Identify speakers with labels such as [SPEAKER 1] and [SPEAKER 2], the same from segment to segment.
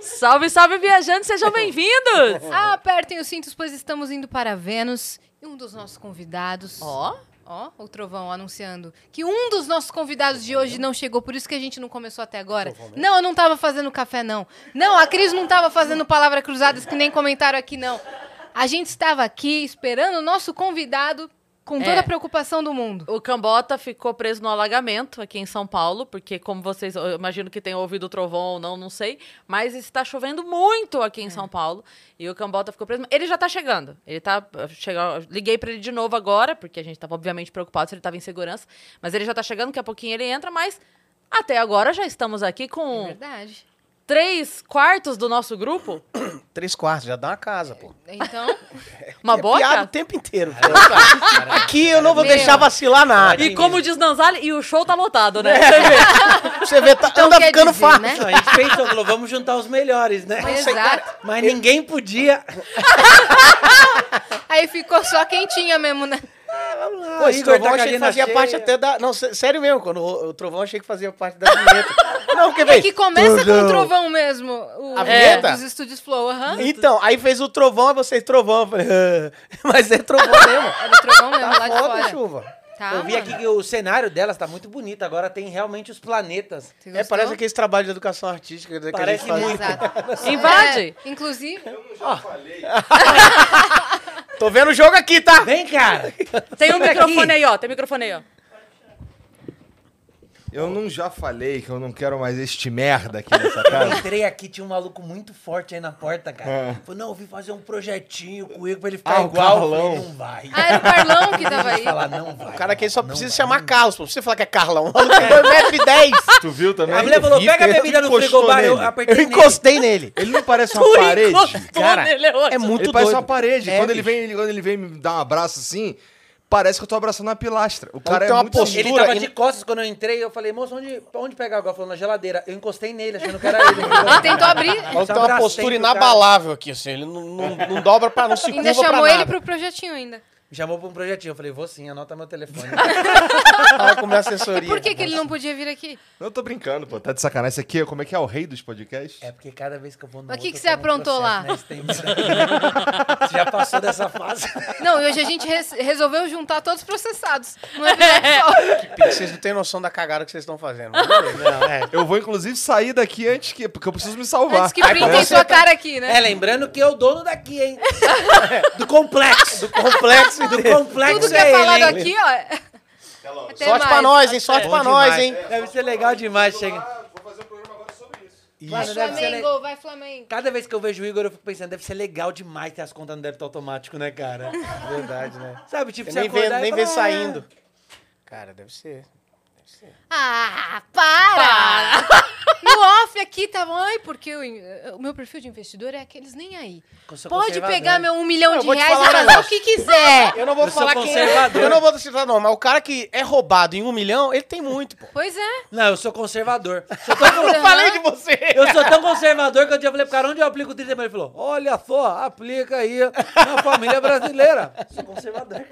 [SPEAKER 1] Salve, salve, viajantes, sejam bem-vindos!
[SPEAKER 2] Apertem os cintos, pois estamos indo para Vênus. E um dos nossos convidados.
[SPEAKER 1] Ó,
[SPEAKER 2] Ó, o Trovão anunciando que um dos nossos convidados de hoje não chegou, por isso que a gente não começou até agora.
[SPEAKER 3] né?
[SPEAKER 2] Não, eu não tava fazendo café, não. Não, a Cris não tava fazendo palavra cruzadas, que nem comentaram aqui, não. A gente estava aqui esperando o nosso convidado com toda
[SPEAKER 1] É.
[SPEAKER 2] a preocupação do mundo.
[SPEAKER 1] o Cambota ficou preso no alagamento aqui em São Paulo, porque como vocês, eu imagino que tenham ouvido o trovão ou não, não sei, mas está chovendo muito aqui em São Paulo, e o Cambota ficou preso. Ele já tá chegando, ele tá, chegou, liguei para ele de novo agora, porque a gente tava obviamente preocupado se ele tava em segurança, mas ele já tá chegando, daqui a pouquinho ele entra, mas até agora já estamos aqui
[SPEAKER 2] É
[SPEAKER 1] com
[SPEAKER 2] verdade.
[SPEAKER 1] três quartos do nosso grupo,
[SPEAKER 3] Três quartos, já dá uma casa, pô.
[SPEAKER 2] Então,
[SPEAKER 1] uma
[SPEAKER 3] é
[SPEAKER 1] boa
[SPEAKER 3] piada
[SPEAKER 1] casa.
[SPEAKER 3] o tempo inteiro.
[SPEAKER 4] É,
[SPEAKER 3] Aqui eu não vou
[SPEAKER 2] Meu.
[SPEAKER 3] deixar vacilar nada.
[SPEAKER 1] E como diz Nanzali, e o show tá lotado, né?
[SPEAKER 3] Você vê, tá,
[SPEAKER 2] Então
[SPEAKER 3] anda
[SPEAKER 2] quer
[SPEAKER 3] ficando
[SPEAKER 2] dizer,
[SPEAKER 3] fácil.
[SPEAKER 2] né?
[SPEAKER 4] Não, a gente pensou, falou, vamos juntar os melhores, né?
[SPEAKER 2] exato.
[SPEAKER 4] Mas ninguém podia.
[SPEAKER 2] Aí ficou só quem tinha mesmo, né?
[SPEAKER 3] Ah,
[SPEAKER 4] Pô,
[SPEAKER 3] o
[SPEAKER 4] Igor
[SPEAKER 3] Trovão
[SPEAKER 4] tá
[SPEAKER 3] achei que
[SPEAKER 4] caindo
[SPEAKER 3] fazia
[SPEAKER 4] na
[SPEAKER 3] parte
[SPEAKER 4] cheia.
[SPEAKER 3] até da... Não, sé- sério mesmo, quando o, o Trovão achei que fazia parte da vinheta. Não, porque
[SPEAKER 2] É
[SPEAKER 3] veio...
[SPEAKER 2] que começa com o
[SPEAKER 3] Trovão.
[SPEAKER 2] Trovão mesmo. O,
[SPEAKER 3] A vinheta?
[SPEAKER 2] Os estúdios Flow, aham.
[SPEAKER 3] Então, aí fez o Trovão, aí vocês Trovão. eu falei, "Ah", Mas é Trovão mesmo.
[SPEAKER 2] Era o Trovão mesmo lá
[SPEAKER 3] Tá
[SPEAKER 2] de
[SPEAKER 3] foda,
[SPEAKER 2] fora.
[SPEAKER 3] chuva.
[SPEAKER 2] Tá,
[SPEAKER 4] Eu vi
[SPEAKER 2] mano?
[SPEAKER 4] aqui que o cenário delas tá muito bonito. Agora tem realmente os planetas.
[SPEAKER 2] Você
[SPEAKER 3] É,
[SPEAKER 2] gostou?
[SPEAKER 3] parece aquele trabalho de educação artística que
[SPEAKER 4] Parece
[SPEAKER 3] a gente faz.
[SPEAKER 4] muito.
[SPEAKER 2] Exato.
[SPEAKER 1] Invade.
[SPEAKER 2] É, inclusive,
[SPEAKER 3] Tô vendo o jogo aqui, tá?
[SPEAKER 4] Ah, Vem, cara!
[SPEAKER 1] Tem um
[SPEAKER 4] Aqui.
[SPEAKER 1] microfone aí, ó. Tem microfone aí, ó.
[SPEAKER 5] Eu não já falei que eu não quero mais este merda aqui nessa casa?
[SPEAKER 4] Eu entrei aqui, tinha um maluco muito forte aí na porta,
[SPEAKER 3] É.
[SPEAKER 4] cara. Falei, não, eu vim fazer um projetinho comigo pra ele ficar
[SPEAKER 5] Ah, o
[SPEAKER 4] igual. Eu
[SPEAKER 5] Carlão.
[SPEAKER 4] Falei, não vai.
[SPEAKER 2] ah, era o Carlão que tava aí.
[SPEAKER 4] Falar, não vai.
[SPEAKER 3] O cara aqui só
[SPEAKER 4] não
[SPEAKER 3] precisa
[SPEAKER 4] vai,
[SPEAKER 3] chamar
[SPEAKER 4] não vai.
[SPEAKER 3] Carlos, pô. Você falar que é Carlão. Tem 2,10m.
[SPEAKER 5] Tu viu também?
[SPEAKER 4] A mulher falou,
[SPEAKER 5] Vi,
[SPEAKER 4] pega a
[SPEAKER 5] porque
[SPEAKER 4] bebida no
[SPEAKER 5] tu encostou
[SPEAKER 4] frigobar. Eu
[SPEAKER 5] nele.
[SPEAKER 4] apertei
[SPEAKER 3] Eu
[SPEAKER 4] nele.
[SPEAKER 3] encostei nele.
[SPEAKER 5] Ele não parece uma
[SPEAKER 1] Tu
[SPEAKER 5] parede?
[SPEAKER 1] encostou
[SPEAKER 3] Cara,
[SPEAKER 1] nele hoje.
[SPEAKER 3] É muito
[SPEAKER 5] Ele parece
[SPEAKER 3] doido.
[SPEAKER 5] uma parede.
[SPEAKER 3] É,
[SPEAKER 5] quando, ele
[SPEAKER 3] bicho.
[SPEAKER 5] vem, ele- quando ele vem me dar um abraço assim, parece que eu tô abraçando uma pilastra. O cara
[SPEAKER 3] tem
[SPEAKER 5] é
[SPEAKER 3] uma
[SPEAKER 5] muito...
[SPEAKER 3] postura-
[SPEAKER 4] Ele tava
[SPEAKER 3] ele-
[SPEAKER 4] de costas quando eu entrei. Eu falei, moço, onde, onde pegar agora? Falou, na geladeira. Eu encostei nele, achando que era ele. né?
[SPEAKER 2] Ele tentou abrir,
[SPEAKER 3] Ele tem uma
[SPEAKER 4] Abracei
[SPEAKER 3] postura
[SPEAKER 4] pro cara.
[SPEAKER 3] inabalável aqui, assim. Ele não, não- não dobra pra não se curva
[SPEAKER 2] ainda
[SPEAKER 3] pra
[SPEAKER 2] chamou ele
[SPEAKER 3] nada.
[SPEAKER 2] pro projetinho ainda.
[SPEAKER 4] Me chamou pra um projetinho. Eu falei, vou sim, anota meu telefone.
[SPEAKER 3] Fala com minha assessoria.
[SPEAKER 2] Por que, que ele não podia vir aqui?
[SPEAKER 5] Não, eu tô brincando, pô. Tá de sacanagem. Esse aqui, é- como é que é? O rei dos podcasts?
[SPEAKER 4] É porque cada vez que eu vou no
[SPEAKER 2] Mas o que
[SPEAKER 4] outro,
[SPEAKER 2] que
[SPEAKER 4] eu
[SPEAKER 2] você
[SPEAKER 4] tomo um
[SPEAKER 2] aprontou lá?
[SPEAKER 4] processo, né? Você tem- Você já passou dessa fase?
[SPEAKER 2] Não, e hoje a gente res- resolveu juntar todos os processados. Não é verdade só.
[SPEAKER 3] Vocês não têm noção da cagada que vocês estão fazendo. Mas beleza, Não, é.
[SPEAKER 5] Eu vou, inclusive, sair daqui antes que... Porque eu preciso me salvar.
[SPEAKER 2] Antes que printem
[SPEAKER 3] você
[SPEAKER 2] sua
[SPEAKER 3] tá-
[SPEAKER 2] cara aqui,
[SPEAKER 4] É,
[SPEAKER 2] né?
[SPEAKER 4] lembrando que é o dono daqui, hein? Do complexo.
[SPEAKER 3] Do complexo e
[SPEAKER 4] Do
[SPEAKER 3] do...
[SPEAKER 4] complexo
[SPEAKER 2] Tudo que
[SPEAKER 4] é
[SPEAKER 2] é falado
[SPEAKER 4] ele, hein?
[SPEAKER 2] aqui, é ó. é- Até
[SPEAKER 3] Sorte pra
[SPEAKER 2] mais.
[SPEAKER 3] nós, hein? Sorte
[SPEAKER 4] é. Bom
[SPEAKER 3] pra nós,
[SPEAKER 4] demais.
[SPEAKER 3] hein?
[SPEAKER 4] Deve ser legal demais, chega.
[SPEAKER 2] Vai
[SPEAKER 4] Mano, deve ser le-
[SPEAKER 2] Flamengo, vai Flamengo.
[SPEAKER 4] Cada vez que eu vejo o Igor, eu fico pensando, deve ser legal demais ter as contas no débito automático, né, cara?
[SPEAKER 3] Verdade, né?
[SPEAKER 4] Sabe, tipo,
[SPEAKER 3] Eu
[SPEAKER 4] você
[SPEAKER 3] nem vê,
[SPEAKER 4] acordar e
[SPEAKER 3] nem vê
[SPEAKER 4] falar, "Ah,
[SPEAKER 3] saindo. Cara, deve ser.
[SPEAKER 2] Ah, para! No off aqui tava, ai, porque o, in- o meu perfil de investidor é aqueles nem aí.
[SPEAKER 4] "Ah, Eu sou
[SPEAKER 2] Pode
[SPEAKER 4] conservador."
[SPEAKER 2] pegar meu um milhão
[SPEAKER 3] Eu
[SPEAKER 2] de
[SPEAKER 3] vou te
[SPEAKER 2] reais e
[SPEAKER 3] falar um
[SPEAKER 2] fazer o
[SPEAKER 3] negócio.
[SPEAKER 2] que quiser.
[SPEAKER 3] Eu não vou
[SPEAKER 4] Eu sou
[SPEAKER 3] falar quem é.
[SPEAKER 4] conservador.
[SPEAKER 3] Eu não vou citar não, mas o cara que é roubado em um milhão, ele tem muito, pô.
[SPEAKER 2] Pois é.
[SPEAKER 4] Não, eu sou conservador. Sou tão-
[SPEAKER 3] Eu falei de você.
[SPEAKER 4] Eu sou tão conservador que eu tinha falei pro cara, onde eu aplico o 30 Ele falou, olha só, aplica aí na família brasileira. Sou conservador.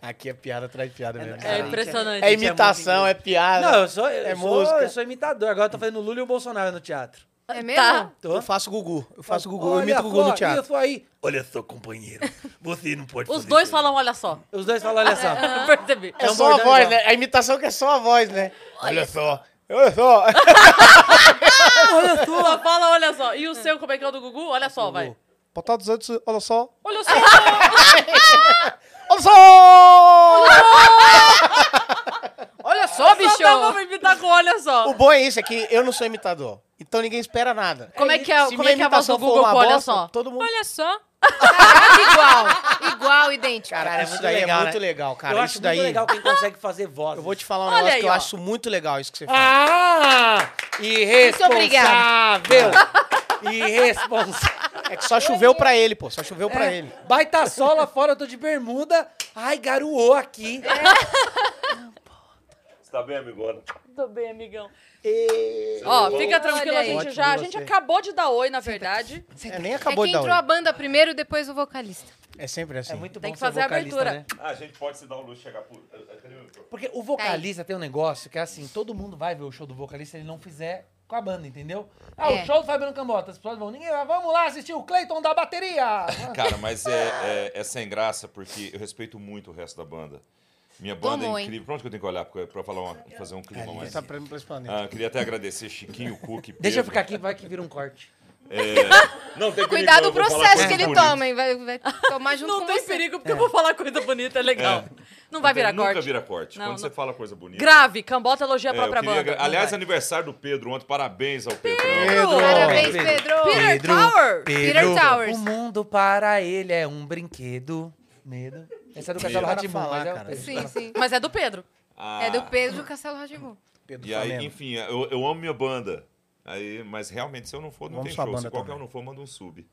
[SPEAKER 3] Aqui é piada atrás de piada mesmo.
[SPEAKER 1] É
[SPEAKER 3] cara.
[SPEAKER 1] impressionante.
[SPEAKER 3] É
[SPEAKER 4] muito
[SPEAKER 3] imitação, é piada.
[SPEAKER 4] Não, eu sou, eu
[SPEAKER 3] É
[SPEAKER 4] sou,
[SPEAKER 3] música.
[SPEAKER 4] eu sou imitador. Agora eu tô fazendo Lula e o Bolsonaro no teatro.
[SPEAKER 2] É mesmo?
[SPEAKER 1] Tá.
[SPEAKER 4] Tô.
[SPEAKER 3] Eu faço Gugu. Eu faço Gugu. eu
[SPEAKER 4] Olha
[SPEAKER 3] imito Gugu no
[SPEAKER 4] só,
[SPEAKER 3] teatro.
[SPEAKER 4] Isso aí. Olha só, companheiro, você não pode
[SPEAKER 1] Os
[SPEAKER 4] fazer
[SPEAKER 1] dois
[SPEAKER 4] isso.
[SPEAKER 1] falam, olha só.
[SPEAKER 4] Os dois falam, olha só.
[SPEAKER 1] Eu percebi.
[SPEAKER 3] É
[SPEAKER 4] um
[SPEAKER 3] só a
[SPEAKER 4] bordão
[SPEAKER 3] voz,
[SPEAKER 4] igual.
[SPEAKER 3] né? A imitação que é só a voz, né? Olha só. Olha só.
[SPEAKER 1] Só É fala, olha só. E o seu, como é que é o do Gugu? Olha só, vai. Ah,
[SPEAKER 3] Botar dos outros, olha só.
[SPEAKER 1] Olha só.
[SPEAKER 3] Olha só!
[SPEAKER 2] Olha só, bicho.
[SPEAKER 1] Só dá pra imitar com olha
[SPEAKER 3] O
[SPEAKER 1] só.
[SPEAKER 3] bom é isso, é que eu não sou imitador. Então ninguém espera nada.
[SPEAKER 1] Como é que é,
[SPEAKER 3] Se
[SPEAKER 1] como
[SPEAKER 3] minha
[SPEAKER 1] é, que é a voz do
[SPEAKER 3] imitação for
[SPEAKER 1] Google
[SPEAKER 3] tá uma
[SPEAKER 1] com olha
[SPEAKER 3] bosta,
[SPEAKER 1] só?
[SPEAKER 3] Todo mundo...
[SPEAKER 1] Olha só.
[SPEAKER 2] igual. Igual, idêntico.
[SPEAKER 3] Cara,
[SPEAKER 4] é
[SPEAKER 3] isso
[SPEAKER 4] muito
[SPEAKER 3] daí
[SPEAKER 4] legal,
[SPEAKER 3] é
[SPEAKER 4] né?
[SPEAKER 3] muito legal, cara.
[SPEAKER 4] eu
[SPEAKER 3] isso
[SPEAKER 4] acho
[SPEAKER 3] daí...
[SPEAKER 4] muito legal quem consegue fazer voz.
[SPEAKER 3] Eu vou te falar um
[SPEAKER 1] Olha
[SPEAKER 3] negócio que
[SPEAKER 1] aí,
[SPEAKER 3] eu
[SPEAKER 1] ó.
[SPEAKER 3] acho muito legal isso que você fala.
[SPEAKER 4] Ah!
[SPEAKER 2] é
[SPEAKER 4] Irresponsável! Irresponsável!
[SPEAKER 3] É que só choveu pra ele, pô. Só choveu
[SPEAKER 4] É.
[SPEAKER 3] pra ele.
[SPEAKER 4] Baita sol lá fora, eu tô de bermuda. Ai, garoou aqui.
[SPEAKER 1] É,
[SPEAKER 6] Tá bem, amigona?
[SPEAKER 1] Tô bem, amigão. Ó, fica tranquilo,
[SPEAKER 2] Olha
[SPEAKER 1] a
[SPEAKER 2] aí.
[SPEAKER 1] gente
[SPEAKER 3] Ótimo
[SPEAKER 1] já. A
[SPEAKER 3] você.
[SPEAKER 1] gente acabou de dar oi, na verdade.
[SPEAKER 3] É, nem
[SPEAKER 2] É
[SPEAKER 3] acabou
[SPEAKER 2] que
[SPEAKER 3] de dar
[SPEAKER 2] entrou a
[SPEAKER 3] olho.
[SPEAKER 2] banda primeiro, depois o vocalista.
[SPEAKER 3] É sempre assim.
[SPEAKER 4] É muito bom
[SPEAKER 1] Tem que
[SPEAKER 4] ser
[SPEAKER 1] fazer a
[SPEAKER 4] vocalista,
[SPEAKER 1] abertura.
[SPEAKER 4] né?
[SPEAKER 6] Ah, a gente pode se dar um luxo de chegar por. Cadê meu microfone?
[SPEAKER 2] Tá
[SPEAKER 4] é Porque o vocalista tem um negócio que é assim, todo mundo vai ver o show do vocalista se ele não fizer com a banda, entendeu? Ah,
[SPEAKER 2] É.
[SPEAKER 4] o show do Fabiano Cambota, as pessoas vão, ninguém vai, vamos lá assistir o Cleiton da bateria!
[SPEAKER 6] Cara, mas é, é, é sem graça porque eu respeito muito o resto da banda. Minha banda
[SPEAKER 2] Tomou,
[SPEAKER 6] é
[SPEAKER 2] hein?
[SPEAKER 6] incrível. Pra onde que eu tenho que olhar pra, pra falar uma- fazer um clima mais...
[SPEAKER 3] Tá pra pra esse planeta.
[SPEAKER 6] Ah, queria até agradecer Chiquinho, Cook, Pedro. É,
[SPEAKER 4] Deixa eu ficar aqui, vai que vira um corte.
[SPEAKER 6] Não, tem perigo,
[SPEAKER 2] Cuidado
[SPEAKER 6] eu
[SPEAKER 2] o
[SPEAKER 6] vou falar
[SPEAKER 2] processo que
[SPEAKER 6] coisas
[SPEAKER 2] ele
[SPEAKER 6] bonitas.
[SPEAKER 2] toma, hein? Vai, vai tomar junto
[SPEAKER 1] Não
[SPEAKER 2] com
[SPEAKER 1] tem
[SPEAKER 2] você.
[SPEAKER 1] perigo, porque eu vou falar coisa bonita, é legal.
[SPEAKER 6] É.
[SPEAKER 1] Não vai virar
[SPEAKER 6] Nunca
[SPEAKER 1] corte.
[SPEAKER 6] vira corte.
[SPEAKER 1] Não,
[SPEAKER 6] Quando
[SPEAKER 1] não.
[SPEAKER 6] você fala coisa bonita...
[SPEAKER 1] Grave, Cambota elogia a
[SPEAKER 6] É, eu
[SPEAKER 1] própria
[SPEAKER 6] queria
[SPEAKER 1] banda.
[SPEAKER 6] agra- Aliás, aniversário do Pedro ontem. Parabéns ao Pedro.
[SPEAKER 2] É, Parabéns, Pedro.
[SPEAKER 1] Peter Tower.
[SPEAKER 2] Peter Towers.
[SPEAKER 4] O mundo para ele é um brinquedo. Medo. Esse é do Castelo
[SPEAKER 3] Medo.
[SPEAKER 4] Ratimbu,
[SPEAKER 3] Falar,
[SPEAKER 4] mas é o
[SPEAKER 3] cara.
[SPEAKER 4] Pedro.
[SPEAKER 2] Sim, sim.
[SPEAKER 1] Mas é do Pedro.
[SPEAKER 6] Ah,
[SPEAKER 2] É do Pedro Castelo Radimbu.
[SPEAKER 3] Pedro
[SPEAKER 6] E aí,
[SPEAKER 3] Flamengo.
[SPEAKER 6] enfim, eu, eu amo minha banda. Aí, mas realmente, se eu não for, não
[SPEAKER 3] Vamos
[SPEAKER 6] tem
[SPEAKER 3] sua
[SPEAKER 6] show. Se
[SPEAKER 3] banda
[SPEAKER 6] qualquer
[SPEAKER 3] também.
[SPEAKER 6] um não for, manda um sub.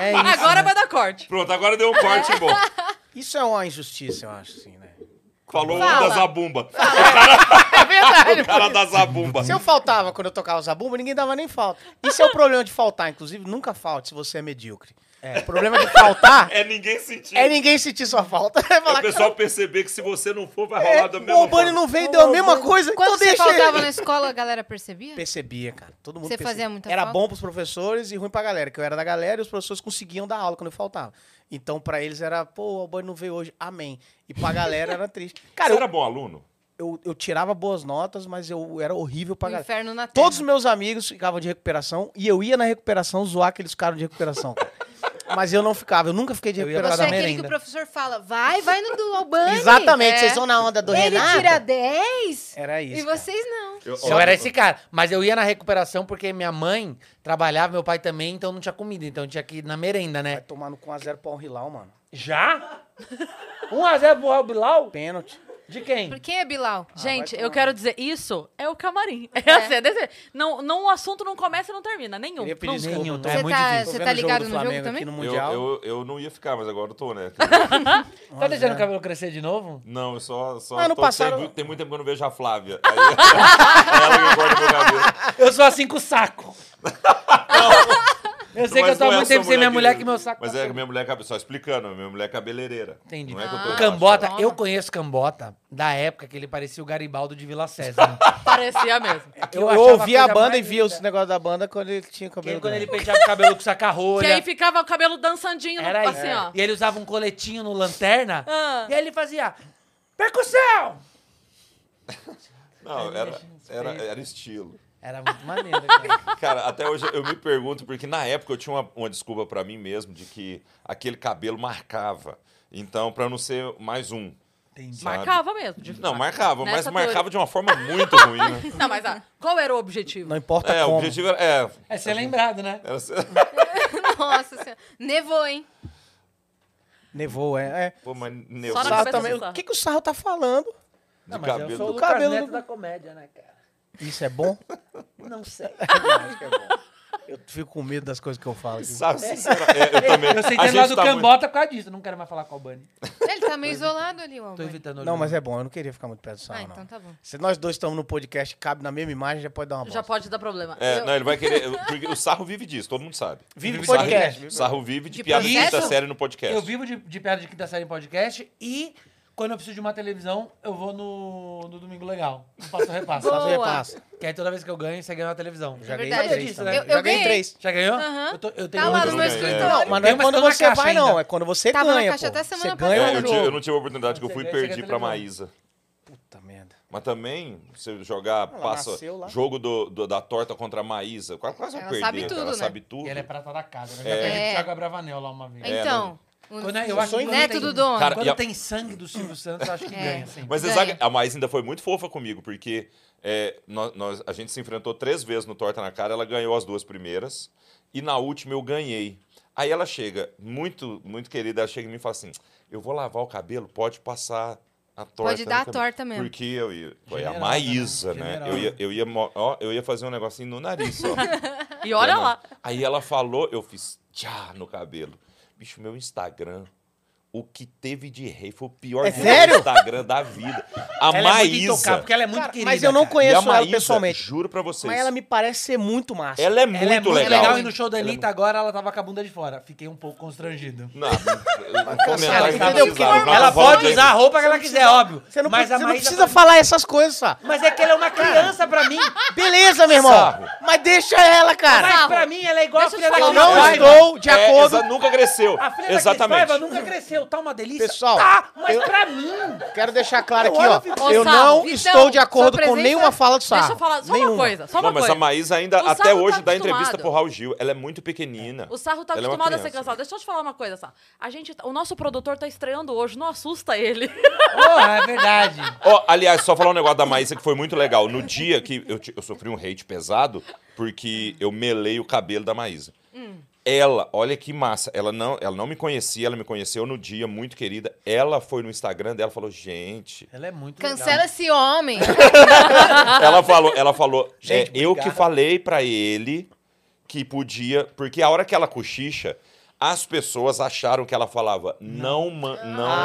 [SPEAKER 3] É isso,
[SPEAKER 1] Agora
[SPEAKER 4] ah,
[SPEAKER 3] né?
[SPEAKER 1] vai dar corte.
[SPEAKER 6] Pronto, agora deu um corte bom.
[SPEAKER 3] Isso é uma injustiça, eu acho, assim, né?
[SPEAKER 6] Falou
[SPEAKER 2] Fala.
[SPEAKER 6] um da Zabumba.
[SPEAKER 2] É verdade.
[SPEAKER 6] O cara da Zabumba.
[SPEAKER 3] Se eu faltava quando eu tocava o zabumba, ninguém dava nem falta. Isso é o problema de faltar, inclusive. Nunca falte se você é medíocre. O problema de faltar
[SPEAKER 6] É ninguém sentir.
[SPEAKER 3] é ninguém sentir sua falta. É
[SPEAKER 6] É
[SPEAKER 3] falar,
[SPEAKER 6] o pessoal perceber que se você não for, vai
[SPEAKER 3] "É,
[SPEAKER 6] rolar da mesma
[SPEAKER 3] o Bani
[SPEAKER 6] forma.
[SPEAKER 3] não veio, deu a mesma coisa.
[SPEAKER 2] Quando
[SPEAKER 3] então
[SPEAKER 2] você
[SPEAKER 3] deixa ele."
[SPEAKER 2] faltava né? na escola, a galera percebia?
[SPEAKER 3] Percebia, cara. Todo mundo
[SPEAKER 2] Você
[SPEAKER 3] percebia.
[SPEAKER 2] fazia muita
[SPEAKER 3] Era
[SPEAKER 2] falta?
[SPEAKER 3] bom pros professores e ruim pra galera, que eu era da galera e os professores conseguiam dar aula quando eu faltava. Então, pra eles era, pô, o Bani não veio hoje, amém. E pra galera era triste. Cara,
[SPEAKER 6] Você
[SPEAKER 3] eu,
[SPEAKER 6] era bom aluno?
[SPEAKER 3] eu, eu tirava boas notas, mas eu era horrível pra
[SPEAKER 2] O
[SPEAKER 3] galera.
[SPEAKER 2] inferno na terra.
[SPEAKER 3] Todos os meus amigos ficavam de recuperação e eu ia na recuperação zoar aqueles caras de recuperação. cara. Mas eu não ficava, eu nunca fiquei de
[SPEAKER 4] Eu ia
[SPEAKER 2] Você
[SPEAKER 4] pra
[SPEAKER 2] é
[SPEAKER 3] recuperação.
[SPEAKER 4] merenda.
[SPEAKER 2] aquele que o professor fala, vai, vai no do Albani.
[SPEAKER 3] Exatamente,
[SPEAKER 2] É.
[SPEAKER 3] vocês vão na onda do
[SPEAKER 2] Ele
[SPEAKER 3] Renato.
[SPEAKER 2] tira 10
[SPEAKER 3] Era
[SPEAKER 2] e
[SPEAKER 3] isso. cara.
[SPEAKER 2] vocês não.
[SPEAKER 6] Eu,
[SPEAKER 4] Eu era esse cara. Mas eu ia na recuperação porque minha mãe trabalhava, meu pai também, então não tinha comida. Então tinha que ir na merenda,
[SPEAKER 3] Vai
[SPEAKER 4] né?
[SPEAKER 3] tomar no 1x0 pro Hilal, mano.
[SPEAKER 4] Já? 1x0 pro Raul Bilal?
[SPEAKER 3] Pênalti.
[SPEAKER 4] De quem?
[SPEAKER 2] Por quem é Bilal?
[SPEAKER 3] Ah,
[SPEAKER 1] Gente, eu quero dizer, isso é o camarim. É, assim, é desse- não, não, o assunto não começa e não termina, nenhum.
[SPEAKER 3] Queria pedir
[SPEAKER 1] Não-
[SPEAKER 3] desculpa,
[SPEAKER 4] nenhum,
[SPEAKER 3] tô-
[SPEAKER 4] né? É
[SPEAKER 2] Você
[SPEAKER 4] muito
[SPEAKER 2] tá,
[SPEAKER 4] difícil.
[SPEAKER 2] você
[SPEAKER 3] tô
[SPEAKER 2] tá
[SPEAKER 3] vendo o
[SPEAKER 2] ligado
[SPEAKER 3] do
[SPEAKER 2] no jogo
[SPEAKER 3] Flamengo
[SPEAKER 2] também?
[SPEAKER 3] Aqui no
[SPEAKER 6] Eu,
[SPEAKER 3] Mundial.
[SPEAKER 6] eu, eu não ia ficar, mas agora eu tô, né? Um
[SPEAKER 4] Tá deixando o cabelo crescer de novo?
[SPEAKER 6] Não, eu só. só
[SPEAKER 3] Ah, não
[SPEAKER 6] tô-
[SPEAKER 3] passaram-
[SPEAKER 6] tem, mu- tem muito tempo que eu não vejo a Flávia. Aí, é ela que corta meu cabelo.
[SPEAKER 4] Eu sou assim com o saco. Eu sei
[SPEAKER 6] Mas
[SPEAKER 4] que eu tô há
[SPEAKER 6] não é
[SPEAKER 4] muito
[SPEAKER 6] só
[SPEAKER 4] tempo sem minha mulher que
[SPEAKER 6] querida.
[SPEAKER 4] meu saco.
[SPEAKER 6] Mas
[SPEAKER 4] tá
[SPEAKER 6] é que
[SPEAKER 4] feio.
[SPEAKER 6] minha mulher cabe- Só explicando, minha mulher é cabeleireira.
[SPEAKER 4] Entendi.
[SPEAKER 6] Não é que eu tô
[SPEAKER 4] Cambota,
[SPEAKER 2] Nossa.
[SPEAKER 4] eu conheço Cambota da época que ele parecia o Garibaldo de Vila César.
[SPEAKER 1] Parecia mesmo.
[SPEAKER 3] Eu,
[SPEAKER 4] achava
[SPEAKER 3] ouvia a
[SPEAKER 4] coisa
[SPEAKER 3] banda e
[SPEAKER 4] mais
[SPEAKER 3] via os
[SPEAKER 4] linda.
[SPEAKER 3] negócios da banda quando ele tinha
[SPEAKER 4] Que ele-
[SPEAKER 3] cabelo.
[SPEAKER 4] Quando ele
[SPEAKER 3] grande.
[SPEAKER 4] penteava o cabelo com saca-rolha.
[SPEAKER 1] Que aí ficava o cabelo dançandinho, no-
[SPEAKER 4] Era isso.
[SPEAKER 1] assim, ó.
[SPEAKER 4] E ele usava um coletinho no lanterna.
[SPEAKER 1] Ah.
[SPEAKER 4] E aí ele fazia. Percussão!
[SPEAKER 6] Não, era, era, era estilo.
[SPEAKER 4] Era muito maneiro. cara.
[SPEAKER 6] Cara, até hoje eu me pergunto, porque na época eu tinha uma, uma desculpa pra mim mesmo de que aquele cabelo marcava. Então, pra eu não ser mais um. sabe?
[SPEAKER 1] Marcava mesmo. de
[SPEAKER 6] Não,
[SPEAKER 1] fato.
[SPEAKER 6] marcava,
[SPEAKER 1] Nessa
[SPEAKER 6] mas marcava
[SPEAKER 1] teoria.
[SPEAKER 6] de uma forma muito ruim, né?
[SPEAKER 1] Não, mas ah, qual era o objetivo?
[SPEAKER 3] Não importa
[SPEAKER 6] É, o
[SPEAKER 3] como.
[SPEAKER 6] objetivo era. É,
[SPEAKER 4] É ser lembrado, né?
[SPEAKER 6] era ser-
[SPEAKER 2] Nossa senhora. Nevou, hein?
[SPEAKER 3] Nevou, é. é.
[SPEAKER 6] Pô,
[SPEAKER 1] Só
[SPEAKER 6] mas
[SPEAKER 1] na
[SPEAKER 6] nervoso.
[SPEAKER 3] Sarro
[SPEAKER 1] cabeça
[SPEAKER 3] também.
[SPEAKER 1] do Sarro.
[SPEAKER 3] O que, que o Sarro tá falando?
[SPEAKER 6] De
[SPEAKER 4] mas eu sou o
[SPEAKER 6] cabelo.
[SPEAKER 4] Lucas
[SPEAKER 3] cabelo
[SPEAKER 4] Neto
[SPEAKER 3] do-
[SPEAKER 4] da comédia, né, cara?
[SPEAKER 3] Isso é bom?
[SPEAKER 4] Não sei.
[SPEAKER 3] Eu fico com medo das coisas que eu falo. aqui.
[SPEAKER 6] Sabe, sincera- é, eu também.
[SPEAKER 4] Eu sei
[SPEAKER 6] a
[SPEAKER 4] ter
[SPEAKER 6] gente
[SPEAKER 4] lá do
[SPEAKER 6] tá muito-
[SPEAKER 4] Cambota por causa disso. Não quero mais falar com o Albani.
[SPEAKER 2] Ele tá meio isolado ali, o
[SPEAKER 4] Tô
[SPEAKER 2] Albani.
[SPEAKER 4] evitando o
[SPEAKER 3] Não,
[SPEAKER 4] Albani.
[SPEAKER 3] mas é bom. Eu não queria ficar muito perto do Sarro,
[SPEAKER 2] Ah,
[SPEAKER 3] não.
[SPEAKER 2] então tá bom.
[SPEAKER 3] Se nós dois estamos no podcast, cabe na mesma imagem, já pode dar uma bosta.
[SPEAKER 1] Já pode dar problema.
[SPEAKER 6] É,
[SPEAKER 1] Eu-
[SPEAKER 6] não, ele vai querer. Porque o sarro vive disso, todo mundo sabe.
[SPEAKER 3] Vive do
[SPEAKER 6] Sarro-
[SPEAKER 3] podcast,
[SPEAKER 6] Sarro,
[SPEAKER 3] vive-
[SPEAKER 6] vive de,
[SPEAKER 1] De
[SPEAKER 6] piada de quinta
[SPEAKER 2] processo?
[SPEAKER 6] série no podcast.
[SPEAKER 4] Eu vivo de, de piada de quinta série em podcast e quando eu preciso de uma televisão, eu vou no, no Domingo Legal. Não passo repasso.
[SPEAKER 2] Boa. É
[SPEAKER 4] Passo
[SPEAKER 3] Sabe, repassa.
[SPEAKER 4] repasso. Que aí toda vez que eu ganho, você ganha uma televisão.
[SPEAKER 3] Já ganhei
[SPEAKER 2] verdade.
[SPEAKER 3] três.
[SPEAKER 4] Isso,
[SPEAKER 3] também.
[SPEAKER 4] né?
[SPEAKER 2] Eu- eu
[SPEAKER 3] já ganhei
[SPEAKER 2] ganhei.
[SPEAKER 3] três.
[SPEAKER 4] Já ganhou?
[SPEAKER 2] Aham.
[SPEAKER 4] Eu, tô- eu tenho
[SPEAKER 2] Tá lá
[SPEAKER 4] muito
[SPEAKER 2] no meu
[SPEAKER 6] ganhei, é.
[SPEAKER 2] escritório.
[SPEAKER 3] Mas não é
[SPEAKER 4] Tem, mas
[SPEAKER 3] quando
[SPEAKER 4] tô na
[SPEAKER 3] você
[SPEAKER 4] caixa
[SPEAKER 3] vai,
[SPEAKER 4] ainda.
[SPEAKER 3] não. É quando você
[SPEAKER 2] Tava na
[SPEAKER 3] ganha,
[SPEAKER 2] caixa
[SPEAKER 3] pô.
[SPEAKER 2] até semana
[SPEAKER 3] Você ganha
[SPEAKER 6] É,
[SPEAKER 3] o
[SPEAKER 6] eu,
[SPEAKER 2] passada.
[SPEAKER 6] ti- eu não
[SPEAKER 3] jogo.
[SPEAKER 6] tive a oportunidade que eu
[SPEAKER 4] Você
[SPEAKER 6] fui e
[SPEAKER 4] ganha, você
[SPEAKER 6] perdi
[SPEAKER 4] ganha
[SPEAKER 6] pra
[SPEAKER 4] televisão.
[SPEAKER 6] Maísa.
[SPEAKER 3] Puta merda.
[SPEAKER 6] Mas também, você jogar
[SPEAKER 3] Ela
[SPEAKER 6] passa
[SPEAKER 3] nasceu lá.
[SPEAKER 6] jogo do, do- da torta contra a Maísa, quase, quase eu
[SPEAKER 2] Ela
[SPEAKER 6] perdi.
[SPEAKER 2] sabe tudo,
[SPEAKER 6] ela
[SPEAKER 2] né?
[SPEAKER 6] sabe tudo.
[SPEAKER 4] E ela é prata da casa. Né?
[SPEAKER 6] É.
[SPEAKER 4] Já perdi
[SPEAKER 2] É.
[SPEAKER 4] pro Thiago Abravanel lá uma vez.
[SPEAKER 6] É.
[SPEAKER 2] Então, o
[SPEAKER 4] Quando, é eu acho que
[SPEAKER 3] sou
[SPEAKER 4] quando
[SPEAKER 2] neto
[SPEAKER 4] tem-
[SPEAKER 2] do dono.
[SPEAKER 6] Cara,
[SPEAKER 4] Quando
[SPEAKER 6] e a-
[SPEAKER 4] tem sangue do Silvio Santos, eu acho que
[SPEAKER 2] É.
[SPEAKER 4] ganha, sim.
[SPEAKER 6] Mas
[SPEAKER 2] Ganha.
[SPEAKER 6] exato, a Maísa ainda foi muito fofa comigo, porque é, nós, nós- a gente se enfrentou três vezes no Torta na Cara, ela ganhou as duas primeiras, e na última eu ganhei. Aí ela chega, muito, muito querida, ela chega e me fala assim: Eu vou lavar o cabelo, pode passar a torta.
[SPEAKER 2] Pode dar
[SPEAKER 6] no
[SPEAKER 2] a
[SPEAKER 6] cabelo."
[SPEAKER 2] torta mesmo.
[SPEAKER 6] Porque eu ia. Foi a
[SPEAKER 4] Generosa,
[SPEAKER 6] Maísa,
[SPEAKER 4] né?
[SPEAKER 6] né?
[SPEAKER 4] Generosa.
[SPEAKER 6] Eu ia, eu, ia, mo- ó, eu ia fazer um negocinho no nariz, só.
[SPEAKER 1] E olha
[SPEAKER 6] Não.
[SPEAKER 1] lá.
[SPEAKER 6] Aí ela falou, eu fiz tchá no cabelo. Bicho, meu Instagram O que teve de rei foi o pior
[SPEAKER 3] É
[SPEAKER 6] vídeo
[SPEAKER 3] sério?
[SPEAKER 6] do Instagram da vida. A
[SPEAKER 4] Ela é muito
[SPEAKER 6] Maísa.
[SPEAKER 4] intocável, porque ela é muito
[SPEAKER 3] Cara,
[SPEAKER 4] querida.
[SPEAKER 3] mas eu não
[SPEAKER 4] cara.
[SPEAKER 6] e a
[SPEAKER 3] conheço ela
[SPEAKER 6] Maísa,
[SPEAKER 3] pessoalmente.
[SPEAKER 6] juro pra vocês.
[SPEAKER 3] Mas ela me parece ser muito massa.
[SPEAKER 6] ela é
[SPEAKER 4] Ela é muito legal. E no show da
[SPEAKER 6] Ela é
[SPEAKER 4] Anitta agora ela tava com a bunda de fora. Fiquei um pouco constrangido.
[SPEAKER 6] Não, um
[SPEAKER 3] cara,
[SPEAKER 6] comentário que não
[SPEAKER 3] entendeu?
[SPEAKER 6] precisava,
[SPEAKER 3] Porque
[SPEAKER 6] não
[SPEAKER 4] é Ela
[SPEAKER 6] vou
[SPEAKER 4] pode
[SPEAKER 6] dizer.
[SPEAKER 4] usar a roupa que ela quiser, óbvio.
[SPEAKER 3] Você não,
[SPEAKER 4] mas
[SPEAKER 3] precisa,
[SPEAKER 4] a
[SPEAKER 3] você não
[SPEAKER 4] Maísa
[SPEAKER 3] precisa
[SPEAKER 6] tá
[SPEAKER 3] falar essas coisas, Sá.
[SPEAKER 4] Mas é que ela é uma criança pra mim.
[SPEAKER 3] Beleza, meu irmão.
[SPEAKER 6] Sarro.
[SPEAKER 3] Mas deixa ela, cara.
[SPEAKER 4] Mas pra mim ela é igual a
[SPEAKER 2] Deixa eu
[SPEAKER 4] filha
[SPEAKER 2] te
[SPEAKER 4] da
[SPEAKER 2] falar
[SPEAKER 3] Eu
[SPEAKER 2] Mas-
[SPEAKER 4] Cris
[SPEAKER 3] não
[SPEAKER 6] Mas-
[SPEAKER 4] Paiva.
[SPEAKER 3] estou de
[SPEAKER 6] É,
[SPEAKER 3] acordo.
[SPEAKER 6] exa- nunca cresceu.
[SPEAKER 4] A filha da Cris
[SPEAKER 6] Exatamente.
[SPEAKER 4] Paiva nunca cresceu. Tá uma delícia?
[SPEAKER 3] Pessoal,
[SPEAKER 4] Tá, mas
[SPEAKER 3] eu-
[SPEAKER 4] pra mim...
[SPEAKER 3] Quero deixar claro
[SPEAKER 4] Eu
[SPEAKER 3] aqui,
[SPEAKER 4] olho
[SPEAKER 3] ó.
[SPEAKER 4] e fico-
[SPEAKER 1] Ô,
[SPEAKER 3] Eu
[SPEAKER 1] Sarro, então,
[SPEAKER 3] não
[SPEAKER 2] Vitão,
[SPEAKER 3] estou de
[SPEAKER 2] sua
[SPEAKER 3] acordo com
[SPEAKER 2] presença-
[SPEAKER 3] nenhuma fala do Sarro.
[SPEAKER 1] Deixa eu falar só
[SPEAKER 3] Nenhuma.
[SPEAKER 1] uma coisa, só uma
[SPEAKER 6] Não, mas
[SPEAKER 1] coisa.
[SPEAKER 6] a Maísa ainda,
[SPEAKER 1] O
[SPEAKER 6] até
[SPEAKER 1] Sarro
[SPEAKER 6] hoje,
[SPEAKER 1] tá
[SPEAKER 6] dá entrevista
[SPEAKER 1] acostumado.
[SPEAKER 6] pro Raul Gil. Ela é muito pequenina.
[SPEAKER 1] O Sarro tá
[SPEAKER 6] Ela é uma
[SPEAKER 1] acostumado a ser
[SPEAKER 6] criança.
[SPEAKER 1] cansado. Deixa eu te falar uma coisa, Sarro. A gente, o nosso produtor tá estreando hoje, não assusta ele.
[SPEAKER 4] Porra, é verdade.
[SPEAKER 6] Ó, aliás, só falar um negócio da Maísa que foi muito legal. No dia que eu, ti- eu sofri um hate pesado, porque eu melei o cabelo da Maísa. Ela, olha que massa, ela não, ela não me conhecia, ela me conheceu no dia, muito querida. Ela foi no Instagram dela e falou, gente.
[SPEAKER 4] Ela é muito
[SPEAKER 2] Cancela esse homem.
[SPEAKER 6] Ela falou, ela falou,
[SPEAKER 3] Gente,
[SPEAKER 6] é, eu
[SPEAKER 3] obrigado.
[SPEAKER 6] que falei pra ele que podia, porque a hora que ela cochicha, as pessoas acharam que ela falava, não, man, não.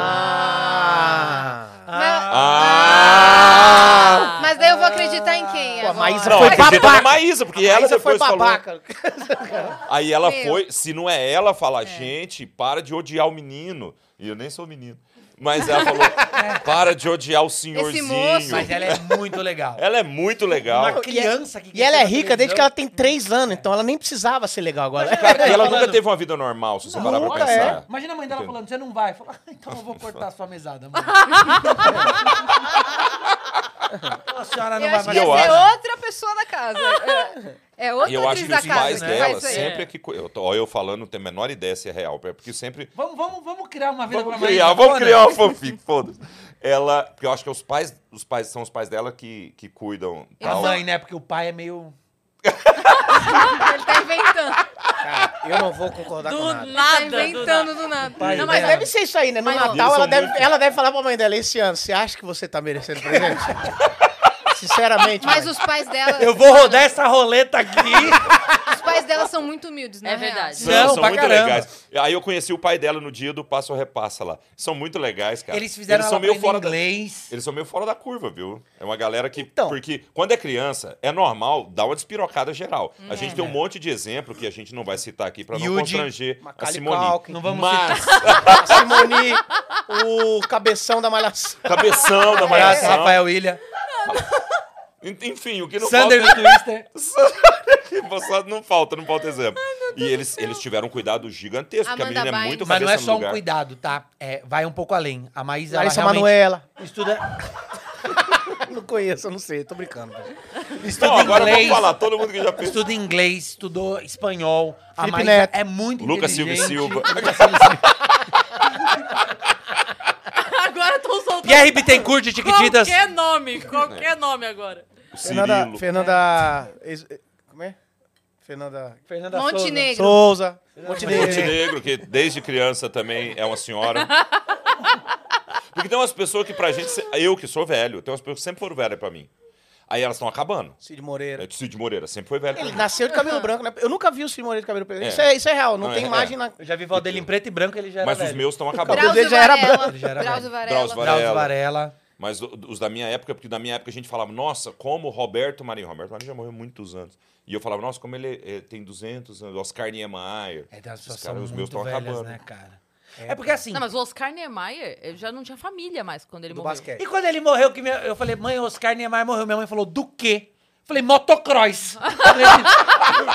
[SPEAKER 3] Ah.
[SPEAKER 6] Ah!
[SPEAKER 2] Mas daí eu vou acreditar em quem? É
[SPEAKER 3] Pô, a
[SPEAKER 2] agora?
[SPEAKER 3] Maísa
[SPEAKER 6] Não,
[SPEAKER 3] foi
[SPEAKER 6] acredita na
[SPEAKER 3] babaca.
[SPEAKER 6] Maísa, porque
[SPEAKER 3] Ela
[SPEAKER 6] ela
[SPEAKER 3] Maísa foi
[SPEAKER 6] depois falou.
[SPEAKER 3] babaca.
[SPEAKER 6] Aí ela
[SPEAKER 2] Meu.
[SPEAKER 6] foi, se não é ela, fala, gente, para de odiar o menino. E eu nem sou menino. Mas ela falou, para de odiar o senhorzinho.
[SPEAKER 2] moço.
[SPEAKER 4] Mas ela é muito legal.
[SPEAKER 6] Ela é muito legal.
[SPEAKER 4] Uma criança que...
[SPEAKER 3] E ela é rica desde que ela tem três anos, então ela nem precisava ser legal agora.
[SPEAKER 6] Cara, e ela
[SPEAKER 4] falando-
[SPEAKER 6] nunca teve uma vida normal, se você parar pra
[SPEAKER 3] Nunca,
[SPEAKER 6] pensar.
[SPEAKER 4] Imagina a mãe dela
[SPEAKER 6] Entendo.
[SPEAKER 4] falando, você não vai. Fala, "Ah, então eu vou cortar a sua mesada, mãe. a senhora não
[SPEAKER 2] Eu
[SPEAKER 4] vai
[SPEAKER 2] acho
[SPEAKER 4] mais.
[SPEAKER 2] que
[SPEAKER 6] eu
[SPEAKER 2] essa é
[SPEAKER 6] acho.
[SPEAKER 2] outra pessoa da casa. É, é outra
[SPEAKER 6] E eu acho
[SPEAKER 2] atriz
[SPEAKER 6] que
[SPEAKER 2] da
[SPEAKER 6] os
[SPEAKER 2] casa
[SPEAKER 6] pais
[SPEAKER 2] que
[SPEAKER 6] dela
[SPEAKER 2] faz isso aí.
[SPEAKER 6] sempre é que. co- Eu, tô- ó, eu falando, não tenho a menor ideia se é real, porque sempre.
[SPEAKER 4] Vamos, vamos, vamos criar uma vida
[SPEAKER 6] Vamos
[SPEAKER 4] pra é né?
[SPEAKER 6] criar,
[SPEAKER 4] Maísa
[SPEAKER 6] vamos
[SPEAKER 4] Bona?
[SPEAKER 6] criar uma fanfic, foda-se. Ela. Porque eu acho que é os pais, os pais são os pais dela que, que cuidam. tá?
[SPEAKER 4] A
[SPEAKER 6] tal.
[SPEAKER 4] mãe, né? Porque o pai é meio...
[SPEAKER 2] Ele tá inventando.
[SPEAKER 3] Cara, eu não vou concordar com
[SPEAKER 1] Do
[SPEAKER 3] nada.
[SPEAKER 2] Tá
[SPEAKER 1] nada. do nada.
[SPEAKER 2] inventando do nada.
[SPEAKER 4] Pai,
[SPEAKER 1] Não,
[SPEAKER 3] Mas
[SPEAKER 1] Mas-
[SPEAKER 3] deve ser isso aí, né? No
[SPEAKER 1] Mas, ó,
[SPEAKER 6] eles
[SPEAKER 3] Natal, ela
[SPEAKER 6] são
[SPEAKER 3] deve,
[SPEAKER 6] muito-
[SPEAKER 3] ela deve falar pra mãe dela, esse ano, você acha que você tá merecendo presente? Sinceramente,
[SPEAKER 2] Mas
[SPEAKER 3] mãe.
[SPEAKER 2] os pais dela.
[SPEAKER 4] Eu vou rodar essa roleta aqui.
[SPEAKER 2] Os pais dela são muito humildes, né?
[SPEAKER 1] É verdade.
[SPEAKER 6] São,
[SPEAKER 4] Não,
[SPEAKER 6] são
[SPEAKER 4] pra
[SPEAKER 6] muito
[SPEAKER 4] caramba.
[SPEAKER 6] legais. Aí eu conheci o pai dela no dia do Passo ou Repassa lá. São muito legais, cara.
[SPEAKER 4] Eles fizeram
[SPEAKER 6] eles são
[SPEAKER 4] ela
[SPEAKER 6] meio
[SPEAKER 4] aprender
[SPEAKER 6] fora da,
[SPEAKER 4] inglês.
[SPEAKER 6] Eles são meio fora da curva, viu? É uma galera que.
[SPEAKER 3] Então.
[SPEAKER 6] Porque quando é criança, é normal dar uma despirocada geral.
[SPEAKER 4] Uhum.
[SPEAKER 6] A gente
[SPEAKER 4] É.
[SPEAKER 6] tem um monte de exemplo que a gente não vai citar aqui pra não
[SPEAKER 3] Yudi,
[SPEAKER 6] constranger a
[SPEAKER 3] Macaulay
[SPEAKER 6] Simone.
[SPEAKER 3] Culkin.
[SPEAKER 4] Não vamos
[SPEAKER 6] Mas,
[SPEAKER 3] A Simone, o cabeção da malhação.
[SPEAKER 6] cabeção da
[SPEAKER 4] Abraço,
[SPEAKER 6] malhação.
[SPEAKER 4] É, Rafael William.
[SPEAKER 6] En- Enfim, o que não
[SPEAKER 4] Sander
[SPEAKER 6] falta.
[SPEAKER 4] no Twister.
[SPEAKER 6] Só não falta, não falta exemplo. e eles, eles tiveram um cuidado gigantesco, porque a
[SPEAKER 2] Amanda
[SPEAKER 6] menina é
[SPEAKER 2] Bynes.
[SPEAKER 6] muito
[SPEAKER 4] Mas
[SPEAKER 6] cabeça
[SPEAKER 4] não é
[SPEAKER 6] no
[SPEAKER 4] só um
[SPEAKER 6] lugar.
[SPEAKER 4] cuidado, tá? É, vai um pouco além. A Maísa, ela
[SPEAKER 3] Larissa
[SPEAKER 4] realmente
[SPEAKER 3] Manoela.
[SPEAKER 4] estuda,
[SPEAKER 3] Não conheço, eu não sei, tô brincando. velho.
[SPEAKER 4] estuda
[SPEAKER 6] Não, agora
[SPEAKER 4] inglês.
[SPEAKER 6] vamos falar, todo mundo que já fez.
[SPEAKER 4] Estuda inglês, estudou espanhol. A
[SPEAKER 3] Felipe
[SPEAKER 4] Maísa
[SPEAKER 3] Neto.
[SPEAKER 4] é muito
[SPEAKER 6] Lucas Silva e
[SPEAKER 4] inteligente.
[SPEAKER 6] Silva.
[SPEAKER 4] Lucas Silva e Silva.
[SPEAKER 1] Agora estão soltando
[SPEAKER 4] Pierre Bittencourt de Tiquititas.
[SPEAKER 1] qualquer nome, qualquer nome agora.
[SPEAKER 3] Fernanda,
[SPEAKER 6] Cirilo.
[SPEAKER 3] Fernanda... ex- Como é? Fernanda...
[SPEAKER 4] Fernanda
[SPEAKER 2] Montenegro.
[SPEAKER 3] Souza.
[SPEAKER 4] É.
[SPEAKER 3] Montenegro.
[SPEAKER 6] Montenegro, que desde criança também é uma senhora. Porque tem umas pessoas que pra gente. se- Eu que sou velho, tem umas pessoas que sempre foram velhas pra mim. Aí elas estão acabando.
[SPEAKER 3] Cid Moreira.
[SPEAKER 6] É de Cid Moreira, sempre foi velho. pra
[SPEAKER 3] Ele
[SPEAKER 6] mim.
[SPEAKER 3] nasceu de cabelo branco, né? Eu nunca vi o Cid Moreira de cabelo preto.
[SPEAKER 6] É.
[SPEAKER 3] Isso, é, isso é real, não,
[SPEAKER 6] Não,
[SPEAKER 3] tem
[SPEAKER 6] é-
[SPEAKER 3] imagem na...
[SPEAKER 4] Eu já vi vó dele em preto e branco, ele já era
[SPEAKER 6] Mas os
[SPEAKER 4] velho.
[SPEAKER 6] meus estão acabando.
[SPEAKER 3] cabelo
[SPEAKER 2] Drauzio
[SPEAKER 3] dele já era
[SPEAKER 2] Varela.
[SPEAKER 3] branco.
[SPEAKER 4] Já era
[SPEAKER 2] Drauzio
[SPEAKER 4] branco.
[SPEAKER 2] Varela.
[SPEAKER 6] Drauzio Varela.
[SPEAKER 4] Drauzio Varela.
[SPEAKER 6] Mas o- os da minha época, porque da minha época a gente falava, nossa, como Roberto Marinho. Roberto Marinho já morreu muitos anos. E eu falava, nossa, como ele eh, tem 200 anos. Oscar Niemeyer.
[SPEAKER 4] É, tem umas
[SPEAKER 6] Esses
[SPEAKER 4] pessoas
[SPEAKER 6] caras,
[SPEAKER 4] muito
[SPEAKER 6] tão
[SPEAKER 4] velhas, né, cara? É porque assim...
[SPEAKER 1] Não, mas o Oscar Niemeyer ele já não tinha família mais quando ele
[SPEAKER 3] Do
[SPEAKER 1] morreu.
[SPEAKER 3] basquete.
[SPEAKER 4] E quando ele morreu, que minha- eu falei, mãe, Oscar Niemeyer morreu. Minha mãe falou, do quê? Falei, motocross. Falei,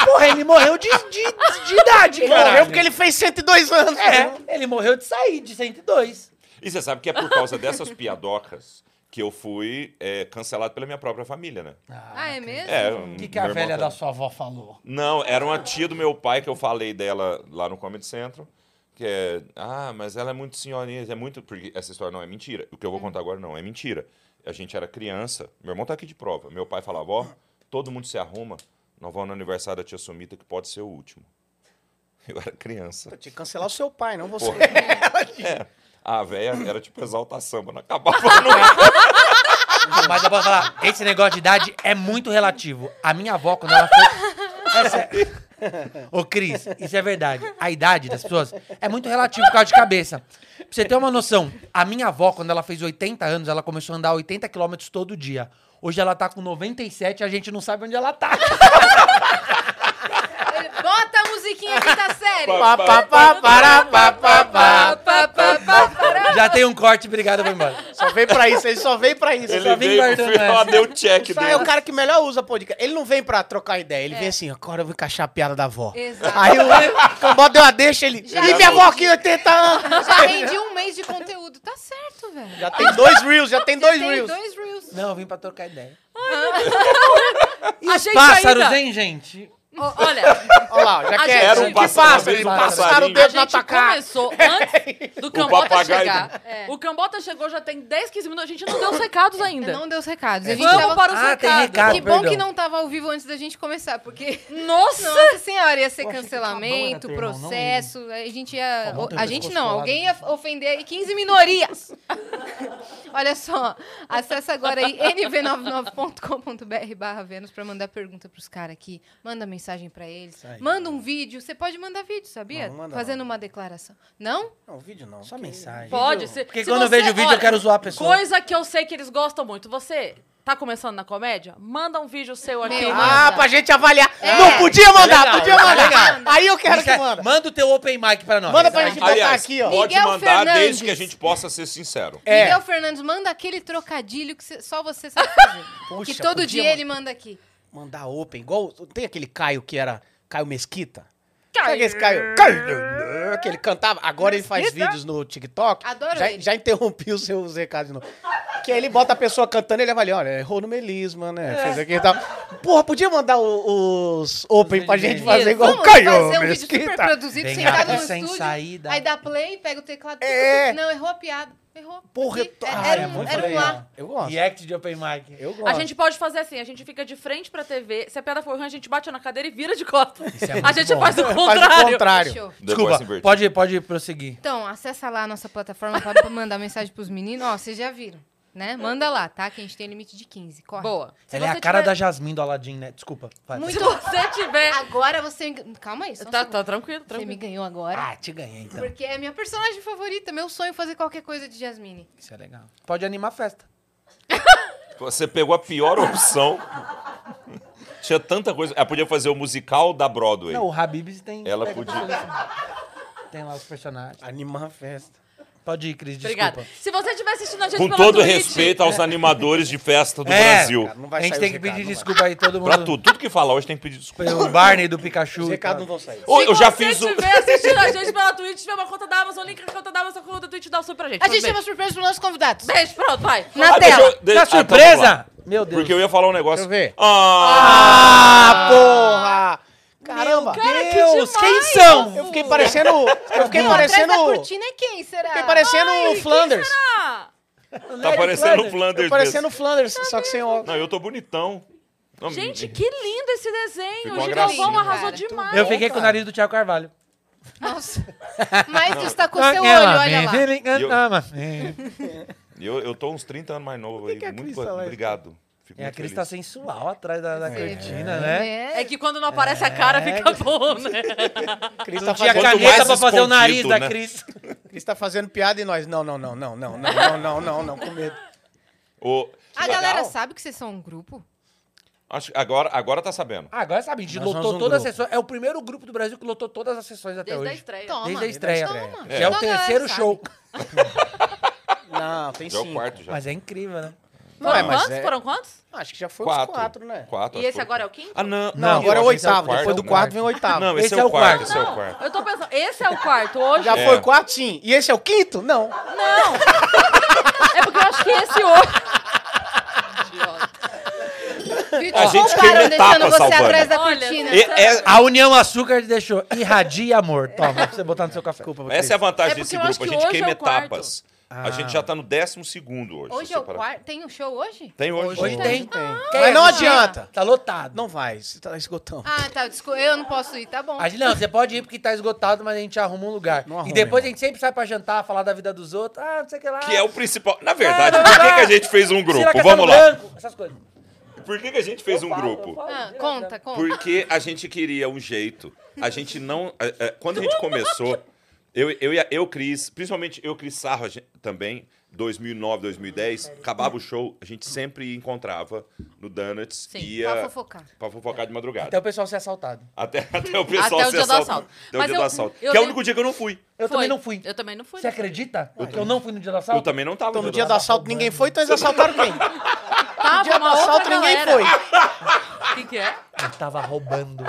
[SPEAKER 4] Porra, ele morreu de, de, de idade, cara.
[SPEAKER 3] Morreu porque ele fez 102 anos.
[SPEAKER 4] É, ele morreu de sair, de 102.
[SPEAKER 6] E você sabe que é por causa dessas piadocas que eu fui eh, cancelado pela minha própria família, né?
[SPEAKER 2] Ah, é mesmo?
[SPEAKER 6] É,
[SPEAKER 4] O
[SPEAKER 6] um-
[SPEAKER 4] que, que a
[SPEAKER 6] meu irmão
[SPEAKER 4] velha
[SPEAKER 6] tá-
[SPEAKER 4] da sua avó falou?
[SPEAKER 6] Não, era uma tia do meu pai que eu falei dela lá no Comedy Central. Que é, ah, mas ela é muito senhorinha, é muito. Porque essa história não é mentira. O que eu vou contar agora não é mentira. A gente era criança, meu irmão tá aqui de prova. Meu pai falava: Ó, todo mundo se arruma, nós vamos no aniversário da tia Sumita, que pode ser o último. Eu era criança.
[SPEAKER 3] Tinha que cancelar o seu pai, não você.
[SPEAKER 6] Porra. É. A véia era tipo exalta samba, não acabava nunca.
[SPEAKER 4] Então, Mas eu posso falar, esse negócio de idade é muito relativo. A minha avó, quando ela foi. É sério. Ô, Cris, isso é verdade. A idade das pessoas é muito relativo por causa de cabeça. Pra você ter uma noção, a minha avó, quando ela fez 80 anos, ela começou a andar 80 quilômetros todo dia. Hoje ela tá com 97 e a gente não sabe onde ela tá.
[SPEAKER 2] Ele- Bota a musiquinha aqui da série.
[SPEAKER 6] Pá,
[SPEAKER 2] Pá, pá, pá, pá, pará.
[SPEAKER 4] Já tem um corte, obrigado, vai embora.
[SPEAKER 3] Só veio pra isso, ele só veio pra isso.
[SPEAKER 6] Ele
[SPEAKER 4] só vem
[SPEAKER 6] veio pro
[SPEAKER 4] guardando
[SPEAKER 6] final,
[SPEAKER 4] essa.
[SPEAKER 6] deu o check
[SPEAKER 3] Sai, é o
[SPEAKER 6] dele.
[SPEAKER 3] cara que melhor usa podcast. Ele não vem pra trocar ideia, ele vem assim, agora eu vou encaixar a piada da avó.
[SPEAKER 2] Exato.
[SPEAKER 3] Aí o Cambó deu uma deixa, ele.
[SPEAKER 2] Já
[SPEAKER 3] e minha avó aqui, 80 anos!
[SPEAKER 2] Já rendi um mês de conteúdo. Tá certo, velho.
[SPEAKER 3] Já tem dois reels, já tem dois
[SPEAKER 2] Tem
[SPEAKER 3] reels.
[SPEAKER 2] dois reels.
[SPEAKER 4] Não, eu vim pra trocar ideia.
[SPEAKER 1] E os
[SPEAKER 4] Pássaros, hein, Tá gente?
[SPEAKER 1] Olha,
[SPEAKER 3] Olha lá, ó, já
[SPEAKER 1] A
[SPEAKER 3] quer.
[SPEAKER 1] gente- Era um
[SPEAKER 3] que
[SPEAKER 6] pássaro,
[SPEAKER 3] passa,
[SPEAKER 6] uma vez
[SPEAKER 3] ele
[SPEAKER 6] um
[SPEAKER 3] passaram o
[SPEAKER 6] passarinho.
[SPEAKER 1] a
[SPEAKER 3] dedo na
[SPEAKER 1] gente
[SPEAKER 3] tacada.
[SPEAKER 1] começou antes do Cambota
[SPEAKER 6] papagaio.
[SPEAKER 1] chegar. É. O Cambota chegou, já tem 10, 15 minutos, a gente não deu os recados ainda.
[SPEAKER 2] Não deu os recados. A gente
[SPEAKER 1] Vamos
[SPEAKER 2] tava-
[SPEAKER 1] para os
[SPEAKER 4] Ah, tem
[SPEAKER 1] recados.
[SPEAKER 4] recado.
[SPEAKER 2] Que bom
[SPEAKER 4] Perdão.
[SPEAKER 2] que não tava ao vivo antes da gente começar, porque...
[SPEAKER 1] Nossa!
[SPEAKER 2] Nossa senhora, ia ser
[SPEAKER 4] Eu achei que
[SPEAKER 2] cancelamento,
[SPEAKER 4] acabou, né, turma? Não-
[SPEAKER 2] processo, a gente ia...
[SPEAKER 4] Acabou, tem
[SPEAKER 2] A gente
[SPEAKER 4] pescoço
[SPEAKER 2] não,
[SPEAKER 4] colado.
[SPEAKER 2] alguém ia ofender aí 15 minorias. Olha só, acessa agora aí nv99.com.br barra Vênus pra mandar pergunta pros caras aqui, manda mensagem pra eles,
[SPEAKER 3] aí.
[SPEAKER 2] manda um vídeo, você pode mandar vídeo, sabia?
[SPEAKER 3] Não, manda
[SPEAKER 2] Fazendo uma declaração. Não?
[SPEAKER 3] Não, vídeo não. Só mensagem.
[SPEAKER 1] Pode ser.
[SPEAKER 4] Porque
[SPEAKER 1] Se
[SPEAKER 4] quando eu
[SPEAKER 1] você-
[SPEAKER 4] vejo o vídeo, eu quero zoar a pessoa.
[SPEAKER 1] Coisa que eu sei que eles gostam muito. Você tá começando na comédia? Manda um vídeo seu aqui.
[SPEAKER 2] Meu.
[SPEAKER 1] manda.
[SPEAKER 3] Ah, pra gente avaliar.
[SPEAKER 2] É.
[SPEAKER 3] Não podia mandar, podia mandar. Aí eu quero que
[SPEAKER 4] Isso é-
[SPEAKER 3] manda.
[SPEAKER 4] o teu open mic pra nós.
[SPEAKER 3] Manda pra gente botar
[SPEAKER 6] Aliás,
[SPEAKER 3] aqui, ó.
[SPEAKER 6] pode
[SPEAKER 2] Miguel
[SPEAKER 6] mandar
[SPEAKER 2] Fernandes.
[SPEAKER 6] desde que a gente possa ser sincero.
[SPEAKER 3] É.
[SPEAKER 2] Miguel Fernandes, manda aquele trocadilho que cê- só você sabe fazer.
[SPEAKER 3] Poxa,
[SPEAKER 2] que todo
[SPEAKER 3] podia
[SPEAKER 2] dia
[SPEAKER 3] mandar.
[SPEAKER 2] ele manda aqui.
[SPEAKER 3] Mandar open, igual. Tem aquele Caio que era. Caio Mesquita?
[SPEAKER 1] Caio.
[SPEAKER 3] Sabe esse Caio? Caio! Que ele cantava. Agora ele faz vídeos no TikTok.
[SPEAKER 2] Adoro
[SPEAKER 3] já,
[SPEAKER 2] ele.
[SPEAKER 3] já interrompi os seus recados de novo. Que aí ele bota a pessoa cantando e ele avalia, olha, errou no melisma, né?
[SPEAKER 2] É.
[SPEAKER 3] Fez aqui e tal. Porra, podia mandar o- os open pra gente fazer igual o
[SPEAKER 2] Vamos
[SPEAKER 3] Caio
[SPEAKER 2] fazer um vídeo super
[SPEAKER 3] Mesquita.
[SPEAKER 2] produzido,
[SPEAKER 4] Tem
[SPEAKER 2] sentado no
[SPEAKER 4] água sem
[SPEAKER 2] estúdio.
[SPEAKER 4] saída.
[SPEAKER 2] Aí dá play, pega o teclado.
[SPEAKER 3] É.
[SPEAKER 2] Não, errou a piada. Errou.
[SPEAKER 3] Porra, eu
[SPEAKER 2] Aqui,
[SPEAKER 3] tô...
[SPEAKER 2] é-
[SPEAKER 3] Ah,
[SPEAKER 2] Era
[SPEAKER 3] é
[SPEAKER 2] um,
[SPEAKER 3] bom
[SPEAKER 2] era um
[SPEAKER 3] fazer,
[SPEAKER 2] lá.
[SPEAKER 3] ó. Eu gosto.
[SPEAKER 4] React de open mic.
[SPEAKER 3] Eu gosto.
[SPEAKER 1] A gente pode fazer assim, a gente fica de frente pra TV, se a piada for ruim, a gente bate na cadeira e vira de costas.
[SPEAKER 4] Isso é muito
[SPEAKER 1] a gente
[SPEAKER 4] bom.
[SPEAKER 1] faz o
[SPEAKER 3] Faz o
[SPEAKER 1] contrário.
[SPEAKER 3] contrário.
[SPEAKER 2] Fechou.
[SPEAKER 6] Depois
[SPEAKER 4] Desculpa,
[SPEAKER 6] se inverter.
[SPEAKER 4] pode, pode prosseguir.
[SPEAKER 2] Então, acessa lá a nossa plataforma para mandar mensagem pros meninos. Ó, vocês já viram, né? Manda lá, tá? Que a gente tem limite de 15. Corre.
[SPEAKER 1] Boa. Se
[SPEAKER 4] Ela é
[SPEAKER 1] você
[SPEAKER 4] a cara
[SPEAKER 1] tiver-
[SPEAKER 4] da Jasmine do Aladdin, né? Desculpa. vai.
[SPEAKER 1] Se você tiver...
[SPEAKER 2] Agora você... me- Calma aí, só um
[SPEAKER 1] Tá,
[SPEAKER 2] segundo.
[SPEAKER 1] tá, tranquilo,
[SPEAKER 2] Você me
[SPEAKER 1] tranquilo.
[SPEAKER 2] ganhou agora.
[SPEAKER 4] Ah, te ganhei, então.
[SPEAKER 2] Porque é minha personagem favorita. Meu sonho é fazer qualquer coisa de Jasmine.
[SPEAKER 4] Isso é legal. Pode animar a festa.
[SPEAKER 6] Você pegou a pior opção. Tinha tanta coisa. Ela podia fazer o musical da Broadway.
[SPEAKER 4] Não, o Habib tem...
[SPEAKER 6] Ela
[SPEAKER 4] pega
[SPEAKER 6] podia.
[SPEAKER 4] tudo isso. Tem lá os personagens.
[SPEAKER 3] Animar a festa.
[SPEAKER 4] Pode ir, Cris, desculpa.
[SPEAKER 1] Obrigada. Se você estiver assistindo a gente
[SPEAKER 6] Com
[SPEAKER 1] pela
[SPEAKER 6] todo
[SPEAKER 1] Twitch,
[SPEAKER 6] respeito aos animadores de festa do
[SPEAKER 4] É.
[SPEAKER 6] Brasil.
[SPEAKER 3] Não
[SPEAKER 4] A
[SPEAKER 3] vai
[SPEAKER 4] gente
[SPEAKER 3] sair
[SPEAKER 4] tem
[SPEAKER 3] os
[SPEAKER 4] que
[SPEAKER 3] recados,
[SPEAKER 4] pedir
[SPEAKER 3] não vai.
[SPEAKER 4] desculpa aí todo mundo.
[SPEAKER 6] Pra tudo. Tudo que falar hoje tem que pedir desculpa.
[SPEAKER 4] O Barney do Pikachu.
[SPEAKER 3] Os recados não
[SPEAKER 4] tá?
[SPEAKER 3] vão sair.
[SPEAKER 6] Ô,
[SPEAKER 1] Se
[SPEAKER 6] eu já
[SPEAKER 1] você
[SPEAKER 6] fiz o.
[SPEAKER 1] estiver assistindo a gente pela Twitch, tiver uma conta da Amazon, link na conta da Amazon, conta da Twitch, dá o super pra gente.
[SPEAKER 2] A gente tem
[SPEAKER 1] Beijo.
[SPEAKER 2] uma surpresa pros nossos convidados.
[SPEAKER 1] Beijo, pronto, vai.
[SPEAKER 2] Na
[SPEAKER 6] Ah, deixa
[SPEAKER 2] tela.
[SPEAKER 6] eu- deixa-
[SPEAKER 4] Na
[SPEAKER 6] Ah, então vamos lá.
[SPEAKER 4] Tá surpresa! Meu Deus.
[SPEAKER 6] Porque eu ia falar um negócio.
[SPEAKER 3] Deixa eu ver.
[SPEAKER 6] Ah,
[SPEAKER 3] Ah, porra! Caramba!
[SPEAKER 1] Cara, que
[SPEAKER 4] Deus,
[SPEAKER 1] demais,
[SPEAKER 4] quem são?
[SPEAKER 3] Eu fiquei parecendo. Eu fiquei
[SPEAKER 2] Atrás
[SPEAKER 3] parecendo.
[SPEAKER 2] da
[SPEAKER 3] Eu
[SPEAKER 2] cortina é quem, será?
[SPEAKER 3] fiquei parecendo o Flanders.
[SPEAKER 1] Ah,
[SPEAKER 6] tá parecendo o Flanders.
[SPEAKER 3] Tô parecendo o
[SPEAKER 6] mesmo.
[SPEAKER 3] Flanders, só que sem óculos.
[SPEAKER 6] Não, eu tô bonitão. Não,
[SPEAKER 1] gente,
[SPEAKER 6] me-
[SPEAKER 1] que lindo esse desenho.
[SPEAKER 6] Ficou
[SPEAKER 1] O
[SPEAKER 6] uma
[SPEAKER 1] Gigalvão
[SPEAKER 6] gracinha.
[SPEAKER 1] arrasou
[SPEAKER 2] Cara,
[SPEAKER 1] demais.
[SPEAKER 4] Eu fiquei com o nariz do Thiago Carvalho. Ah, é
[SPEAKER 2] Nossa. Mas destacou seu olho, olha lá.
[SPEAKER 6] E eu-
[SPEAKER 4] lá.
[SPEAKER 6] Eu, eu tô uns 30 anos mais novo aí.
[SPEAKER 3] que a
[SPEAKER 6] Muito
[SPEAKER 3] Cris É, tá lá?
[SPEAKER 6] obrigado. Fico
[SPEAKER 4] E a
[SPEAKER 6] muito
[SPEAKER 4] Cris
[SPEAKER 6] feliz.
[SPEAKER 4] tá sensual atrás da, da cortina, né?
[SPEAKER 2] É.
[SPEAKER 1] É que quando não aparece a cara, fica bom, né?
[SPEAKER 3] Cris
[SPEAKER 4] Não
[SPEAKER 3] tá, fazendo,
[SPEAKER 4] tinha
[SPEAKER 6] Quanto
[SPEAKER 4] caneta
[SPEAKER 6] mais
[SPEAKER 4] pra fazer o
[SPEAKER 6] escondido,
[SPEAKER 4] nariz da
[SPEAKER 6] né?
[SPEAKER 4] Cris.
[SPEAKER 3] Cris tá fazendo piada e nós. Não, não, não, não, não, não, não, não, não, não, com medo.
[SPEAKER 6] Ô,
[SPEAKER 2] A galera sabe que vocês são um grupo?
[SPEAKER 6] acho, que agora, agora tá sabendo.
[SPEAKER 4] Ah, agora sabe, a gente
[SPEAKER 3] Nós somos
[SPEAKER 4] lotou
[SPEAKER 3] um
[SPEAKER 4] todas as
[SPEAKER 3] grupo.
[SPEAKER 4] sessões. É o primeiro grupo do Brasil que lotou todas as sessões até
[SPEAKER 1] Desde a
[SPEAKER 4] hoje.
[SPEAKER 1] estreia.
[SPEAKER 2] Toma.
[SPEAKER 4] Desde a estreia.
[SPEAKER 2] Toma.
[SPEAKER 4] Que é o
[SPEAKER 2] Toda galera
[SPEAKER 4] terceiro
[SPEAKER 2] sabe.
[SPEAKER 4] show.
[SPEAKER 3] Não, tem
[SPEAKER 6] Já é o
[SPEAKER 3] cinco.
[SPEAKER 6] quarto já.
[SPEAKER 4] Mas é incrível, né?
[SPEAKER 3] Não,
[SPEAKER 1] Foram
[SPEAKER 3] é, mas
[SPEAKER 1] quantos?
[SPEAKER 3] é-
[SPEAKER 1] Foram quantos?
[SPEAKER 3] Acho que já foi os
[SPEAKER 6] quatro.
[SPEAKER 3] quatro, né?
[SPEAKER 6] Quatro,
[SPEAKER 1] E
[SPEAKER 6] acho
[SPEAKER 1] esse
[SPEAKER 6] que
[SPEAKER 1] agora é o quinto?
[SPEAKER 6] Ah, não.
[SPEAKER 4] Não,
[SPEAKER 3] Agora é o
[SPEAKER 4] esse é o
[SPEAKER 3] oitavo.
[SPEAKER 6] quarto,
[SPEAKER 3] Depois do
[SPEAKER 6] né?
[SPEAKER 3] quarto vem o oitavo.
[SPEAKER 6] Não, esse, é o quarto. Esse é o
[SPEAKER 1] Não,
[SPEAKER 6] quarto.
[SPEAKER 1] eu tô pensando, esse é o quarto hoje?
[SPEAKER 3] Já
[SPEAKER 6] É.
[SPEAKER 3] foi quatro, sim. E esse é o quinto? Não.
[SPEAKER 1] Não! É porque eu acho que esse hoje. Idiota.
[SPEAKER 2] Vitor,
[SPEAKER 6] A gente
[SPEAKER 2] voltaram
[SPEAKER 6] queima
[SPEAKER 2] deixando
[SPEAKER 6] etapa,
[SPEAKER 2] você
[SPEAKER 6] Salvana.
[SPEAKER 2] atrás da
[SPEAKER 1] Olha,
[SPEAKER 2] cortina.
[SPEAKER 6] E- é-
[SPEAKER 4] A União Açúcar deixou. Irradia amor. Toma, pra você botar no seu café.
[SPEAKER 3] Desculpa, Cris.
[SPEAKER 6] Essa é a vantagem
[SPEAKER 1] É porque
[SPEAKER 6] desse
[SPEAKER 1] eu
[SPEAKER 6] grupo.
[SPEAKER 1] acho
[SPEAKER 6] A
[SPEAKER 1] que
[SPEAKER 6] gente
[SPEAKER 1] hoje
[SPEAKER 6] queima
[SPEAKER 1] é o quarto.
[SPEAKER 6] etapas. A gente
[SPEAKER 3] Ah.
[SPEAKER 6] já tá no décimo segundo hoje. se
[SPEAKER 2] Hoje
[SPEAKER 6] você
[SPEAKER 2] é o
[SPEAKER 6] parar.
[SPEAKER 2] quarto. Tem um show hoje? Ah,
[SPEAKER 6] Tem hoje.
[SPEAKER 4] Hoje tem. Quem
[SPEAKER 3] Mas não
[SPEAKER 4] assistir?
[SPEAKER 3] adianta.
[SPEAKER 4] Tá lotado.
[SPEAKER 3] Não vai, você tá esgotando.
[SPEAKER 2] Ah, tá. Desculpa, eu não posso ir, tá bom.
[SPEAKER 4] A gente- não, você pode ir porque tá esgotado, mas a gente arruma um lugar.
[SPEAKER 3] Não arruma,
[SPEAKER 4] e depois a
[SPEAKER 3] irmão.
[SPEAKER 4] gente sempre sai pra jantar, falar da vida dos outros. Ah, não sei o que lá.
[SPEAKER 6] Que é o
[SPEAKER 1] tá.
[SPEAKER 6] principal. Na verdade,
[SPEAKER 4] Ah,
[SPEAKER 6] por que,
[SPEAKER 4] ah,
[SPEAKER 6] que a gente fez um
[SPEAKER 4] Cristina
[SPEAKER 6] grupo?
[SPEAKER 4] Castelo
[SPEAKER 6] Vamos lá.
[SPEAKER 4] Branco, essas coisas.
[SPEAKER 6] Por que, que a gente fez um grupo?
[SPEAKER 2] Ah, conta, conta.
[SPEAKER 6] Porque a gente queria um jeito. A gente não. é, é, quando a gente começou, Eu, eu, e a- eu Cris, principalmente eu, Cris Sarro, a gen- também, 2009, 2010, acabava o show, a gente sempre encontrava no Donuts.
[SPEAKER 1] Sim,
[SPEAKER 6] e ia,
[SPEAKER 2] Pra fofocar.
[SPEAKER 6] pra fofocar de madrugada.
[SPEAKER 3] Então-
[SPEAKER 4] Até o pessoal ser assaltado.
[SPEAKER 6] Até, até o pessoal
[SPEAKER 1] Até o
[SPEAKER 6] se
[SPEAKER 1] dia do
[SPEAKER 6] assalta-
[SPEAKER 1] assalto.
[SPEAKER 6] Até o
[SPEAKER 1] Mas
[SPEAKER 6] dia
[SPEAKER 1] eu-
[SPEAKER 6] do assalto.
[SPEAKER 1] eu
[SPEAKER 6] que é o
[SPEAKER 1] lem-
[SPEAKER 6] único dia que eu não fui.
[SPEAKER 4] Eu
[SPEAKER 1] Foi.
[SPEAKER 4] também não fui. é
[SPEAKER 1] Eu também não fui. né?
[SPEAKER 4] Você acredita? que eu não fui no dia do assalto?
[SPEAKER 6] Eu também não tava
[SPEAKER 3] Então, no
[SPEAKER 6] do
[SPEAKER 3] dia do
[SPEAKER 6] assalto.
[SPEAKER 3] assalto ninguém foi, então eles assaltaram quem? No
[SPEAKER 4] tá
[SPEAKER 1] Tava
[SPEAKER 3] dia do
[SPEAKER 1] uma outra
[SPEAKER 3] assalto ninguém
[SPEAKER 1] galera.
[SPEAKER 3] foi.
[SPEAKER 1] O que, que é?
[SPEAKER 4] Eu tava roubando.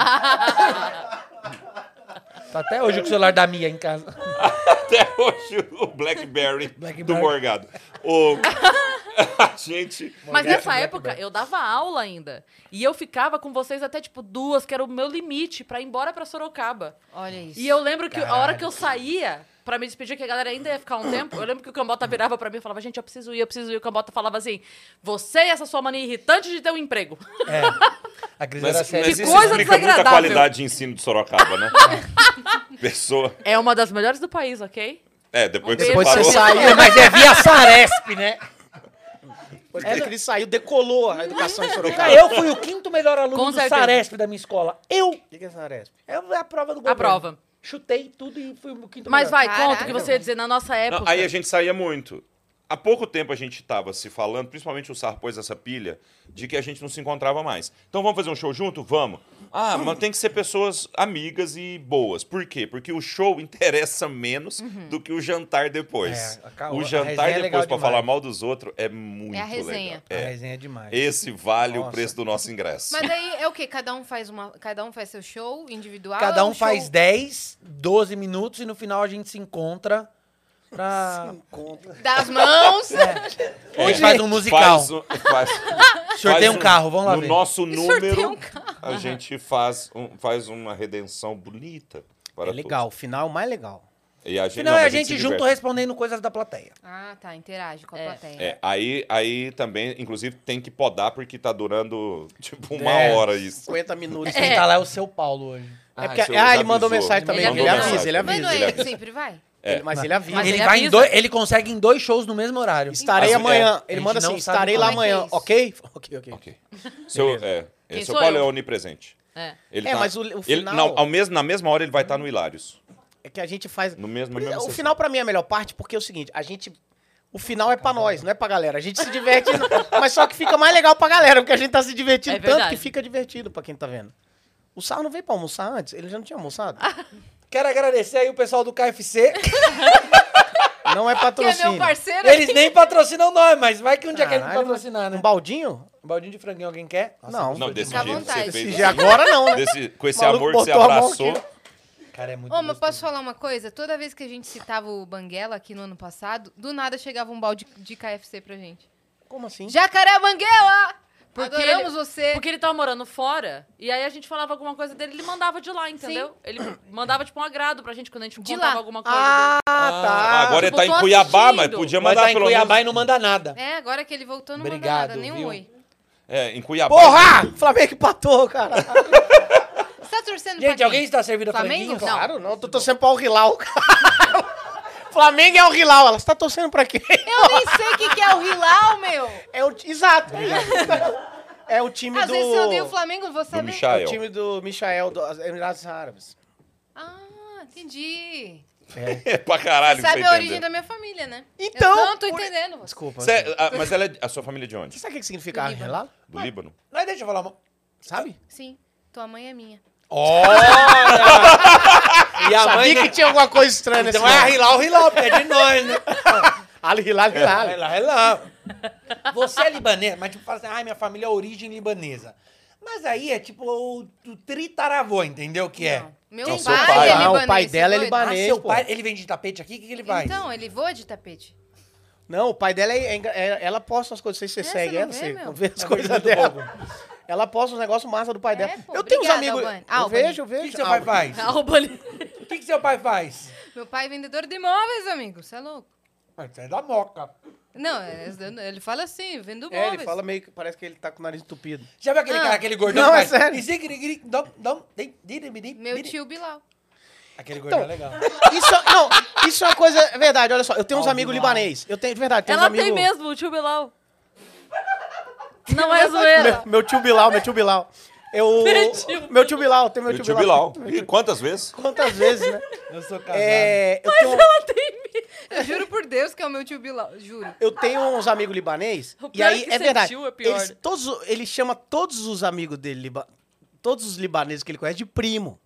[SPEAKER 4] Tá até hoje com o celular da Mia em casa.
[SPEAKER 6] Até hoje o Blackberry, do
[SPEAKER 4] Blackberry.
[SPEAKER 6] Morgado. O... a gente...
[SPEAKER 1] Mas
[SPEAKER 6] é
[SPEAKER 1] nessa época eu dava aula ainda. E eu ficava com vocês até tipo duas, que era o meu limite pra ir embora pra Sorocaba.
[SPEAKER 2] Olha isso.
[SPEAKER 1] E eu lembro que a hora que eu saía pra me despedir, que a galera ainda ia ficar um tempo, eu lembro que o Cambota virava pra mim e falava: "Gente, eu preciso ir, eu preciso ir". O Cambota falava assim: "Você e essa sua mania irritante de ter um emprego".
[SPEAKER 4] É. A Cris
[SPEAKER 6] Mas,
[SPEAKER 4] era
[SPEAKER 6] mas
[SPEAKER 4] séria.
[SPEAKER 6] isso
[SPEAKER 1] coisa
[SPEAKER 6] explica muito a
[SPEAKER 1] desagradável.
[SPEAKER 6] qualidade de ensino de Sorocaba, né? Pessoa...
[SPEAKER 1] É uma das melhores do país, OK?
[SPEAKER 6] É, depois que
[SPEAKER 1] Depois
[SPEAKER 6] você parou...
[SPEAKER 1] você sai.
[SPEAKER 4] É, mas é via Saresp, né?
[SPEAKER 3] Depois É que ele saiu, decolou a educação em Sorocaba.
[SPEAKER 4] Cara, eu fui o quinto melhor aluno
[SPEAKER 1] Com
[SPEAKER 4] do
[SPEAKER 1] certeza.
[SPEAKER 4] Saresp da minha escola. Eu!
[SPEAKER 3] O que que é essa Aresp?
[SPEAKER 4] É a prova do governo.
[SPEAKER 1] prova.
[SPEAKER 4] Chutei tudo e fui o quinto
[SPEAKER 1] Mas
[SPEAKER 4] melhor.
[SPEAKER 1] vai,
[SPEAKER 2] Caraca,
[SPEAKER 1] conta o que você ia dizer na nossa
[SPEAKER 6] Não,
[SPEAKER 1] época.
[SPEAKER 6] aí a gente saía muito. Há pouco tempo a gente estava se falando, principalmente o Sar pôs essa pilha, de que a gente não se encontrava mais. Então vamos fazer um show junto? Vamos. Ah, mas tem que ser pessoas amigas e boas. Por quê? Porque o show interessa menos do que o jantar depois.
[SPEAKER 4] Uhum. É, a ca- a
[SPEAKER 6] o
[SPEAKER 4] resenha
[SPEAKER 6] jantar
[SPEAKER 4] é
[SPEAKER 6] depois
[SPEAKER 4] legal
[SPEAKER 6] para
[SPEAKER 4] demais.
[SPEAKER 6] falar mal dos outros é muito
[SPEAKER 2] resenha.
[SPEAKER 6] legal. É.
[SPEAKER 4] resenha é demais.
[SPEAKER 6] Esse vale o
[SPEAKER 4] Nossa.
[SPEAKER 6] preço do nosso ingresso.
[SPEAKER 2] Mas daí é o quê? Cada um faz uma, cada um faz seu show
[SPEAKER 1] Ah,
[SPEAKER 2] individual.
[SPEAKER 4] Cada
[SPEAKER 2] é
[SPEAKER 4] um faz
[SPEAKER 2] show-
[SPEAKER 4] 10, 12 minutos e no final a gente se encontra pra...
[SPEAKER 3] É
[SPEAKER 2] das mãos.
[SPEAKER 4] Ou a gente
[SPEAKER 1] é.
[SPEAKER 4] faz um musical.
[SPEAKER 6] É. Faz um- faz-
[SPEAKER 4] Sorteia
[SPEAKER 6] faz
[SPEAKER 4] um carro, vamos lá
[SPEAKER 6] No
[SPEAKER 4] ver.
[SPEAKER 6] nosso
[SPEAKER 2] sorteia
[SPEAKER 6] número,
[SPEAKER 2] um
[SPEAKER 6] a gente faz, um- faz uma redenção bonita. Para
[SPEAKER 3] É legal, o final é o mais legal.
[SPEAKER 6] todos. E a gente,
[SPEAKER 4] No final
[SPEAKER 6] não,
[SPEAKER 4] é a
[SPEAKER 6] mas
[SPEAKER 4] gente
[SPEAKER 6] se
[SPEAKER 4] junto
[SPEAKER 6] diverte.
[SPEAKER 4] respondendo coisas da plateia.
[SPEAKER 2] Ah, tá, interage com a
[SPEAKER 1] É.
[SPEAKER 2] plateia.
[SPEAKER 6] É, aí, aí também, inclusive, tem que podar porque tá durando tipo uma
[SPEAKER 4] É.
[SPEAKER 6] hora isso.
[SPEAKER 3] 50 minutos.
[SPEAKER 4] Quem tá lá é o seu Paulo hoje.
[SPEAKER 3] É
[SPEAKER 6] Ah, isso
[SPEAKER 3] porque,
[SPEAKER 6] eu
[SPEAKER 3] ah,
[SPEAKER 6] já
[SPEAKER 3] ele mandou
[SPEAKER 6] avisou.
[SPEAKER 3] mensagem também.
[SPEAKER 1] Ele
[SPEAKER 3] Ele,
[SPEAKER 1] mandou
[SPEAKER 3] avisa,
[SPEAKER 6] mensagem.
[SPEAKER 3] ele
[SPEAKER 2] Mas não
[SPEAKER 3] avisa.
[SPEAKER 2] é
[SPEAKER 6] Ele
[SPEAKER 2] ele
[SPEAKER 6] avisa.
[SPEAKER 2] que sempre vai?
[SPEAKER 6] É.
[SPEAKER 3] Ele- mas ele avisa.
[SPEAKER 1] Mas
[SPEAKER 4] ele,
[SPEAKER 1] ele
[SPEAKER 4] vai em
[SPEAKER 1] avisa.
[SPEAKER 4] dois, ele consegue em dois shows no mesmo horário.
[SPEAKER 3] Estarei
[SPEAKER 6] Mas,
[SPEAKER 3] amanhã.
[SPEAKER 4] é, a
[SPEAKER 3] ele
[SPEAKER 4] gente
[SPEAKER 3] manda
[SPEAKER 4] não
[SPEAKER 3] assim,
[SPEAKER 4] sabe
[SPEAKER 3] estarei
[SPEAKER 4] como
[SPEAKER 3] lá
[SPEAKER 2] é que é
[SPEAKER 3] amanhã,
[SPEAKER 2] isso.
[SPEAKER 3] ok? Ok, ok.
[SPEAKER 6] Ok. Seu, é, é,
[SPEAKER 1] Quem
[SPEAKER 6] seu
[SPEAKER 1] sou
[SPEAKER 6] Paulo
[SPEAKER 1] eu?
[SPEAKER 6] é onipresente.
[SPEAKER 1] É.
[SPEAKER 6] Ele tá
[SPEAKER 3] É, mas o- o
[SPEAKER 6] ele-
[SPEAKER 3] final-
[SPEAKER 6] não, ao mesmo, na mesma hora ele vai estar no Hilários.
[SPEAKER 3] É que a gente faz...
[SPEAKER 6] No
[SPEAKER 3] Por
[SPEAKER 6] mesmo, na mesma
[SPEAKER 3] exemplo, o
[SPEAKER 6] sessão.
[SPEAKER 3] final pra mim é a melhor parte, porque é o seguinte, a gente... O final é pra nós, não é pra galera. A gente se diverte, mas só que fica mais legal pra galera, porque a gente tá se divertindo
[SPEAKER 1] É
[SPEAKER 3] tanto
[SPEAKER 1] verdade.
[SPEAKER 3] que fica divertido pra quem tá vendo. O Sarro não veio pra almoçar antes? Ele já não tinha almoçado?
[SPEAKER 4] Quero agradecer aí o pessoal do KFC.
[SPEAKER 3] Não é
[SPEAKER 2] Que é
[SPEAKER 3] patrocínio.
[SPEAKER 2] meu parceiro?
[SPEAKER 4] Eles nem patrocinam nós, mas vai que um dia querem
[SPEAKER 3] Caralho,
[SPEAKER 4] patrocinar, né?
[SPEAKER 3] Um baldinho?
[SPEAKER 4] Um baldinho de franguinho alguém quer?
[SPEAKER 3] não.
[SPEAKER 6] Não, desse
[SPEAKER 2] Fica à
[SPEAKER 6] jeito que
[SPEAKER 2] vontade.
[SPEAKER 6] você
[SPEAKER 3] Esse
[SPEAKER 6] fez.
[SPEAKER 3] dia agora não, né?
[SPEAKER 6] desse- com esse
[SPEAKER 3] Maluco
[SPEAKER 6] amor que você
[SPEAKER 3] botou a mão
[SPEAKER 6] abraçou.
[SPEAKER 3] aqui.
[SPEAKER 4] Cara, é muito
[SPEAKER 2] Ô, mas
[SPEAKER 4] gostoso.
[SPEAKER 2] posso falar uma coisa? Toda vez que a gente citava o Banguela aqui no ano passado, do nada chegava um balde de KFC pra gente.
[SPEAKER 3] Como assim?
[SPEAKER 2] Jacaré Banguela!
[SPEAKER 1] Porque
[SPEAKER 2] Adoramos
[SPEAKER 1] ele-
[SPEAKER 2] você!
[SPEAKER 1] Porque ele tava morando fora, e aí a gente falava alguma coisa dele, ele mandava de lá, entendeu? Ele mandava, tipo, um agrado pra gente quando a gente
[SPEAKER 2] De
[SPEAKER 1] encontrava
[SPEAKER 2] lá.
[SPEAKER 1] alguma coisa. né?
[SPEAKER 3] Ah, tá.
[SPEAKER 6] agora
[SPEAKER 1] tipo,
[SPEAKER 6] ele tá em
[SPEAKER 1] tô
[SPEAKER 6] Cuiabá, mas
[SPEAKER 1] assistindo.
[SPEAKER 6] podia
[SPEAKER 4] Mas
[SPEAKER 6] mandar
[SPEAKER 4] tá em
[SPEAKER 6] pelo
[SPEAKER 4] Cuiabá
[SPEAKER 6] menos.
[SPEAKER 4] e não manda nada.
[SPEAKER 2] É, agora que ele voltou, não manda
[SPEAKER 4] Obrigado,
[SPEAKER 2] nada, nenhum
[SPEAKER 4] viu?
[SPEAKER 2] oi.
[SPEAKER 6] É, em Cuiabá.
[SPEAKER 3] Porra! Flamengo empatou, cara.
[SPEAKER 2] Você tá torcendo pra
[SPEAKER 4] Gente,
[SPEAKER 2] quem?
[SPEAKER 4] alguém está servindo
[SPEAKER 2] Flamengo?
[SPEAKER 4] franguinho?
[SPEAKER 2] Não.
[SPEAKER 3] Claro, não. Tô torcendo pra o Hilal, cara. Flamengo é o Hilal. Ela, você tá torcendo pra quem?
[SPEAKER 2] Eu nem sei o que, que é o Hilal, meu!
[SPEAKER 3] É o... Exato. é isso. É o time
[SPEAKER 2] Às
[SPEAKER 3] do...
[SPEAKER 2] vezes eu odeio o Flamengo, não vou
[SPEAKER 6] Do
[SPEAKER 2] saber.
[SPEAKER 3] É o
[SPEAKER 6] Michael.
[SPEAKER 3] time do Michael, dos Emirados Árabes.
[SPEAKER 2] Ah, entendi.
[SPEAKER 6] É pra caralho,
[SPEAKER 2] Sabe
[SPEAKER 6] pra
[SPEAKER 2] a
[SPEAKER 6] você
[SPEAKER 2] origem
[SPEAKER 6] entender.
[SPEAKER 2] da minha família, né?
[SPEAKER 3] Então,
[SPEAKER 2] Eu não tô
[SPEAKER 3] por-
[SPEAKER 2] entendendo. você.
[SPEAKER 3] Desculpa.
[SPEAKER 6] Cê- ah, mas ela é, a sua família é de onde?
[SPEAKER 3] Você sabe o que que significa
[SPEAKER 2] Do
[SPEAKER 3] Hilal?
[SPEAKER 6] Do Líbano?
[SPEAKER 4] Mas deixa eu falar uma...
[SPEAKER 3] Sabe?
[SPEAKER 2] Sim, tua mãe é minha.
[SPEAKER 4] E a mãe... tá
[SPEAKER 3] Sabia que tinha alguma coisa estranha nesse
[SPEAKER 4] Então é a
[SPEAKER 3] nome.
[SPEAKER 4] Rilau, Rilau, porque é de nós, né?
[SPEAKER 3] Al Hilal, Hilal.
[SPEAKER 4] Vai lá, é lá. Você é libanês, mas tipo, fala assim, ai, minha família é origem libanesa. Mas aí é tipo o, o tritaravô, entendeu o que é?
[SPEAKER 2] Não. Meu
[SPEAKER 6] Não, seu
[SPEAKER 2] pai,
[SPEAKER 6] pai.
[SPEAKER 2] é
[SPEAKER 6] Ah,
[SPEAKER 2] libanês.
[SPEAKER 3] o pai
[SPEAKER 2] você
[SPEAKER 3] dela é
[SPEAKER 2] doido?
[SPEAKER 3] libanês.
[SPEAKER 4] Ah, seu
[SPEAKER 3] pô.
[SPEAKER 4] pai, ele vende tapete aqui, o que, que ele faz?
[SPEAKER 2] Então, ele voa de tapete.
[SPEAKER 3] Não, o pai dela é, é engra- é- ela posta as coisas, não sei se você
[SPEAKER 2] É,
[SPEAKER 3] segue
[SPEAKER 2] você não
[SPEAKER 3] ela,
[SPEAKER 2] vê,
[SPEAKER 3] você
[SPEAKER 2] meu?
[SPEAKER 3] não vê as
[SPEAKER 4] É
[SPEAKER 3] coisas
[SPEAKER 4] muito
[SPEAKER 3] dela.
[SPEAKER 4] bobo.
[SPEAKER 3] Ela posta os negócios massa do pai
[SPEAKER 2] É,
[SPEAKER 3] dela.
[SPEAKER 2] pô,
[SPEAKER 3] eu tenho uns
[SPEAKER 2] obrigada,
[SPEAKER 3] amigos.
[SPEAKER 2] Albani.
[SPEAKER 3] Eu
[SPEAKER 2] Albani.
[SPEAKER 3] vejo, eu
[SPEAKER 4] O que,
[SPEAKER 3] vejo.
[SPEAKER 4] que seu pai
[SPEAKER 3] Albani.
[SPEAKER 4] faz?
[SPEAKER 1] Ah, o Bolinho.
[SPEAKER 4] O que, que seu pai faz?
[SPEAKER 2] Meu pai é vendedor de imóveis, amigo. Você é louco?
[SPEAKER 4] Mas Isso é da moca.
[SPEAKER 2] Não, é- ele fala assim, vendo
[SPEAKER 3] É,
[SPEAKER 2] imóveis.
[SPEAKER 3] ele fala meio que parece que ele tá com o nariz entupido.
[SPEAKER 4] Já viu aquele
[SPEAKER 2] Ah.
[SPEAKER 4] cara, aquele gordão?
[SPEAKER 3] Não,
[SPEAKER 4] que
[SPEAKER 3] é
[SPEAKER 4] faz-
[SPEAKER 3] sério.
[SPEAKER 4] E zigue-rigue-rigue, dom, dom, di- di- di- di-
[SPEAKER 2] Meu
[SPEAKER 4] di- di-
[SPEAKER 2] tio Bilal.
[SPEAKER 4] Aquele gordão é
[SPEAKER 3] Então.
[SPEAKER 4] legal.
[SPEAKER 3] Isso, não, isso é uma coisa. É verdade, olha só. Eu tenho uns
[SPEAKER 4] Alvinal.
[SPEAKER 3] amigos libanês. Eu tenho, de verdade, tenho
[SPEAKER 1] Ela
[SPEAKER 3] uns amigos.
[SPEAKER 1] tem mesmo, o tio Bilal. Não é zoeira.
[SPEAKER 3] Meu, meu tio Bilal, meu tio Bilal. Eu, meu tio Bilal, tem meu
[SPEAKER 6] E o
[SPEAKER 3] tio
[SPEAKER 6] tio
[SPEAKER 3] Bilal.
[SPEAKER 6] Bilal. E quantas vezes?
[SPEAKER 3] Quantas vezes, né?
[SPEAKER 4] Eu sou casado.
[SPEAKER 3] É, eu, tenho,
[SPEAKER 2] Eu juro por Deus que é o meu tio Bilal. Juro.
[SPEAKER 3] eu tenho uns amigos libanês.
[SPEAKER 1] O pior
[SPEAKER 3] E aí,
[SPEAKER 1] é que
[SPEAKER 3] é
[SPEAKER 1] ser
[SPEAKER 3] verdade.
[SPEAKER 1] tio é pior.
[SPEAKER 3] Eles, todos, ele chama todos os amigos dele, liba- todos os libaneses que ele conhece, de primo.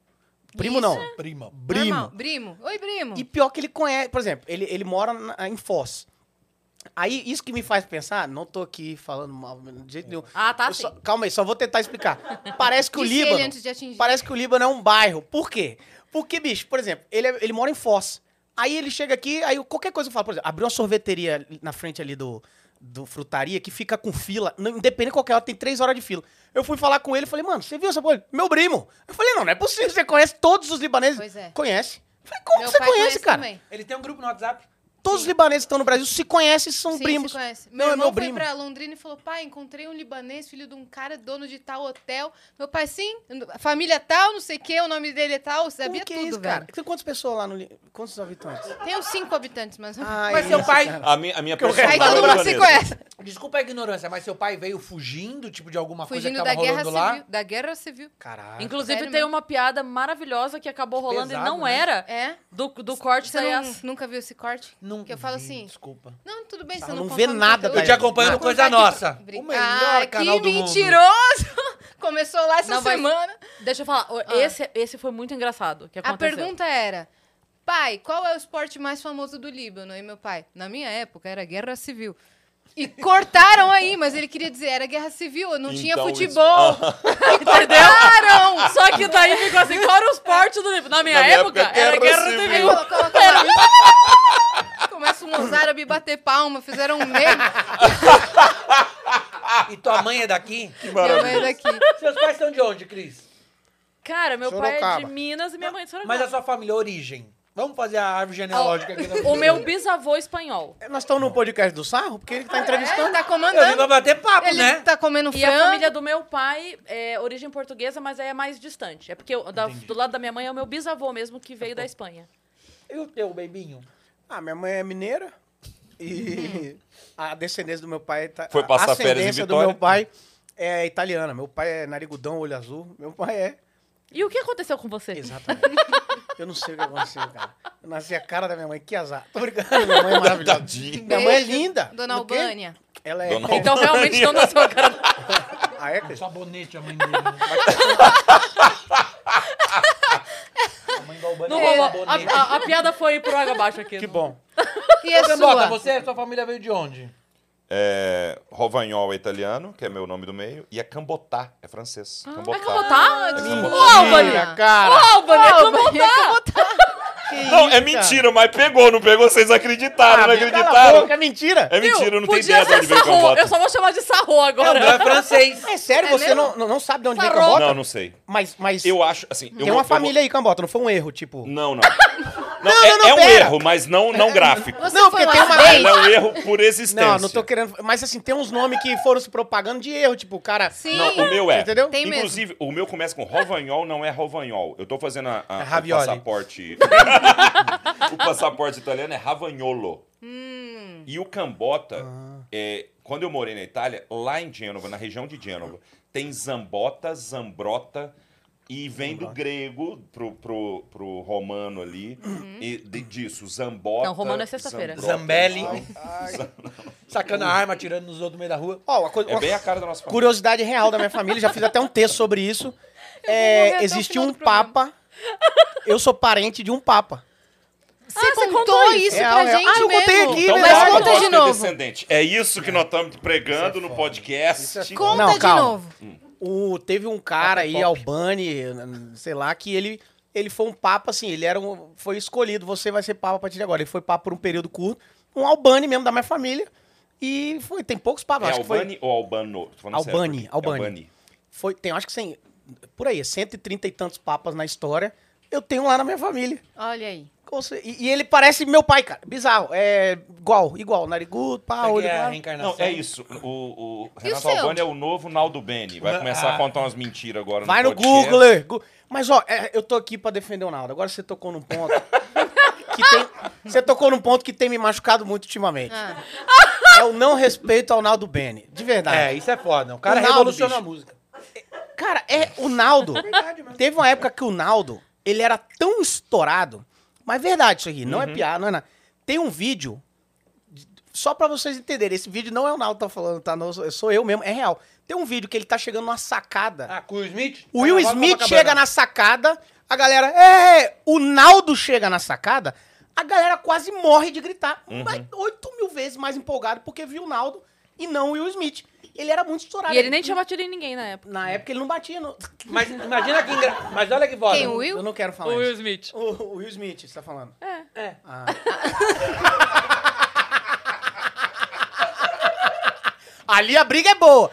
[SPEAKER 3] Primo
[SPEAKER 1] é
[SPEAKER 3] não,
[SPEAKER 4] Prima.
[SPEAKER 3] brimo.
[SPEAKER 2] Normal. Brimo. Oi, Brimo.
[SPEAKER 3] E pior que ele conhece, por exemplo, ele, ele mora na- em Foz. Aí, isso que me faz pensar, não tô aqui falando mal de jeito nenhum.
[SPEAKER 1] Ah, tá
[SPEAKER 3] Eu
[SPEAKER 1] sim.
[SPEAKER 3] só- calma aí, só vou tentar explicar. Parece que o
[SPEAKER 2] Disse
[SPEAKER 3] Líbano.
[SPEAKER 2] ele antes de atingir.
[SPEAKER 3] Parece que o Líbano é um bairro. Por quê? Porque, bicho, por exemplo, ele, é- ele mora em Foz. Aí ele chega aqui, aí eu- qualquer coisa eu falo, por exemplo, abriu uma sorveteria na frente ali do, do frutaria que fica com fila, não- independente de qualquer hora, tem três horas de fila. Eu fui falar com ele falei, mano, você viu essa porra? Meu primo. Eu falei, não, não é possível, você conhece todos os libaneses?
[SPEAKER 2] Pois é.
[SPEAKER 3] Conhece. Eu falei, como que você conhece, cara?
[SPEAKER 2] também.
[SPEAKER 4] Ele tem um grupo no WhatsApp.
[SPEAKER 3] Todos os libaneses que estão no Brasil se conhecem, são
[SPEAKER 2] Sim,
[SPEAKER 3] primos.
[SPEAKER 2] se conhece.
[SPEAKER 3] É Não,
[SPEAKER 2] Meu
[SPEAKER 3] é
[SPEAKER 2] irmão
[SPEAKER 3] meu
[SPEAKER 2] foi
[SPEAKER 3] primo.
[SPEAKER 2] pra Londrina e falou: pai, encontrei um libanês, filho de um cara, dono de tal hotel. Meu pai, sim, família tal, não sei o quê, o nome dele é tal,
[SPEAKER 3] Como
[SPEAKER 2] sabia
[SPEAKER 3] que é
[SPEAKER 2] tudo,
[SPEAKER 3] isso,
[SPEAKER 2] velho.
[SPEAKER 3] cara? Tem quantas pessoas lá no Líbano? Quantos habitantes?
[SPEAKER 2] Tem uns cinco habitantes, mas.
[SPEAKER 3] Ai,
[SPEAKER 4] Mas seu
[SPEAKER 3] isso,
[SPEAKER 4] pai.
[SPEAKER 3] cara.
[SPEAKER 6] A minha, a minha personalidade
[SPEAKER 2] Aí todo mundo se
[SPEAKER 6] libanesa.
[SPEAKER 2] conhece.
[SPEAKER 4] Desculpa a ignorância, mas seu pai veio fugindo, tipo, de alguma
[SPEAKER 2] Fugindo
[SPEAKER 4] coisa que
[SPEAKER 2] da
[SPEAKER 4] tava
[SPEAKER 2] guerra
[SPEAKER 4] rolando lá.
[SPEAKER 2] civil. Da guerra civil.
[SPEAKER 3] Caralho.
[SPEAKER 1] Inclusive,
[SPEAKER 2] Sério
[SPEAKER 1] tem
[SPEAKER 2] mesmo?
[SPEAKER 1] uma piada maravilhosa que acabou rolando
[SPEAKER 4] Pesado,
[SPEAKER 1] e não
[SPEAKER 4] né?
[SPEAKER 1] era
[SPEAKER 2] É?
[SPEAKER 1] do, do corte é
[SPEAKER 2] Você
[SPEAKER 1] da
[SPEAKER 2] não-
[SPEAKER 1] Yas.
[SPEAKER 2] nunca viu esse corte?
[SPEAKER 4] Não
[SPEAKER 2] Que eu falo
[SPEAKER 4] vi,
[SPEAKER 2] assim-
[SPEAKER 4] Desculpa.
[SPEAKER 2] Não, tudo bem, você
[SPEAKER 3] Ela
[SPEAKER 2] não
[SPEAKER 3] não vê
[SPEAKER 2] consome
[SPEAKER 3] nada,
[SPEAKER 2] conteúdo.
[SPEAKER 4] Eu te acompanho no
[SPEAKER 2] Vamos
[SPEAKER 4] Coisa
[SPEAKER 2] contar aqui
[SPEAKER 4] Nossa.
[SPEAKER 2] pro- Brin-
[SPEAKER 4] O melhor
[SPEAKER 2] Ah,
[SPEAKER 4] canal
[SPEAKER 2] que
[SPEAKER 4] do mundo.
[SPEAKER 2] mentiroso! Começou lá essa
[SPEAKER 1] Não, mas-
[SPEAKER 2] semana.
[SPEAKER 1] Deixa eu falar, o-
[SPEAKER 2] Ah.
[SPEAKER 1] esse, esse foi muito engraçado que
[SPEAKER 2] A
[SPEAKER 1] aconteceu.
[SPEAKER 2] pergunta era: pai, qual é o esporte mais famoso do Líbano? E meu pai, na minha época era guerra civil. E cortaram aí, mas ele queria dizer, era guerra civil, não tinha
[SPEAKER 6] Então,
[SPEAKER 2] futebol.
[SPEAKER 6] isso-
[SPEAKER 1] Entendeu? Pararam! Só que daí ficou assim, qual era o esporte do livro? Na minha,
[SPEAKER 6] Na minha
[SPEAKER 1] época,
[SPEAKER 6] época,
[SPEAKER 1] era
[SPEAKER 6] guerra
[SPEAKER 1] guerra
[SPEAKER 6] civil.
[SPEAKER 2] Aí
[SPEAKER 1] civil.
[SPEAKER 2] colocou uma câmera. Começa um árabe bater palma, fizeram um meme.
[SPEAKER 4] E tua mãe é daqui?
[SPEAKER 2] Minha mãe era aqui.
[SPEAKER 4] Seus pais são de onde, Cris?
[SPEAKER 1] Cara, meu pai é
[SPEAKER 3] Sorocaba.
[SPEAKER 1] de Minas e minha mãe é de Sorocaba.
[SPEAKER 4] Mas a sua família, origem. Vamos fazer a árvore genealógica aqui.
[SPEAKER 1] O meu bisavô espanhol.
[SPEAKER 3] Nós estamos no podcast do Sarro, porque ele tá
[SPEAKER 2] Ele
[SPEAKER 3] entrevistando.
[SPEAKER 2] tá
[SPEAKER 4] Eu vim pra
[SPEAKER 2] comandando.
[SPEAKER 4] bater papo,
[SPEAKER 2] Ele
[SPEAKER 4] né?
[SPEAKER 2] tá comendo
[SPEAKER 1] E a
[SPEAKER 2] frango.
[SPEAKER 1] família do meu pai é origem portuguesa, mas aí é mais distante. É porque o da- do lado da minha mãe é o meu bisavô mesmo que
[SPEAKER 6] Tá
[SPEAKER 1] veio da Espanha.
[SPEAKER 4] E o teu, bebinho?
[SPEAKER 3] Ah, minha mãe é mineira. E
[SPEAKER 2] Uhum.
[SPEAKER 3] a descendência do meu pai. Tá...
[SPEAKER 6] Foi passar
[SPEAKER 3] a
[SPEAKER 6] férias em
[SPEAKER 3] ascendência do
[SPEAKER 6] Vitória?
[SPEAKER 3] meu pai é italiana. Meu pai é narigudão, olho azul. Meu pai é.
[SPEAKER 1] E o que aconteceu com você?
[SPEAKER 3] Exatamente. Eu não sei o que aconteceu, cara. Eu nasci a cara da minha mãe, que azar. Tô brincando, minha mãe é maravilhosa.
[SPEAKER 6] Tadinho.
[SPEAKER 3] Minha mãe é linda.
[SPEAKER 2] Dona
[SPEAKER 3] Do quê?
[SPEAKER 2] Albânia.
[SPEAKER 3] Ela é.
[SPEAKER 6] Dona
[SPEAKER 1] Então realmente não nasceu a cara.
[SPEAKER 3] Ah, é, Cris?
[SPEAKER 4] Sabonete, a mãe dele. né? a mãe da Albânia
[SPEAKER 1] Não
[SPEAKER 4] é
[SPEAKER 1] rolou. A,
[SPEAKER 4] sabonete.
[SPEAKER 1] a- a piada foi pro água abaixo aqui.
[SPEAKER 3] Que
[SPEAKER 1] não-
[SPEAKER 3] bom.
[SPEAKER 2] E a
[SPEAKER 4] Cambota,
[SPEAKER 2] sua?
[SPEAKER 4] você, sua família veio de onde?
[SPEAKER 6] É, Rovagnol é italiano, que é meu nome do meio, e é Cambotá, é francês. Cambotá.
[SPEAKER 1] É Cambotá?
[SPEAKER 6] Cambotá.
[SPEAKER 1] Ô, Albania!
[SPEAKER 3] Mentira, cara.
[SPEAKER 1] Ô, Albania, é Cambotá!
[SPEAKER 3] Que
[SPEAKER 6] Não,
[SPEAKER 3] isso,
[SPEAKER 6] é
[SPEAKER 3] cara?
[SPEAKER 6] mentira, mas pegou, não pegou, vocês acreditaram, não
[SPEAKER 3] Ah, cala a
[SPEAKER 6] acreditaram?
[SPEAKER 3] boca, é mentira.
[SPEAKER 6] É mentira,
[SPEAKER 1] Viu?
[SPEAKER 6] não tem
[SPEAKER 1] Podia
[SPEAKER 6] ideia de
[SPEAKER 1] ser
[SPEAKER 6] onde veio
[SPEAKER 1] Sarro.
[SPEAKER 6] Cambota.
[SPEAKER 1] Eu só vou chamar de Sarro agora.
[SPEAKER 4] Não, é francês.
[SPEAKER 3] É sério,
[SPEAKER 2] É
[SPEAKER 3] você
[SPEAKER 2] mesmo?
[SPEAKER 3] não, não não sabe de onde vem
[SPEAKER 1] Sarroca.
[SPEAKER 3] Cambota?
[SPEAKER 6] Não, não sei.
[SPEAKER 3] Mas, mas
[SPEAKER 6] Eu acho, assim... eu
[SPEAKER 3] tem
[SPEAKER 6] vou-
[SPEAKER 3] uma
[SPEAKER 6] eu vou-
[SPEAKER 3] família aí, Cambota, não foi um erro, tipo...
[SPEAKER 6] Não, não. Não, é,
[SPEAKER 3] não, não,
[SPEAKER 6] é um
[SPEAKER 3] pera.
[SPEAKER 6] erro, mas não, não gráfico.
[SPEAKER 2] Você
[SPEAKER 3] Não,
[SPEAKER 2] foi
[SPEAKER 3] porque
[SPEAKER 2] um
[SPEAKER 3] tem uma-
[SPEAKER 2] acidente?
[SPEAKER 6] Ele é um erro por existência.
[SPEAKER 3] Não, não tô querendo... Mas assim, tem uns nomes que foram se propagando de erro, tipo, o cara...
[SPEAKER 2] Sim.
[SPEAKER 6] Não, o meu é.
[SPEAKER 3] Entendeu?
[SPEAKER 2] Tem mesmo.
[SPEAKER 6] Inclusive, o meu começa com Rovagnol, não é Rovagnol. Eu tô fazendo a, a-
[SPEAKER 3] É
[SPEAKER 6] o
[SPEAKER 3] ravioli.
[SPEAKER 6] passaporte. o passaporte italiano é Ravagnolo.
[SPEAKER 1] Hum.
[SPEAKER 6] E o Cambota,
[SPEAKER 3] Ah.
[SPEAKER 6] é, quando eu morei na Itália, lá em Gênova, na região de Gênova, tem Zambota, Zambrota. E vem do grego pro, pro, pro romano ali. E de- disso, Zambota.
[SPEAKER 1] Uhum. Não, romano é sexta-feira.
[SPEAKER 6] Zambrota,
[SPEAKER 4] Zambelli.
[SPEAKER 6] Zam-
[SPEAKER 4] Sacando a arma, atirando nos outros no meio da rua.
[SPEAKER 3] Ó, uma, coisa,
[SPEAKER 6] É
[SPEAKER 3] uma
[SPEAKER 6] bem a cara da nossa família.
[SPEAKER 3] curiosidade real da minha família, já fiz até um texto sobre isso. É,
[SPEAKER 2] morrer até o
[SPEAKER 3] existe
[SPEAKER 2] final
[SPEAKER 3] um
[SPEAKER 2] do programa.
[SPEAKER 3] papa... Eu sou parente de um papa.
[SPEAKER 2] Ah, Você contou isso
[SPEAKER 3] É,
[SPEAKER 2] pra
[SPEAKER 3] é.
[SPEAKER 2] gente
[SPEAKER 3] Ah, eu
[SPEAKER 2] mesmo.
[SPEAKER 3] contei aqui,
[SPEAKER 6] Então,
[SPEAKER 3] Mas
[SPEAKER 6] vai pra
[SPEAKER 2] Mas conta
[SPEAKER 6] nós
[SPEAKER 2] de
[SPEAKER 6] que é
[SPEAKER 2] novo.
[SPEAKER 6] descendente. É isso que nós estamos
[SPEAKER 4] é
[SPEAKER 6] pregando no podcast.
[SPEAKER 2] Conta
[SPEAKER 3] Não,
[SPEAKER 2] de
[SPEAKER 3] calma.
[SPEAKER 2] novo.
[SPEAKER 3] O, teve um
[SPEAKER 6] é
[SPEAKER 3] cara aí,
[SPEAKER 4] pop.
[SPEAKER 3] Albani, sei lá, que ele, ele foi um papa, assim, ele era um, foi escolhido, você vai ser papa a partir de agora. Ele foi papa por um período curto, um Albani mesmo da minha família. E foi, tem poucos papas,
[SPEAKER 6] É
[SPEAKER 3] acho que foi,
[SPEAKER 6] Albani ou Albano? Tô falando sério,
[SPEAKER 3] Albani,
[SPEAKER 6] porque- é
[SPEAKER 3] Albani. foi, tem acho que 100, por aí, 130 e tantos papas na história. Eu tenho lá na minha família.
[SPEAKER 2] Olha aí.
[SPEAKER 3] Como se- E, e ele parece meu pai, cara. Bizarro. É igual, igual. Narigudo, pá,
[SPEAKER 4] Isso aqui
[SPEAKER 3] Ah, olho.
[SPEAKER 4] é a
[SPEAKER 3] claro.
[SPEAKER 4] reencarnação.
[SPEAKER 6] Não, é isso. O, o Renato
[SPEAKER 2] seu?
[SPEAKER 6] Albani é o novo Naldo Beni. Vai
[SPEAKER 4] Ah.
[SPEAKER 6] começar a contar umas mentiras agora.
[SPEAKER 3] Vai no
[SPEAKER 6] podcast.
[SPEAKER 3] Google. Gu- Mas, ó, é, eu tô aqui pra defender o Naldo. Agora você tocou num ponto que tem... Você tocou num ponto que tem me machucado muito ultimamente.
[SPEAKER 2] Ah.
[SPEAKER 3] É o não respeito ao Naldo Beni. De verdade.
[SPEAKER 4] É, isso é foda. O cara
[SPEAKER 3] Naldo,
[SPEAKER 4] revolucionou a
[SPEAKER 3] bicho.
[SPEAKER 4] música.
[SPEAKER 3] Cara, é o Naldo.
[SPEAKER 4] Verdade mesmo.
[SPEAKER 3] Teve uma época que o Naldo, ele era tão estourado. Mas é verdade isso aqui, não
[SPEAKER 1] Uhum.
[SPEAKER 3] é piada, não é nada. Tem um vídeo, de- só pra vocês entenderem, esse vídeo não é o Naldo que tá falando, tá? Não, sou sou eu mesmo, é real. Tem um vídeo que ele tá chegando numa sacada.
[SPEAKER 4] Ah, com o Smith?
[SPEAKER 3] O Will Smith chega na sacada, a galera. É! O Naldo chega na sacada, a galera quase morre de gritar.
[SPEAKER 1] Uhum.
[SPEAKER 3] Mas 8 mil vezes mais empolgado porque viu o Naldo e não o Will Smith. Ele era muito estourado.
[SPEAKER 1] E ele nem tinha batido em ninguém na época.
[SPEAKER 3] Na época ele não batia. No...
[SPEAKER 4] Mas imagina que engra... Mas olha que foda.
[SPEAKER 2] Quem, o Will?
[SPEAKER 3] Eu não quero falar isso.
[SPEAKER 1] Smith.
[SPEAKER 3] O, o Will Smith, você tá falando? É.
[SPEAKER 4] É.
[SPEAKER 3] Ah. Ali a briga é boa.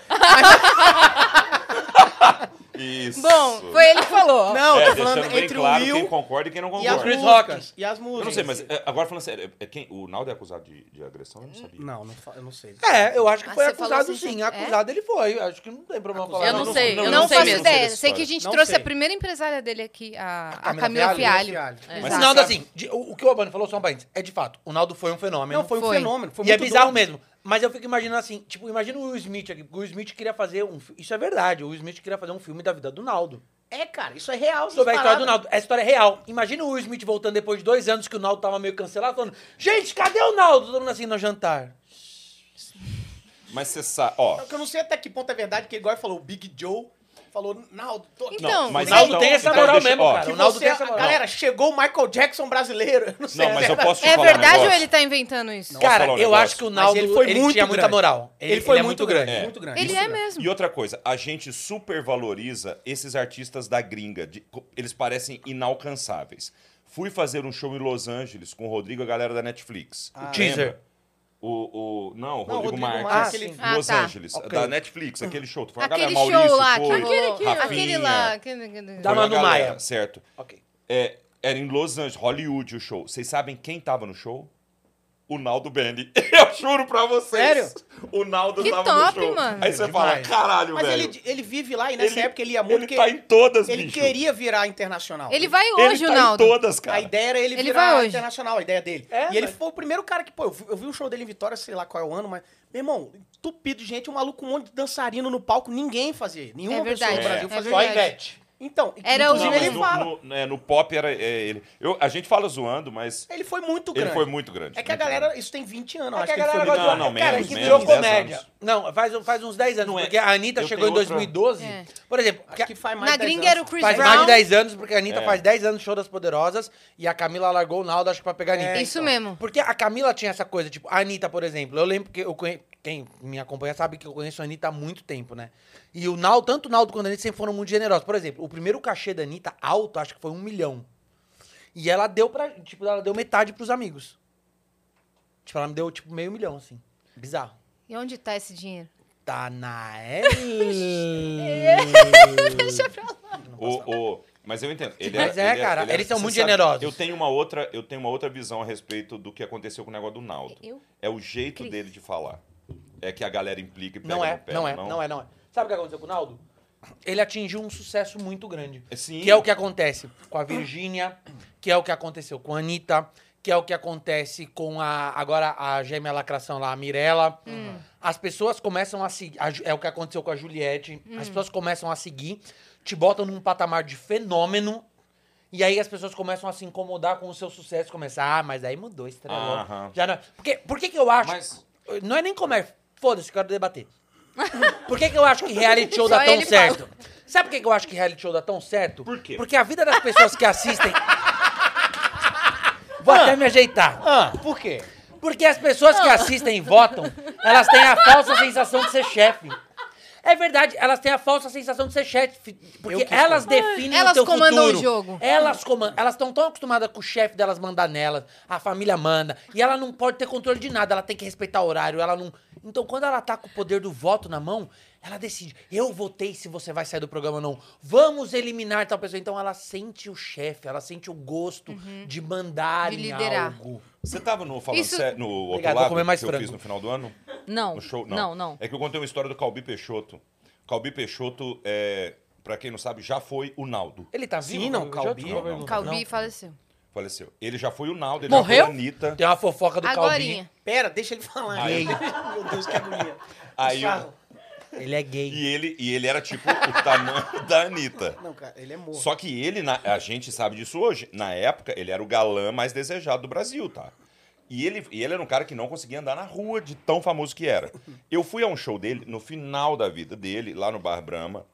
[SPEAKER 6] Isso.
[SPEAKER 2] Bom, foi ele que falou.
[SPEAKER 3] Não,
[SPEAKER 6] É,
[SPEAKER 3] eu tô
[SPEAKER 6] deixando
[SPEAKER 3] falando
[SPEAKER 6] bem
[SPEAKER 3] entre
[SPEAKER 6] claro
[SPEAKER 3] o
[SPEAKER 6] quem
[SPEAKER 3] Will
[SPEAKER 6] concorda e quem não
[SPEAKER 3] e as
[SPEAKER 6] concorda.
[SPEAKER 4] Chris
[SPEAKER 3] músicas.
[SPEAKER 4] Rock.
[SPEAKER 3] E as músicas.
[SPEAKER 6] Eu não sei, mas é, agora falando sério, é quem, o Naldo é acusado de, de agressão? Eu não sabia.
[SPEAKER 3] Não, não fa- eu não sei.
[SPEAKER 4] É, eu acho que
[SPEAKER 2] Ah,
[SPEAKER 4] foi
[SPEAKER 2] você falou
[SPEAKER 4] acusado
[SPEAKER 2] assim,
[SPEAKER 4] sim.
[SPEAKER 2] gente, é?
[SPEAKER 4] Acusado ele foi. Acho que não tem problema falar.
[SPEAKER 1] Eu não sei, eu
[SPEAKER 2] Não,
[SPEAKER 1] não sei
[SPEAKER 2] faço
[SPEAKER 1] mesmo.
[SPEAKER 2] ideia.
[SPEAKER 6] Não
[SPEAKER 2] Sei que a gente
[SPEAKER 3] Não
[SPEAKER 2] trouxe
[SPEAKER 3] sei.
[SPEAKER 2] a primeira empresária dele aqui, a, a
[SPEAKER 3] Camila
[SPEAKER 2] Camila
[SPEAKER 3] Fialho.
[SPEAKER 2] Fialho.
[SPEAKER 3] Fialho.
[SPEAKER 4] Mas
[SPEAKER 2] Exato.
[SPEAKER 4] Naldo, assim, de- o, o que o Albano falou, só um parênteses, é de fato. O Naldo foi um fenômeno.
[SPEAKER 3] Não, foi um
[SPEAKER 2] Foi.
[SPEAKER 3] fenômeno. Foi
[SPEAKER 4] e é
[SPEAKER 3] muito
[SPEAKER 4] bizarro
[SPEAKER 3] doido.
[SPEAKER 4] mesmo. Mas eu fico imaginando assim, tipo, imagina o Will Smith aqui. porque O Will Smith queria fazer um... fi- Isso é verdade. O Will Smith queria fazer um filme da vida do Naldo.
[SPEAKER 3] É, cara, isso é real.
[SPEAKER 4] Sobre a
[SPEAKER 3] essas
[SPEAKER 4] história do
[SPEAKER 3] paradas.
[SPEAKER 4] Naldo. Essa história é real. Imagina o Will Smith voltando depois de dois anos que o Naldo tava meio cancelado, falando, gente, cadê o Naldo? Todo mundo assim, no jantar.
[SPEAKER 6] Mas você sabe, ó.
[SPEAKER 3] Só que Eu não sei até que ponto é verdade, porque igual ele falou, o Big Joe falou, Naldo, tô aqui.
[SPEAKER 2] Então,
[SPEAKER 6] não, mas
[SPEAKER 2] o
[SPEAKER 4] Naldo
[SPEAKER 6] então-
[SPEAKER 4] tem essa
[SPEAKER 6] então
[SPEAKER 4] moral
[SPEAKER 6] deixa-
[SPEAKER 4] mesmo,
[SPEAKER 6] ó,
[SPEAKER 4] cara.
[SPEAKER 3] Que
[SPEAKER 4] o Naldo
[SPEAKER 3] você-
[SPEAKER 4] tem essa moral.
[SPEAKER 3] Galera, chegou o Michael Jackson brasileiro. Eu não sei.
[SPEAKER 6] Não, mas eu
[SPEAKER 3] verdade.
[SPEAKER 6] posso te
[SPEAKER 2] É
[SPEAKER 6] falar um
[SPEAKER 2] verdade ou
[SPEAKER 6] negócio?
[SPEAKER 2] ele tá inventando isso?
[SPEAKER 6] Não.
[SPEAKER 4] Cara,
[SPEAKER 6] Posso falar um
[SPEAKER 4] eu
[SPEAKER 6] negócio?
[SPEAKER 4] acho que o Naldo, ele, tinha muita
[SPEAKER 3] grande.
[SPEAKER 4] moral.
[SPEAKER 3] Ele, foi
[SPEAKER 4] é
[SPEAKER 3] muito, grande. Muito grande.
[SPEAKER 2] Ele é mesmo.
[SPEAKER 6] E outra coisa, a gente supervaloriza esses artistas da gringa. de- co- eles parecem inalcançáveis. Fui fazer um show em Los Angeles com o Rodrigo e a galera da Netflix.
[SPEAKER 4] O
[SPEAKER 6] Lembra?
[SPEAKER 4] Ah, teaser.
[SPEAKER 6] O, o, não, o Rodrigo,
[SPEAKER 3] Rodrigo
[SPEAKER 6] Marques.
[SPEAKER 3] Marques,
[SPEAKER 4] aquele-
[SPEAKER 6] Los
[SPEAKER 2] Ah, tá.
[SPEAKER 6] Angeles,
[SPEAKER 3] Ok.
[SPEAKER 6] da Netflix, aquele show. Tu foi uma
[SPEAKER 2] Aquele
[SPEAKER 6] galera,
[SPEAKER 2] show
[SPEAKER 6] Maurício
[SPEAKER 2] lá
[SPEAKER 6] foi,
[SPEAKER 2] que rolou.
[SPEAKER 1] Aquele que-
[SPEAKER 2] Aquele lá. aquele- aquele-
[SPEAKER 4] Da
[SPEAKER 6] foi uma
[SPEAKER 4] Manu
[SPEAKER 6] galera,
[SPEAKER 4] Maia.
[SPEAKER 6] Certo.
[SPEAKER 4] Ok.
[SPEAKER 6] É, era em Los Angeles, Hollywood o show. Vocês sabem quem tava no show? O Naldo Benny. Eu juro pra vocês.
[SPEAKER 3] Sério?
[SPEAKER 6] O Naldo
[SPEAKER 2] Que
[SPEAKER 6] tava
[SPEAKER 2] top,
[SPEAKER 6] no show.
[SPEAKER 2] mano.
[SPEAKER 6] Aí você fala,
[SPEAKER 4] Demais.
[SPEAKER 6] caralho,
[SPEAKER 3] Mas
[SPEAKER 6] velho.
[SPEAKER 3] ele, ele vive lá e nessa
[SPEAKER 6] Ele-
[SPEAKER 3] época ele ia muito.
[SPEAKER 6] Ele
[SPEAKER 3] que-
[SPEAKER 6] tá em todas,
[SPEAKER 3] ele
[SPEAKER 6] bicho.
[SPEAKER 3] queria virar internacional.
[SPEAKER 2] Ele vai
[SPEAKER 6] Ele
[SPEAKER 2] hoje,
[SPEAKER 6] tá
[SPEAKER 2] o Naldo.
[SPEAKER 6] em todas, cara.
[SPEAKER 3] A ideia era ele,
[SPEAKER 2] Ele vai
[SPEAKER 3] virar
[SPEAKER 2] hoje.
[SPEAKER 3] internacional, a ideia dele.
[SPEAKER 4] É,
[SPEAKER 3] e ele
[SPEAKER 4] mas-
[SPEAKER 3] foi o primeiro cara que, pô, eu vi, eu vi um show dele em Vitória, sei lá qual é o ano, mas. Meu irmão, entupido de gente, um maluco, um monte de dançarino no palco, ninguém fazia. Nenhuma
[SPEAKER 2] É
[SPEAKER 3] pessoa
[SPEAKER 2] verdade,
[SPEAKER 3] no Brasil
[SPEAKER 2] é
[SPEAKER 3] fazia.
[SPEAKER 4] Só a
[SPEAKER 2] verdade.
[SPEAKER 4] Ivete.
[SPEAKER 3] Então,
[SPEAKER 4] É
[SPEAKER 2] Era
[SPEAKER 6] Não,
[SPEAKER 3] inclusive
[SPEAKER 2] o-
[SPEAKER 6] mas
[SPEAKER 3] ele
[SPEAKER 6] no,
[SPEAKER 3] fala.
[SPEAKER 6] no- né, no pop era é, ele. Eu, a gente fala zoando, mas
[SPEAKER 3] Ele foi É muito
[SPEAKER 6] ele
[SPEAKER 3] grande.
[SPEAKER 6] foi muito grande.
[SPEAKER 3] É que a
[SPEAKER 6] muito
[SPEAKER 3] galera, isso tem 20 anos, eu
[SPEAKER 4] É
[SPEAKER 3] acho
[SPEAKER 4] que
[SPEAKER 3] que,
[SPEAKER 4] a
[SPEAKER 3] ele foi
[SPEAKER 4] galera
[SPEAKER 3] muito
[SPEAKER 4] gosta
[SPEAKER 6] Não,
[SPEAKER 4] de-
[SPEAKER 6] não,
[SPEAKER 4] Cara,
[SPEAKER 6] menos,
[SPEAKER 4] que
[SPEAKER 6] menos, né?
[SPEAKER 4] virou
[SPEAKER 6] 10
[SPEAKER 4] comédia.
[SPEAKER 6] anos.
[SPEAKER 4] Não, faz, faz uns 10 anos.
[SPEAKER 6] Não é.
[SPEAKER 4] Porque a Anitta
[SPEAKER 6] Eu
[SPEAKER 4] chegou em
[SPEAKER 6] tenho outra-
[SPEAKER 4] 2012.
[SPEAKER 2] É.
[SPEAKER 4] Por exemplo,
[SPEAKER 3] grande. Acho
[SPEAKER 4] que-
[SPEAKER 3] que faz mais
[SPEAKER 2] Na
[SPEAKER 3] de 10
[SPEAKER 2] gringa era o
[SPEAKER 3] anos.
[SPEAKER 2] Chris
[SPEAKER 4] faz mais de
[SPEAKER 2] Brown.
[SPEAKER 4] 10 anos, porque a Anitta
[SPEAKER 6] É.
[SPEAKER 4] faz 10 anos show das Poderosas e a Camila largou o Naldo, acho que pra pegar a Anitta.
[SPEAKER 2] É, Isso então. mesmo.
[SPEAKER 4] Porque a Camila tinha essa coisa, tipo, a Anitta, por exemplo, eu lembro que eu conhe... quem me acompanha sabe que eu conheço a Anitta há muito tempo, né? E o Naldo, tanto o Naldo quanto a Anitta sempre foram muito generosos. Por exemplo, o primeiro cachê da Anitta alto, acho que foi um milhão. E ela deu para tipo, ela deu metade pros amigos. Tipo, ela me deu, tipo, meio milhão, assim. Bizarro. Tá
[SPEAKER 2] E onde tá esse dinheiro?
[SPEAKER 4] Danael.
[SPEAKER 6] O, o- mas eu entendo. Ele
[SPEAKER 4] Mas
[SPEAKER 6] era-
[SPEAKER 4] é,
[SPEAKER 6] ele era-
[SPEAKER 4] cara,
[SPEAKER 6] ele era-
[SPEAKER 4] eles são
[SPEAKER 6] você
[SPEAKER 4] muito
[SPEAKER 6] sabe,
[SPEAKER 4] generosos.
[SPEAKER 6] Eu tenho, uma outra, eu tenho uma outra visão a respeito do que aconteceu com o negócio do Naldo.
[SPEAKER 2] Eu?
[SPEAKER 6] É o jeito
[SPEAKER 2] Cris.
[SPEAKER 6] dele de falar. É que a galera implica e pega
[SPEAKER 4] Não é,
[SPEAKER 6] no pé.
[SPEAKER 4] não é, não é, não é. Sabe o que aconteceu com o Naldo? Ele atingiu um sucesso muito grande.
[SPEAKER 6] Sim.
[SPEAKER 4] Que é o que acontece com a Virgínia, que é o que aconteceu com a Anitta, que é o que acontece com a agora a gêmea lacração lá, a Mirella. As pessoas começam a seguir. a Ju- é o que aconteceu com a Juliette. As pessoas começam a seguir, te botam num patamar de fenômeno. E aí as pessoas começam a se incomodar com o seu sucesso. Começa, ah, mas aí mudou, estrelou.
[SPEAKER 6] Aham.
[SPEAKER 4] Já não... Porque, por que que eu acho...
[SPEAKER 6] Mas-
[SPEAKER 4] Não é nem comer. Foda-se, quero debater. Por que, que eu acho que reality show dá
[SPEAKER 2] Só
[SPEAKER 4] tão
[SPEAKER 2] ele
[SPEAKER 4] certo? Sabe por que, que eu acho que reality show dá tão certo?
[SPEAKER 6] Por quê?
[SPEAKER 4] Porque a vida das pessoas que assistem. Vou até me ajeitar.
[SPEAKER 3] Ah, por quê?
[SPEAKER 4] Porque as pessoas
[SPEAKER 2] Ah.
[SPEAKER 4] que assistem e votam, elas têm a falsa sensação de ser chefe. É verdade, elas têm a falsa sensação de ser chefe. Porque
[SPEAKER 3] quis
[SPEAKER 4] elas definem
[SPEAKER 2] Elas
[SPEAKER 4] o teu
[SPEAKER 2] comandam
[SPEAKER 4] futuro.
[SPEAKER 2] o jogo.
[SPEAKER 4] Elas comandam. Elas estão tão acostumadas com o chefe delas mandar nelas, a família manda. E ela não pode ter controle de nada, ela tem que respeitar o horário, ela não. Então, quando ela tá com o poder do voto na mão, ela decide. Eu votei se você vai sair do programa ou não. Vamos eliminar tal pessoa. Então ela sente o chefe, ela sente o gosto de mandar
[SPEAKER 2] Uhum. De
[SPEAKER 4] em
[SPEAKER 2] liderar.
[SPEAKER 4] algo.
[SPEAKER 6] Você tava no falando
[SPEAKER 2] Isso-
[SPEAKER 6] sério, no outro
[SPEAKER 4] Obrigado, vou
[SPEAKER 6] lado
[SPEAKER 4] comer mais
[SPEAKER 6] que eu
[SPEAKER 4] frango.
[SPEAKER 6] fiz no final do ano?
[SPEAKER 1] Não.
[SPEAKER 6] No show? Não.
[SPEAKER 1] Não, não.
[SPEAKER 6] É que eu contei uma história do Calbi Peixoto. Calbi Peixoto, é, pra quem não sabe, já foi o Naldo.
[SPEAKER 4] Ele tá
[SPEAKER 3] Sim,
[SPEAKER 4] vivo?
[SPEAKER 3] não,
[SPEAKER 4] Calbi?
[SPEAKER 3] Calbi,
[SPEAKER 4] Não,
[SPEAKER 6] não.
[SPEAKER 4] não.
[SPEAKER 2] Calbi faleceu.
[SPEAKER 6] Faleceu. Ele já foi o Naldo, ele
[SPEAKER 1] Morreu?
[SPEAKER 6] já foi a Anitta.
[SPEAKER 4] Tem uma fofoca do Calbi.
[SPEAKER 2] Agorinha.
[SPEAKER 3] Pera, deixa ele falar.
[SPEAKER 6] Aí.
[SPEAKER 3] Meu Deus, que agonia.
[SPEAKER 6] Aí
[SPEAKER 3] Sarro.
[SPEAKER 6] o-
[SPEAKER 3] Ele é gay.
[SPEAKER 6] E ele, e ele era tipo o tamanho da Anitta.
[SPEAKER 3] Não, cara, ele é morto.
[SPEAKER 6] Só que ele, na- a gente sabe disso hoje. Na época, ele era o galã mais desejado do Brasil, tá? E ele, e ele era um cara que não conseguia andar na rua de tão famoso que era. Eu fui a um show dele no final da vida dele, lá no Bar Brahma,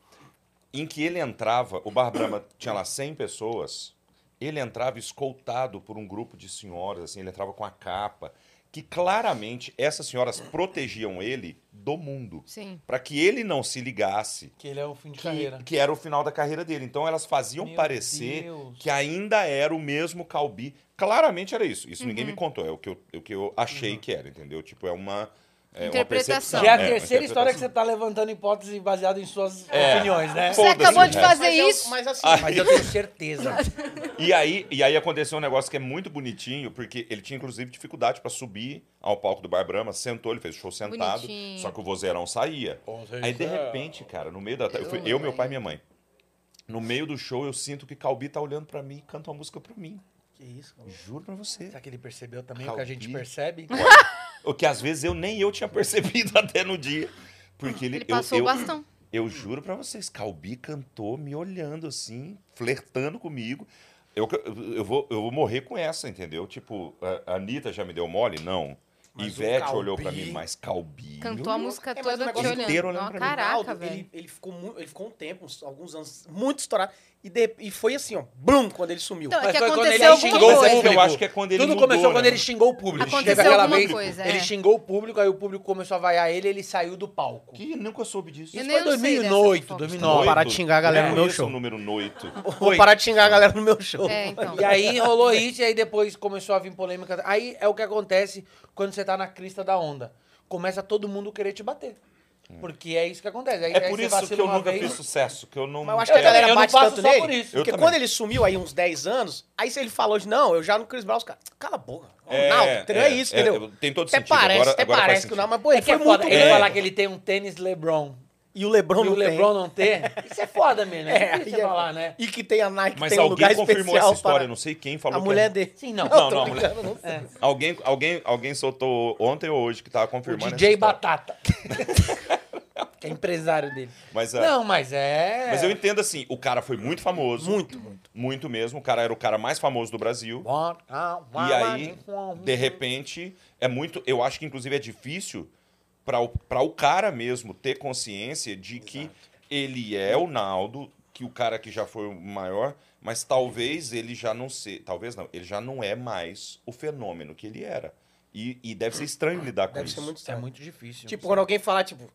[SPEAKER 6] em que ele entrava, o Bar Brahma tinha lá 100 pessoas, ele entrava escoltado por um grupo de senhoras, assim, ele entrava com a capa, que claramente essas senhoras protegiam ele do mundo.
[SPEAKER 2] Sim.
[SPEAKER 6] Pra que ele não se ligasse
[SPEAKER 4] Que ele é o fim de
[SPEAKER 6] que,
[SPEAKER 4] carreira.
[SPEAKER 6] que era o final da carreira dele. Então elas faziam
[SPEAKER 4] Meu
[SPEAKER 6] parecer
[SPEAKER 4] Deus.
[SPEAKER 6] que ainda era o mesmo Calbi. Claramente era isso. Isso
[SPEAKER 2] Uhum.
[SPEAKER 6] ninguém me contou. É o que eu, o que eu achei que era, entendeu? Tipo, é uma. É uma
[SPEAKER 2] Interpretação.
[SPEAKER 6] percepção.
[SPEAKER 4] Uhum. Que é a
[SPEAKER 6] uma
[SPEAKER 4] terceira história que você
[SPEAKER 6] interpretação.
[SPEAKER 4] tá levantando hipótese baseada em suas
[SPEAKER 6] É.
[SPEAKER 4] opiniões, né?
[SPEAKER 2] Você
[SPEAKER 6] Foda-se,
[SPEAKER 2] acabou de
[SPEAKER 6] né?
[SPEAKER 2] fazer
[SPEAKER 3] Mas eu-
[SPEAKER 2] isso?
[SPEAKER 3] mas assim,
[SPEAKER 6] Ai.
[SPEAKER 4] Mas eu tenho certeza.
[SPEAKER 6] E aí, e aí aconteceu um negócio que é muito bonitinho, porque ele tinha, inclusive, dificuldade pra subir ao palco do Bar Brahma, sentou, ele fez o show sentado,
[SPEAKER 2] Bonitinho.
[SPEAKER 6] só que o vozeirão saía. Aí, de
[SPEAKER 4] "Ah,
[SPEAKER 6] repente, cara, no meio da... ta- Eu, fui- eu, meu pai e minha mãe. No meio do show, eu sinto que Calbi tá olhando pra mim e canta uma música pra mim.
[SPEAKER 4] Que isso, cara?
[SPEAKER 6] Juro pra você.
[SPEAKER 4] Será que ele percebeu também o
[SPEAKER 6] Calbi.
[SPEAKER 4] que a gente percebe?
[SPEAKER 6] O que às vezes eu nem eu tinha percebido até no dia. Porque ele,
[SPEAKER 2] Ele
[SPEAKER 6] eu-
[SPEAKER 2] passou
[SPEAKER 6] eu,
[SPEAKER 2] o bastão.
[SPEAKER 6] Eu juro pra vocês, Calbi cantou me olhando assim, flertando comigo. Eu, eu, vou, eu vou morrer com essa, entendeu? Tipo, a a Anitta já me deu mole? Não.
[SPEAKER 3] Mas o
[SPEAKER 6] Ivete
[SPEAKER 3] Calbi-
[SPEAKER 6] olhou pra mim, mas Calbi.
[SPEAKER 2] Cantou a
[SPEAKER 6] olhou.
[SPEAKER 2] música
[SPEAKER 3] É, mas o
[SPEAKER 2] toda te
[SPEAKER 3] negócio
[SPEAKER 2] olhando.
[SPEAKER 6] inteiro olhando
[SPEAKER 2] Ó,
[SPEAKER 6] pra mim.
[SPEAKER 2] caraca,
[SPEAKER 3] Ronaldo,
[SPEAKER 2] velho.
[SPEAKER 3] ele, ele ficou mu- ele ficou um tempo, uns- alguns anos, muito estourado. E de- e foi assim, ó, blum, quando ele sumiu.
[SPEAKER 2] Então, é
[SPEAKER 4] Mas
[SPEAKER 2] que
[SPEAKER 4] foi quando ele
[SPEAKER 2] aconteceu alguma
[SPEAKER 4] xingou o
[SPEAKER 6] Mas é que
[SPEAKER 2] coisa.
[SPEAKER 4] público.
[SPEAKER 6] eu acho que é quando ele
[SPEAKER 4] Tudo
[SPEAKER 6] mudou,
[SPEAKER 4] começou quando
[SPEAKER 6] né?
[SPEAKER 4] ele xingou o público.
[SPEAKER 2] Aconteceu
[SPEAKER 4] Teve aquela
[SPEAKER 2] alguma
[SPEAKER 4] vez,
[SPEAKER 2] coisa, é.
[SPEAKER 4] Ele xingou o público, aí o público começou a vaiar ele, ele saiu do palco.
[SPEAKER 6] Que nunca soube disso.
[SPEAKER 2] Eu
[SPEAKER 4] Isso
[SPEAKER 2] nem
[SPEAKER 4] foi
[SPEAKER 2] sei dessa
[SPEAKER 4] 2008,
[SPEAKER 2] fofoca.
[SPEAKER 3] Vou
[SPEAKER 4] 2009.
[SPEAKER 3] parar de xingar a galera no meu
[SPEAKER 6] Isso,
[SPEAKER 3] show.
[SPEAKER 6] é o número noito.
[SPEAKER 3] Vou parar de xingar a galera no meu show.
[SPEAKER 2] É, então.
[SPEAKER 4] E aí rolou isso, e aí depois começou a vir polêmica. Aí é o que acontece quando você tá na crista da onda. Começa todo mundo querer te bater. Porque é isso que acontece. Aí,
[SPEAKER 6] É
[SPEAKER 4] aí
[SPEAKER 6] por
[SPEAKER 4] você
[SPEAKER 6] isso
[SPEAKER 4] vacila
[SPEAKER 6] que eu
[SPEAKER 4] uma
[SPEAKER 6] nunca
[SPEAKER 4] vez.
[SPEAKER 6] fiz sucesso, que eu não...
[SPEAKER 3] Mas eu acho que a
[SPEAKER 4] Eu
[SPEAKER 3] galera é
[SPEAKER 4] também, eu não
[SPEAKER 3] bate
[SPEAKER 4] passo
[SPEAKER 3] tanto
[SPEAKER 4] só
[SPEAKER 3] nele,
[SPEAKER 4] por isso.
[SPEAKER 6] Eu
[SPEAKER 3] porque
[SPEAKER 6] também.
[SPEAKER 3] quando ele sumiu aí uns 10 anos, aí se ele falou de não, eu já não Chris Brown, os caras, cala a boca,
[SPEAKER 6] É,
[SPEAKER 3] Ronaldo, entendeu? É, isso,
[SPEAKER 6] é,
[SPEAKER 3] entendeu?
[SPEAKER 6] é, tem todo
[SPEAKER 3] até
[SPEAKER 6] sentido,
[SPEAKER 3] parece,
[SPEAKER 6] agora-
[SPEAKER 3] até
[SPEAKER 6] agora faz
[SPEAKER 3] parece que
[SPEAKER 6] sentido.
[SPEAKER 3] não, mas pô, ele
[SPEAKER 4] É que é
[SPEAKER 3] foi muito
[SPEAKER 4] foda ele
[SPEAKER 3] grande.
[SPEAKER 4] falar que ele tem um tênis LeBron.
[SPEAKER 3] E o LeBron
[SPEAKER 4] e
[SPEAKER 3] não
[SPEAKER 4] o
[SPEAKER 3] tem.
[SPEAKER 4] LeBron não ter. Isso é foda mesmo. É,
[SPEAKER 3] É,
[SPEAKER 4] difícil
[SPEAKER 3] aí é-
[SPEAKER 4] falar, né?
[SPEAKER 3] E que tem a Nike,
[SPEAKER 6] Mas
[SPEAKER 3] tem um lugar
[SPEAKER 6] alguém confirmou
[SPEAKER 3] especial
[SPEAKER 6] essa história,
[SPEAKER 3] para
[SPEAKER 6] não sei quem falou
[SPEAKER 3] a
[SPEAKER 6] que
[SPEAKER 3] mulher
[SPEAKER 6] é-
[SPEAKER 3] dele.
[SPEAKER 4] Sim, não.
[SPEAKER 6] Não,
[SPEAKER 3] tô
[SPEAKER 6] não, a mulher...
[SPEAKER 3] brincando, não sei.
[SPEAKER 6] Alguém, alguém, alguém soltou ontem ou hoje que tava
[SPEAKER 4] O
[SPEAKER 6] confirmando
[SPEAKER 4] DJ
[SPEAKER 6] essa história.
[SPEAKER 4] Batata. que é empresário dele.
[SPEAKER 6] Mas, é,
[SPEAKER 4] Não, mas é.
[SPEAKER 6] mas eu entendo assim, o cara foi muito famoso.
[SPEAKER 3] Muito, muito.
[SPEAKER 6] Muito mesmo. O cara era o cara mais famoso do Brasil. E aí, de repente, é muito. Eu acho que, inclusive, é difícil para o, pra o cara mesmo ter consciência de que ele é o Naldo, que o cara que já foi o maior, mas talvez ele já não se. Talvez não, ele já não é mais o fenômeno que ele era. E, e deve ser estranho lidar com
[SPEAKER 3] Deve
[SPEAKER 6] isso.
[SPEAKER 3] ser muito
[SPEAKER 4] É
[SPEAKER 3] estranho.
[SPEAKER 4] muito difícil.
[SPEAKER 3] Tipo, quando alguém falar, tipo,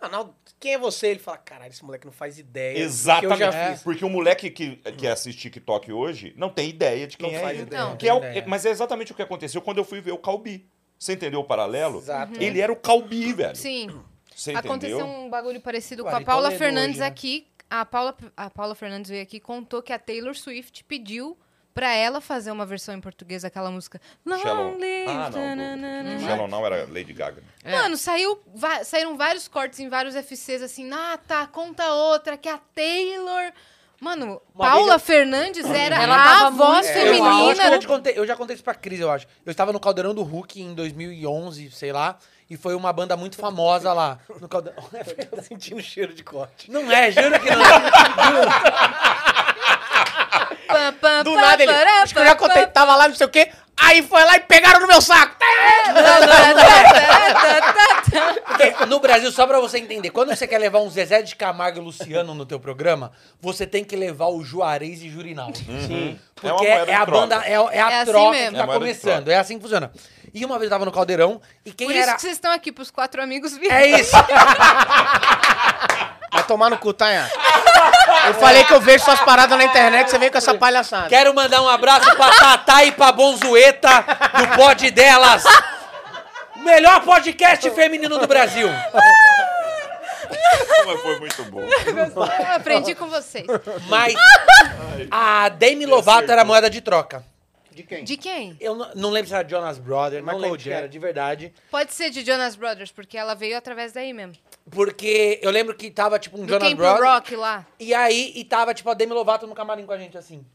[SPEAKER 3] Ronaldo, quem é você? Ele fala, caralho, esse moleque não faz ideia. do
[SPEAKER 6] Exatamente.
[SPEAKER 3] Que eu já fiz.
[SPEAKER 6] Porque o moleque que, que assiste TikTok hoje não tem ideia de quem
[SPEAKER 3] Não
[SPEAKER 6] é
[SPEAKER 3] faz
[SPEAKER 6] ele.
[SPEAKER 3] ideia,
[SPEAKER 2] não
[SPEAKER 6] Que é o-
[SPEAKER 4] tem ideia.
[SPEAKER 6] mas é exatamente o que aconteceu quando eu fui ver o Calbi. Você entendeu o paralelo?
[SPEAKER 4] Exato.
[SPEAKER 6] Ele era o Calbi, velho.
[SPEAKER 2] Sim.
[SPEAKER 6] Você
[SPEAKER 2] Aconteceu
[SPEAKER 6] entendeu?
[SPEAKER 2] um bagulho parecido com a
[SPEAKER 4] Guarita
[SPEAKER 2] Paula
[SPEAKER 4] Ledo
[SPEAKER 2] Fernandes
[SPEAKER 4] hoje, né?
[SPEAKER 2] aqui. A Paula, a Paula Fernandes veio aqui e contou que a Taylor Swift pediu pra ela fazer uma versão em português daquela música.
[SPEAKER 6] Shallow.
[SPEAKER 2] Lonely.
[SPEAKER 6] Ah, não. do-
[SPEAKER 2] tananana.
[SPEAKER 6] Shallow não era Lady Gaga.
[SPEAKER 2] Mano, saiu, va- saíram vários cortes em vários FCs assim. Ah, tá, conta outra que a Taylor. Mano,
[SPEAKER 4] Uma
[SPEAKER 2] Paula
[SPEAKER 4] vez
[SPEAKER 2] Fernandes era
[SPEAKER 1] Ela
[SPEAKER 2] a
[SPEAKER 1] tava
[SPEAKER 2] voz
[SPEAKER 1] muito-
[SPEAKER 4] É, Eu- eu acho que Eu, já
[SPEAKER 2] feminina.
[SPEAKER 4] te contei- eu já contei isso pra Cris, eu acho. Eu estava no Caldeirão do Hulk em 2011, sei lá, e foi uma banda muito famosa lá. No Caldeirão.
[SPEAKER 3] Eu senti um cheiro de corte.
[SPEAKER 4] Não é, juro que não é.
[SPEAKER 2] Pam, pam,
[SPEAKER 3] Do
[SPEAKER 2] pam,
[SPEAKER 3] nada ele,
[SPEAKER 2] pará,
[SPEAKER 3] acho que eu já
[SPEAKER 2] pam,
[SPEAKER 3] contei,
[SPEAKER 2] pam,
[SPEAKER 3] tava lá, não sei o quê, aí foi lá e pegaram no meu saco.
[SPEAKER 4] Porque No Brasil, só pra você entender, quando você quer levar um Zezé de Camargo e Luciano no teu programa, você tem que levar o Juarez e Jurinaldo. Sim.
[SPEAKER 6] É uma
[SPEAKER 4] Porque é,
[SPEAKER 6] moeda de
[SPEAKER 4] a
[SPEAKER 6] troca.
[SPEAKER 4] banda, é, é a
[SPEAKER 2] É assim
[SPEAKER 4] troca
[SPEAKER 2] mesmo.
[SPEAKER 4] que
[SPEAKER 6] É
[SPEAKER 4] tá
[SPEAKER 6] a moeda de
[SPEAKER 4] começando.
[SPEAKER 6] troca.
[SPEAKER 4] É assim que funciona. E uma vez eu tava no Caldeirão, e quem
[SPEAKER 2] Por
[SPEAKER 4] era...
[SPEAKER 2] isso que vocês estão aqui, pros quatro amigos virem.
[SPEAKER 4] É isso!
[SPEAKER 3] Vai tomar no cu, Tanha. Eu falei que eu vejo suas paradas na internet, você vem com essa palhaçada.
[SPEAKER 4] Quero mandar um abraço pra Tatá e pra Bonzueta do Pod Delas. Melhor podcast feminino do Brasil.
[SPEAKER 6] Mas foi muito bom.
[SPEAKER 2] Aprendi com vocês.
[SPEAKER 4] Mas a Demi Lovato era moeda de troca.
[SPEAKER 3] De quem?
[SPEAKER 2] De quem?
[SPEAKER 4] Eu não, não lembro se era Jonas Brothers, não
[SPEAKER 3] Michael
[SPEAKER 4] lembro se
[SPEAKER 3] Jackson.
[SPEAKER 4] era de verdade.
[SPEAKER 2] Pode ser de Jonas Brothers, porque ela veio através daí mesmo.
[SPEAKER 4] Porque eu lembro que tava tipo um
[SPEAKER 2] Do
[SPEAKER 4] Jonas
[SPEAKER 2] Camp
[SPEAKER 4] Brothers.
[SPEAKER 2] Rock lá.
[SPEAKER 4] E aí, e tava tipo a Demi Lovato no camarim com a gente assim.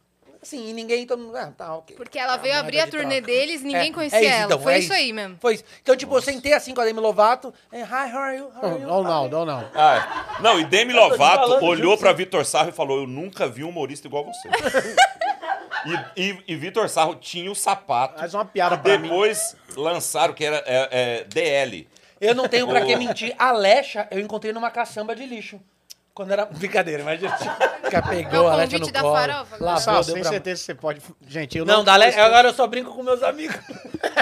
[SPEAKER 4] Assim, e ninguém. Todo mundo, ah, tá, ok.
[SPEAKER 2] Porque ela
[SPEAKER 4] É
[SPEAKER 2] veio
[SPEAKER 4] uma
[SPEAKER 2] abrir a
[SPEAKER 4] moeda de
[SPEAKER 2] turnê
[SPEAKER 4] troca.
[SPEAKER 2] deles, ninguém
[SPEAKER 4] É,
[SPEAKER 2] conhecia
[SPEAKER 4] é isso,
[SPEAKER 2] ela.
[SPEAKER 4] então,
[SPEAKER 2] Foi
[SPEAKER 4] é
[SPEAKER 2] isso aí mesmo.
[SPEAKER 4] Foi isso. Então, tipo, eu sentei assim com a Demi Lovato. eh, Hi, how are you? How are you?
[SPEAKER 3] Não, não, não, não.
[SPEAKER 6] Ah, é. não, e Demi
[SPEAKER 4] tô te
[SPEAKER 6] Lovato
[SPEAKER 4] falando,
[SPEAKER 6] olhou
[SPEAKER 4] juro,
[SPEAKER 6] pra Vitor Sarro e falou: Eu nunca vi um humorista igual você. e e- e Vitor Sarro tinha o sapato.
[SPEAKER 3] Faz uma piada pra mim.
[SPEAKER 6] Depois lançaram que era é, é, DL.
[SPEAKER 4] Eu não tenho pra que mentir. A Lecha eu encontrei numa caçamba de lixo. Quando era. Brincadeira, mas gente. Já
[SPEAKER 2] É o
[SPEAKER 4] pegou a Lecha
[SPEAKER 2] convite
[SPEAKER 4] no
[SPEAKER 2] da
[SPEAKER 4] colo.
[SPEAKER 2] farofa, galera.
[SPEAKER 4] lavou,
[SPEAKER 3] Sal,
[SPEAKER 4] deu
[SPEAKER 3] sem
[SPEAKER 4] pra-
[SPEAKER 3] certeza que você pode. Gente, eu não.
[SPEAKER 4] Não, da Lecha. Agora eu só brinco com meus amigos.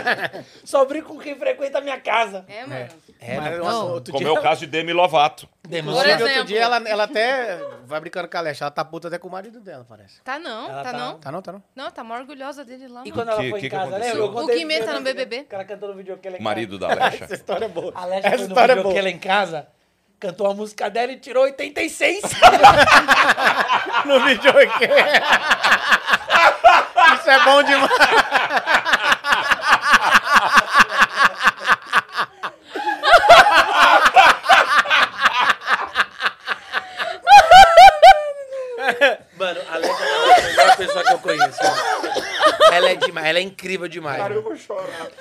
[SPEAKER 4] só brinco com quem frequenta a minha casa.
[SPEAKER 2] É, mano.
[SPEAKER 4] É,
[SPEAKER 3] Mas,
[SPEAKER 4] não.
[SPEAKER 3] nossa, outro
[SPEAKER 6] Como
[SPEAKER 3] dia,
[SPEAKER 6] é o caso de Demi Lovato.
[SPEAKER 4] Demônio.
[SPEAKER 1] Por
[SPEAKER 3] inclusive, outro
[SPEAKER 1] exemplo.
[SPEAKER 3] dia ela, ela até vai brincando com a Alexa. Ela tá puta até com o marido dela, parece.
[SPEAKER 2] Tá não,
[SPEAKER 4] Ela
[SPEAKER 2] tá,
[SPEAKER 4] tá-
[SPEAKER 2] não.
[SPEAKER 3] Tá não, tá não?
[SPEAKER 2] Não, tá mó orgulhosa dele lá.
[SPEAKER 4] E
[SPEAKER 2] mano.
[SPEAKER 4] quando ela
[SPEAKER 6] que-
[SPEAKER 4] foi
[SPEAKER 6] que
[SPEAKER 4] em
[SPEAKER 6] que
[SPEAKER 4] casa,
[SPEAKER 6] aconteceu?
[SPEAKER 4] lembra? Eu
[SPEAKER 6] O
[SPEAKER 4] contei
[SPEAKER 2] Guimê
[SPEAKER 4] esse
[SPEAKER 2] tá no
[SPEAKER 4] negócio,
[SPEAKER 2] BBB?
[SPEAKER 4] O cara cantando no videokê lá em casa.
[SPEAKER 6] Marido da Lecha.
[SPEAKER 3] Essa história é boa.
[SPEAKER 4] A Lecha
[SPEAKER 3] Essa
[SPEAKER 4] foi no
[SPEAKER 3] história é
[SPEAKER 4] videokê
[SPEAKER 3] boa.
[SPEAKER 4] lá em casa, cantou a música dela e tirou 86.
[SPEAKER 3] No videokê. Isso é bom demais.
[SPEAKER 4] Mano, a Lecha é a melhor pessoa que eu conheço. mano. Ela é demais, ela é incrível demais. mano.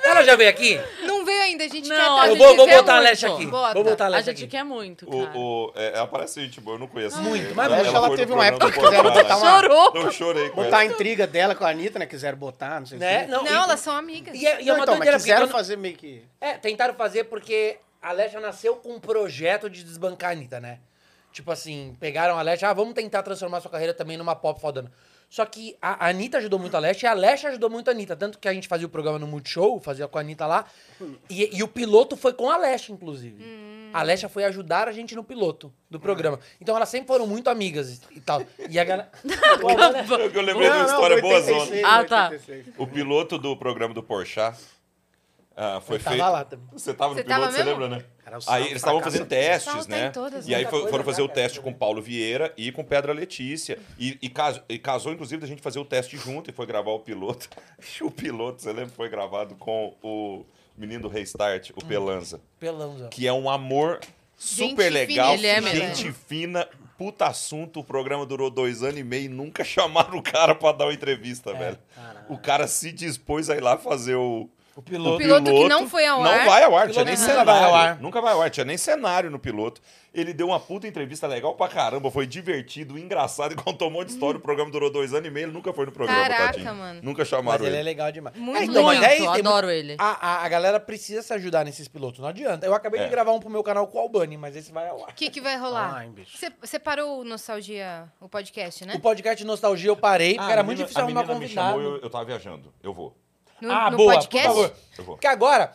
[SPEAKER 4] Ela já veio aqui?
[SPEAKER 2] Não veio ainda, a gente
[SPEAKER 1] Não,
[SPEAKER 2] quer tá, a
[SPEAKER 1] eu
[SPEAKER 2] gente
[SPEAKER 1] vou- vou
[SPEAKER 2] quer
[SPEAKER 1] botar a
[SPEAKER 2] muito.
[SPEAKER 4] Alexa aqui.
[SPEAKER 2] Bota.
[SPEAKER 4] Vou botar a
[SPEAKER 1] A
[SPEAKER 4] Alexa
[SPEAKER 1] gente
[SPEAKER 4] aqui.
[SPEAKER 1] quer muito,
[SPEAKER 6] O,
[SPEAKER 1] cara.
[SPEAKER 6] o- é, ela parece gente boa, eu não conheço. Muito,
[SPEAKER 3] mas a Lecha, ela teve uma época que quiseram
[SPEAKER 1] Tá
[SPEAKER 3] botar uma- tá
[SPEAKER 1] Chorou.
[SPEAKER 6] Não chorei com
[SPEAKER 3] Botar a
[SPEAKER 6] ela.
[SPEAKER 3] intriga dela com a Anitta, né? Quiseram botar, não sei
[SPEAKER 4] Né?
[SPEAKER 3] se.
[SPEAKER 4] Não,
[SPEAKER 2] Não,
[SPEAKER 4] e-
[SPEAKER 2] elas são amigas.
[SPEAKER 4] E é, e é
[SPEAKER 3] Não,
[SPEAKER 4] uma
[SPEAKER 3] então, mas
[SPEAKER 4] doideira, porque
[SPEAKER 3] quiseram
[SPEAKER 4] quando-
[SPEAKER 3] fazer meio que.
[SPEAKER 4] É, tentaram fazer porque a Alexa nasceu com um projeto de desbancar a Anitta, né? Tipo assim, pegaram a Alexa, ah, vamos tentar transformar sua carreira também numa pop fodona. Só que a a Anitta ajudou muito a Alexa e a Alexa ajudou muito a Anitta. Tanto que a gente fazia o programa no Multishow, fazia com a Anitta lá. E, e o piloto foi com a Alexa, inclusive. A Alexa foi ajudar a gente no piloto do programa. Então elas sempre foram muito amigas e tal. E a galera...
[SPEAKER 6] Eu, eu lembrei de uma história boa, Zona.
[SPEAKER 1] Ah, tá.
[SPEAKER 6] O piloto do programa do Porchat ah, foi feito...
[SPEAKER 4] Tava lá também.
[SPEAKER 6] Você tava no
[SPEAKER 2] Você
[SPEAKER 6] piloto,
[SPEAKER 2] tava
[SPEAKER 6] você
[SPEAKER 2] mesmo?
[SPEAKER 6] lembra, né?
[SPEAKER 3] Cara, o Saulo
[SPEAKER 6] Aí eles estavam
[SPEAKER 3] fracassa.
[SPEAKER 6] fazendo testes,
[SPEAKER 2] Saulo tá
[SPEAKER 6] né?
[SPEAKER 2] em todas,
[SPEAKER 6] e
[SPEAKER 2] né?
[SPEAKER 6] aí
[SPEAKER 4] Muita
[SPEAKER 6] foi-
[SPEAKER 4] coisa
[SPEAKER 6] foram
[SPEAKER 4] pra
[SPEAKER 6] fazer o
[SPEAKER 4] caralho
[SPEAKER 6] teste com Paulo Vieira e com Pedra Letícia. E, e cas- e casou, inclusive, da gente fazer o teste junto e foi gravar o piloto. E o piloto, você lembra, foi gravado com o menino do Restart,
[SPEAKER 3] Hum.
[SPEAKER 6] o Pelanza,
[SPEAKER 4] Pelão, Zé.
[SPEAKER 6] que é um amor
[SPEAKER 2] Gente
[SPEAKER 6] super legal,
[SPEAKER 2] fina, ele é mesmo,
[SPEAKER 6] gente fina, puta assunto. O programa durou dois anos e meio e nunca chamaram o cara pra dar uma entrevista, velho. O cara se dispôs a ir lá fazer o.
[SPEAKER 4] O piloto.
[SPEAKER 2] piloto que não foi ao ar.
[SPEAKER 6] Não vai ao ar, tinha
[SPEAKER 4] Piloto
[SPEAKER 6] nem
[SPEAKER 4] que
[SPEAKER 6] cenário.
[SPEAKER 4] nunca vai ao ar.
[SPEAKER 6] Nunca vai ao ar, tinha nem cenário no piloto. Ele deu uma puta entrevista legal pra caramba, foi divertido, engraçado e contou um monte de história. O programa durou dois anos e meio, ele nunca foi no programa,
[SPEAKER 2] Caraca,
[SPEAKER 6] tadinho.
[SPEAKER 2] mano.
[SPEAKER 6] Nunca
[SPEAKER 4] Mas
[SPEAKER 6] chamaram
[SPEAKER 4] ele
[SPEAKER 6] ele.
[SPEAKER 4] é legal demais.
[SPEAKER 2] Muito,
[SPEAKER 4] mas é
[SPEAKER 1] muito,
[SPEAKER 4] isso, tem
[SPEAKER 1] adoro ele.
[SPEAKER 4] A, a, a galera precisa se ajudar nesses pilotos, não adianta. Eu acabei
[SPEAKER 6] É.
[SPEAKER 4] de gravar um pro meu canal com o Albani, mas esse vai ao ar.
[SPEAKER 2] O que, que vai rolar?
[SPEAKER 3] Ai, bicho.
[SPEAKER 2] Você você parou o Nostalgia, o podcast,
[SPEAKER 1] É?
[SPEAKER 2] né?
[SPEAKER 4] O podcast Nostalgia eu parei, porque
[SPEAKER 3] Ah,
[SPEAKER 4] é era
[SPEAKER 3] a
[SPEAKER 4] muito
[SPEAKER 3] menina-
[SPEAKER 4] difícil
[SPEAKER 6] a
[SPEAKER 4] arrumar
[SPEAKER 6] menina me chamou,
[SPEAKER 4] convidado.
[SPEAKER 6] eu, eu tava viajando. Eu vou.
[SPEAKER 2] No,
[SPEAKER 4] ah,
[SPEAKER 2] no
[SPEAKER 4] boa,
[SPEAKER 2] podcast?
[SPEAKER 4] por favor.
[SPEAKER 6] Eu vou.
[SPEAKER 4] Porque agora,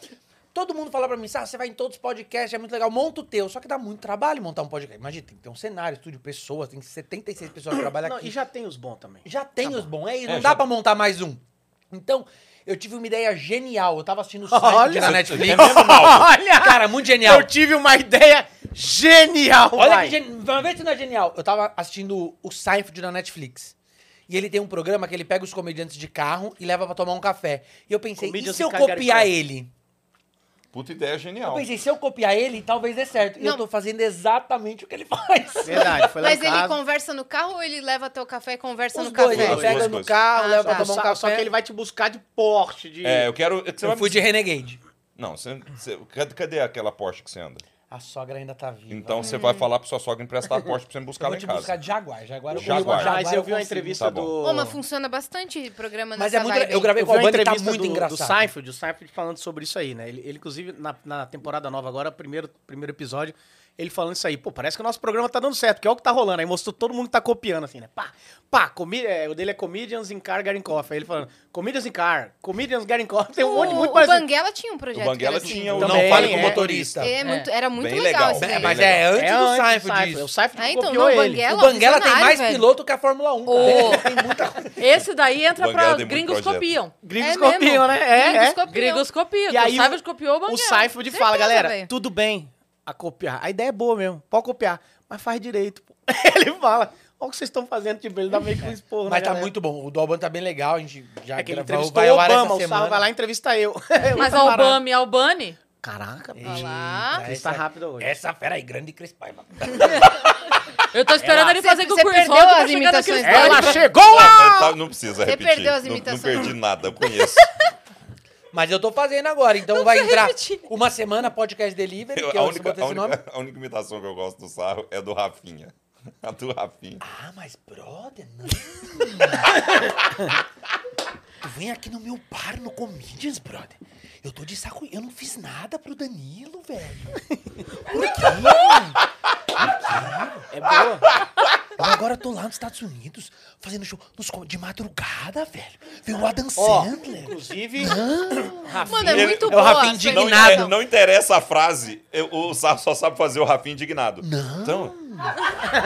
[SPEAKER 4] todo mundo fala pra mim, "Sá, você vai em todos os podcasts, é muito legal, monta o teu. Só que dá muito trabalho montar um podcast. Imagina, tem que ter um cenário, estúdio, pessoas, tem 76 pessoas que trabalham
[SPEAKER 3] Não,
[SPEAKER 4] aqui.
[SPEAKER 3] e já tem os bons também.
[SPEAKER 4] Já tem os bons, é isso.
[SPEAKER 6] É,
[SPEAKER 4] não
[SPEAKER 6] já-
[SPEAKER 4] dá pra montar mais um. Então, eu tive uma ideia genial. Eu tava assistindo o site
[SPEAKER 3] Olha.
[SPEAKER 4] na Netflix.
[SPEAKER 3] Olha!
[SPEAKER 4] Cara, muito genial.
[SPEAKER 3] Eu tive uma ideia genial,
[SPEAKER 4] Olha
[SPEAKER 3] vai.
[SPEAKER 4] que genial. Vamos ver se não é genial. Eu tava assistindo o Seinfeld na Netflix. E ele tem um programa que ele pega os comediantes de carro e leva pra tomar um café. E eu pensei,
[SPEAKER 3] Comedians
[SPEAKER 4] e se eu
[SPEAKER 3] in Calgary,
[SPEAKER 4] copiar
[SPEAKER 3] Colorado.
[SPEAKER 4] ele?
[SPEAKER 6] Puta ideia genial.
[SPEAKER 4] Eu pensei, se eu copiar ele, talvez dê certo. E
[SPEAKER 2] Não.
[SPEAKER 4] eu tô fazendo exatamente o que ele faz.
[SPEAKER 3] Verdade, foi lá
[SPEAKER 2] Mas
[SPEAKER 3] em
[SPEAKER 2] ele
[SPEAKER 3] casa.
[SPEAKER 2] conversa no carro ou ele leva até o café e conversa
[SPEAKER 4] Os
[SPEAKER 2] no
[SPEAKER 4] dois,
[SPEAKER 2] café?
[SPEAKER 4] ele
[SPEAKER 6] As duas
[SPEAKER 4] pega no
[SPEAKER 6] coisas.
[SPEAKER 4] carro,
[SPEAKER 2] Ah,
[SPEAKER 4] leva
[SPEAKER 2] tá.
[SPEAKER 4] pra tomar um café.
[SPEAKER 3] Só que ele vai te buscar de Porsche, de...
[SPEAKER 6] É, eu quero. Você
[SPEAKER 4] Eu
[SPEAKER 6] vai me
[SPEAKER 4] fui de Renegade.
[SPEAKER 6] Não, você, você- cadê, cadê aquela Porsche que você anda?
[SPEAKER 4] A sogra ainda tá viva.
[SPEAKER 6] Então você vai falar pra sua sogra emprestar a Porsche pra você me buscar
[SPEAKER 4] eu vou
[SPEAKER 6] lá em
[SPEAKER 4] te
[SPEAKER 6] casa.
[SPEAKER 4] buscar de Jaguar. Jaguar é eu
[SPEAKER 6] Jaguar.
[SPEAKER 4] consigo,
[SPEAKER 3] Mas eu vi uma
[SPEAKER 4] consigo.
[SPEAKER 3] entrevista
[SPEAKER 6] Tá bom.
[SPEAKER 3] do...
[SPEAKER 2] Ô, mas funciona bastante programa
[SPEAKER 4] Mas
[SPEAKER 2] nessa
[SPEAKER 4] é muito le-
[SPEAKER 2] vibe.
[SPEAKER 4] eu
[SPEAKER 2] aí.
[SPEAKER 4] gravei
[SPEAKER 3] Eu
[SPEAKER 4] com
[SPEAKER 3] vi
[SPEAKER 4] o
[SPEAKER 3] uma
[SPEAKER 4] Albani, tá
[SPEAKER 3] entrevista
[SPEAKER 4] muito
[SPEAKER 3] do,
[SPEAKER 4] engraçado.
[SPEAKER 3] do Seinfeld, o Seinfeld falando sobre isso aí, né? Ele, ele, inclusive, na, na temporada nova agora, primeiro, primeiro episódio, ele falando isso aí. Pô, parece que o nosso programa tá dando certo, que é o que tá rolando. Aí mostrou todo mundo que tá copiando, assim, né? Pá, pá, comi é, o dele é Comedians in Car Getting Coffee. Aí ele falando, Comedians in Car, Comedians Getting Coffee, tem um monte
[SPEAKER 2] o,
[SPEAKER 3] muito
[SPEAKER 2] o
[SPEAKER 3] mais...
[SPEAKER 2] Banguela tinha um projeto.
[SPEAKER 6] O Banguela
[SPEAKER 2] que era
[SPEAKER 6] tinha o
[SPEAKER 3] Também,
[SPEAKER 4] Não fale com o
[SPEAKER 3] é.
[SPEAKER 4] motorista.
[SPEAKER 2] É muito- era muito
[SPEAKER 6] Bem
[SPEAKER 2] legal. assim.
[SPEAKER 6] legal.
[SPEAKER 2] esse
[SPEAKER 6] Bem
[SPEAKER 4] É,
[SPEAKER 2] daí.
[SPEAKER 4] mas é antes
[SPEAKER 3] É
[SPEAKER 4] do
[SPEAKER 3] antes do
[SPEAKER 4] Seinfeld.
[SPEAKER 3] Seinfeld, É
[SPEAKER 4] isso.
[SPEAKER 3] O Seinfeld
[SPEAKER 2] Ah, então,
[SPEAKER 3] copiou
[SPEAKER 2] não,
[SPEAKER 3] ele.
[SPEAKER 2] Banguela-
[SPEAKER 4] O Banguela tem
[SPEAKER 2] visionário,
[SPEAKER 4] mais
[SPEAKER 2] velho.
[SPEAKER 4] piloto que a Fórmula 1. cara.
[SPEAKER 1] Ô.
[SPEAKER 4] Tem muita coisa.
[SPEAKER 1] Esse daí entra
[SPEAKER 6] Banguela
[SPEAKER 1] pra
[SPEAKER 6] tem muito
[SPEAKER 1] gringos
[SPEAKER 6] projeto.
[SPEAKER 1] copiam.
[SPEAKER 3] Gringos
[SPEAKER 2] É mesmo.
[SPEAKER 3] copiam, né? É,
[SPEAKER 2] Gringos
[SPEAKER 3] é.
[SPEAKER 2] copiam.
[SPEAKER 1] Gringos copiam.
[SPEAKER 3] E aí
[SPEAKER 1] o Seinfeld copiou o Banguela.
[SPEAKER 3] O Seinfeld
[SPEAKER 2] Certeza,
[SPEAKER 3] fala, galera,
[SPEAKER 2] velho.
[SPEAKER 3] tudo bem a copiar. A ideia é boa mesmo, pode copiar, mas faz direito. pô." Ele fala, olha o que vocês estão fazendo, tipo, ele dá meio que um esporro. na
[SPEAKER 4] Mas tá
[SPEAKER 3] galera.
[SPEAKER 4] muito bom. O do Albano tá bem legal. A gente já
[SPEAKER 3] É que ele
[SPEAKER 4] gravou,
[SPEAKER 3] entrevistou
[SPEAKER 4] vai
[SPEAKER 3] o
[SPEAKER 4] ao ar essa
[SPEAKER 3] Obama, o
[SPEAKER 4] semana.
[SPEAKER 3] Sarro vai lá entrevistar eu.
[SPEAKER 1] Mas
[SPEAKER 3] Tá parado.
[SPEAKER 1] Albani, Albani...
[SPEAKER 4] É,
[SPEAKER 3] Caraca, bicho.
[SPEAKER 2] Olha lá.
[SPEAKER 4] Eita, é
[SPEAKER 3] Você está rápido hoje.
[SPEAKER 4] Essa fera aí, grande Cris Paiva.
[SPEAKER 1] Eu tô esperando ele fazer
[SPEAKER 2] Você-
[SPEAKER 1] com o tá
[SPEAKER 2] você
[SPEAKER 1] cursor
[SPEAKER 2] perdeu
[SPEAKER 1] pra
[SPEAKER 2] as
[SPEAKER 1] chegar naquele
[SPEAKER 2] imitações
[SPEAKER 1] estágio.
[SPEAKER 3] Ela chegou
[SPEAKER 6] Não,
[SPEAKER 3] lá!
[SPEAKER 6] mas tá- não precisa
[SPEAKER 2] Você
[SPEAKER 6] repetir.
[SPEAKER 2] perdeu as
[SPEAKER 6] Não-
[SPEAKER 2] imitações.
[SPEAKER 6] Não, perdi nada, eu conheço.
[SPEAKER 4] Mas eu tô fazendo agora, então vai entrar uma semana podcast delivery,
[SPEAKER 6] Eu-
[SPEAKER 4] que
[SPEAKER 6] a,
[SPEAKER 4] eu
[SPEAKER 6] única,
[SPEAKER 4] botei
[SPEAKER 6] a
[SPEAKER 4] esse nome.
[SPEAKER 6] única- a única imitação que eu gosto do Sarro é do Rafinha. A do Rafinha.
[SPEAKER 4] Ah, mas brother, não. tu vem aqui no meu bar, no Comedians, brother. Eu tô de saco. Eu não fiz nada pro Danilo, velho. Por quê?
[SPEAKER 3] É boa.
[SPEAKER 4] Eu agora tô lá nos Estados Unidos fazendo show nos co- de madrugada, velho. Veio o Adam
[SPEAKER 3] Ó,
[SPEAKER 4] Sandler.
[SPEAKER 3] inclusive,
[SPEAKER 2] Mano, é muito
[SPEAKER 3] É o
[SPEAKER 2] boa.
[SPEAKER 3] Rafinha
[SPEAKER 2] a sua
[SPEAKER 3] indignado.
[SPEAKER 6] Não, é-
[SPEAKER 2] imitação.
[SPEAKER 6] não interessa a frase, eu- o Sarro só sabe fazer o Rafinha indignado.
[SPEAKER 4] Não.
[SPEAKER 6] Então,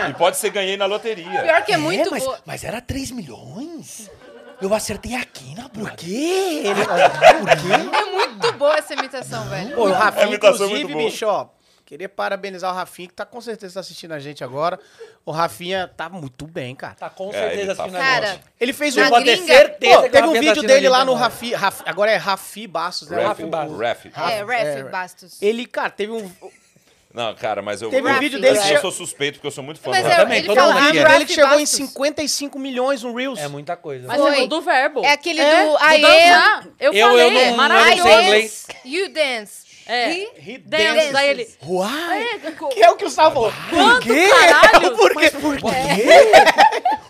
[SPEAKER 6] e pode ser ganhei na loteria.
[SPEAKER 2] Pior que é muito
[SPEAKER 4] mas,
[SPEAKER 2] boa.
[SPEAKER 4] mas era 3 milhões? Eu acertei aqui na brother.
[SPEAKER 3] Que? Ele...
[SPEAKER 2] É muito boa essa imitação, velho.
[SPEAKER 3] Pô, o
[SPEAKER 6] A
[SPEAKER 3] Rafinha,
[SPEAKER 6] imitação é
[SPEAKER 3] inclusive,
[SPEAKER 6] muito boa.
[SPEAKER 3] bicho, ó. Queria parabenizar o Rafinha, que tá com certeza assistindo a gente agora. O Rafinha tá muito bem, cara.
[SPEAKER 4] Tá com
[SPEAKER 6] É, ele
[SPEAKER 4] certeza
[SPEAKER 6] tá
[SPEAKER 4] assistindo
[SPEAKER 6] forte.
[SPEAKER 4] agora.
[SPEAKER 2] Cara,
[SPEAKER 3] Ele fez um.
[SPEAKER 2] Na
[SPEAKER 4] Eu vou ter
[SPEAKER 2] gringa-
[SPEAKER 4] certeza
[SPEAKER 3] Pô,
[SPEAKER 4] que
[SPEAKER 3] teve
[SPEAKER 4] o
[SPEAKER 3] um
[SPEAKER 4] Rafinha tá
[SPEAKER 3] vídeo dele
[SPEAKER 4] assistindo
[SPEAKER 3] lá
[SPEAKER 4] ele
[SPEAKER 3] no
[SPEAKER 4] agora.
[SPEAKER 3] Rafi, Raf- Agora é Rafi Bastos, né?
[SPEAKER 6] Ref,
[SPEAKER 3] O-
[SPEAKER 4] Bastos.
[SPEAKER 6] ref.
[SPEAKER 2] é,
[SPEAKER 3] é,
[SPEAKER 2] Ref Bastos.
[SPEAKER 3] Ele, cara, teve um.
[SPEAKER 6] Não, cara, mas eu.
[SPEAKER 3] Teve um
[SPEAKER 6] eu-
[SPEAKER 3] vídeo
[SPEAKER 6] eu-
[SPEAKER 3] dele
[SPEAKER 6] Eu
[SPEAKER 3] che-
[SPEAKER 6] sou suspeito, porque eu sou muito fã
[SPEAKER 2] Mas
[SPEAKER 6] do
[SPEAKER 2] é,
[SPEAKER 6] Rafinha.
[SPEAKER 4] também,
[SPEAKER 2] ele
[SPEAKER 4] todo
[SPEAKER 2] fala
[SPEAKER 4] mundo
[SPEAKER 3] O
[SPEAKER 4] aqui
[SPEAKER 2] I'm
[SPEAKER 4] é.
[SPEAKER 3] vídeo dele
[SPEAKER 2] Raf
[SPEAKER 3] que chegou em
[SPEAKER 2] Bastos.
[SPEAKER 3] 55 milhões no Reels.
[SPEAKER 4] É muita coisa.
[SPEAKER 1] Mas
[SPEAKER 2] Foi.
[SPEAKER 1] é do verbo.
[SPEAKER 2] É aquele
[SPEAKER 3] É,
[SPEAKER 2] do
[SPEAKER 1] Do
[SPEAKER 2] I
[SPEAKER 1] dançar. Eu,
[SPEAKER 4] Eu- eu
[SPEAKER 1] falei,
[SPEAKER 4] não- eu
[SPEAKER 1] é
[SPEAKER 2] am, I
[SPEAKER 4] não Eu sei
[SPEAKER 1] maravilhoso.
[SPEAKER 4] inglês.
[SPEAKER 2] dance, you dance.
[SPEAKER 1] É.
[SPEAKER 2] He-
[SPEAKER 3] He
[SPEAKER 1] Dance,
[SPEAKER 2] Dances.
[SPEAKER 1] aí ele...
[SPEAKER 3] Uai!
[SPEAKER 1] É, co-
[SPEAKER 3] Que é o que o Sal falou.
[SPEAKER 1] Quanto, caralho?
[SPEAKER 3] Por quê? Por quê?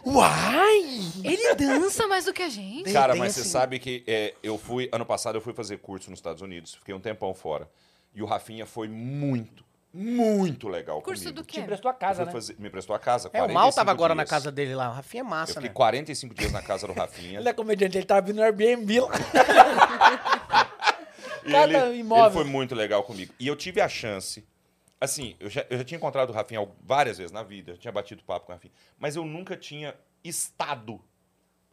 [SPEAKER 4] Uai!
[SPEAKER 2] Ele dança mais do que a gente.
[SPEAKER 6] Cara,
[SPEAKER 3] tem
[SPEAKER 6] mas você
[SPEAKER 3] assim-
[SPEAKER 6] sabe que é, eu fui. Ano passado eu fui fazer curso nos Estados Unidos, fiquei um tempão fora. E o Rafinha foi muito, muito legal.
[SPEAKER 2] Curso do
[SPEAKER 6] comigo. Tipo,
[SPEAKER 2] quê?
[SPEAKER 4] Emprestou a
[SPEAKER 6] Eu
[SPEAKER 4] casa,
[SPEAKER 6] fui
[SPEAKER 4] né?
[SPEAKER 6] fazer- me prestou a casa.
[SPEAKER 3] É, o Mal
[SPEAKER 6] 45
[SPEAKER 3] tava agora na
[SPEAKER 6] dias.
[SPEAKER 3] casa dele lá. O Rafinha é
[SPEAKER 6] Eu
[SPEAKER 3] massa,
[SPEAKER 6] fiquei
[SPEAKER 3] né?
[SPEAKER 6] 45 dias na casa do Rafinha.
[SPEAKER 4] Ele é comediante, ele tá vindo no Airbnb lá.
[SPEAKER 6] E
[SPEAKER 4] Cada
[SPEAKER 6] ele,
[SPEAKER 4] imóvel.
[SPEAKER 6] ele foi muito legal comigo. E eu tive a chance. Assim, eu já, eu já tinha encontrado o Rafinha al- várias vezes na vida, já tinha batido papo com o Rafinha. Mas eu nunca tinha estado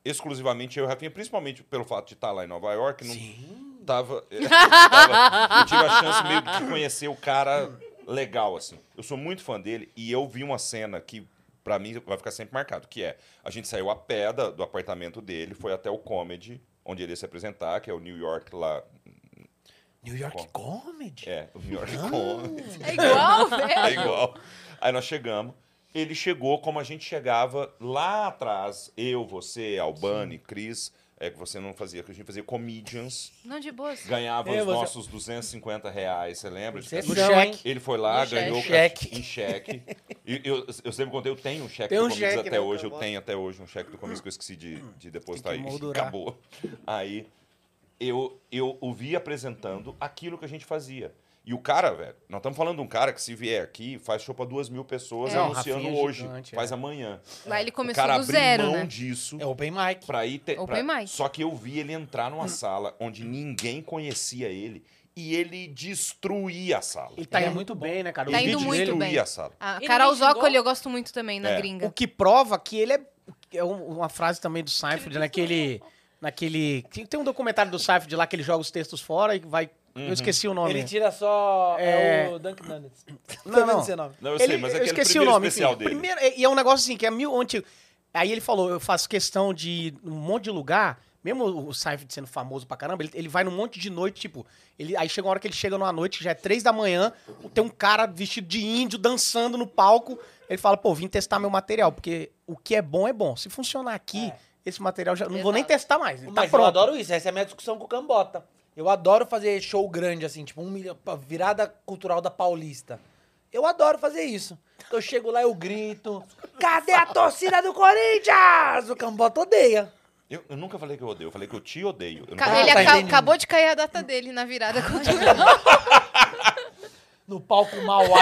[SPEAKER 6] exclusivamente eu e o Rafinha, principalmente pelo fato de estar lá em Nova York. Não Tava, eh, tava- Eu tive a chance meio que de conhecer o cara legal, assim. Eu sou muito fã dele e eu vi uma cena que, pra mim, vai ficar sempre marcado, que é a gente saiu a pé da- do apartamento dele, foi até o Comedy, onde ele ia se apresentar, que é o New York lá
[SPEAKER 4] New York Comedy?
[SPEAKER 6] é, o
[SPEAKER 4] Ah.
[SPEAKER 6] New York Comics.
[SPEAKER 2] É igual,
[SPEAKER 6] É
[SPEAKER 2] velho.
[SPEAKER 6] igual. Aí nós chegamos. Ele chegou como a gente chegava lá atrás. Eu, você, Albani, Cris. É que você não fazia, que a gente fazia comedians.
[SPEAKER 2] Não de boas.
[SPEAKER 6] Ganhava
[SPEAKER 4] Eu,
[SPEAKER 6] os
[SPEAKER 4] É, você-
[SPEAKER 6] nossos 250 reais, você lembra? de
[SPEAKER 4] Você é
[SPEAKER 3] No
[SPEAKER 6] cachê?
[SPEAKER 4] Não, hein?
[SPEAKER 3] cheque.
[SPEAKER 6] Ele foi lá,
[SPEAKER 1] Em
[SPEAKER 6] ganhou o
[SPEAKER 4] cheque.
[SPEAKER 6] cachê- em cheque. E eu, eu sempre contei, eu tenho um cheque
[SPEAKER 3] Tem um
[SPEAKER 6] do Comedians
[SPEAKER 3] cheque,
[SPEAKER 6] até
[SPEAKER 3] né,
[SPEAKER 6] hoje. Eu
[SPEAKER 3] Cambota?
[SPEAKER 6] tenho até hoje um cheque do Comedians que eu esqueci de, de depositar
[SPEAKER 3] Tem que
[SPEAKER 6] aí.
[SPEAKER 3] moldurar.
[SPEAKER 6] Acabou. Aí eu, eu o vi apresentando aquilo que a gente fazia. E o cara, velho, nós estamos falando de um cara que se vier aqui, faz show pra duas mil pessoas
[SPEAKER 2] É. Não,
[SPEAKER 6] anunciando
[SPEAKER 3] Rafinha é
[SPEAKER 6] hoje,
[SPEAKER 3] gigante,
[SPEAKER 6] faz amanhã.
[SPEAKER 2] Lá ele
[SPEAKER 6] o
[SPEAKER 2] começou
[SPEAKER 6] cara
[SPEAKER 2] do
[SPEAKER 6] abriu
[SPEAKER 2] zero,
[SPEAKER 6] mão
[SPEAKER 2] né?
[SPEAKER 6] disso
[SPEAKER 4] É Open Mic.
[SPEAKER 6] pra ir ter.
[SPEAKER 2] Open
[SPEAKER 6] pra-
[SPEAKER 2] mic.
[SPEAKER 6] Só que eu vi ele entrar numa sala onde ninguém conhecia ele e ele destruía a sala.
[SPEAKER 3] Ele tá
[SPEAKER 4] Ele é
[SPEAKER 3] indo muito
[SPEAKER 4] muito bom.
[SPEAKER 3] bem, né, cara?
[SPEAKER 2] Tá
[SPEAKER 3] Os
[SPEAKER 2] indo
[SPEAKER 3] vídeos
[SPEAKER 2] muito
[SPEAKER 3] dele-
[SPEAKER 6] destruía
[SPEAKER 2] bem.
[SPEAKER 6] a sala.
[SPEAKER 2] A
[SPEAKER 1] E
[SPEAKER 2] Carol
[SPEAKER 1] ninguém xingou?
[SPEAKER 2] Zócoli eu gosto muito também, na
[SPEAKER 6] É.
[SPEAKER 2] gringa.
[SPEAKER 3] O que prova que ele é. É um- uma frase também do Seinfeld, naquele. Naquele. Tem tem um documentário do Seinfeld lá que ele joga os textos fora e vai. Eu esqueci o nome.
[SPEAKER 4] Ele tira só é...
[SPEAKER 3] É.
[SPEAKER 4] o Dunkin' Donuts.
[SPEAKER 3] Não,
[SPEAKER 4] Tô vendo
[SPEAKER 3] não.
[SPEAKER 4] seu nome.
[SPEAKER 6] Não, eu sei, mas é aquele primeiro especial
[SPEAKER 3] enfim.
[SPEAKER 6] dele.
[SPEAKER 3] Primeiro- e- e é um negócio assim, que é mil antigo. Aí ele falou, eu faço questão de ir num monte de lugar, mesmo o Seinfeld sendo famoso pra caramba, ele, ele vai num monte de noite, tipo, ele, aí chega uma hora que ele chega numa noite, que já é três da manhã, tem um cara vestido de índio dançando no palco, ele fala, pô, vim testar meu material, porque o que é bom é bom. Se funcionar aqui, esse material, já não vou nem testar mais, ele tá
[SPEAKER 4] É. Mas
[SPEAKER 3] pronto.
[SPEAKER 4] eu adoro isso, essa é a minha discussão com o Cambota. Eu adoro fazer show grande, assim, tipo, um milhão, pa- virada cultural da Paulista. Eu adoro fazer isso. Eu chego lá, eu grito. Cadê a torcida do Corinthians? O Cambota odeia.
[SPEAKER 6] Eu, eu nunca falei que eu odeio, eu falei que eu te odeio. Eu
[SPEAKER 2] Ca-
[SPEAKER 6] nunca-
[SPEAKER 4] Ah,
[SPEAKER 2] ele
[SPEAKER 4] tá
[SPEAKER 2] aca-
[SPEAKER 4] entendendo.
[SPEAKER 2] acabou de cair a data dele na
[SPEAKER 6] Ah,
[SPEAKER 2] virada cultural.
[SPEAKER 4] No palco Mauá.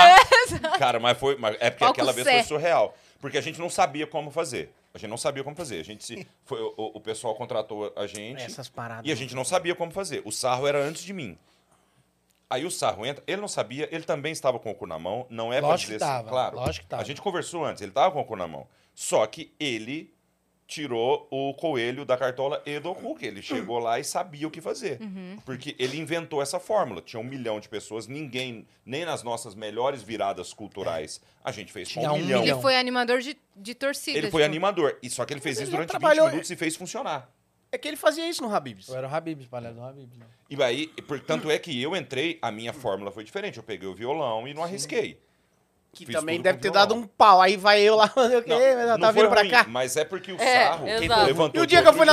[SPEAKER 6] Cara, mas foi. mas é porque
[SPEAKER 2] Palco
[SPEAKER 6] aquela vez
[SPEAKER 2] Sé.
[SPEAKER 6] foi surreal. Porque a gente não sabia como fazer. A gente não sabia como fazer. A gente se. Foi, o, o pessoal contratou a gente.
[SPEAKER 3] Essas paradas.
[SPEAKER 6] E a gente não sabia como fazer. O sarro era antes de mim. Aí o sarro entra, ele não sabia, ele também estava com o cu na mão, não é pra
[SPEAKER 4] Lógico
[SPEAKER 6] dizer
[SPEAKER 4] que
[SPEAKER 6] assim,
[SPEAKER 4] tava,
[SPEAKER 6] claro.
[SPEAKER 4] lógico que tava.
[SPEAKER 6] A gente conversou antes, ele estava com o cu na mão. Só que ele tirou o coelho da cartola e do cu, que ele chegou lá e sabia o que fazer. Porque ele inventou essa fórmula. Tinha um milhão de pessoas, ninguém, nem nas nossas melhores viradas culturais, a gente fez com
[SPEAKER 4] Tinha
[SPEAKER 6] um
[SPEAKER 4] um
[SPEAKER 6] milhão.
[SPEAKER 4] milhão.
[SPEAKER 2] ele foi animador de, de torcida.
[SPEAKER 6] Ele foi
[SPEAKER 2] tipo.
[SPEAKER 6] animador. E só que ele fez
[SPEAKER 3] Mas
[SPEAKER 6] isso
[SPEAKER 3] ele
[SPEAKER 6] durante 20
[SPEAKER 3] trabalhou-
[SPEAKER 6] minutos e fez funcionar.
[SPEAKER 3] É que ele fazia isso no Habibs.
[SPEAKER 4] Eu era o Habib, palhaço do Habib. né?
[SPEAKER 6] E aí, portanto é que eu entrei, a minha fórmula foi diferente. Eu peguei o violão e não arrisquei.
[SPEAKER 3] Que
[SPEAKER 6] Fiz
[SPEAKER 3] também
[SPEAKER 6] tudo
[SPEAKER 3] deve
[SPEAKER 6] com
[SPEAKER 3] ter
[SPEAKER 6] violão.
[SPEAKER 3] dado um pau. Aí vai eu lá, eu que, mas ela
[SPEAKER 6] não
[SPEAKER 3] tá
[SPEAKER 6] foi
[SPEAKER 3] vindo pra
[SPEAKER 6] ruim,
[SPEAKER 3] cá.
[SPEAKER 6] Mas é porque o
[SPEAKER 1] É,
[SPEAKER 6] sarro
[SPEAKER 1] exato.
[SPEAKER 6] levantou.
[SPEAKER 3] E o dia que eu fui na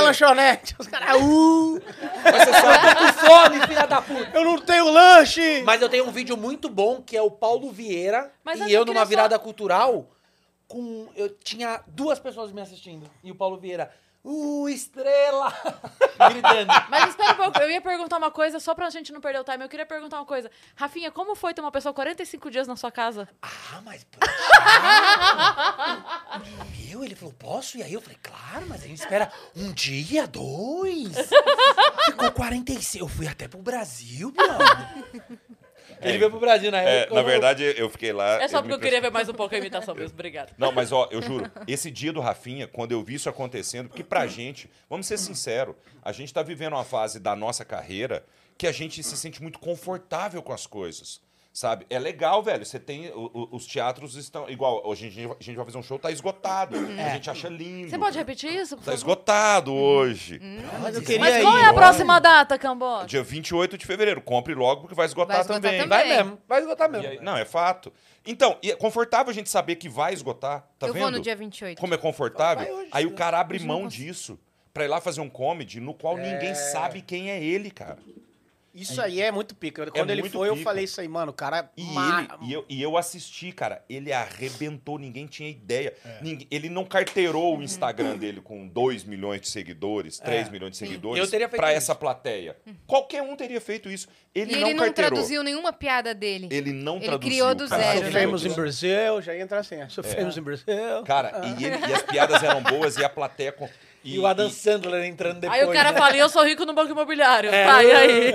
[SPEAKER 3] lanchonete,
[SPEAKER 6] lanchonete.
[SPEAKER 3] os caras, uh,
[SPEAKER 4] Mas você sabe que eu tô com fome, filha da puta.
[SPEAKER 3] eu não tenho lanche!
[SPEAKER 4] Mas eu tenho um vídeo muito bom que é o Paulo Vieira
[SPEAKER 1] Mas antes
[SPEAKER 4] e eu
[SPEAKER 1] eu queria
[SPEAKER 4] numa
[SPEAKER 1] só-
[SPEAKER 4] virada cultural com eu tinha duas pessoas me assistindo e o Paulo Vieira, uh, estrela, gritando.
[SPEAKER 1] Mas espera um pouco, eu ia perguntar uma coisa, só pra gente não perder o time. Eu queria perguntar uma coisa. Rafinha, como foi ter uma pessoa 45 dias na sua casa?
[SPEAKER 4] Ah, mas. poxa. Meu, ele falou, posso? E aí eu falei, claro, mas a gente espera um dia, dois. Ficou 46. Eu fui até pro Brasil, bro. Ele veio pro Brasil na
[SPEAKER 6] É,
[SPEAKER 4] época.
[SPEAKER 6] na
[SPEAKER 4] eu-
[SPEAKER 6] verdade, eu fiquei lá.
[SPEAKER 1] É só porque
[SPEAKER 6] me
[SPEAKER 1] eu queria ver mais um pouco a imitação mesmo. Obrigada.
[SPEAKER 6] Não, mas ó, eu juro, esse dia do Rafinha, quando eu vi isso acontecendo, porque pra gente, vamos ser sinceros, a gente tá vivendo uma fase da nossa carreira que a gente se sente muito confortável com as coisas. Sabe? É legal, velho. Você tem. o- o- os teatros estão. Igual, hoje a gente, a gente vai fazer um show, tá esgotado.
[SPEAKER 3] É.
[SPEAKER 6] A gente acha lindo.
[SPEAKER 1] Você pode repetir isso? por
[SPEAKER 6] Tá
[SPEAKER 1] favor?
[SPEAKER 6] esgotado hoje.
[SPEAKER 2] Hum,
[SPEAKER 3] Mas eu queria
[SPEAKER 1] Mas
[SPEAKER 3] ir.
[SPEAKER 1] qual é a
[SPEAKER 6] Olha.
[SPEAKER 1] próxima data, Cambó?
[SPEAKER 6] Dia 28 de fevereiro. Compre logo, porque vai esgotar,
[SPEAKER 2] Vai esgotar também.
[SPEAKER 4] Vai mesmo, vai esgotar mesmo.
[SPEAKER 6] E aí- não, é fato. Então, e é confortável a gente saber que vai esgotar, tá
[SPEAKER 2] eu
[SPEAKER 6] vendo?
[SPEAKER 2] vou no dia 28.
[SPEAKER 6] Como é confortável,
[SPEAKER 4] Vai hoje,
[SPEAKER 6] aí o
[SPEAKER 4] né?
[SPEAKER 6] cara abre mão disso pra ir lá fazer um comedy no qual ninguém sabe quem é ele, cara.
[SPEAKER 3] Isso aí é muito pica. Quando ele
[SPEAKER 6] muito
[SPEAKER 3] foi, eu
[SPEAKER 6] pica.
[SPEAKER 3] falei isso aí, mano, o cara...
[SPEAKER 6] E,
[SPEAKER 3] ma-
[SPEAKER 6] ele, e, eu, e eu assisti, cara, ele arrebentou, ninguém tinha ideia. Ninguém- ele não
[SPEAKER 2] Uhum.
[SPEAKER 6] carteirou o Instagram dele com 2 milhões de
[SPEAKER 2] É.
[SPEAKER 6] seguidores, 3 milhões de seguidores,
[SPEAKER 4] Eu teria feito
[SPEAKER 6] pra
[SPEAKER 4] isso.
[SPEAKER 6] essa plateia. Qualquer um teria feito isso. Ele
[SPEAKER 2] Uhum. e
[SPEAKER 6] não
[SPEAKER 2] ele não
[SPEAKER 6] carteirou.
[SPEAKER 2] traduziu nenhuma piada dele.
[SPEAKER 6] Ele não
[SPEAKER 2] Ele
[SPEAKER 6] traduziu.
[SPEAKER 2] criou do
[SPEAKER 6] cara.
[SPEAKER 2] zero, né?
[SPEAKER 3] Sofremos em Brasil, já entra assim, é, sofremos em Brasil.
[SPEAKER 6] Cara, e, ele- e as piadas eram boas e a plateia... Com,
[SPEAKER 4] E, o Adam Sandler entrando depois.
[SPEAKER 1] Aí o cara
[SPEAKER 4] né? É.
[SPEAKER 1] fala, "E eu sou rico no banco imobiliário. Tá, e aí?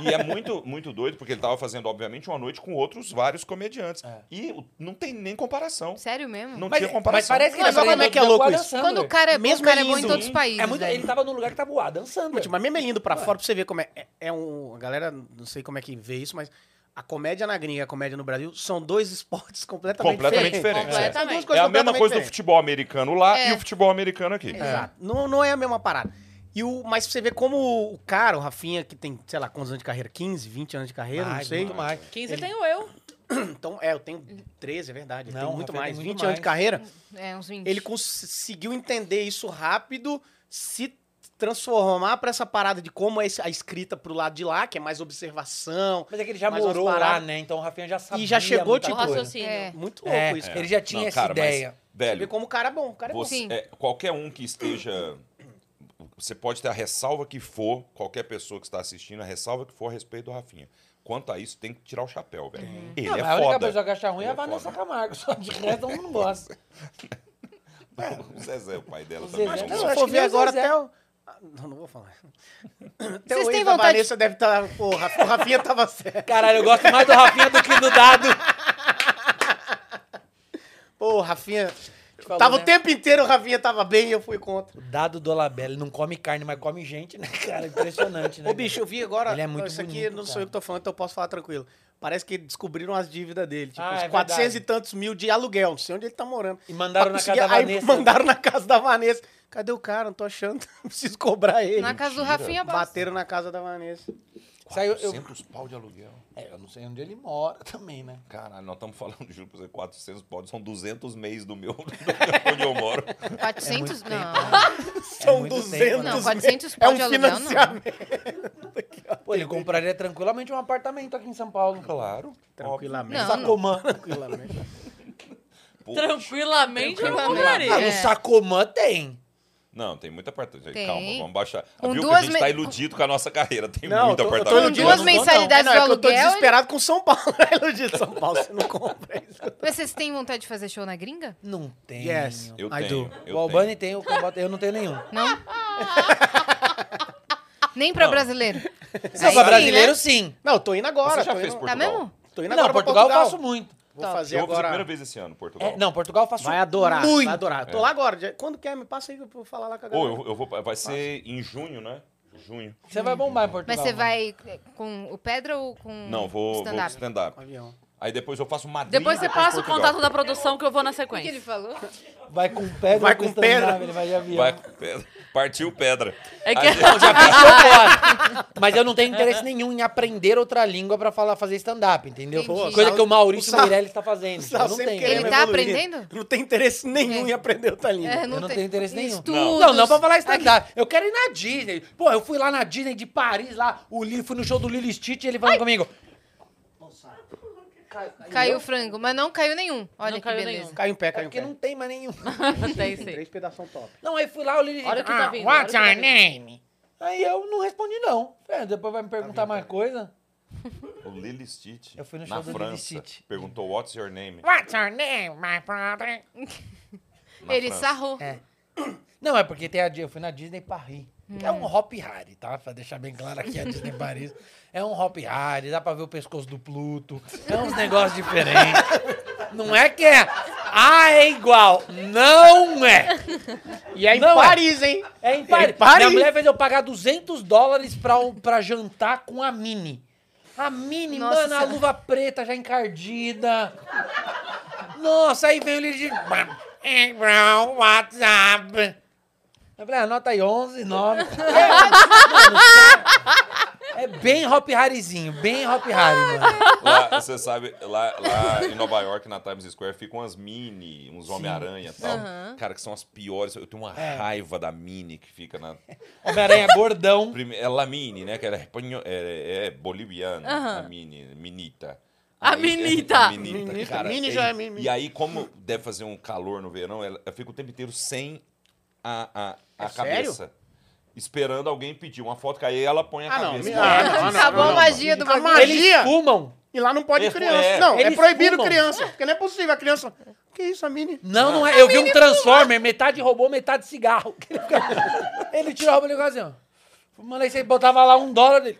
[SPEAKER 6] E é muito, muito doido, porque ele tava fazendo, obviamente, uma noite com outros vários comediantes.
[SPEAKER 4] É.
[SPEAKER 6] E o- não tem nem comparação.
[SPEAKER 2] Sério mesmo?
[SPEAKER 6] Não
[SPEAKER 4] Mas,
[SPEAKER 6] tinha
[SPEAKER 4] mas
[SPEAKER 6] comparação.
[SPEAKER 4] parece que ele
[SPEAKER 3] Mas olha como é que é louco
[SPEAKER 4] com o Adam
[SPEAKER 3] isso.
[SPEAKER 4] Sandler.
[SPEAKER 2] Quando o cara é bom,
[SPEAKER 3] Mesmo
[SPEAKER 2] o cara é
[SPEAKER 3] ele
[SPEAKER 2] bom em
[SPEAKER 3] indo-
[SPEAKER 2] todos os países.
[SPEAKER 4] É muito- ele
[SPEAKER 2] velho.
[SPEAKER 4] tava num lugar que tava o Adam Sandler.
[SPEAKER 3] Tipo, Mas mesmo ele indo pra fora, pra você ver como é. é- É um. A galera, não sei como é que vê isso, mas a comédia na gringa e a comédia no Brasil são dois esportes completamente,
[SPEAKER 6] Completamente
[SPEAKER 3] diferentes.
[SPEAKER 6] diferente.
[SPEAKER 1] Completamente.
[SPEAKER 6] é.
[SPEAKER 3] São duas
[SPEAKER 6] É.
[SPEAKER 3] coisas
[SPEAKER 6] a mesma
[SPEAKER 3] completamente
[SPEAKER 6] coisa do
[SPEAKER 3] diferentes.
[SPEAKER 6] futebol americano lá
[SPEAKER 2] É.
[SPEAKER 6] e o futebol americano aqui.
[SPEAKER 3] Exato. Não, não é a mesma parada. E o, mas pra você ver como o cara, o Rafinha, que tem, sei lá, quantos anos de carreira? 15, 20 anos de carreira, não
[SPEAKER 4] Mais,
[SPEAKER 3] sei.
[SPEAKER 4] muito mais.
[SPEAKER 1] 15 tenho eu.
[SPEAKER 4] Tipo
[SPEAKER 3] Então, é, eu tenho 13, é verdade. Eu
[SPEAKER 4] Não,
[SPEAKER 3] tenho
[SPEAKER 4] o
[SPEAKER 3] muito
[SPEAKER 4] Rafinha
[SPEAKER 3] mais.
[SPEAKER 4] tem
[SPEAKER 3] 20
[SPEAKER 4] muito
[SPEAKER 3] anos de carreira.
[SPEAKER 2] É, uns 20.
[SPEAKER 3] Ele conseguiu entender isso rápido, se transformar pra essa parada de como é esse- a escrita pro lado de lá, que é mais observação.
[SPEAKER 4] Mas é que ele já
[SPEAKER 3] Mais umas
[SPEAKER 4] morou lá,
[SPEAKER 3] paradas.
[SPEAKER 4] né? Então o Rafinha já sabia.
[SPEAKER 3] já chegou,
[SPEAKER 4] muita
[SPEAKER 1] O
[SPEAKER 3] tipo,
[SPEAKER 4] coisa.
[SPEAKER 1] raciocínio.
[SPEAKER 2] É.
[SPEAKER 3] Muito louco
[SPEAKER 4] É,
[SPEAKER 3] isso.
[SPEAKER 4] ele já tinha
[SPEAKER 6] Não,
[SPEAKER 4] essa
[SPEAKER 6] cara, mas,
[SPEAKER 4] ideia.
[SPEAKER 3] Você vê
[SPEAKER 6] velho,
[SPEAKER 3] como o cara é bom. O cara é bom.
[SPEAKER 6] você-
[SPEAKER 2] Sim.
[SPEAKER 6] é, qualquer um que esteja... Você pode ter a ressalva que for, qualquer pessoa que está assistindo, a ressalva que for a respeito do Rafinha. Quanto a isso, tem que tirar o chapéu, velho. Ele
[SPEAKER 4] Não,
[SPEAKER 6] é
[SPEAKER 4] mas a única
[SPEAKER 6] foda.
[SPEAKER 4] pessoa que acha ruim é
[SPEAKER 6] Ele
[SPEAKER 4] a
[SPEAKER 6] é
[SPEAKER 4] Vanessa
[SPEAKER 6] foda.
[SPEAKER 4] Camargo. Só de resto, eu não gosto.
[SPEAKER 6] O Zezé, o pai dela
[SPEAKER 4] O
[SPEAKER 6] também.
[SPEAKER 4] Zezé
[SPEAKER 6] não
[SPEAKER 3] Se
[SPEAKER 4] não,
[SPEAKER 6] gosta.
[SPEAKER 4] acho
[SPEAKER 3] eu for
[SPEAKER 4] que
[SPEAKER 3] ver
[SPEAKER 4] nem o
[SPEAKER 3] agora
[SPEAKER 4] Zezé.
[SPEAKER 3] até o... Ah, Não, não vou falar. Até
[SPEAKER 2] Vocês
[SPEAKER 3] o
[SPEAKER 2] têm
[SPEAKER 3] ex da
[SPEAKER 2] vontade-
[SPEAKER 3] Vanessa deve estar... Pô, o Rafa- o Rafinha tava certo.
[SPEAKER 4] Caralho, eu gosto mais do Rafinha do que do Dado.
[SPEAKER 3] Pô, o Rafinha...
[SPEAKER 4] falou,
[SPEAKER 3] tava
[SPEAKER 4] né?
[SPEAKER 3] o tempo inteiro, o Rafinha tava bem e eu fui contra.
[SPEAKER 4] O Dado Dolabella, ele não come carne, mas come gente, né, cara? Impressionante, né?
[SPEAKER 3] Ô, bicho, eu vi agora...
[SPEAKER 4] Ele é muito
[SPEAKER 3] isso aqui
[SPEAKER 4] bonito,
[SPEAKER 3] não sou
[SPEAKER 4] cara.
[SPEAKER 3] eu que tô falando, então eu posso falar tranquilo. Parece que descobriram as dívidas dele. Tipo,
[SPEAKER 4] Ah,
[SPEAKER 3] uns
[SPEAKER 4] é
[SPEAKER 3] 400
[SPEAKER 4] verdade.
[SPEAKER 3] e tantos mil de aluguel. Não sei onde ele tá morando.
[SPEAKER 4] E mandaram
[SPEAKER 3] Pra
[SPEAKER 4] na
[SPEAKER 3] conseguir-
[SPEAKER 4] casa da
[SPEAKER 3] aí
[SPEAKER 4] Vanessa.
[SPEAKER 3] mandaram na casa da Vanessa. Cadê o cara? Não tô achando. Preciso cobrar ele.
[SPEAKER 2] Na casa do
[SPEAKER 6] Mentira.
[SPEAKER 2] Rafinha Bastos.
[SPEAKER 3] Bateram na casa da Vanessa.
[SPEAKER 4] Saiu, eu,
[SPEAKER 6] 400 pau de aluguel.
[SPEAKER 4] é, eu não sei onde ele mora também, né?
[SPEAKER 6] Caralho, nós estamos falando, juro pra você, 400 pau. São 200 meses do meu, do meu- onde eu moro.
[SPEAKER 2] 400? não.
[SPEAKER 4] É
[SPEAKER 3] São
[SPEAKER 4] muito tempo,
[SPEAKER 3] 200
[SPEAKER 4] né?
[SPEAKER 2] Não,
[SPEAKER 3] mil.
[SPEAKER 2] 400
[SPEAKER 3] É
[SPEAKER 2] pau
[SPEAKER 3] um
[SPEAKER 2] de aluguel, não.
[SPEAKER 3] financiamento.
[SPEAKER 4] Pô, ele compraria tranquilamente um apartamento aqui em São Paulo.
[SPEAKER 6] Claro.
[SPEAKER 3] Tranquilamente.
[SPEAKER 2] Não.
[SPEAKER 4] Sacomã.
[SPEAKER 3] Tranquilamente.
[SPEAKER 6] Pô,
[SPEAKER 1] Tranquilamente, eu
[SPEAKER 2] Tranquilamente.
[SPEAKER 4] Ah,
[SPEAKER 1] compraria.
[SPEAKER 4] no
[SPEAKER 2] É.
[SPEAKER 4] Sacomã tem.
[SPEAKER 6] Não, tem muito apartamento.
[SPEAKER 2] Tem.
[SPEAKER 6] Calma, vamos baixar.
[SPEAKER 2] Com
[SPEAKER 6] Viu que
[SPEAKER 2] duas
[SPEAKER 6] a gente
[SPEAKER 2] me-
[SPEAKER 6] tá iludido com a nossa carreira. Tem
[SPEAKER 3] Não,
[SPEAKER 6] muito
[SPEAKER 3] eu tô- eu tô
[SPEAKER 6] apartamento.
[SPEAKER 2] Com duas
[SPEAKER 3] iludido.
[SPEAKER 2] mensalidades
[SPEAKER 3] Não, não, é que
[SPEAKER 2] do
[SPEAKER 3] eu tô
[SPEAKER 2] aluguel,
[SPEAKER 3] desesperado com São Paulo. Eu disse, São Paulo, você não compra isso.
[SPEAKER 2] Mas vocês têm vontade de fazer show na gringa?
[SPEAKER 4] Não tem.
[SPEAKER 3] Yes.
[SPEAKER 6] Eu
[SPEAKER 3] I
[SPEAKER 6] tenho.
[SPEAKER 3] do.
[SPEAKER 6] Eu
[SPEAKER 4] o Albani tem, o Cambota, eu não tenho nenhum.
[SPEAKER 2] Não? Nem pra brasileiro.
[SPEAKER 4] Se eu
[SPEAKER 2] Aí
[SPEAKER 4] for
[SPEAKER 2] sim,
[SPEAKER 4] brasileiro,
[SPEAKER 2] né?
[SPEAKER 4] sim.
[SPEAKER 3] Não, eu tô indo
[SPEAKER 6] tenho.
[SPEAKER 3] agora.
[SPEAKER 6] Você já
[SPEAKER 3] tô
[SPEAKER 6] fez
[SPEAKER 3] indo-
[SPEAKER 2] Tá
[SPEAKER 6] Portugal?
[SPEAKER 2] mesmo?
[SPEAKER 3] Tô indo
[SPEAKER 4] Não,
[SPEAKER 3] agora pra
[SPEAKER 4] Portugal, eu faço muito.
[SPEAKER 3] Vou
[SPEAKER 2] Top.
[SPEAKER 3] fazer
[SPEAKER 6] Eu vou fazer a primeira
[SPEAKER 3] agora.
[SPEAKER 6] vez esse ano, Portugal.
[SPEAKER 4] É, não, Portugal eu faço
[SPEAKER 3] Vai adorar,
[SPEAKER 4] muito.
[SPEAKER 3] vai adorar. Tô lá agora. já- Quando quer, me passa aí pra eu falar lá com a
[SPEAKER 6] Ou
[SPEAKER 3] galera.
[SPEAKER 6] eu, eu vou, vai ser em junho, né? Junho.
[SPEAKER 4] Você vai bombar em Portugal.
[SPEAKER 2] Mas você
[SPEAKER 4] mano.
[SPEAKER 2] vai é, com o Pedra ou com
[SPEAKER 6] Não, vou vou pro
[SPEAKER 2] Hum. stand-up?
[SPEAKER 6] stand-up.
[SPEAKER 3] Avião.
[SPEAKER 6] Aí depois eu faço Madrid.
[SPEAKER 1] Depois você passa o
[SPEAKER 6] Portugal.
[SPEAKER 1] contato da produção que eu vou na
[SPEAKER 2] O que ele
[SPEAKER 1] sequência.
[SPEAKER 2] falou?
[SPEAKER 4] Vai com pedra,
[SPEAKER 3] Vai com pedra.
[SPEAKER 4] estacionável, Ele vai de avião.
[SPEAKER 6] Vai com pedra. Partiu pedra.
[SPEAKER 1] É que-
[SPEAKER 6] A gente-
[SPEAKER 4] Já fechou fora. Mas eu não tenho interesse nenhum em aprender outra língua pra falar, fazer stand-up, entendeu?
[SPEAKER 2] Entendi. Pô,
[SPEAKER 4] Coisa
[SPEAKER 3] o
[SPEAKER 4] que o Maurício
[SPEAKER 3] Sal-
[SPEAKER 4] Meirelles tá fazendo.
[SPEAKER 3] Sal
[SPEAKER 4] Eu não
[SPEAKER 3] sempre
[SPEAKER 4] tenho.
[SPEAKER 3] querendo
[SPEAKER 2] Ele tá
[SPEAKER 3] evoluir.
[SPEAKER 2] aprendendo?
[SPEAKER 3] Não tem interesse nenhum em aprender outra língua.
[SPEAKER 2] É,
[SPEAKER 4] Eu não
[SPEAKER 2] tem-
[SPEAKER 4] tenho interesse nenhum.
[SPEAKER 2] Estudos.
[SPEAKER 4] Não, não pra falar stand-up. Eu quero ir na Disney. Pô, eu fui lá na Disney de Paris, lá, o Lili, fui no show do Lili Stitch e ele falando comigo.
[SPEAKER 2] Caiu o frango, mas não caiu nenhum. Olha
[SPEAKER 1] Não
[SPEAKER 2] que
[SPEAKER 1] caiu
[SPEAKER 2] beleza.
[SPEAKER 1] nenhum.
[SPEAKER 3] Caiu em pé,
[SPEAKER 4] É
[SPEAKER 3] caiu em
[SPEAKER 4] porque
[SPEAKER 3] pé.
[SPEAKER 4] não tem mais nenhum.
[SPEAKER 1] Tem sim.
[SPEAKER 3] Três pedação top.
[SPEAKER 4] Não, aí fui lá, o Lili...
[SPEAKER 1] Olha o que tá vindo,
[SPEAKER 4] What's
[SPEAKER 1] olha o que
[SPEAKER 4] your
[SPEAKER 1] tá
[SPEAKER 4] name? Aí eu não respondi não. É, depois vai me perguntar mais coisa.
[SPEAKER 6] O Lily Stitch,
[SPEAKER 4] Eu fui no
[SPEAKER 6] na
[SPEAKER 4] show do Lilo
[SPEAKER 6] França,
[SPEAKER 4] Stitch.
[SPEAKER 6] perguntou What's your name?
[SPEAKER 4] What's your name, my brother?
[SPEAKER 6] na
[SPEAKER 2] Ele
[SPEAKER 6] França.
[SPEAKER 2] sarrou.
[SPEAKER 4] É. Não, é porque tem a, Di- eu fui na Disney Paris. que É um hop Harry, tá? Pra deixar bem claro aqui a Disney Paris. É um hop Harry, dá pra ver o pescoço do Pluto. É uns negócios diferentes. Não é que é. Ah, é igual. Não é.
[SPEAKER 3] E é em
[SPEAKER 4] Não, é-
[SPEAKER 3] Paris, hein?
[SPEAKER 4] É em Paris.
[SPEAKER 3] É em Paris.
[SPEAKER 4] Minha mulher fez eu pagar 200 dólares pra, o- pra jantar com a Mini. A Mini,
[SPEAKER 2] Nossa
[SPEAKER 4] mano, a
[SPEAKER 2] Senhora.
[SPEAKER 4] luva preta já encardida. Nossa, aí veio ele de... Hey, bro, what's up? Eu falei, anota aí, 11, 9. é bem hop harizinho, bem hop hari, mano.
[SPEAKER 6] Lá, você sabe, lá, lá em Nova York, na Times Square, ficam umas mini, uns Homem-Aranha e tal. Cara, que são as piores. Eu tenho uma
[SPEAKER 3] É.
[SPEAKER 6] raiva da mini que fica na.
[SPEAKER 4] Homem-Aranha gordão.
[SPEAKER 6] Prime- É Lamini, né? Que era espanho- é, é boliviana, a mini, minita.
[SPEAKER 1] A
[SPEAKER 6] Aí-
[SPEAKER 1] minita.
[SPEAKER 6] a minita,
[SPEAKER 3] Minita.
[SPEAKER 6] cara.
[SPEAKER 3] Mini
[SPEAKER 6] tem-
[SPEAKER 3] já é mini.
[SPEAKER 6] E aí, como deve fazer um calor no verão, ela, ela fica o tempo inteiro sem a, a, a
[SPEAKER 3] É
[SPEAKER 6] cabeça. Esperando alguém pedir uma foto, que aí ela põe a
[SPEAKER 3] Ah, não.
[SPEAKER 6] cabeça.
[SPEAKER 3] Ah, não, ah, não,
[SPEAKER 2] Acabou
[SPEAKER 3] não,
[SPEAKER 2] a
[SPEAKER 3] não.
[SPEAKER 2] magia do
[SPEAKER 3] A
[SPEAKER 2] bagulho.
[SPEAKER 3] magia-
[SPEAKER 4] Eles fumam.
[SPEAKER 3] E lá não pode
[SPEAKER 6] Eles-
[SPEAKER 3] criança.
[SPEAKER 6] é.
[SPEAKER 3] Não, é
[SPEAKER 4] Eles
[SPEAKER 3] proibido
[SPEAKER 4] fumam.
[SPEAKER 3] criança. Porque não é possível a criança. Que isso, a Mini?
[SPEAKER 4] Não, não é. Eu vi um Transformer, metade robô, metade cigarro. Ele, fica- ele tirou a roupa e ligou assim, ó. Mano, aí você botava lá um dólar dele.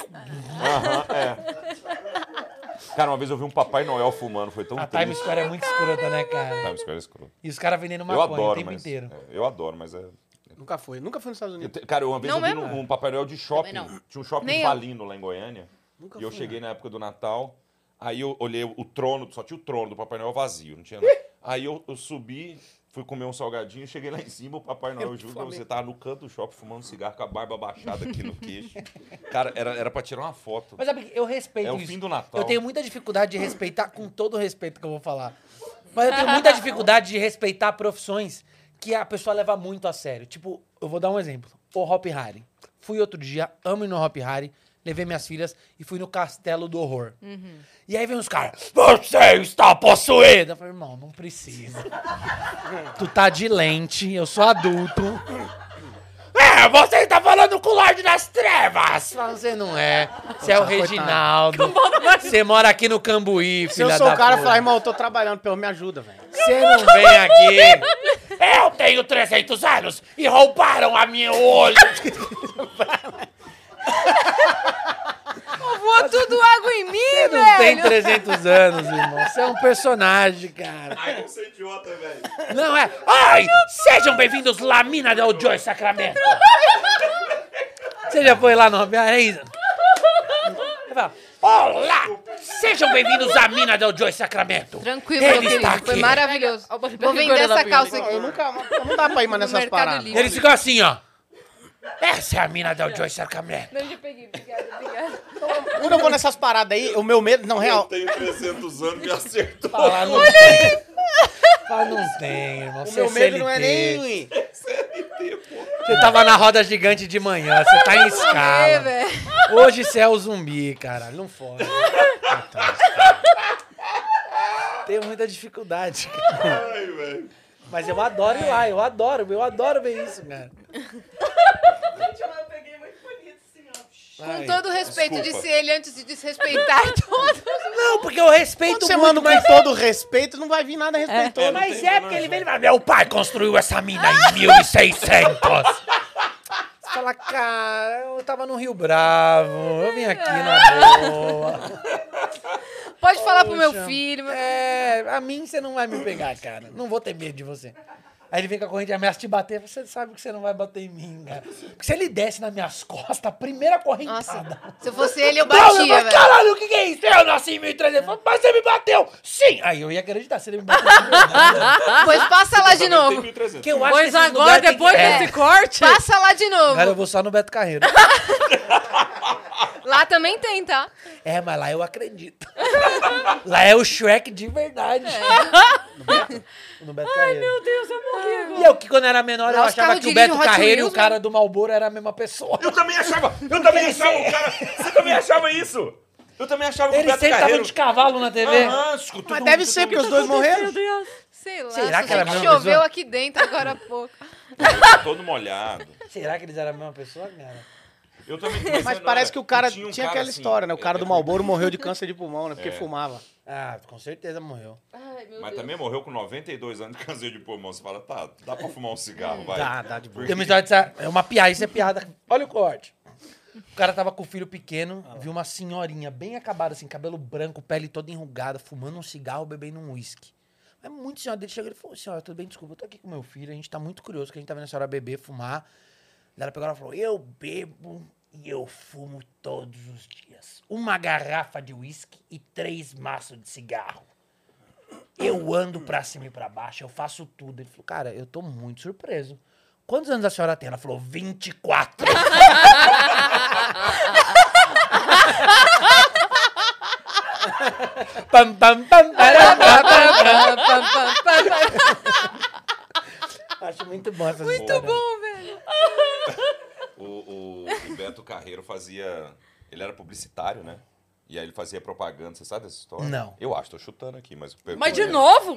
[SPEAKER 6] Aham, é. Cara, uma vez eu vi um Papai Noel fumando, foi tão
[SPEAKER 4] A
[SPEAKER 6] triste.
[SPEAKER 4] Times Square é muito escrota, né, cara?
[SPEAKER 6] Times Square é escroto.
[SPEAKER 4] E os caras vendendo
[SPEAKER 6] Eu
[SPEAKER 4] maconha o
[SPEAKER 6] adoro,
[SPEAKER 4] tempo
[SPEAKER 6] mas.
[SPEAKER 4] inteiro.
[SPEAKER 6] é, eu adoro, mas é.
[SPEAKER 3] Nunca foi. Nunca fui nos Estados
[SPEAKER 6] Eu
[SPEAKER 3] Unidos.
[SPEAKER 6] te- Cara, uma vez
[SPEAKER 2] Não
[SPEAKER 6] eu vi
[SPEAKER 2] mesmo?
[SPEAKER 6] num, num Papai Noel de shopping.
[SPEAKER 1] não.
[SPEAKER 6] Tinha um shopping
[SPEAKER 2] Nem eu.
[SPEAKER 6] valino lá em Goiânia. e eu
[SPEAKER 3] fui,
[SPEAKER 6] cheguei na época do Natal. Aí eu olhei o trono, só tinha o trono do Papai Noel vazio, não tinha nada. Aí eu, eu subi, fui comer um salgadinho, cheguei lá em cima, o Papai Noel, eu juro pra você, tava no canto do shopping fumando cigarro com a barba baixada aqui no queixo. Cara, era, era pra tirar uma foto.
[SPEAKER 4] Mas sabe, que eu respeito
[SPEAKER 6] É o
[SPEAKER 4] isso.
[SPEAKER 6] fim do Natal.
[SPEAKER 4] Eu tenho muita dificuldade de respeitar, com todo o respeito que eu vou falar. Mas eu tenho muita dificuldade de respeitar profissões que a pessoa leva muito a sério. Tipo, eu vou dar um exemplo. O Hop Harry. Fui outro dia, amo ir no Hop Harry, levei minhas filhas e fui no Castelo do Horror. E aí vem os caras, você está possuído. Eu falei, irmão, não precisa. tu tá de lente, eu sou adulto. É, você está falando com o Lorde das Trevas! Fala, Você não é. Você é o Reginaldo. Você mora aqui no Cambuí, filha
[SPEAKER 3] Se eu sou
[SPEAKER 4] da
[SPEAKER 3] o cara, eu
[SPEAKER 4] puta.
[SPEAKER 3] falo, irmão, eu tô trabalhando, pelo me ajuda, velho.
[SPEAKER 4] Você não vem aqui. Eu tenho 300 anos e roubaram a minha olho.
[SPEAKER 2] Voou tudo água em mim,
[SPEAKER 4] Você
[SPEAKER 2] velho.
[SPEAKER 4] não tem 300 anos, irmão. Você é um personagem, cara.
[SPEAKER 6] Ai, não sei idiota, velho.
[SPEAKER 4] Não é. Ai, sejam bem-vindos Lamina Del Joy Sacramento. Você já foi lá no Hobby Harry, é isso? Ele fala, Olá, sejam bem-vindos à Mina Del Joy Sacramento.
[SPEAKER 2] Tranquilo,
[SPEAKER 4] Ele
[SPEAKER 2] meu querido.
[SPEAKER 4] está
[SPEAKER 2] Foi
[SPEAKER 4] tá aqui.
[SPEAKER 2] tá maravilhoso. Vou vender
[SPEAKER 1] Guarda lá
[SPEAKER 2] essa
[SPEAKER 1] pra
[SPEAKER 2] calça
[SPEAKER 1] ele.
[SPEAKER 3] Não,
[SPEAKER 2] aqui.
[SPEAKER 3] eu nunca. Não dá pra ir mais
[SPEAKER 2] No
[SPEAKER 3] nessas
[SPEAKER 2] Mercado
[SPEAKER 3] paradas.
[SPEAKER 2] Livre.
[SPEAKER 4] Eles ficam assim, ó. Essa é a Mina Del Joy Sacramento.
[SPEAKER 2] Não, já peguei. Obrigada, obrigada.
[SPEAKER 3] Quando eu vou nessas paradas aí, o meu medo. Não, real.
[SPEAKER 6] tenho 300 anos e acertou.
[SPEAKER 4] Fala, não tem. Fala, não tem, irmão.
[SPEAKER 3] O
[SPEAKER 4] Você
[SPEAKER 3] meu medo não é
[SPEAKER 4] CLT.
[SPEAKER 3] nem.
[SPEAKER 4] Você tava na roda gigante de manhã, você tá em
[SPEAKER 2] É,
[SPEAKER 4] escala.
[SPEAKER 2] velho.
[SPEAKER 4] Hoje você é o zumbi, cara. Não fode. Tenho muita dificuldade, cara. Mas eu adoro ir lá, eu adoro, eu adoro ver isso, cara.
[SPEAKER 2] Com todo o respeito,
[SPEAKER 6] Desculpa.
[SPEAKER 2] disse ele antes de desrespeitar todos.
[SPEAKER 4] Não, porque eu respeito
[SPEAKER 3] Quando você
[SPEAKER 4] é muito,
[SPEAKER 3] manda com
[SPEAKER 4] mas...
[SPEAKER 3] todo respeito, não vai vir nada respeitoso.
[SPEAKER 4] Mas é porque ele vem e fala, meu pai construiu essa mina em 1600. Você fala, cara, eu tava no Rio Bravo, eu vim aqui na boa.
[SPEAKER 2] Pode falar pro meu filho.
[SPEAKER 4] É, a mim você não vai me pegar, cara. Não vou ter medo de você. Aí ele vem com a corrente e ameaça te bater. Você sabe que você não vai bater em mim, né? Porque se ele desce nas minhas costas, a primeira
[SPEAKER 2] Nossa,
[SPEAKER 4] correntada.
[SPEAKER 2] se eu fosse ele, eu
[SPEAKER 4] Não,
[SPEAKER 2] batia,
[SPEAKER 4] eu falei,
[SPEAKER 2] velho.
[SPEAKER 4] caralho, o que, que é isso? Eu nasci em 1300. Falei, Mas você me bateu! Sim! Aí eu ia acreditar se ele me bateu.
[SPEAKER 2] Pois passa lá de novo.
[SPEAKER 4] que eu acho que
[SPEAKER 1] Pois
[SPEAKER 4] esses
[SPEAKER 1] agora,
[SPEAKER 4] lugares tem que-
[SPEAKER 1] depois
[SPEAKER 4] É.
[SPEAKER 1] desse corte.
[SPEAKER 2] Passa lá de novo.
[SPEAKER 4] Cara, eu vou só no Beto Carreiro.
[SPEAKER 2] Lá também tem, tá?
[SPEAKER 4] é, mas lá eu acredito. lá é o Shrek de verdade.
[SPEAKER 2] É.
[SPEAKER 4] No Beto, no Beto Carreiro.
[SPEAKER 1] Meu Deus, eu morri agora.
[SPEAKER 4] E eu que quando era menor eu
[SPEAKER 2] Lá os
[SPEAKER 4] achava
[SPEAKER 2] carros
[SPEAKER 4] que o
[SPEAKER 2] dirigem
[SPEAKER 4] Beto
[SPEAKER 2] o Hot
[SPEAKER 4] Carreiro e
[SPEAKER 2] Wheels,
[SPEAKER 4] o cara do Malboro era a mesma pessoa.
[SPEAKER 6] Eu também achava! Eu também achava o cara. Você também achava isso? Eu também achava que o
[SPEAKER 4] Ele
[SPEAKER 6] Beto
[SPEAKER 4] sempre tava
[SPEAKER 6] Carreiro.
[SPEAKER 4] de cavalo na TV.
[SPEAKER 6] Aham, escutou
[SPEAKER 3] Mas
[SPEAKER 6] tudo,
[SPEAKER 3] deve
[SPEAKER 6] tudo,
[SPEAKER 3] ser,
[SPEAKER 6] tudo.
[SPEAKER 3] porque tá os dois morreram.
[SPEAKER 1] Meu Deus.
[SPEAKER 2] Sei lá.
[SPEAKER 4] Será
[SPEAKER 2] só
[SPEAKER 4] que era
[SPEAKER 2] sei
[SPEAKER 4] a mesma
[SPEAKER 2] choveu
[SPEAKER 4] pessoa?
[SPEAKER 2] aqui dentro agora há pouco.
[SPEAKER 6] Todo molhado.
[SPEAKER 4] Será que eles eram a mesma pessoa, cara?
[SPEAKER 6] Eu também
[SPEAKER 3] Mas
[SPEAKER 6] não,
[SPEAKER 3] parece
[SPEAKER 6] né?
[SPEAKER 3] que o cara
[SPEAKER 6] E
[SPEAKER 3] tinha,
[SPEAKER 6] um
[SPEAKER 3] aquela
[SPEAKER 6] assim,
[SPEAKER 3] história, né? O cara
[SPEAKER 6] é,
[SPEAKER 3] do
[SPEAKER 6] é,
[SPEAKER 3] Malboro morreu de câncer de pulmão, né? Porque
[SPEAKER 6] É.
[SPEAKER 3] fumava.
[SPEAKER 4] Ah, com certeza morreu.
[SPEAKER 6] Mas também morreu com 92 anos de câncer de pulmão. Você fala, tá, dá pra fumar um cigarro, vai.
[SPEAKER 3] Dá, dá de boa.
[SPEAKER 6] Porque-
[SPEAKER 4] Tem uma história dessa. É uma piada, isso é piada. Olha o corte. O cara tava com o filho pequeno, viu uma senhorinha bem acabada, assim, cabelo branco, pele toda enrugada, fumando um cigarro, bebendo um uísque. Mas muito senhora dele chegou e falou: Senhora, tudo bem, desculpa, eu tô aqui com meu filho, a gente tá muito curioso, que a gente tá vendo a senhora beber, fumar. Daí Ela pegou e falou: Eu bebo e eu fumo todos os dias. Uma garrafa de uísque e três maços de cigarro. Eu ando pra cima e pra baixo, eu faço tudo. Ele falou, cara, eu tô muito surpreso. Quantos anos a senhora tem? Ela falou, 24. pam, pam, pam, param, pam, pam, pam, pam, pam. Acho muito bom essa Muito bom.
[SPEAKER 6] O, o- o Beto Carreiro fazia. Ele era publicitário, né? E aí ele fazia propaganda. Você sabe dessa história?
[SPEAKER 4] Não.
[SPEAKER 6] Eu acho, tô chutando aqui, mas.
[SPEAKER 1] Mas de novo?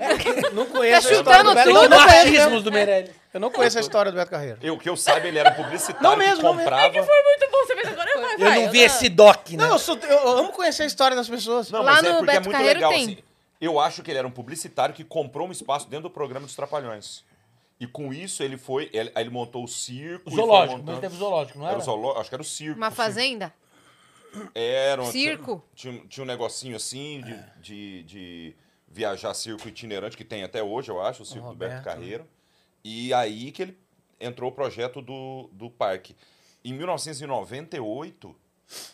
[SPEAKER 3] Não conheço
[SPEAKER 2] Tá
[SPEAKER 3] a história
[SPEAKER 2] chutando
[SPEAKER 3] do Beto
[SPEAKER 2] tudo,
[SPEAKER 3] Carreiro.
[SPEAKER 4] Machismos do Meirelles.
[SPEAKER 3] Eu não conheço a história do Beto Carreiro.
[SPEAKER 6] Eu, que eu saiba, ele era publicitário.
[SPEAKER 3] Não mesmo,
[SPEAKER 6] que
[SPEAKER 3] não mesmo. é
[SPEAKER 6] comprava.
[SPEAKER 1] Foi muito bom, você fez agora. Vai,
[SPEAKER 4] Eu
[SPEAKER 1] vai,
[SPEAKER 4] não vi esse doc, né?
[SPEAKER 3] Não, eu, sou, eu amo conhecer a história das pessoas.
[SPEAKER 6] Não,
[SPEAKER 2] Lá
[SPEAKER 6] mas é
[SPEAKER 2] no
[SPEAKER 6] porque é
[SPEAKER 2] Beto
[SPEAKER 6] muito
[SPEAKER 2] Carreiro
[SPEAKER 6] legal,
[SPEAKER 2] tem.
[SPEAKER 6] assim. Eu acho que ele era um publicitário que comprou um espaço dentro do programa dos Trapalhões. E com isso ele foi. Ele, aí ele montou o circo.
[SPEAKER 4] O
[SPEAKER 6] e foi
[SPEAKER 4] zoológico,
[SPEAKER 6] montando-
[SPEAKER 4] mas teve zoológico, não
[SPEAKER 6] né?
[SPEAKER 4] era?
[SPEAKER 6] Era o zoológico, acho que era o circo.
[SPEAKER 2] Uma
[SPEAKER 6] o circo.
[SPEAKER 2] fazenda?
[SPEAKER 6] Era. um-
[SPEAKER 2] Circo?
[SPEAKER 6] Tinha, tinha, um negocinho assim de,
[SPEAKER 4] É.
[SPEAKER 6] de, de viajar circo itinerante, que tem até hoje, eu acho, o circo do Beto
[SPEAKER 4] Roberto.
[SPEAKER 6] Carreiro. E aí que ele entrou o projeto do, do parque. Em 1998,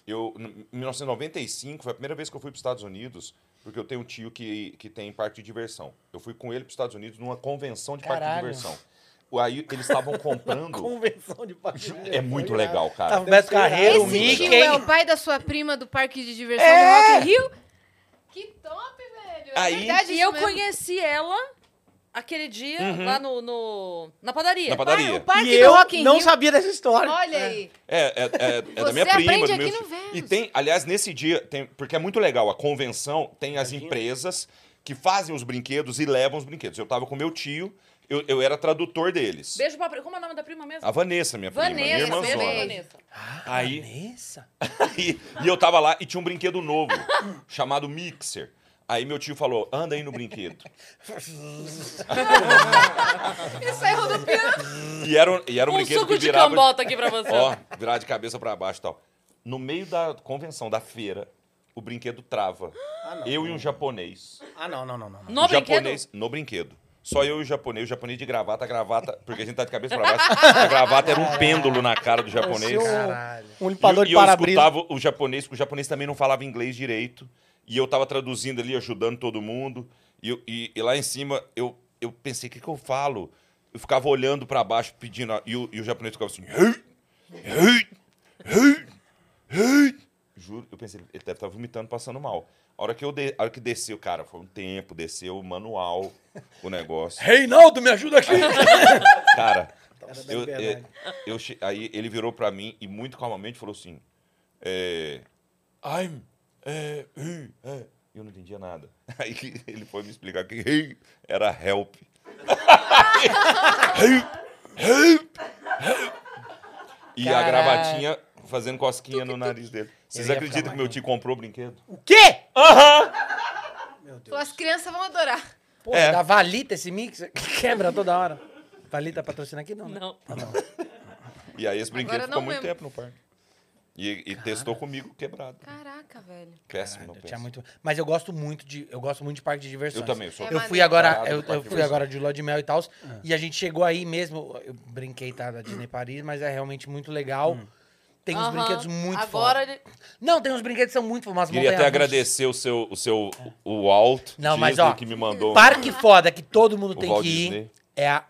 [SPEAKER 6] eu, em 1995, foi a primeira vez que eu fui para os Estados Unidos, porque eu tenho um tio que, que tem parque de diversão. Eu fui com ele para os Estados Unidos numa convenção de parque de
[SPEAKER 4] Caralho.
[SPEAKER 6] diversão. Aí eles estavam comprando.
[SPEAKER 3] Convenção de
[SPEAKER 6] Ju-
[SPEAKER 3] partido.
[SPEAKER 6] é muito legal,
[SPEAKER 4] Tava
[SPEAKER 6] cara.
[SPEAKER 4] o Beto
[SPEAKER 3] Deve ser
[SPEAKER 4] Carreiro, o
[SPEAKER 2] Esse
[SPEAKER 4] Mickey.
[SPEAKER 2] tio é o pai da sua prima do parque de diversão
[SPEAKER 1] É!
[SPEAKER 2] do
[SPEAKER 4] É.
[SPEAKER 2] Rock in Rio? Que top, velho. É
[SPEAKER 6] Aí-
[SPEAKER 2] verdade
[SPEAKER 1] E
[SPEAKER 2] isso
[SPEAKER 1] eu
[SPEAKER 2] mesmo.
[SPEAKER 1] conheci ela aquele dia lá no, no- na padaria.
[SPEAKER 6] Uhum.
[SPEAKER 1] Ah, é
[SPEAKER 6] Na padaria.
[SPEAKER 2] O parque
[SPEAKER 3] E
[SPEAKER 2] do
[SPEAKER 3] eu
[SPEAKER 2] Rock in
[SPEAKER 3] não
[SPEAKER 2] Rio.
[SPEAKER 3] sabia dessa história.
[SPEAKER 2] Olha aí.
[SPEAKER 6] É, é, é, é da
[SPEAKER 2] Você
[SPEAKER 6] minha prima.
[SPEAKER 2] aprende
[SPEAKER 6] Do
[SPEAKER 2] aqui
[SPEAKER 6] meu...
[SPEAKER 2] no
[SPEAKER 6] fi-
[SPEAKER 2] Vênus.
[SPEAKER 6] E tem, aliás, nesse dia, tem- porque é muito legal, a convenção tem as empresas que fazem os brinquedos e levam os brinquedos. Eu tava com meu tio, eu, eu era tradutor deles.
[SPEAKER 1] Beijo pra prima. Como é o nome da prima mesmo?
[SPEAKER 6] A Vanessa, minha prima, minha
[SPEAKER 1] Vanessa. Beijo,
[SPEAKER 6] irmãzona.
[SPEAKER 1] Vanessa.
[SPEAKER 6] Aí-
[SPEAKER 4] Vanessa?
[SPEAKER 6] Aí, e eu tava lá e tinha um brinquedo novo, chamado Mixer. Aí meu tio falou, anda aí no brinquedo.
[SPEAKER 2] Ele saiu do piano.
[SPEAKER 6] E era, um- e era um,
[SPEAKER 1] Um
[SPEAKER 6] brinquedo
[SPEAKER 1] suco
[SPEAKER 6] que
[SPEAKER 1] de
[SPEAKER 6] virava...
[SPEAKER 1] cambota aqui pra você.
[SPEAKER 6] Ó, virar de cabeça pra baixo e tal. No meio da convenção, da feira, o brinquedo trava. eu e um japonês.
[SPEAKER 3] Ah, não, não, não, não. não.
[SPEAKER 1] No
[SPEAKER 6] O um japonês,
[SPEAKER 1] brinquedo?
[SPEAKER 6] No brinquedo. Só eu e o japonês. O japonês de gravata, a gravata... Porque a gente tá de cabeça pra baixo. A gravata era um pêndulo na cara do japonês.
[SPEAKER 3] Eu sou
[SPEAKER 4] Caralho.
[SPEAKER 3] Um
[SPEAKER 6] E, eu-
[SPEAKER 3] limpador
[SPEAKER 6] e
[SPEAKER 3] de
[SPEAKER 6] eu
[SPEAKER 3] para-brisa.
[SPEAKER 6] escutava o japonês, porque o japonês também não falava inglês direito. E eu tava traduzindo ali, ajudando todo mundo. E, eu- e- e lá em cima, eu, eu pensei, o que, que eu falo? Eu ficava olhando pra baixo, pedindo... a- E o, e o japonês ficava assim... Ei, ei, ei, ei. Juro, eu pensei, ele deve estar vomitando, passando mal. A hora que eu de, a hora que desceu, cara, foi um tempo, desceu o manual, o negócio.
[SPEAKER 4] Reinaldo, me ajuda aqui.
[SPEAKER 6] Cara,
[SPEAKER 3] da
[SPEAKER 6] eu,
[SPEAKER 3] liberdade.
[SPEAKER 6] eh, eu che- aí ele virou pra mim e muito calmamente falou assim: é, I'm. É, eh, eh." Eu não entendia nada. Aí que ele foi me explicar que "Hey" era help. Hey, help, help. E
[SPEAKER 4] Caraca.
[SPEAKER 6] a gravatinha fazendo cosquinha no nariz dele. Vocês
[SPEAKER 4] Eu ia
[SPEAKER 6] acreditam
[SPEAKER 4] ficar
[SPEAKER 6] que meu tio comprou o brinquedo?
[SPEAKER 3] O quê?
[SPEAKER 4] Ah,
[SPEAKER 2] As crianças vão adorar.
[SPEAKER 4] Pô,
[SPEAKER 6] É.
[SPEAKER 4] da Valita esse mix que quebra toda hora. Valita patrocina aqui não, né?
[SPEAKER 1] Não.
[SPEAKER 6] E aí esse brinquedo
[SPEAKER 2] Agora
[SPEAKER 6] ficou
[SPEAKER 2] não
[SPEAKER 6] muito
[SPEAKER 2] mesmo.
[SPEAKER 6] tempo no parque. E, e testou comigo quebrado.
[SPEAKER 2] Caraca, velho.
[SPEAKER 6] Péssimo,
[SPEAKER 4] Eu
[SPEAKER 6] não
[SPEAKER 4] tinha
[SPEAKER 6] péssimo.
[SPEAKER 4] muito... Mas eu gosto muito de. Eu gosto muito de parque de diversões.
[SPEAKER 6] Eu também, eu sou.
[SPEAKER 2] É
[SPEAKER 4] Eu
[SPEAKER 2] maneiro.
[SPEAKER 4] fui agora,
[SPEAKER 6] Parado
[SPEAKER 4] eu,
[SPEAKER 6] do parque
[SPEAKER 4] eu
[SPEAKER 6] de
[SPEAKER 4] fui
[SPEAKER 6] diversões.
[SPEAKER 4] agora de Lua de Mel e tal. E a gente chegou aí mesmo. Eu brinquei, tá? Da Disney Paris, mas é realmente muito legal. Tem uns
[SPEAKER 1] Aham.
[SPEAKER 4] brinquedos muito
[SPEAKER 1] Agora
[SPEAKER 4] foda.
[SPEAKER 1] ele...
[SPEAKER 4] Não, tem uns brinquedos que são muito fodas. umas
[SPEAKER 6] Queria até
[SPEAKER 4] montanhas-russas.
[SPEAKER 6] agradecer o seu, o seu o Walt
[SPEAKER 4] Não,
[SPEAKER 6] Disney
[SPEAKER 4] mas, ó,
[SPEAKER 6] que me mandou.
[SPEAKER 4] Parque foda que todo mundo
[SPEAKER 6] O
[SPEAKER 4] tem
[SPEAKER 6] Walt
[SPEAKER 4] que ir
[SPEAKER 6] Disney.
[SPEAKER 4] é a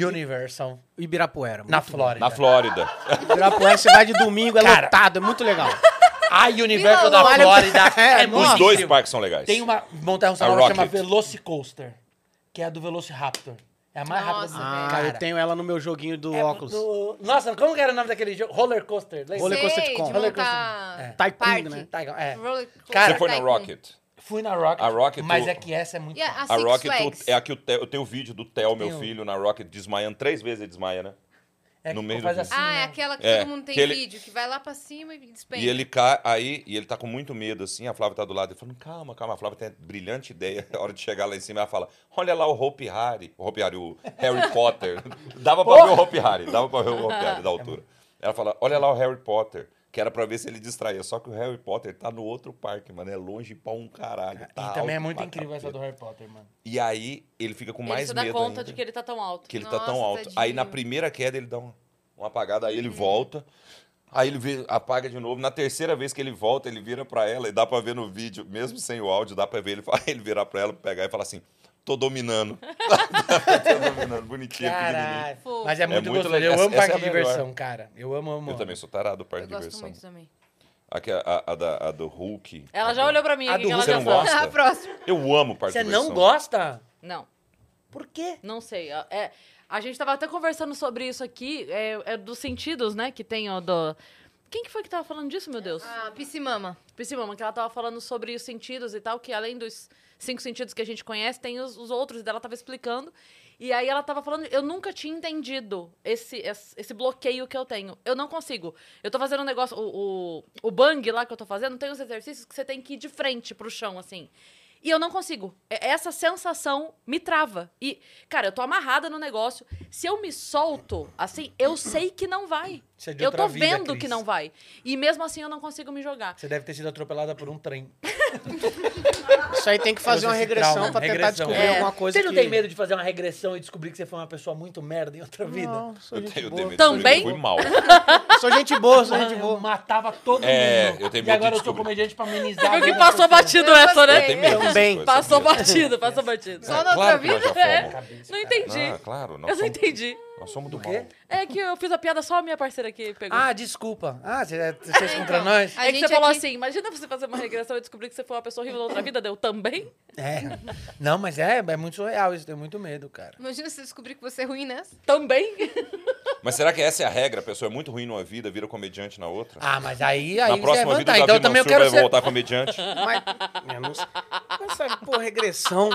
[SPEAKER 4] Universal
[SPEAKER 3] Ibirapuera.
[SPEAKER 4] na
[SPEAKER 3] muito
[SPEAKER 4] Flórida.
[SPEAKER 6] Na Flórida.
[SPEAKER 3] bom. Ibirapuera, você vai de domingo, é
[SPEAKER 4] Cara.
[SPEAKER 3] lotado, é muito legal.
[SPEAKER 4] A Universal da
[SPEAKER 3] Olha-
[SPEAKER 4] Flórida é,
[SPEAKER 3] É,
[SPEAKER 4] muito
[SPEAKER 6] Os dois
[SPEAKER 4] incrível.
[SPEAKER 6] parques são legais.
[SPEAKER 4] Tem uma montanha russa
[SPEAKER 6] A
[SPEAKER 4] nova que chama
[SPEAKER 6] Rocket.
[SPEAKER 4] Velocicoaster, que é a do Velociraptor. É a mais rápida
[SPEAKER 2] Nossa,
[SPEAKER 4] do
[SPEAKER 2] velho.
[SPEAKER 4] mundo.
[SPEAKER 3] Ah,
[SPEAKER 4] Cara,
[SPEAKER 3] eu tenho ela no meu joguinho do
[SPEAKER 4] é
[SPEAKER 3] óculos.
[SPEAKER 4] do- Nossa, como que era o nome daquele jogo? Roller Coaster. lembra?
[SPEAKER 3] Roller Coaster
[SPEAKER 2] Sei,
[SPEAKER 3] Tycoon.
[SPEAKER 2] de
[SPEAKER 4] Roller
[SPEAKER 2] montar
[SPEAKER 4] Coaster. É.
[SPEAKER 3] Tycoon,
[SPEAKER 2] parque.
[SPEAKER 3] né?
[SPEAKER 4] Tycoon, é.
[SPEAKER 2] Roller coaster
[SPEAKER 4] Cara-
[SPEAKER 6] Você foi na
[SPEAKER 2] tycoon.
[SPEAKER 6] Rocket.
[SPEAKER 4] Fui na Rocket.
[SPEAKER 6] A Rocket,
[SPEAKER 4] Mas
[SPEAKER 6] o-
[SPEAKER 4] é que essa é muito.
[SPEAKER 2] E a, a
[SPEAKER 6] A
[SPEAKER 2] Six
[SPEAKER 6] Rocket o-
[SPEAKER 2] Flags.
[SPEAKER 6] é a que o Theo- eu tenho o vídeo do Theo, meu
[SPEAKER 4] Tem um.
[SPEAKER 6] filho, na Rocket desmaiando. Três vezes ele desmaia, né?
[SPEAKER 4] é
[SPEAKER 6] no
[SPEAKER 4] que
[SPEAKER 6] meio do
[SPEAKER 4] faz
[SPEAKER 6] vídeo.
[SPEAKER 4] assim,
[SPEAKER 2] Ah,
[SPEAKER 4] né?
[SPEAKER 2] é aquela que
[SPEAKER 6] É,
[SPEAKER 2] todo mundo tem
[SPEAKER 6] que ele-
[SPEAKER 2] vídeo, que vai lá pra cima e despenca.
[SPEAKER 6] E ele cai, aí, e ele tá com muito medo, assim, a Flávia tá do lado, e falando, calma, calma, a Flávia tem uma brilhante ideia, a hora de chegar lá em cima, ela fala, olha lá o Hope Harry, o Hope Harry, o Harry Potter, dava pra ver o Hope Harry, dava pra ver o Hope Harry
[SPEAKER 4] Ah.
[SPEAKER 6] da altura. Ela fala, olha lá o Harry Potter, que era pra ver se ele distraía, só que o Harry Potter tá no outro parque, mano, é longe pra um caralho, tá
[SPEAKER 4] E também é
[SPEAKER 6] alto
[SPEAKER 4] muito
[SPEAKER 6] pra
[SPEAKER 4] incrível essa
[SPEAKER 6] cacete.
[SPEAKER 4] do Harry Potter, mano.
[SPEAKER 6] E aí, ele fica com
[SPEAKER 1] Ele
[SPEAKER 6] mais
[SPEAKER 1] se dá
[SPEAKER 6] medo
[SPEAKER 1] conta
[SPEAKER 6] ainda
[SPEAKER 1] de que ele tá tão alto.
[SPEAKER 6] que ele tá
[SPEAKER 2] Nossa,
[SPEAKER 6] tão alto. Aí na
[SPEAKER 2] tadinho.
[SPEAKER 6] primeira queda ele dá um, um apagado, aí ele volta. Aí ele vê- apaga de novo. Na terceira vez que ele volta, ele vira pra ela e dá pra ver no vídeo, mesmo sem o áudio, dá pra ver ele, fa- ele virar pra ela, pegar e falar assim: tô dominando. tô dominando, bonitinho, é pequenininho.
[SPEAKER 4] Caralho.
[SPEAKER 2] Fofo.
[SPEAKER 4] Mas é muito,
[SPEAKER 6] muito
[SPEAKER 4] gostoso.
[SPEAKER 6] legal.
[SPEAKER 4] Eu amo
[SPEAKER 6] Essa- essa
[SPEAKER 4] parque de
[SPEAKER 6] é a melhor.
[SPEAKER 4] diversão, cara. Eu amo, amo.
[SPEAKER 6] Eu
[SPEAKER 4] amo.
[SPEAKER 6] também sou tarado do parque
[SPEAKER 2] Eu
[SPEAKER 6] de
[SPEAKER 2] gosto
[SPEAKER 6] diversão.
[SPEAKER 2] muito também.
[SPEAKER 6] Aqui a, a- a da- a do Hulk.
[SPEAKER 1] Ela
[SPEAKER 6] É a
[SPEAKER 1] já
[SPEAKER 6] do- é
[SPEAKER 1] olhou pra mim
[SPEAKER 4] A
[SPEAKER 1] aqui,
[SPEAKER 4] do
[SPEAKER 1] que ela
[SPEAKER 4] Hulk
[SPEAKER 1] já
[SPEAKER 6] você não
[SPEAKER 1] sabe.
[SPEAKER 6] Gosta?
[SPEAKER 2] Ah, próximo.
[SPEAKER 6] Eu amo parque
[SPEAKER 4] Você
[SPEAKER 6] de
[SPEAKER 4] não
[SPEAKER 6] diversão.
[SPEAKER 4] gosta?
[SPEAKER 1] Não,
[SPEAKER 4] Por quê?
[SPEAKER 1] não sei. É, a gente tava até conversando sobre isso aqui, é, é dos sentidos, né, que tem, ó, do... Quem que foi que tava falando disso, meu Deus?
[SPEAKER 2] Ah, Piscimama.
[SPEAKER 1] Principalmente Tipo assim, que ela tava falando sobre os sentidos e tal, que além dos cinco sentidos que a gente conhece, tem os, os outros, e daí ela tava explicando. E aí ela tava falando, eu nunca tinha entendido esse, esse, esse bloqueio que eu tenho. Eu não consigo. Eu tô fazendo um negócio, o, o, o bang lá que eu tô fazendo, tem uns exercícios que você tem que ir de frente pro chão, assim. E eu não consigo. É- Essa sensação me trava. E, cara, eu tô amarrada no negócio. Se eu me solto, assim, eu sei que não vai.
[SPEAKER 4] Você é de
[SPEAKER 1] eu
[SPEAKER 4] outra
[SPEAKER 1] tô
[SPEAKER 4] vida,
[SPEAKER 1] vendo
[SPEAKER 4] Cris.
[SPEAKER 1] que não vai. E mesmo assim eu não consigo me jogar.
[SPEAKER 4] Você deve ter sido atropelada por um trem.
[SPEAKER 3] Isso aí tem que fazer uma
[SPEAKER 4] Esse
[SPEAKER 3] regressão
[SPEAKER 4] trauma,
[SPEAKER 3] pra tentar
[SPEAKER 4] regressão.
[SPEAKER 3] descobrir
[SPEAKER 1] É.
[SPEAKER 3] alguma coisa
[SPEAKER 4] Você não
[SPEAKER 3] que-
[SPEAKER 4] tem medo de fazer uma regressão e descobrir que você foi uma pessoa muito merda em outra vida?
[SPEAKER 3] Não, sou
[SPEAKER 6] Eu
[SPEAKER 3] gente
[SPEAKER 6] tenho o
[SPEAKER 3] boa.
[SPEAKER 6] dever de saber que
[SPEAKER 1] Também?
[SPEAKER 6] eu fui mal.
[SPEAKER 3] Sou gente boa, sou
[SPEAKER 4] Mano,
[SPEAKER 3] gente
[SPEAKER 4] Ah, eu
[SPEAKER 3] boa.
[SPEAKER 4] matava todo
[SPEAKER 6] É,
[SPEAKER 4] mundo.
[SPEAKER 6] eu tenho medo
[SPEAKER 4] e
[SPEAKER 6] de
[SPEAKER 4] agora eu sou
[SPEAKER 6] descobrir.
[SPEAKER 4] comediante pra amenizar.
[SPEAKER 1] Você viu que
[SPEAKER 4] a vida
[SPEAKER 1] passou
[SPEAKER 4] das pessoas.
[SPEAKER 1] batido
[SPEAKER 2] Eu
[SPEAKER 1] essa,
[SPEAKER 6] Eu
[SPEAKER 1] né?
[SPEAKER 6] tenho medo dessas
[SPEAKER 3] Também.
[SPEAKER 6] coisas,
[SPEAKER 1] Passou
[SPEAKER 6] sabia?
[SPEAKER 1] batido, passou batido.
[SPEAKER 2] Só na outra
[SPEAKER 6] É, Claro que
[SPEAKER 2] vida.
[SPEAKER 6] nós já fomos.
[SPEAKER 4] Cabeça,
[SPEAKER 1] Não
[SPEAKER 4] cara.
[SPEAKER 1] entendi.
[SPEAKER 6] Ah, claro. Nós
[SPEAKER 1] eu não
[SPEAKER 6] somos,
[SPEAKER 1] entendi.
[SPEAKER 6] Nós somos do
[SPEAKER 4] quê?
[SPEAKER 6] mal.
[SPEAKER 1] É que eu fiz a piada só a minha parceira aqui pegou.
[SPEAKER 4] Ah, desculpa. Ah, você, você fez contra nós?
[SPEAKER 2] Então,
[SPEAKER 1] é
[SPEAKER 2] a
[SPEAKER 1] que
[SPEAKER 2] gente
[SPEAKER 1] você falou
[SPEAKER 2] aqui-
[SPEAKER 1] assim, imagina você fazer uma regressão e descobrir que você foi uma pessoa horrível na outra vida, deu também?
[SPEAKER 4] É. Não, mas é, é muito surreal isso. Tenho muito medo, cara.
[SPEAKER 2] Imagina você descobrir que você é ruim nessa.
[SPEAKER 1] Também?
[SPEAKER 6] Mas será que essa é a regra? A pessoa é muito ruim numa vida, vira comediante na outra?
[SPEAKER 4] Ah, mas aí, aí
[SPEAKER 6] na próxima
[SPEAKER 4] você é
[SPEAKER 6] vida,
[SPEAKER 4] vantagem.
[SPEAKER 6] o
[SPEAKER 4] Então
[SPEAKER 6] Davi
[SPEAKER 4] também eu
[SPEAKER 6] Mansur
[SPEAKER 4] quero
[SPEAKER 6] vai
[SPEAKER 4] ser...
[SPEAKER 6] voltar comediante.
[SPEAKER 3] Mas, eu não sei. Essa, pô, regressão.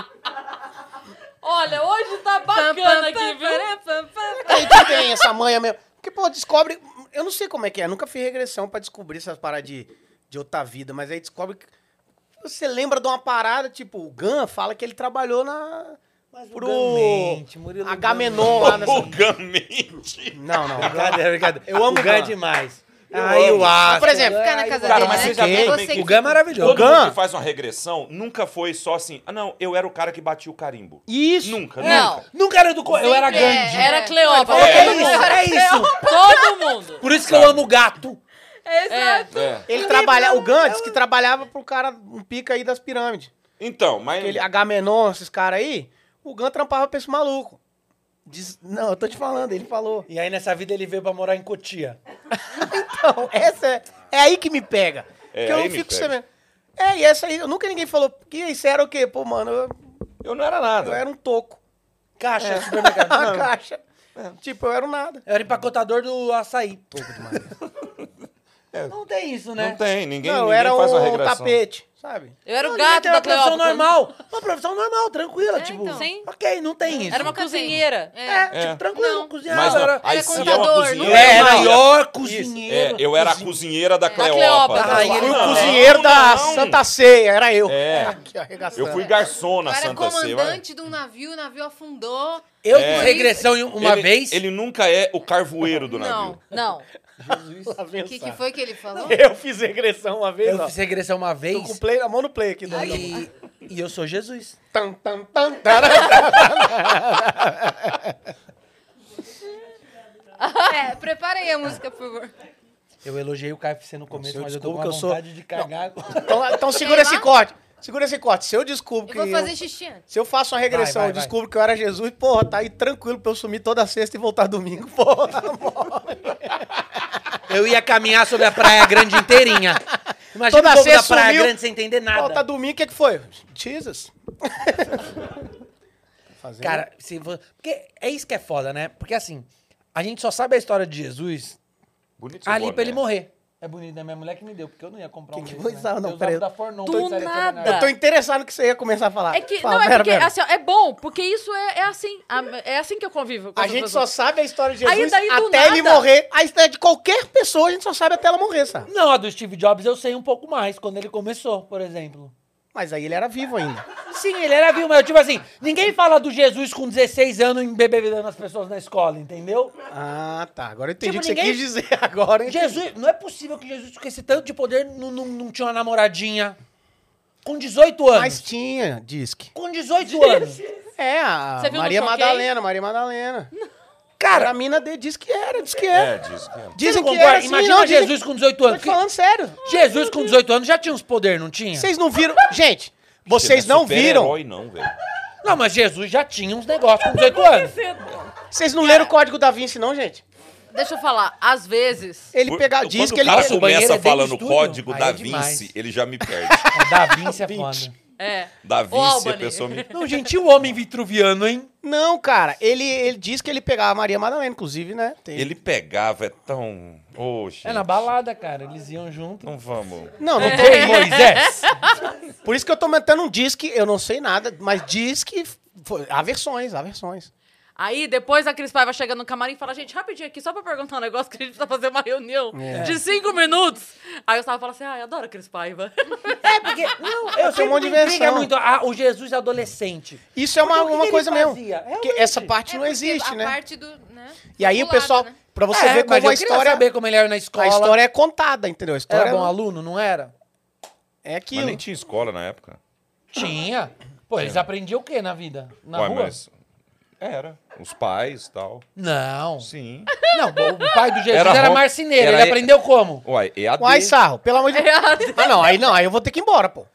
[SPEAKER 1] Olha, hoje tá bacana aqui, viu?
[SPEAKER 3] Aí que tem essa manha mesmo. Porque, pô, descobre. Eu não sei como é que é. Nunca fiz regressão pra descobrir essas paradas de, de outra vida, mas aí descobre que. Você lembra de uma parada, tipo, o Gun fala que ele trabalhou na. pro Agamenon lá nessa.
[SPEAKER 6] Vulgamente.
[SPEAKER 3] Não, é não.
[SPEAKER 4] Brincadeira, brincadeira.
[SPEAKER 3] Eu amo
[SPEAKER 4] o
[SPEAKER 3] o
[SPEAKER 4] Gã é
[SPEAKER 3] Gama.
[SPEAKER 4] demais. Ah,
[SPEAKER 3] Eu
[SPEAKER 4] Aí
[SPEAKER 3] amo.
[SPEAKER 4] o Astro.
[SPEAKER 3] Por exemplo,
[SPEAKER 2] ficar na casa
[SPEAKER 6] Cara,
[SPEAKER 2] dele,
[SPEAKER 6] mas
[SPEAKER 2] né?
[SPEAKER 6] você já
[SPEAKER 3] Fiquei.
[SPEAKER 6] viu
[SPEAKER 2] Você
[SPEAKER 6] que
[SPEAKER 4] O Gama é maravilhoso.
[SPEAKER 6] Todo mundo
[SPEAKER 3] Gama.
[SPEAKER 6] que faz uma regressão nunca foi só assim. Ah, não, eu era o cara que bati o carimbo.
[SPEAKER 3] Isso!
[SPEAKER 6] Nunca,
[SPEAKER 1] Não.
[SPEAKER 6] nunca.
[SPEAKER 4] Nunca era do... co- Eu era
[SPEAKER 2] Sempre
[SPEAKER 4] Gandhi.
[SPEAKER 2] é.
[SPEAKER 1] Era Cleópatra.
[SPEAKER 4] É
[SPEAKER 1] todo
[SPEAKER 4] isso,
[SPEAKER 1] mundo.
[SPEAKER 4] é isso.
[SPEAKER 1] Todo mundo.
[SPEAKER 4] Por isso que eu amo gato.
[SPEAKER 1] É.
[SPEAKER 6] É.
[SPEAKER 3] Ele trabalha. O Gun disse que trabalhava pro cara, um pica aí das pirâmides.
[SPEAKER 6] Então, mas.
[SPEAKER 3] Aquele Agamenon, esses caras aí. O Gun trampava pra esse maluco. Diz- Não, eu tô te falando, ele falou.
[SPEAKER 4] E aí nessa vida ele veio pra morar em Cotia.
[SPEAKER 3] Então, essa é, é aí que me pega.
[SPEAKER 6] É,
[SPEAKER 3] que eu
[SPEAKER 6] aí
[SPEAKER 3] não
[SPEAKER 6] me
[SPEAKER 3] fico
[SPEAKER 6] pega.
[SPEAKER 3] sabendo. É, e essa aí, eu nunca ninguém falou. Que isso era o quê? Pô, mano, eu,
[SPEAKER 6] Eu não era
[SPEAKER 3] eu
[SPEAKER 6] nada.
[SPEAKER 3] era um toco. É.
[SPEAKER 4] Caixa,
[SPEAKER 3] Uma
[SPEAKER 4] supermercado. Não.
[SPEAKER 3] caixa. Tipo, eu era um nada.
[SPEAKER 4] Eu era empacotador do açaí. Não tem isso, né?
[SPEAKER 6] É. Não tem, ninguém,
[SPEAKER 3] não, eu
[SPEAKER 6] ninguém
[SPEAKER 3] era
[SPEAKER 6] faz uma
[SPEAKER 3] um
[SPEAKER 6] regressão.
[SPEAKER 3] tapete, sabe?
[SPEAKER 1] Eu era o
[SPEAKER 4] Não,
[SPEAKER 1] gato
[SPEAKER 4] era
[SPEAKER 1] da
[SPEAKER 4] uma profissão
[SPEAKER 1] Cleópatra.
[SPEAKER 4] normal. Uma profissão normal, tranquila.
[SPEAKER 2] É,
[SPEAKER 4] tipo,
[SPEAKER 2] então.
[SPEAKER 1] Sim.
[SPEAKER 4] ok, não tem isso.
[SPEAKER 1] Era uma
[SPEAKER 2] Nunca tem.
[SPEAKER 1] cozinheira.
[SPEAKER 4] É,
[SPEAKER 2] É.
[SPEAKER 6] É.
[SPEAKER 4] tipo, tranquilo,
[SPEAKER 2] Não.
[SPEAKER 4] cozinhava.
[SPEAKER 6] Mas não,
[SPEAKER 4] era...
[SPEAKER 6] aí
[SPEAKER 2] Era
[SPEAKER 6] sim é uma
[SPEAKER 2] contador,
[SPEAKER 4] Eu
[SPEAKER 6] cozinheira.
[SPEAKER 2] não
[SPEAKER 4] era
[SPEAKER 6] Não,
[SPEAKER 4] o maior cozinheiro. Ah,
[SPEAKER 6] É, eu era a cozinheira da Cleópatra.
[SPEAKER 1] Cleópatra.
[SPEAKER 4] Aí ele-
[SPEAKER 3] E o
[SPEAKER 4] Não,
[SPEAKER 3] cozinheiro da
[SPEAKER 6] não.
[SPEAKER 3] Santa Ceia, era eu.
[SPEAKER 6] É.
[SPEAKER 3] Aqui, arregaçando.
[SPEAKER 6] Eu fui garçom
[SPEAKER 2] Eu
[SPEAKER 6] na
[SPEAKER 2] era
[SPEAKER 6] Santa Ceia. vai.
[SPEAKER 2] comandante de um navio, o navio afundou.
[SPEAKER 4] Eu
[SPEAKER 6] É.
[SPEAKER 4] fiz regressão em- uma
[SPEAKER 6] ele,
[SPEAKER 4] vez.
[SPEAKER 6] Ele nunca é o carvoeiro do navio.
[SPEAKER 2] Não.
[SPEAKER 1] Não.
[SPEAKER 4] Jesus.
[SPEAKER 3] Lá vem
[SPEAKER 2] O
[SPEAKER 3] o
[SPEAKER 2] que, que
[SPEAKER 3] sarro.
[SPEAKER 2] foi que ele falou?
[SPEAKER 3] Eu fiz regressão uma vez,
[SPEAKER 4] Eu
[SPEAKER 3] ó.
[SPEAKER 4] fiz regressão uma
[SPEAKER 3] Tô com
[SPEAKER 4] vez
[SPEAKER 3] play, a mão no play aqui. Do
[SPEAKER 4] e, e eu sou Jesus.
[SPEAKER 3] Tan, tan, tan, taran.
[SPEAKER 2] É, prepara aí a música, por favor.
[SPEAKER 4] Eu elogiei o KFC no começo,
[SPEAKER 3] eu
[SPEAKER 4] mas eu tô
[SPEAKER 3] descubro
[SPEAKER 4] com uma
[SPEAKER 3] que eu sou-
[SPEAKER 4] vontade de cagar.
[SPEAKER 3] Então, então segura
[SPEAKER 2] Sei
[SPEAKER 3] esse
[SPEAKER 2] lá.
[SPEAKER 3] corte. Segura esse corte. Se eu descubro
[SPEAKER 2] Eu
[SPEAKER 3] que.
[SPEAKER 2] vou fazer
[SPEAKER 3] eu-
[SPEAKER 2] xixi antes.
[SPEAKER 3] se eu faço uma regressão
[SPEAKER 4] Vai,
[SPEAKER 3] e
[SPEAKER 4] vai, vai.
[SPEAKER 3] descubro que eu era Jesus, porra, tá aí tranquilo pra eu sumir toda sexta e voltar domingo, porra.
[SPEAKER 4] Eu ia caminhar sobre a Praia Grande inteirinha. Imagina
[SPEAKER 3] Toda
[SPEAKER 4] o povo da
[SPEAKER 3] vez
[SPEAKER 4] Praia
[SPEAKER 3] sumiu.
[SPEAKER 4] Grande sem entender nada.
[SPEAKER 3] Volta domingo, o que, que foi? Jesus. Fazendo-
[SPEAKER 4] Cara, se vo- porque é isso que é foda, né? Porque assim, a gente só sabe a história de Jesus
[SPEAKER 6] Bonito seu
[SPEAKER 4] ali
[SPEAKER 6] boné.
[SPEAKER 4] pra ele morrer. É bonito, né? Minha mulher que me deu, porque eu não ia comprar um
[SPEAKER 3] Que que
[SPEAKER 4] desse,
[SPEAKER 3] foi
[SPEAKER 4] né?
[SPEAKER 3] isso? Ah, Não,
[SPEAKER 4] eu
[SPEAKER 3] peraí.
[SPEAKER 4] usava da Fornon.
[SPEAKER 1] Do
[SPEAKER 4] que saía de
[SPEAKER 1] nada.
[SPEAKER 4] Camargo.
[SPEAKER 3] tô interessado que você ia começar a
[SPEAKER 4] Ah,
[SPEAKER 3] falar.
[SPEAKER 1] Ah. É que,
[SPEAKER 3] Fala,
[SPEAKER 1] não, é
[SPEAKER 3] pera,
[SPEAKER 1] porque
[SPEAKER 3] pera.
[SPEAKER 1] assim, ó, é bom, porque isso é, é assim. a- é assim que eu convivo. com
[SPEAKER 3] A
[SPEAKER 1] as
[SPEAKER 3] gente só
[SPEAKER 1] pessoas.
[SPEAKER 3] sabe a história de
[SPEAKER 1] Aí
[SPEAKER 3] Jesus
[SPEAKER 1] daí, do
[SPEAKER 3] até ele
[SPEAKER 1] nada-
[SPEAKER 3] morrer. A história de qualquer pessoa, a gente só sabe até ela morrer, sabe?
[SPEAKER 4] Não, a do Steve Jobs eu sei um pouco mais, quando ele começou, por exemplo.
[SPEAKER 3] Mas aí ele era vivo ainda.
[SPEAKER 4] Sim, ele era vivo, mas tipo assim, ninguém fala do Jesus com 16 anos embebedando as pessoas na escola, entendeu?
[SPEAKER 3] Ah, tá. Agora eu entendi
[SPEAKER 4] Tipo,
[SPEAKER 3] o que
[SPEAKER 4] ninguém-
[SPEAKER 3] você quis dizer agora. hein?
[SPEAKER 4] Jesus, não é possível que Jesus com esse tanto de poder não, não, não tinha uma namoradinha. Com 18 anos.
[SPEAKER 3] Mas tinha, diz que.
[SPEAKER 4] Com 18 anos.
[SPEAKER 3] É, a
[SPEAKER 1] Você viu no
[SPEAKER 3] Maria
[SPEAKER 1] Choquei?
[SPEAKER 3] Madalena, Maria Madalena. Cara, a mina dele diz que era, diz que
[SPEAKER 6] É,
[SPEAKER 3] era.
[SPEAKER 6] diz que é.
[SPEAKER 3] Dizem
[SPEAKER 4] Você não
[SPEAKER 3] que era,
[SPEAKER 4] concorda?
[SPEAKER 3] sim,
[SPEAKER 4] Imagina
[SPEAKER 3] não, dizem-
[SPEAKER 4] Jesus com 18
[SPEAKER 3] Tô
[SPEAKER 4] anos.
[SPEAKER 3] te falando sério.
[SPEAKER 4] Que- Jesus com 18 anos já tinha uns poder, não tinha?
[SPEAKER 3] Vocês não viram... Gente, vocês
[SPEAKER 6] Você
[SPEAKER 3] não
[SPEAKER 6] é
[SPEAKER 3] viram...
[SPEAKER 6] super-herói, não, velho.
[SPEAKER 4] Não, mas Jesus já tinha uns negócios com 18 anos.
[SPEAKER 3] Vocês não leram o Código da Vinci, não, gente?
[SPEAKER 1] Deixa eu falar, às vezes.
[SPEAKER 3] Ele pegar,
[SPEAKER 6] Quando
[SPEAKER 3] diz que ele...
[SPEAKER 6] O cara
[SPEAKER 4] Nossa, o banheiro é
[SPEAKER 6] começa
[SPEAKER 4] dentro do
[SPEAKER 6] falando
[SPEAKER 4] estúdio?
[SPEAKER 6] código
[SPEAKER 4] Aí
[SPEAKER 6] da
[SPEAKER 4] é demais.
[SPEAKER 6] Vinci, ele já me perde.
[SPEAKER 4] Da Vinci é foda.
[SPEAKER 1] É.
[SPEAKER 6] Da
[SPEAKER 1] Ô,
[SPEAKER 6] Vinci, a
[SPEAKER 1] Albany.
[SPEAKER 6] pessoa me...
[SPEAKER 4] Não, gentil homem vitruviano, hein?
[SPEAKER 3] Não, cara, ele, ele diz que ele pegava a Maria Madalena, inclusive, né? Tem-
[SPEAKER 6] Ele pegava, é tão... Oxe,
[SPEAKER 4] É na balada, cara. Eles iam junto.
[SPEAKER 6] não vamos...
[SPEAKER 3] Não, não tem...
[SPEAKER 4] Ei, Moisés!
[SPEAKER 3] Por isso que eu tô mantendo um diz que eu não sei nada, mas diz que... foi- Há versões, há versões.
[SPEAKER 1] Aí depois a Cris Paiva chega no camarim e fala, gente, rapidinho aqui, só pra perguntar um negócio que a gente precisa fazer uma reunião
[SPEAKER 3] É.
[SPEAKER 1] de cinco minutos. Aí o Sava fala assim, ai, adoro a Cris Paiva.
[SPEAKER 4] É, porque. Não, eu
[SPEAKER 3] Tem um monte de versão.
[SPEAKER 4] muito. Ah, o Jesus adolescente.
[SPEAKER 3] Isso é uma,
[SPEAKER 4] Então, o que
[SPEAKER 3] uma
[SPEAKER 4] ele
[SPEAKER 3] coisa mesmo.
[SPEAKER 4] fazia?
[SPEAKER 3] Porque
[SPEAKER 4] Realmente.
[SPEAKER 3] essa parte
[SPEAKER 2] É
[SPEAKER 3] não
[SPEAKER 2] porque
[SPEAKER 3] existe,
[SPEAKER 2] a
[SPEAKER 3] né?
[SPEAKER 2] parte do, né?
[SPEAKER 3] E aí o
[SPEAKER 2] Pulada,
[SPEAKER 3] pessoal,
[SPEAKER 2] né?
[SPEAKER 3] pra você
[SPEAKER 4] É,
[SPEAKER 3] ver
[SPEAKER 4] mas
[SPEAKER 3] como a
[SPEAKER 4] eu queria
[SPEAKER 3] história,
[SPEAKER 4] saber como ele era na
[SPEAKER 3] a
[SPEAKER 4] escola.
[SPEAKER 3] história é contada, entendeu? A história um
[SPEAKER 4] Era bom aluno, não era?
[SPEAKER 3] é
[SPEAKER 6] Mas
[SPEAKER 3] aquilo.
[SPEAKER 6] nem tinha escola na época.
[SPEAKER 4] Tinha. Pô, eles aprendiam o quê na vida? Na
[SPEAKER 6] Ué,
[SPEAKER 4] rua?
[SPEAKER 6] mas... Era. Os pais e tal.
[SPEAKER 4] Não.
[SPEAKER 6] Sim.
[SPEAKER 4] Não, o pai do Jesus
[SPEAKER 6] Era
[SPEAKER 4] era,
[SPEAKER 6] ro-
[SPEAKER 4] marceneiro.
[SPEAKER 6] era-
[SPEAKER 4] Ele aprendeu como?
[SPEAKER 6] Uai, EAD.
[SPEAKER 3] Uai, Sarro, pelo amor de Deus. Ah, não, aí não, aí eu vou ter que ir embora, pô.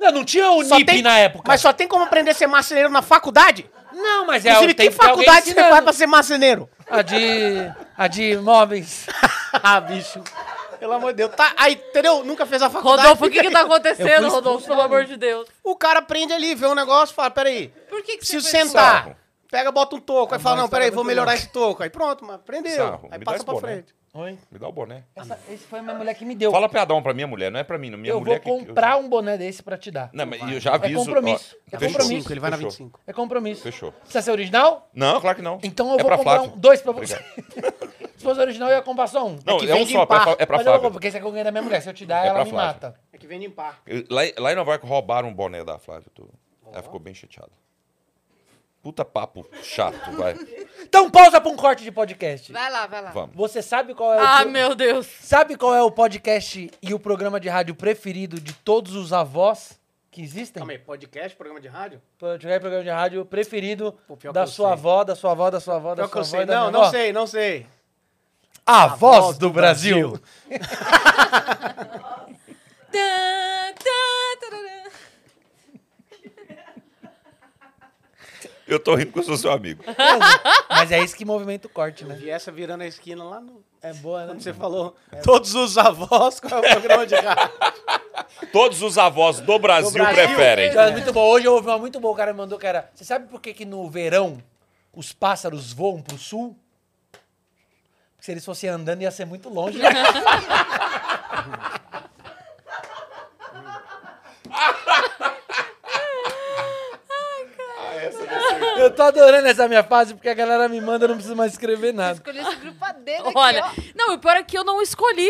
[SPEAKER 4] Não, não tinha o
[SPEAKER 3] Só
[SPEAKER 4] NIP
[SPEAKER 3] tem-
[SPEAKER 4] na época.
[SPEAKER 3] Mas só tem como aprender a ser marceneiro na faculdade?
[SPEAKER 4] Não, mas é
[SPEAKER 3] Inclusive,
[SPEAKER 4] tem
[SPEAKER 3] que
[SPEAKER 4] que ter alguém
[SPEAKER 3] faculdade você
[SPEAKER 4] ensinando.
[SPEAKER 3] faz pra ser marceneiro?
[SPEAKER 4] A de. A de imóveis.
[SPEAKER 3] ah, bicho. Pelo amor de Deus. Tá, aí, entendeu? Nunca fez a faculdade.
[SPEAKER 1] Rodolfo, o que que tá
[SPEAKER 4] Eu
[SPEAKER 1] acontecendo,
[SPEAKER 4] fui
[SPEAKER 1] Rodolfo, pelo amor de Deus?
[SPEAKER 3] O cara aprende ali, vê um negócio, fala, peraí,
[SPEAKER 2] Por que, que você
[SPEAKER 3] preciso
[SPEAKER 2] foi
[SPEAKER 3] sentar.
[SPEAKER 6] Sarro.
[SPEAKER 3] Pega, bota um toco. Aí
[SPEAKER 4] É
[SPEAKER 3] fala,
[SPEAKER 4] uma
[SPEAKER 3] não, peraí,
[SPEAKER 4] história
[SPEAKER 3] vou
[SPEAKER 4] muito
[SPEAKER 3] melhorar
[SPEAKER 4] louca.
[SPEAKER 3] esse toco. Aí pronto, mas aprendeu.
[SPEAKER 6] Sarro, me
[SPEAKER 3] aí
[SPEAKER 6] dá
[SPEAKER 3] passa
[SPEAKER 6] esse
[SPEAKER 3] pra
[SPEAKER 6] boné.
[SPEAKER 3] frente.
[SPEAKER 4] Oi?
[SPEAKER 6] Me dá o boné.
[SPEAKER 4] Essa, esse foi a minha mulher que me deu.
[SPEAKER 6] Fala piadão pra minha mulher, não é pra mim. Não. Minha
[SPEAKER 4] eu vou
[SPEAKER 6] mulher que-
[SPEAKER 4] comprar um boné desse pra te dar.
[SPEAKER 6] Não, mas eu já aviso. ó,
[SPEAKER 4] compromisso. É
[SPEAKER 6] fechou.
[SPEAKER 4] compromisso.
[SPEAKER 3] Ele vai na
[SPEAKER 6] Fechou.
[SPEAKER 3] 25.
[SPEAKER 4] É compromisso.
[SPEAKER 6] Fechou.
[SPEAKER 4] Precisa ser original?
[SPEAKER 6] Não, claro que não.
[SPEAKER 4] Então eu
[SPEAKER 6] é
[SPEAKER 4] vou
[SPEAKER 6] pra
[SPEAKER 4] comprar
[SPEAKER 6] Flávio.
[SPEAKER 4] um, dois pra você. Se fosse original, eu ia comprar só um.
[SPEAKER 6] Não,
[SPEAKER 3] que
[SPEAKER 6] é, um
[SPEAKER 3] vende
[SPEAKER 6] só,
[SPEAKER 3] em par.
[SPEAKER 6] pra, é pra
[SPEAKER 4] Mas eu não
[SPEAKER 6] Flávio.
[SPEAKER 4] compro, porque esse é que eu ganhei da minha mulher. Se eu te dar,
[SPEAKER 6] É
[SPEAKER 4] ela
[SPEAKER 6] pra
[SPEAKER 4] me
[SPEAKER 6] Flávio.
[SPEAKER 4] mata.
[SPEAKER 3] É que vem limpar.
[SPEAKER 6] Lá, em- lá em Nova York roubaram um boné da Flávio. tu- Ela ficou bem chateada. Puta papo chato, vai.
[SPEAKER 4] Então pausa pra um corte de podcast.
[SPEAKER 2] Vai lá, vai lá.
[SPEAKER 6] Vamos.
[SPEAKER 4] Você sabe qual é o...
[SPEAKER 1] Ah,
[SPEAKER 4] pro-
[SPEAKER 1] meu Deus.
[SPEAKER 4] Sabe qual é o podcast e o programa de rádio preferido de todos os avós que existem?
[SPEAKER 3] Calma aí, podcast, programa de rádio?
[SPEAKER 4] Pro- tiver programa de rádio preferido
[SPEAKER 3] Pô, pior que
[SPEAKER 4] da
[SPEAKER 3] eu
[SPEAKER 4] sua
[SPEAKER 3] sei.
[SPEAKER 4] avó, da sua avó, da sua avó, da
[SPEAKER 3] Pior que
[SPEAKER 4] sua
[SPEAKER 3] eu sei.
[SPEAKER 4] avó. e da
[SPEAKER 3] Não,
[SPEAKER 4] minha
[SPEAKER 3] não
[SPEAKER 4] avó.
[SPEAKER 3] sei, não sei.
[SPEAKER 4] A, voz, do Brasil.
[SPEAKER 2] Tã, tã, tararã.
[SPEAKER 6] Eu tô rindo porque eu sou seu amigo.
[SPEAKER 4] Mas é isso que movimenta o corte, né?
[SPEAKER 3] Vi essa virando a esquina lá no.
[SPEAKER 4] É boa, né?
[SPEAKER 3] Quando você falou, todos os avós, qual é o programa de rádio?
[SPEAKER 6] Todos os avós do Brasil,
[SPEAKER 3] Do Brasil.
[SPEAKER 6] preferem.
[SPEAKER 4] Cara, é muito bom. Hoje eu ouvi uma muito boa, o cara me mandou, cara. Você sabe por que, que no verão os pássaros voam pro sul? Porque se eles fossem andando ia ser muito longe. né? Eu tô adorando essa minha fase porque a galera me manda, eu não preciso mais escrever nada.
[SPEAKER 2] Escolhi esse grupo a dedo aqui,
[SPEAKER 1] Olha,
[SPEAKER 2] ó.
[SPEAKER 1] não, o pior é que eu não escolhi.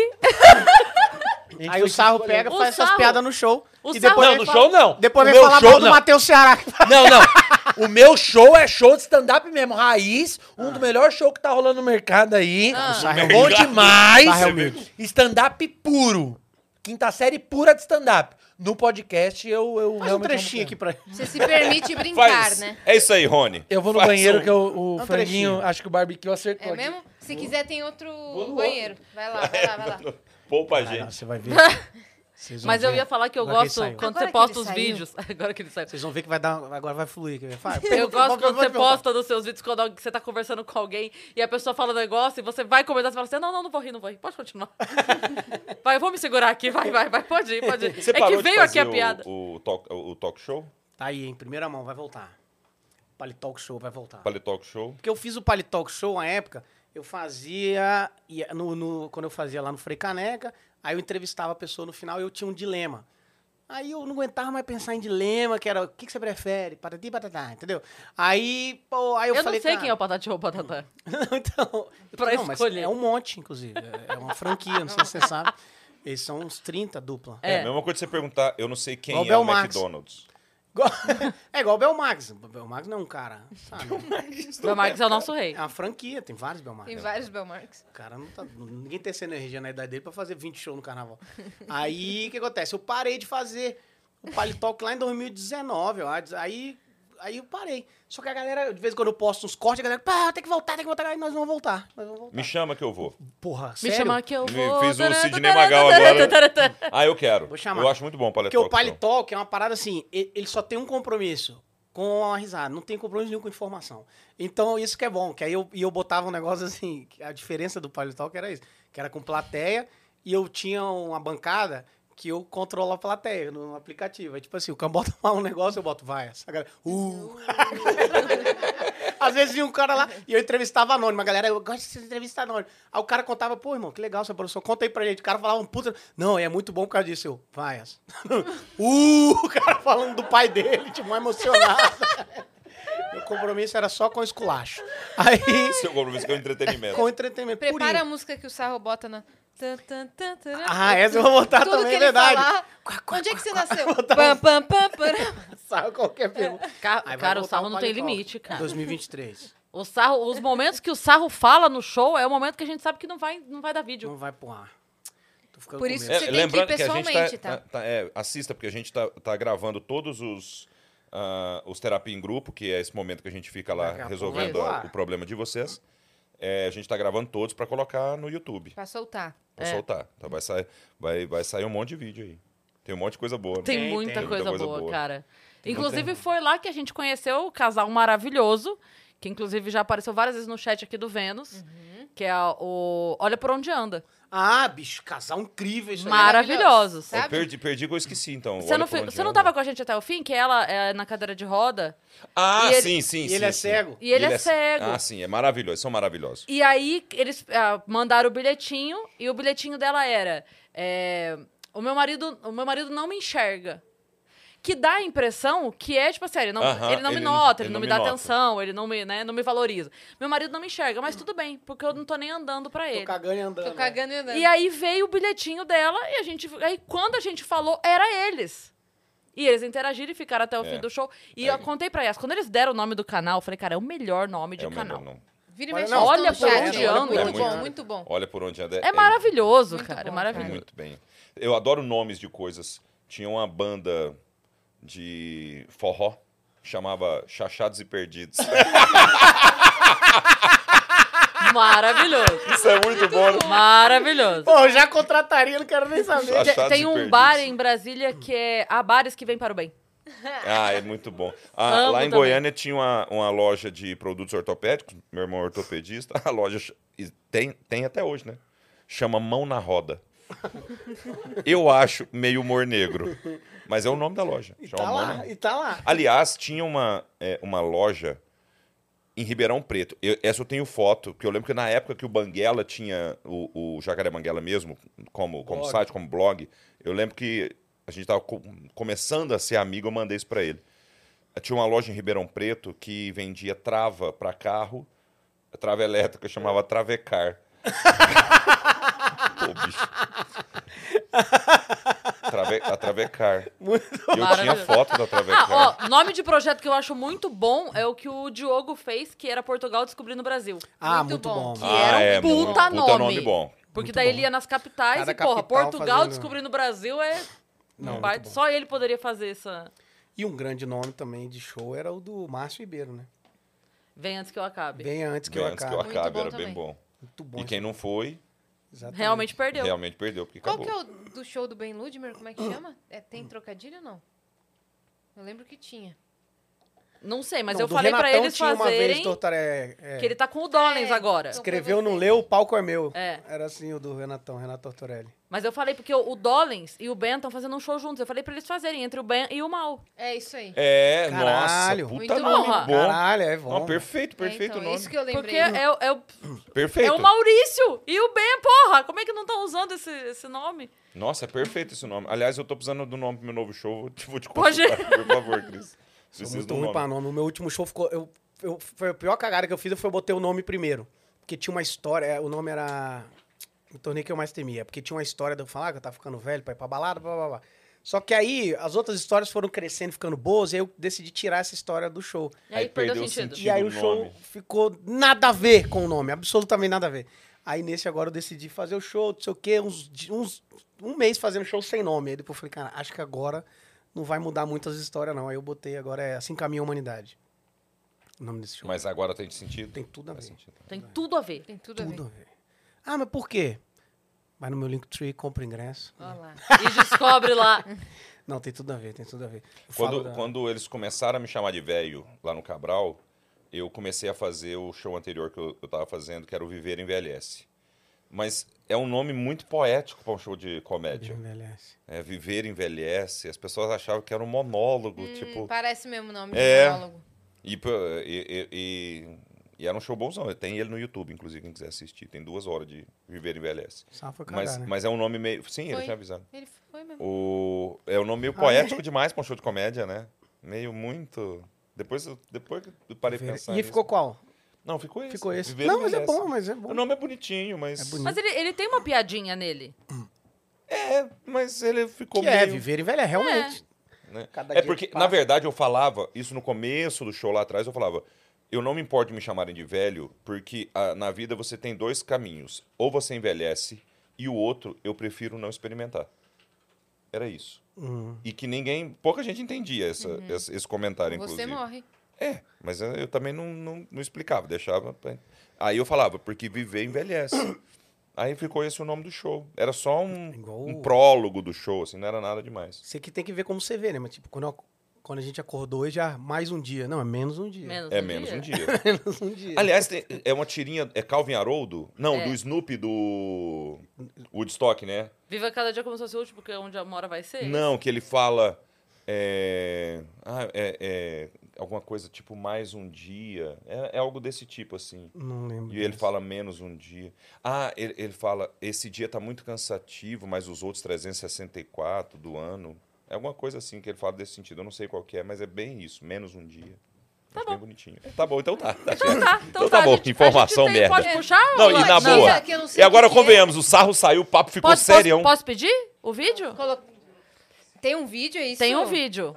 [SPEAKER 3] Aí o sarro
[SPEAKER 4] escolher.
[SPEAKER 3] pega,
[SPEAKER 1] O
[SPEAKER 3] faz essas
[SPEAKER 1] Sarro.
[SPEAKER 3] piadas no show.
[SPEAKER 1] O
[SPEAKER 3] e
[SPEAKER 1] Sarro-
[SPEAKER 3] depois
[SPEAKER 4] Não,
[SPEAKER 3] vem
[SPEAKER 4] no
[SPEAKER 3] fala-
[SPEAKER 4] show não.
[SPEAKER 3] Depois
[SPEAKER 4] No
[SPEAKER 3] vem
[SPEAKER 4] meu
[SPEAKER 3] falar
[SPEAKER 4] show,
[SPEAKER 3] mal do
[SPEAKER 4] não.
[SPEAKER 3] Matheus Ceará. um
[SPEAKER 4] Não, não. O meu show é show de stand-up mesmo. Raiz, um do melhor show que tá rolando no mercado aí. Bom
[SPEAKER 6] Mercado.
[SPEAKER 4] demais.
[SPEAKER 3] Sarra humilde.
[SPEAKER 4] Stand-up puro. Quinta série pura de stand-up. No podcast eu,
[SPEAKER 3] Faz
[SPEAKER 4] eu
[SPEAKER 3] um
[SPEAKER 4] realmente
[SPEAKER 3] trechinho
[SPEAKER 4] amo
[SPEAKER 3] aqui pra...
[SPEAKER 2] Você se permite brincar,
[SPEAKER 6] Faz.
[SPEAKER 2] né?
[SPEAKER 6] É isso aí, Rony.
[SPEAKER 4] tanto. Eu vou no
[SPEAKER 6] Faz
[SPEAKER 4] banheiro
[SPEAKER 6] um-
[SPEAKER 4] que eu- o
[SPEAKER 3] um
[SPEAKER 4] franguinho,
[SPEAKER 3] trechinho.
[SPEAKER 4] acho que o barbecue acertou
[SPEAKER 2] É
[SPEAKER 4] aqui.
[SPEAKER 2] mesmo? Se quiser, tem outro
[SPEAKER 6] no
[SPEAKER 2] banheiro. Vai lá, vai lá, vai lá.
[SPEAKER 6] Poupa a
[SPEAKER 3] Ah, não,
[SPEAKER 6] gente.
[SPEAKER 3] você vai ver. Vocês vão
[SPEAKER 1] Mas eu
[SPEAKER 3] ver.
[SPEAKER 1] ia falar que eu
[SPEAKER 3] um Agora que ele
[SPEAKER 1] gosto
[SPEAKER 3] saiu.
[SPEAKER 1] quando você
[SPEAKER 2] Agora que ele
[SPEAKER 1] posta os
[SPEAKER 2] saiu.
[SPEAKER 1] vídeos. Agora que ele saiu.
[SPEAKER 3] Vocês vão ver que vai dar... Agora vai fluir. que vai-
[SPEAKER 6] um-
[SPEAKER 1] Eu gosto quando você
[SPEAKER 3] Vai perguntar.
[SPEAKER 1] posta nos seus vídeos quando alguém- você tá conversando com alguém e a pessoa fala um negócio e você vai comentar, você fala assim, não, não, não vou rir, não vou rir. Pode continuar. vai, eu vou me segurar aqui, vai, vai, vai, pode ir, pode ir.
[SPEAKER 6] Você
[SPEAKER 1] é
[SPEAKER 6] parou
[SPEAKER 1] que
[SPEAKER 6] de
[SPEAKER 1] veio aqui
[SPEAKER 6] fazer
[SPEAKER 1] a piada.
[SPEAKER 6] O, o, talk, o talk show?
[SPEAKER 3] Tá aí, em primeira mão, vai voltar. Palitalk Show vai voltar.
[SPEAKER 6] Falei talk show?
[SPEAKER 3] Porque eu fiz o Palitalk Show na época, eu fazia. ia- No, no- quando eu fazia lá no Frei Caneca, aí eu entrevistava a pessoa no final e eu tinha um dilema. Aí eu não aguentava mais pensar em dilema, que era o que, que você prefere? Patati patatá, entendeu? Aí, pô, aí eu,
[SPEAKER 1] Eu,
[SPEAKER 3] falei.
[SPEAKER 1] não sei
[SPEAKER 3] cara,
[SPEAKER 1] quem é o Patati ou o Patatá.
[SPEAKER 3] não, então.
[SPEAKER 1] Pra
[SPEAKER 3] não, mas
[SPEAKER 1] escolher.
[SPEAKER 3] é um monte, inclusive. É- É uma franquia, não sei se você sabe. Eles são uns 30 dupla.
[SPEAKER 6] É.
[SPEAKER 1] É.
[SPEAKER 6] a mesma coisa de você perguntar, eu não sei quem
[SPEAKER 3] Igual
[SPEAKER 6] é o
[SPEAKER 3] Belmarx.
[SPEAKER 6] McDonald's.
[SPEAKER 3] Igual- é igual o Belmax. O Belmax não é um cara, sabe?
[SPEAKER 1] Meu Marques é o nosso rei.
[SPEAKER 3] É uma franquia, tem vários Belmax.
[SPEAKER 2] Tem vários Belmarks.
[SPEAKER 3] O cara não tá. Ninguém tem essa energia na idade dele pra fazer 20 shows no carnaval. Aí o que acontece? Eu parei de fazer o Palitalk lá em 2019, eu acho. Aí, aí eu parei. Só que a galera, de vez em quando eu posto uns cortes, a galera, pá, tem que voltar, tem que voltar. Aí nós vamos voltar. Nós vamos voltar.
[SPEAKER 6] Me chama que eu vou.
[SPEAKER 3] Porra,
[SPEAKER 1] Me
[SPEAKER 3] sério?
[SPEAKER 1] chama que eu
[SPEAKER 6] Me
[SPEAKER 1] vou...
[SPEAKER 6] fez o
[SPEAKER 1] tarará,
[SPEAKER 6] Sidney
[SPEAKER 1] tarará,
[SPEAKER 6] Magal
[SPEAKER 1] tarará,
[SPEAKER 6] agora.
[SPEAKER 1] tarará.
[SPEAKER 6] Ah, eu quero.
[SPEAKER 3] Vou chamar.
[SPEAKER 6] Eu acho muito bom o
[SPEAKER 3] Porque
[SPEAKER 6] paletalk
[SPEAKER 3] o
[SPEAKER 6] show.
[SPEAKER 3] Palitalk é uma parada assim, ele ele só tem um compromisso. Com a risada, não tem compromisso nenhum com informação. Então, isso que é bom, que aí eu, e eu botava um negócio assim, que a diferença do Palitalk era isso, que era com plateia, e eu tinha uma bancada que eu controlo a plateia no aplicativo. É tipo assim, o Cambota fala um negócio, eu boto vai. Essa galera, uh. Às vezes vinha um cara lá e eu entrevistava anônimo. A galera, eu gosto de entrevistar anônimo. Aí o cara contava, pô, irmão, que legal sua produção. Conta aí pra gente. O cara falava um puta. Não, é muito bom por causa disso. Eu, vai. essa." uh, o cara falando do pai dele, tipo, emocionado. Meu compromisso era só com o esculacho. Aí,
[SPEAKER 6] Seu compromisso que é o entretenimento.
[SPEAKER 3] com o entretenimento.
[SPEAKER 2] Prepara a
[SPEAKER 3] Prepara
[SPEAKER 2] música que o Sarro bota na... Tan, tan, tan, tarará.
[SPEAKER 3] Ah, essa eu vou botar
[SPEAKER 2] Tudo
[SPEAKER 3] também,
[SPEAKER 2] que
[SPEAKER 3] é
[SPEAKER 2] ele
[SPEAKER 3] verdade.
[SPEAKER 2] falar, Onde é que você nasceu? Pam, pam, pam, pam.
[SPEAKER 3] Sabe qualquer pergunta.
[SPEAKER 1] Ca-
[SPEAKER 3] Aí vai
[SPEAKER 1] um- Cara, o
[SPEAKER 3] voltar
[SPEAKER 1] sarro não tem
[SPEAKER 3] Palitalk.
[SPEAKER 1] limite, cara.
[SPEAKER 3] 2023.
[SPEAKER 1] O sarro, os momentos que o sarro fala no show é o momento que a gente sabe que não vai, não vai dar vídeo.
[SPEAKER 3] Não vai pro ar. Tô ficando
[SPEAKER 2] Por
[SPEAKER 3] com
[SPEAKER 2] isso
[SPEAKER 3] medo.
[SPEAKER 2] você tem que ir pessoalmente,
[SPEAKER 6] tá,
[SPEAKER 2] tá?
[SPEAKER 6] tá- é, assista, porque a gente tá, tá gravando todos os, ah, os terapia em grupo, que é esse momento que a gente fica lá
[SPEAKER 3] Daqui a pouco
[SPEAKER 6] resolvendo
[SPEAKER 3] vai
[SPEAKER 6] a-
[SPEAKER 3] voar.
[SPEAKER 6] o problema de vocês. É, a gente tá gravando todos pra colocar no YouTube,
[SPEAKER 2] Pra soltar.
[SPEAKER 6] pra soltar. Então vai sair, vai, vai sair um monte de vídeo aí. Tem um monte de coisa boa. né?
[SPEAKER 1] Tem,
[SPEAKER 3] Tem,
[SPEAKER 1] muita
[SPEAKER 6] tem.
[SPEAKER 1] coisa,
[SPEAKER 6] Muita coisa
[SPEAKER 1] boa,
[SPEAKER 6] boa.
[SPEAKER 1] cara.
[SPEAKER 6] tem-
[SPEAKER 1] Inclusive, foi lá que a gente conheceu o casal maravilhoso, que inclusive já apareceu várias vezes no chat aqui do Vênus,
[SPEAKER 6] Uhum.
[SPEAKER 1] que é o Olha Por Onde Anda.
[SPEAKER 3] Ah, bicho, casal incrível isso aí. né?
[SPEAKER 1] Mara- Maravilhosos.
[SPEAKER 6] Eu
[SPEAKER 2] Sabe?
[SPEAKER 6] perdi, perdi que eu esqueci, então.
[SPEAKER 1] Você
[SPEAKER 6] Olha
[SPEAKER 1] não,
[SPEAKER 6] por
[SPEAKER 1] foi-
[SPEAKER 6] onde
[SPEAKER 1] você não
[SPEAKER 6] anda.
[SPEAKER 1] tava com a gente até o fim? Que ela é na cadeira de roda
[SPEAKER 6] Ah,
[SPEAKER 1] E ele-
[SPEAKER 6] sim, sim,
[SPEAKER 3] E
[SPEAKER 6] sim.
[SPEAKER 3] ele é
[SPEAKER 6] sim.
[SPEAKER 3] cego.
[SPEAKER 1] e ele, é,
[SPEAKER 6] ce-
[SPEAKER 1] cego.
[SPEAKER 6] Ah, sim, é maravilhoso, são maravilhosos.
[SPEAKER 1] E aí, eles ah, mandaram o bilhetinho, e o bilhetinho dela era: é, o, meu marido, o meu marido não me enxerga. Que dá a impressão que é, tipo assim, ele não,
[SPEAKER 6] Aham,
[SPEAKER 1] ele não me
[SPEAKER 6] ele-
[SPEAKER 1] nota, ele,
[SPEAKER 6] ele
[SPEAKER 1] não
[SPEAKER 6] não
[SPEAKER 1] me
[SPEAKER 6] me
[SPEAKER 1] dá
[SPEAKER 6] nota.
[SPEAKER 1] atenção, ele não me, né, não me valoriza. Meu marido não me enxerga, mas tudo bem, porque eu não tô nem andando pra
[SPEAKER 3] Tô
[SPEAKER 1] ele.
[SPEAKER 3] cagando e andando. né?
[SPEAKER 2] Tô cagando e andando.
[SPEAKER 1] E aí veio o bilhetinho dela, e a gente. Aí quando a gente falou, era eles. E eles interagiram e ficaram até o
[SPEAKER 6] É.
[SPEAKER 1] fim do show. E
[SPEAKER 6] É.
[SPEAKER 1] eu contei pra elas, quando eles deram o nome do canal, eu falei, cara, é o melhor nome de
[SPEAKER 6] é o melhor
[SPEAKER 1] canal.
[SPEAKER 6] nome.
[SPEAKER 2] Vira e
[SPEAKER 3] Olha,
[SPEAKER 2] mexe.
[SPEAKER 3] não,
[SPEAKER 2] estão no
[SPEAKER 1] olha por
[SPEAKER 2] chat.
[SPEAKER 1] onde anda.
[SPEAKER 2] Muito
[SPEAKER 6] É
[SPEAKER 2] bom,
[SPEAKER 6] muito-
[SPEAKER 2] muito bom.
[SPEAKER 6] Olha por onde anda.
[SPEAKER 1] É maravilhoso,
[SPEAKER 2] Muito
[SPEAKER 1] cara.
[SPEAKER 2] bom,
[SPEAKER 1] é maravilhoso.
[SPEAKER 6] Muito bem. Eu adoro nomes de coisas. Tinha uma banda de forró chamava Chachados e Perdidos.
[SPEAKER 1] Maravilhoso.
[SPEAKER 6] Isso é muito bom. né?
[SPEAKER 1] Maravilhoso.
[SPEAKER 3] Pô, eu já contrataria, não quero nem saber.
[SPEAKER 6] Achados
[SPEAKER 1] Tem
[SPEAKER 6] e
[SPEAKER 1] um
[SPEAKER 6] perdidos.
[SPEAKER 1] bar em Brasília que é. Há bares que vêm para o bem.
[SPEAKER 6] Ah, é muito bom. Ah,
[SPEAKER 1] Amo
[SPEAKER 6] lá em
[SPEAKER 1] também.
[SPEAKER 6] Goiânia tinha uma, uma loja de produtos ortopédicos. Meu irmão é ortopedista. A loja ch- e tem, tem até hoje, né? Chama Mão na Roda. Eu acho meio humor negro. Mas é o nome da loja.
[SPEAKER 3] E
[SPEAKER 6] Chama
[SPEAKER 3] tá
[SPEAKER 6] Mão na
[SPEAKER 3] lá, e tá lá.
[SPEAKER 6] Aliás, tinha uma, é, uma loja em Ribeirão Preto. Eu- essa eu tenho foto, porque eu lembro que na época que o Banguela tinha o, o Jacaré Banguela mesmo, como, como
[SPEAKER 4] Blog.
[SPEAKER 6] site, como blog, eu lembro que a gente estava começando a ser amigo, eu mandei isso para ele. Tinha uma loja em Ribeirão Preto que vendia trava para carro, trava elétrica, chamava Travecar. Pô, bicho. Trave... A Travecar.
[SPEAKER 3] Muito
[SPEAKER 6] E eu tinha
[SPEAKER 1] Maravilhoso.
[SPEAKER 6] foto da Travecar.
[SPEAKER 1] Ah, ó, nome de projeto que eu acho muito bom é o que o Diogo fez, que era Portugal descobrindo o Brasil.
[SPEAKER 3] Ah,
[SPEAKER 2] Muito
[SPEAKER 3] muito
[SPEAKER 2] bom.
[SPEAKER 3] bom.
[SPEAKER 1] Que era um
[SPEAKER 6] é, muito-
[SPEAKER 1] puta
[SPEAKER 6] Puta
[SPEAKER 1] nome.
[SPEAKER 6] nome bom.
[SPEAKER 1] Porque daí ele ia nas capitais
[SPEAKER 3] Cada
[SPEAKER 1] e, porra,
[SPEAKER 3] capital
[SPEAKER 1] Portugal
[SPEAKER 3] fazendo-
[SPEAKER 1] descobrindo o Brasil é.
[SPEAKER 3] Não,
[SPEAKER 1] Não,
[SPEAKER 3] muito bom.
[SPEAKER 1] só ele poderia fazer essa.
[SPEAKER 3] um E um grande nome também de show era o do Márcio Ribeiro, né?
[SPEAKER 1] Vem antes que eu acabe.
[SPEAKER 3] Bem antes que
[SPEAKER 6] Bem
[SPEAKER 3] eu
[SPEAKER 6] antes que
[SPEAKER 3] acabe.
[SPEAKER 6] eu
[SPEAKER 2] Muito
[SPEAKER 6] acabe,
[SPEAKER 2] bom
[SPEAKER 6] era
[SPEAKER 2] também.
[SPEAKER 6] bem bom.
[SPEAKER 3] Muito bom.
[SPEAKER 6] E quem não foi,
[SPEAKER 3] Exatamente.
[SPEAKER 1] Realmente perdeu.
[SPEAKER 6] realmente perdeu, porque
[SPEAKER 2] Qual
[SPEAKER 6] acabou.
[SPEAKER 2] que é o do show do Ben Ludmer? Como é que chama? É, tem trocadilho ou não? Eu lembro que tinha.
[SPEAKER 1] Não sei, mas
[SPEAKER 3] Não,
[SPEAKER 1] eu
[SPEAKER 3] do
[SPEAKER 1] falei pra
[SPEAKER 3] Renatão
[SPEAKER 1] eles
[SPEAKER 3] tinha uma vez,
[SPEAKER 1] fazerem
[SPEAKER 3] Tortara, é, é,
[SPEAKER 1] que ele tá com o Dollens
[SPEAKER 2] É.
[SPEAKER 1] agora.
[SPEAKER 3] escreveu, não leu, o palco é meu.
[SPEAKER 1] assim. É.
[SPEAKER 3] Era assim o do Renatão, Renato Tortorelli.
[SPEAKER 1] Mas eu falei porque o o Dollens e o Ben estão fazendo um show juntos. Eu falei pra eles fazerem entre o Ben e o Mal.
[SPEAKER 2] É isso aí.
[SPEAKER 6] É,
[SPEAKER 3] Caralho.
[SPEAKER 6] nossa, puta
[SPEAKER 2] Muito
[SPEAKER 6] nome
[SPEAKER 1] bom.
[SPEAKER 6] bom.
[SPEAKER 3] Caralho, é bom.
[SPEAKER 6] Não, perfeito, perfeito
[SPEAKER 2] é,
[SPEAKER 6] o
[SPEAKER 2] então,
[SPEAKER 6] nome.
[SPEAKER 2] Isso que eu lembrei.
[SPEAKER 1] Porque é, o- é o,
[SPEAKER 6] Perfeito.
[SPEAKER 1] é o Maurício e o Ben, porra! Como é que não estão usando esse, esse nome?
[SPEAKER 6] Nossa, é perfeito esse nome. Aliás, eu tô precisando do nome pro meu novo show. Vou te, vou te
[SPEAKER 1] Pode-
[SPEAKER 6] consultar, por favor, Cris.
[SPEAKER 3] Sou
[SPEAKER 6] Preciso
[SPEAKER 3] muito
[SPEAKER 6] do
[SPEAKER 3] ruim
[SPEAKER 6] nome.
[SPEAKER 3] pra nome. O meu último show ficou. Eu, eu, foi a pior cagada que eu fiz foi eu botei o nome primeiro. Porque tinha uma história. é, O nome era. Me tornei que eu mais temia. Porque tinha uma história de eu falar que eu tava ficando velho pra ir pra balada, blá blá blá. Só que aí as outras histórias foram crescendo, ficando boas, e aí eu decidi tirar essa história do show.
[SPEAKER 1] E aí,
[SPEAKER 6] Aí
[SPEAKER 1] perdeu,
[SPEAKER 6] perdeu o
[SPEAKER 1] sentido.
[SPEAKER 6] sentido.
[SPEAKER 3] E aí
[SPEAKER 6] Tira
[SPEAKER 3] o
[SPEAKER 6] o
[SPEAKER 3] show
[SPEAKER 6] um nome.
[SPEAKER 3] ficou nada a ver com o nome, absolutamente nada a ver. Aí nesse agora eu decidi fazer o show, não sei o quê, uns, di- uns- um mês fazendo show sem nome. Aí depois eu falei, cara, acho que agora não vai mudar muito as histórias, não. Aí eu botei agora é Assim Caminha a Humanidade. O nome desse show.
[SPEAKER 6] Mas agora tem sentido?
[SPEAKER 3] Tem tudo a ver.
[SPEAKER 6] Faz sentido.
[SPEAKER 1] Tem tudo a ver.
[SPEAKER 2] Tem tudo,
[SPEAKER 3] Tudo
[SPEAKER 2] a
[SPEAKER 3] a
[SPEAKER 2] ver.
[SPEAKER 3] ver. Ah, mas por quê? Vai no meu Linktree, compra o ingresso.
[SPEAKER 2] Olha lá.
[SPEAKER 1] E descobre lá.
[SPEAKER 3] Não, tem tudo a ver, tem tudo a ver. Eu falo
[SPEAKER 6] Quando,
[SPEAKER 3] da-
[SPEAKER 6] quando eles começaram a me chamar de velho lá no Cabral, eu comecei a fazer o show anterior que eu, eu tava fazendo, que era o Viver Envelhece. Mas é um nome muito poético para um show de comédia.
[SPEAKER 3] Uhum. Envelhece.
[SPEAKER 6] É, Viver Envelhece. As pessoas achavam que era um monólogo, tipo.
[SPEAKER 2] Hum, parece mesmo o nome
[SPEAKER 6] É.
[SPEAKER 2] do monólogo.
[SPEAKER 6] E, pô, e, e- e- e era um show bonzão. Tem ele no YouTube, inclusive, quem quiser assistir. Tem duas horas de Viver Envelhece.
[SPEAKER 3] Só foi cagar,
[SPEAKER 6] Mas,
[SPEAKER 3] né?
[SPEAKER 6] mas é um nome meio. Sim, ele
[SPEAKER 2] Foi.
[SPEAKER 6] tinha avisado.
[SPEAKER 2] Ele foi mesmo.
[SPEAKER 6] O... É um nome meio poético demais pra um show de comédia, né? Meio muito. Depois, eu- depois que eu parei de
[SPEAKER 3] Viver-
[SPEAKER 6] pensar.
[SPEAKER 3] E aí
[SPEAKER 6] nisso-
[SPEAKER 3] ficou qual?
[SPEAKER 6] Não, ficou esse.
[SPEAKER 3] Ficou esse.
[SPEAKER 6] Viver
[SPEAKER 3] Não, mas é
[SPEAKER 6] envelhece.
[SPEAKER 3] bom, mas é bom.
[SPEAKER 6] O nome é bonitinho, mas.
[SPEAKER 3] É bonito.
[SPEAKER 1] Mas ele, ele tem uma piadinha nele.
[SPEAKER 6] É, mas ele ficou
[SPEAKER 3] Que
[SPEAKER 6] meio.
[SPEAKER 3] é, viver envelhece, realmente.
[SPEAKER 6] né?
[SPEAKER 3] Cada
[SPEAKER 6] É
[SPEAKER 3] dia
[SPEAKER 6] porque,
[SPEAKER 3] que
[SPEAKER 6] na
[SPEAKER 3] passa.
[SPEAKER 6] verdade, eu falava isso no começo do show lá atrás, eu falava. Eu não me importo de me chamarem de velho, porque ah, na vida você tem dois caminhos. Ou você envelhece, e o outro eu prefiro não experimentar. Era isso.
[SPEAKER 3] Hum.
[SPEAKER 6] E que ninguém. Pouca gente entendia essa- essa- esse comentário,
[SPEAKER 2] Você
[SPEAKER 6] inclusive.
[SPEAKER 2] morre.
[SPEAKER 6] É, mas eu eu também não, não, não explicava, deixava. pra- Aí eu falava, porque viver envelhece. Aí ficou esse o nome do show. Era só um,
[SPEAKER 3] Igual
[SPEAKER 6] um
[SPEAKER 3] o-
[SPEAKER 6] prólogo do show, assim, não era nada demais.
[SPEAKER 3] Você que tem que ver como você vê, né? Mas, tipo, quando, eu- quando a gente acordou hoje, já mais um dia. Não, é menos um dia.
[SPEAKER 1] Menos
[SPEAKER 6] é
[SPEAKER 1] um
[SPEAKER 6] menos
[SPEAKER 1] dia.
[SPEAKER 6] um dia.
[SPEAKER 3] menos um dia.
[SPEAKER 6] Aliás, tem- é uma tirinha, é Calvin Haroldo? Não,
[SPEAKER 1] É.
[SPEAKER 6] do Snoop do Woodstock, né?
[SPEAKER 1] Viva cada dia como se fosse o último, porque é onde a mora vai ser.
[SPEAKER 6] Não, que ele fala. é, ah, é, é, alguma coisa tipo mais um dia. É- é algo desse tipo, assim.
[SPEAKER 3] Não lembro.
[SPEAKER 6] E ele
[SPEAKER 3] disso.
[SPEAKER 6] fala menos um dia. Ah, ele, ele fala, esse dia tá muito cansativo, mas os outros 364 do ano. É alguma coisa assim que ele fala desse sentido. Eu não sei qual que é, mas é bem isso, menos um dia. Tá bom. bem bonitinho. Tá bom, então tá. tá certo.
[SPEAKER 1] Tá, então,
[SPEAKER 6] tá bom,
[SPEAKER 1] a gente- a
[SPEAKER 6] informação
[SPEAKER 1] gente tem-
[SPEAKER 6] merda.
[SPEAKER 1] Pode puxar?
[SPEAKER 6] Não,
[SPEAKER 1] ou-
[SPEAKER 6] e na
[SPEAKER 2] Não,
[SPEAKER 6] boa.
[SPEAKER 2] já que eu não sei
[SPEAKER 6] E
[SPEAKER 2] o
[SPEAKER 6] agora
[SPEAKER 2] que que é.
[SPEAKER 6] convenhamos, o sarro saiu, o papo ficou
[SPEAKER 1] Posso,
[SPEAKER 6] serião.
[SPEAKER 1] posso, posso pedir o vídeo?
[SPEAKER 2] Colo- Tem um vídeo, é isso?
[SPEAKER 1] Tem um vídeo.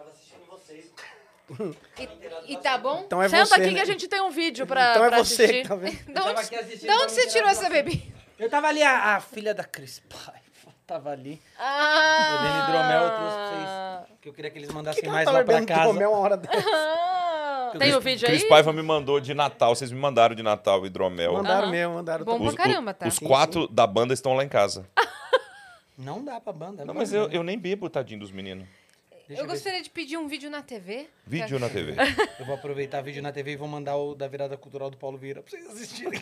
[SPEAKER 2] E, e tá bom?
[SPEAKER 3] Então é
[SPEAKER 1] Senta
[SPEAKER 3] você,
[SPEAKER 1] aqui
[SPEAKER 3] né?
[SPEAKER 1] que a gente tem um vídeo pra,
[SPEAKER 3] Então
[SPEAKER 1] pra
[SPEAKER 3] é você
[SPEAKER 1] assistir.
[SPEAKER 3] que tá vendo.
[SPEAKER 2] Da
[SPEAKER 4] tava
[SPEAKER 2] onde,
[SPEAKER 4] aqui assistindo,
[SPEAKER 2] da
[SPEAKER 4] tava
[SPEAKER 2] onde você
[SPEAKER 4] me
[SPEAKER 2] tirou
[SPEAKER 4] tirando
[SPEAKER 2] essa bebida?
[SPEAKER 4] Eu tava ali, a, a filha da Cris. Pai, tava ali.
[SPEAKER 2] Ah!
[SPEAKER 4] Bebendo hidromel, eu trouxe pra vocês. Que eu queria que eles
[SPEAKER 3] Por que,
[SPEAKER 4] mandassem
[SPEAKER 3] que ela
[SPEAKER 4] mais
[SPEAKER 3] tá
[SPEAKER 4] lá pra
[SPEAKER 3] bebendo
[SPEAKER 4] casa.
[SPEAKER 3] hidromel uma hora dessa?
[SPEAKER 1] Tem o vídeo aí?
[SPEAKER 6] Cris Paiva me mandou de Natal, vocês me mandaram de Natal o hidromel.
[SPEAKER 3] Mandaram
[SPEAKER 1] Aham.
[SPEAKER 3] mesmo, mandaram.
[SPEAKER 2] Bom
[SPEAKER 3] também.
[SPEAKER 2] pra caramba, tá?
[SPEAKER 6] Os quatro da banda estão lá em casa.
[SPEAKER 4] Não dá pra banda.
[SPEAKER 6] Não, mas eu, eu nem bebo, tadinho dos meninos.
[SPEAKER 4] Deixa
[SPEAKER 2] Eu
[SPEAKER 4] eu ver
[SPEAKER 2] gostaria de pedir um vídeo na TV.
[SPEAKER 6] Vídeo na TV.
[SPEAKER 4] Eu vou aproveitar vídeo na TV e vou mandar o da virada cultural do Paulo Vieira pra vocês assistirem.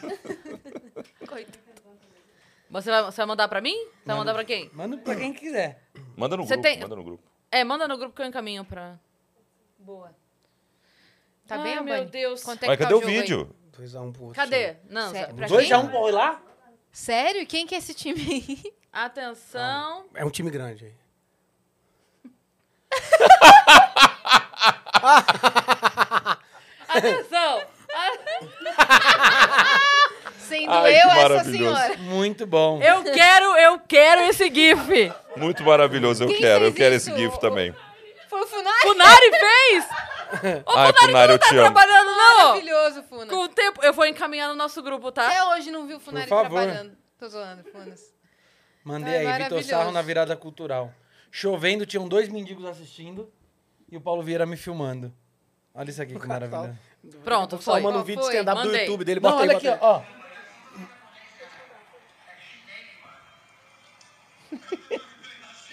[SPEAKER 1] Você vai, você vai mandar pra mim? Você vai mandar pra quem?
[SPEAKER 4] Manda pra quem quiser.
[SPEAKER 6] Manda no
[SPEAKER 1] Você
[SPEAKER 6] grupo,
[SPEAKER 1] tem-
[SPEAKER 6] manda no grupo.
[SPEAKER 1] É, manda no grupo que eu encaminho pra...
[SPEAKER 2] Boa. Tá
[SPEAKER 1] Ai,
[SPEAKER 2] bem,
[SPEAKER 1] meu
[SPEAKER 2] Albani?
[SPEAKER 1] Deus.
[SPEAKER 2] Quanto é
[SPEAKER 6] Mas
[SPEAKER 2] que tá
[SPEAKER 6] cadê o
[SPEAKER 2] jogo aí?
[SPEAKER 6] vídeo?
[SPEAKER 3] 2x1 pro outro.
[SPEAKER 1] Cadê? Não,
[SPEAKER 2] Sério,
[SPEAKER 1] Zé.
[SPEAKER 2] pra
[SPEAKER 4] Dois
[SPEAKER 2] quem?
[SPEAKER 4] já um bom lá?
[SPEAKER 2] Sério? Quem que é esse time aí?
[SPEAKER 1] Atenção.
[SPEAKER 3] É um time grande aí.
[SPEAKER 2] Ah.
[SPEAKER 1] Atenção.
[SPEAKER 2] Sendo
[SPEAKER 6] Ai, que
[SPEAKER 2] eu essa
[SPEAKER 6] maravilhoso.
[SPEAKER 2] senhora.
[SPEAKER 4] Muito bom.
[SPEAKER 1] Eu quero, eu quero esse gif.
[SPEAKER 6] Muito maravilhoso, eu
[SPEAKER 2] Quem
[SPEAKER 6] quero. Eu
[SPEAKER 2] fez
[SPEAKER 6] quero
[SPEAKER 2] isso?
[SPEAKER 6] esse GIF também.
[SPEAKER 2] Foi o Funari?
[SPEAKER 1] Funari fez? Ô,
[SPEAKER 6] Ai,
[SPEAKER 1] Funari,
[SPEAKER 6] Funari,
[SPEAKER 1] não
[SPEAKER 6] eu
[SPEAKER 1] tá
[SPEAKER 6] te amo.
[SPEAKER 1] trabalhando, não.
[SPEAKER 2] Maravilhoso, Funas.
[SPEAKER 1] Com o tempo, eu vou encaminhar no nosso grupo, tá?
[SPEAKER 2] Até hoje não vi o Funari
[SPEAKER 4] Por favor.
[SPEAKER 2] trabalhando. Tô zoando, Funas.
[SPEAKER 4] Mandei
[SPEAKER 2] Ai,
[SPEAKER 4] aí, Vitor
[SPEAKER 2] maravilhoso.
[SPEAKER 4] Sarro na virada cultural. Chovendo, tinham dois mendigos assistindo e o Paulo Vieira me filmando. Olha isso aqui que maravilha.
[SPEAKER 1] Pronto, foi.
[SPEAKER 3] Salmando o
[SPEAKER 2] Qual
[SPEAKER 3] um vídeo
[SPEAKER 2] foi?
[SPEAKER 3] stand-up do
[SPEAKER 1] Mandei.
[SPEAKER 3] YouTube dele.
[SPEAKER 4] Não,
[SPEAKER 3] Bota aí,
[SPEAKER 4] olha
[SPEAKER 3] bota
[SPEAKER 4] aqui,
[SPEAKER 3] aí.
[SPEAKER 4] ó.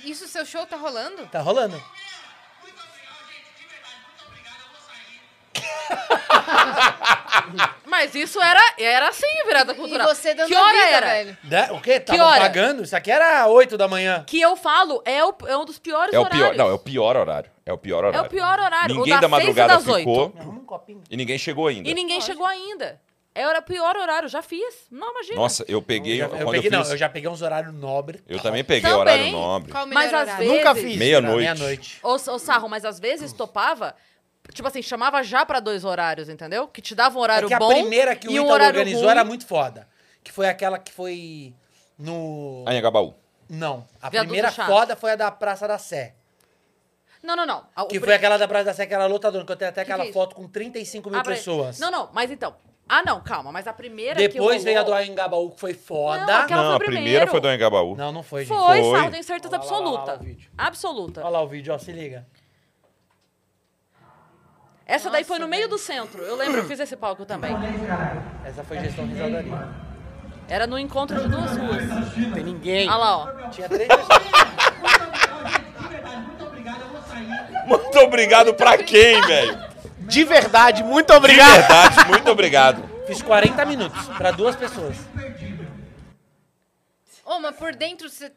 [SPEAKER 2] Isso, seu show tá rolando?
[SPEAKER 4] Tá rolando.
[SPEAKER 1] Mas isso era, era assim, virada cultural.
[SPEAKER 2] E você dando
[SPEAKER 1] que hora
[SPEAKER 2] vida,
[SPEAKER 1] era?
[SPEAKER 2] velho.
[SPEAKER 4] Da- o quê? Tava
[SPEAKER 1] hora?
[SPEAKER 4] pagando? Isso aqui era 8 da manhã.
[SPEAKER 1] Que eu falo, é, o- é um dos piores
[SPEAKER 6] É o
[SPEAKER 1] horários.
[SPEAKER 6] pior, não, é o pior horário. É o pior horário.
[SPEAKER 1] pior horário, o
[SPEAKER 6] Ninguém
[SPEAKER 1] das
[SPEAKER 6] da
[SPEAKER 1] seis e
[SPEAKER 6] madrugada
[SPEAKER 1] das oito.
[SPEAKER 6] ficou
[SPEAKER 4] Arruma um copinho.
[SPEAKER 6] e ninguém chegou ainda.
[SPEAKER 1] E ninguém chegou ainda. Era o pior horário, já fiz. Não, imagina.
[SPEAKER 6] Nossa, eu peguei.
[SPEAKER 4] Eu,
[SPEAKER 6] quando
[SPEAKER 4] eu peguei,
[SPEAKER 6] eu
[SPEAKER 4] não,
[SPEAKER 6] fiz-
[SPEAKER 4] eu já peguei uns horários nobres.
[SPEAKER 6] eu também peguei
[SPEAKER 1] Também.
[SPEAKER 6] horário nobre.
[SPEAKER 2] Qual o melhor
[SPEAKER 1] Mas às
[SPEAKER 2] horário?
[SPEAKER 1] vezes...
[SPEAKER 3] Nunca fiz.
[SPEAKER 6] Meia-noite.
[SPEAKER 4] é Meia-noite.
[SPEAKER 1] Ô, ô, Sarro, mas às vezes topava... Tipo assim, chamava já pra dois horários, entendeu? Que te dava um
[SPEAKER 4] É
[SPEAKER 1] horário
[SPEAKER 4] que a
[SPEAKER 1] bom
[SPEAKER 4] primeira que o
[SPEAKER 1] e um
[SPEAKER 4] Ítalo
[SPEAKER 1] horário
[SPEAKER 4] organizou
[SPEAKER 1] ruim.
[SPEAKER 4] era muito foda. Que foi aquela que foi no...
[SPEAKER 6] Anhangabaú.
[SPEAKER 4] Não, a
[SPEAKER 1] Viaduto
[SPEAKER 4] primeira
[SPEAKER 1] Chá.
[SPEAKER 4] foda foi a da Praça da Sé.
[SPEAKER 1] Não, não, não. A- o
[SPEAKER 4] Que
[SPEAKER 1] pri-
[SPEAKER 4] foi aquela da Praça da Sé, que era lotadora, que eu tenho até
[SPEAKER 1] que é
[SPEAKER 4] aquela
[SPEAKER 1] isso?
[SPEAKER 4] foto com 35 mil
[SPEAKER 1] a pri-
[SPEAKER 4] pessoas.
[SPEAKER 1] Não, não, mas então... Ah, não, calma. Mas a primeira que rolou...
[SPEAKER 4] Depois veio a do Engabaú, que foi
[SPEAKER 1] Não,
[SPEAKER 4] foda.
[SPEAKER 1] aquela- Ela foi
[SPEAKER 6] não, a
[SPEAKER 1] primeiro.
[SPEAKER 6] primeira foi do Anhangabaú.
[SPEAKER 4] Não, não foi, gente.
[SPEAKER 1] Foi,
[SPEAKER 6] Foi.
[SPEAKER 1] Sarro, tenho certeza
[SPEAKER 4] Olha lá, olha lá, olha lá
[SPEAKER 1] absoluta.
[SPEAKER 4] o vídeo.
[SPEAKER 1] Absoluta.
[SPEAKER 4] Olha lá o vídeo, ó, se liga.
[SPEAKER 1] Essa daí foi
[SPEAKER 2] Nossa,
[SPEAKER 1] no meio do centro. Eu lembro, eu fiz esse palco também.
[SPEAKER 4] Essa foi gestão risadaria.
[SPEAKER 1] Era no encontro de duas ruas.
[SPEAKER 3] Não tem ninguém.
[SPEAKER 1] Olha lá, ó.
[SPEAKER 4] Tinha três pessoas.
[SPEAKER 6] Muito obrigado pra quem, velho?
[SPEAKER 3] De verdade, muito
[SPEAKER 6] De
[SPEAKER 3] obrigado.
[SPEAKER 6] verdade, muito obrigado.
[SPEAKER 4] Fiz 40 minutos pra duas pessoas.
[SPEAKER 2] Ô, mas por dentro você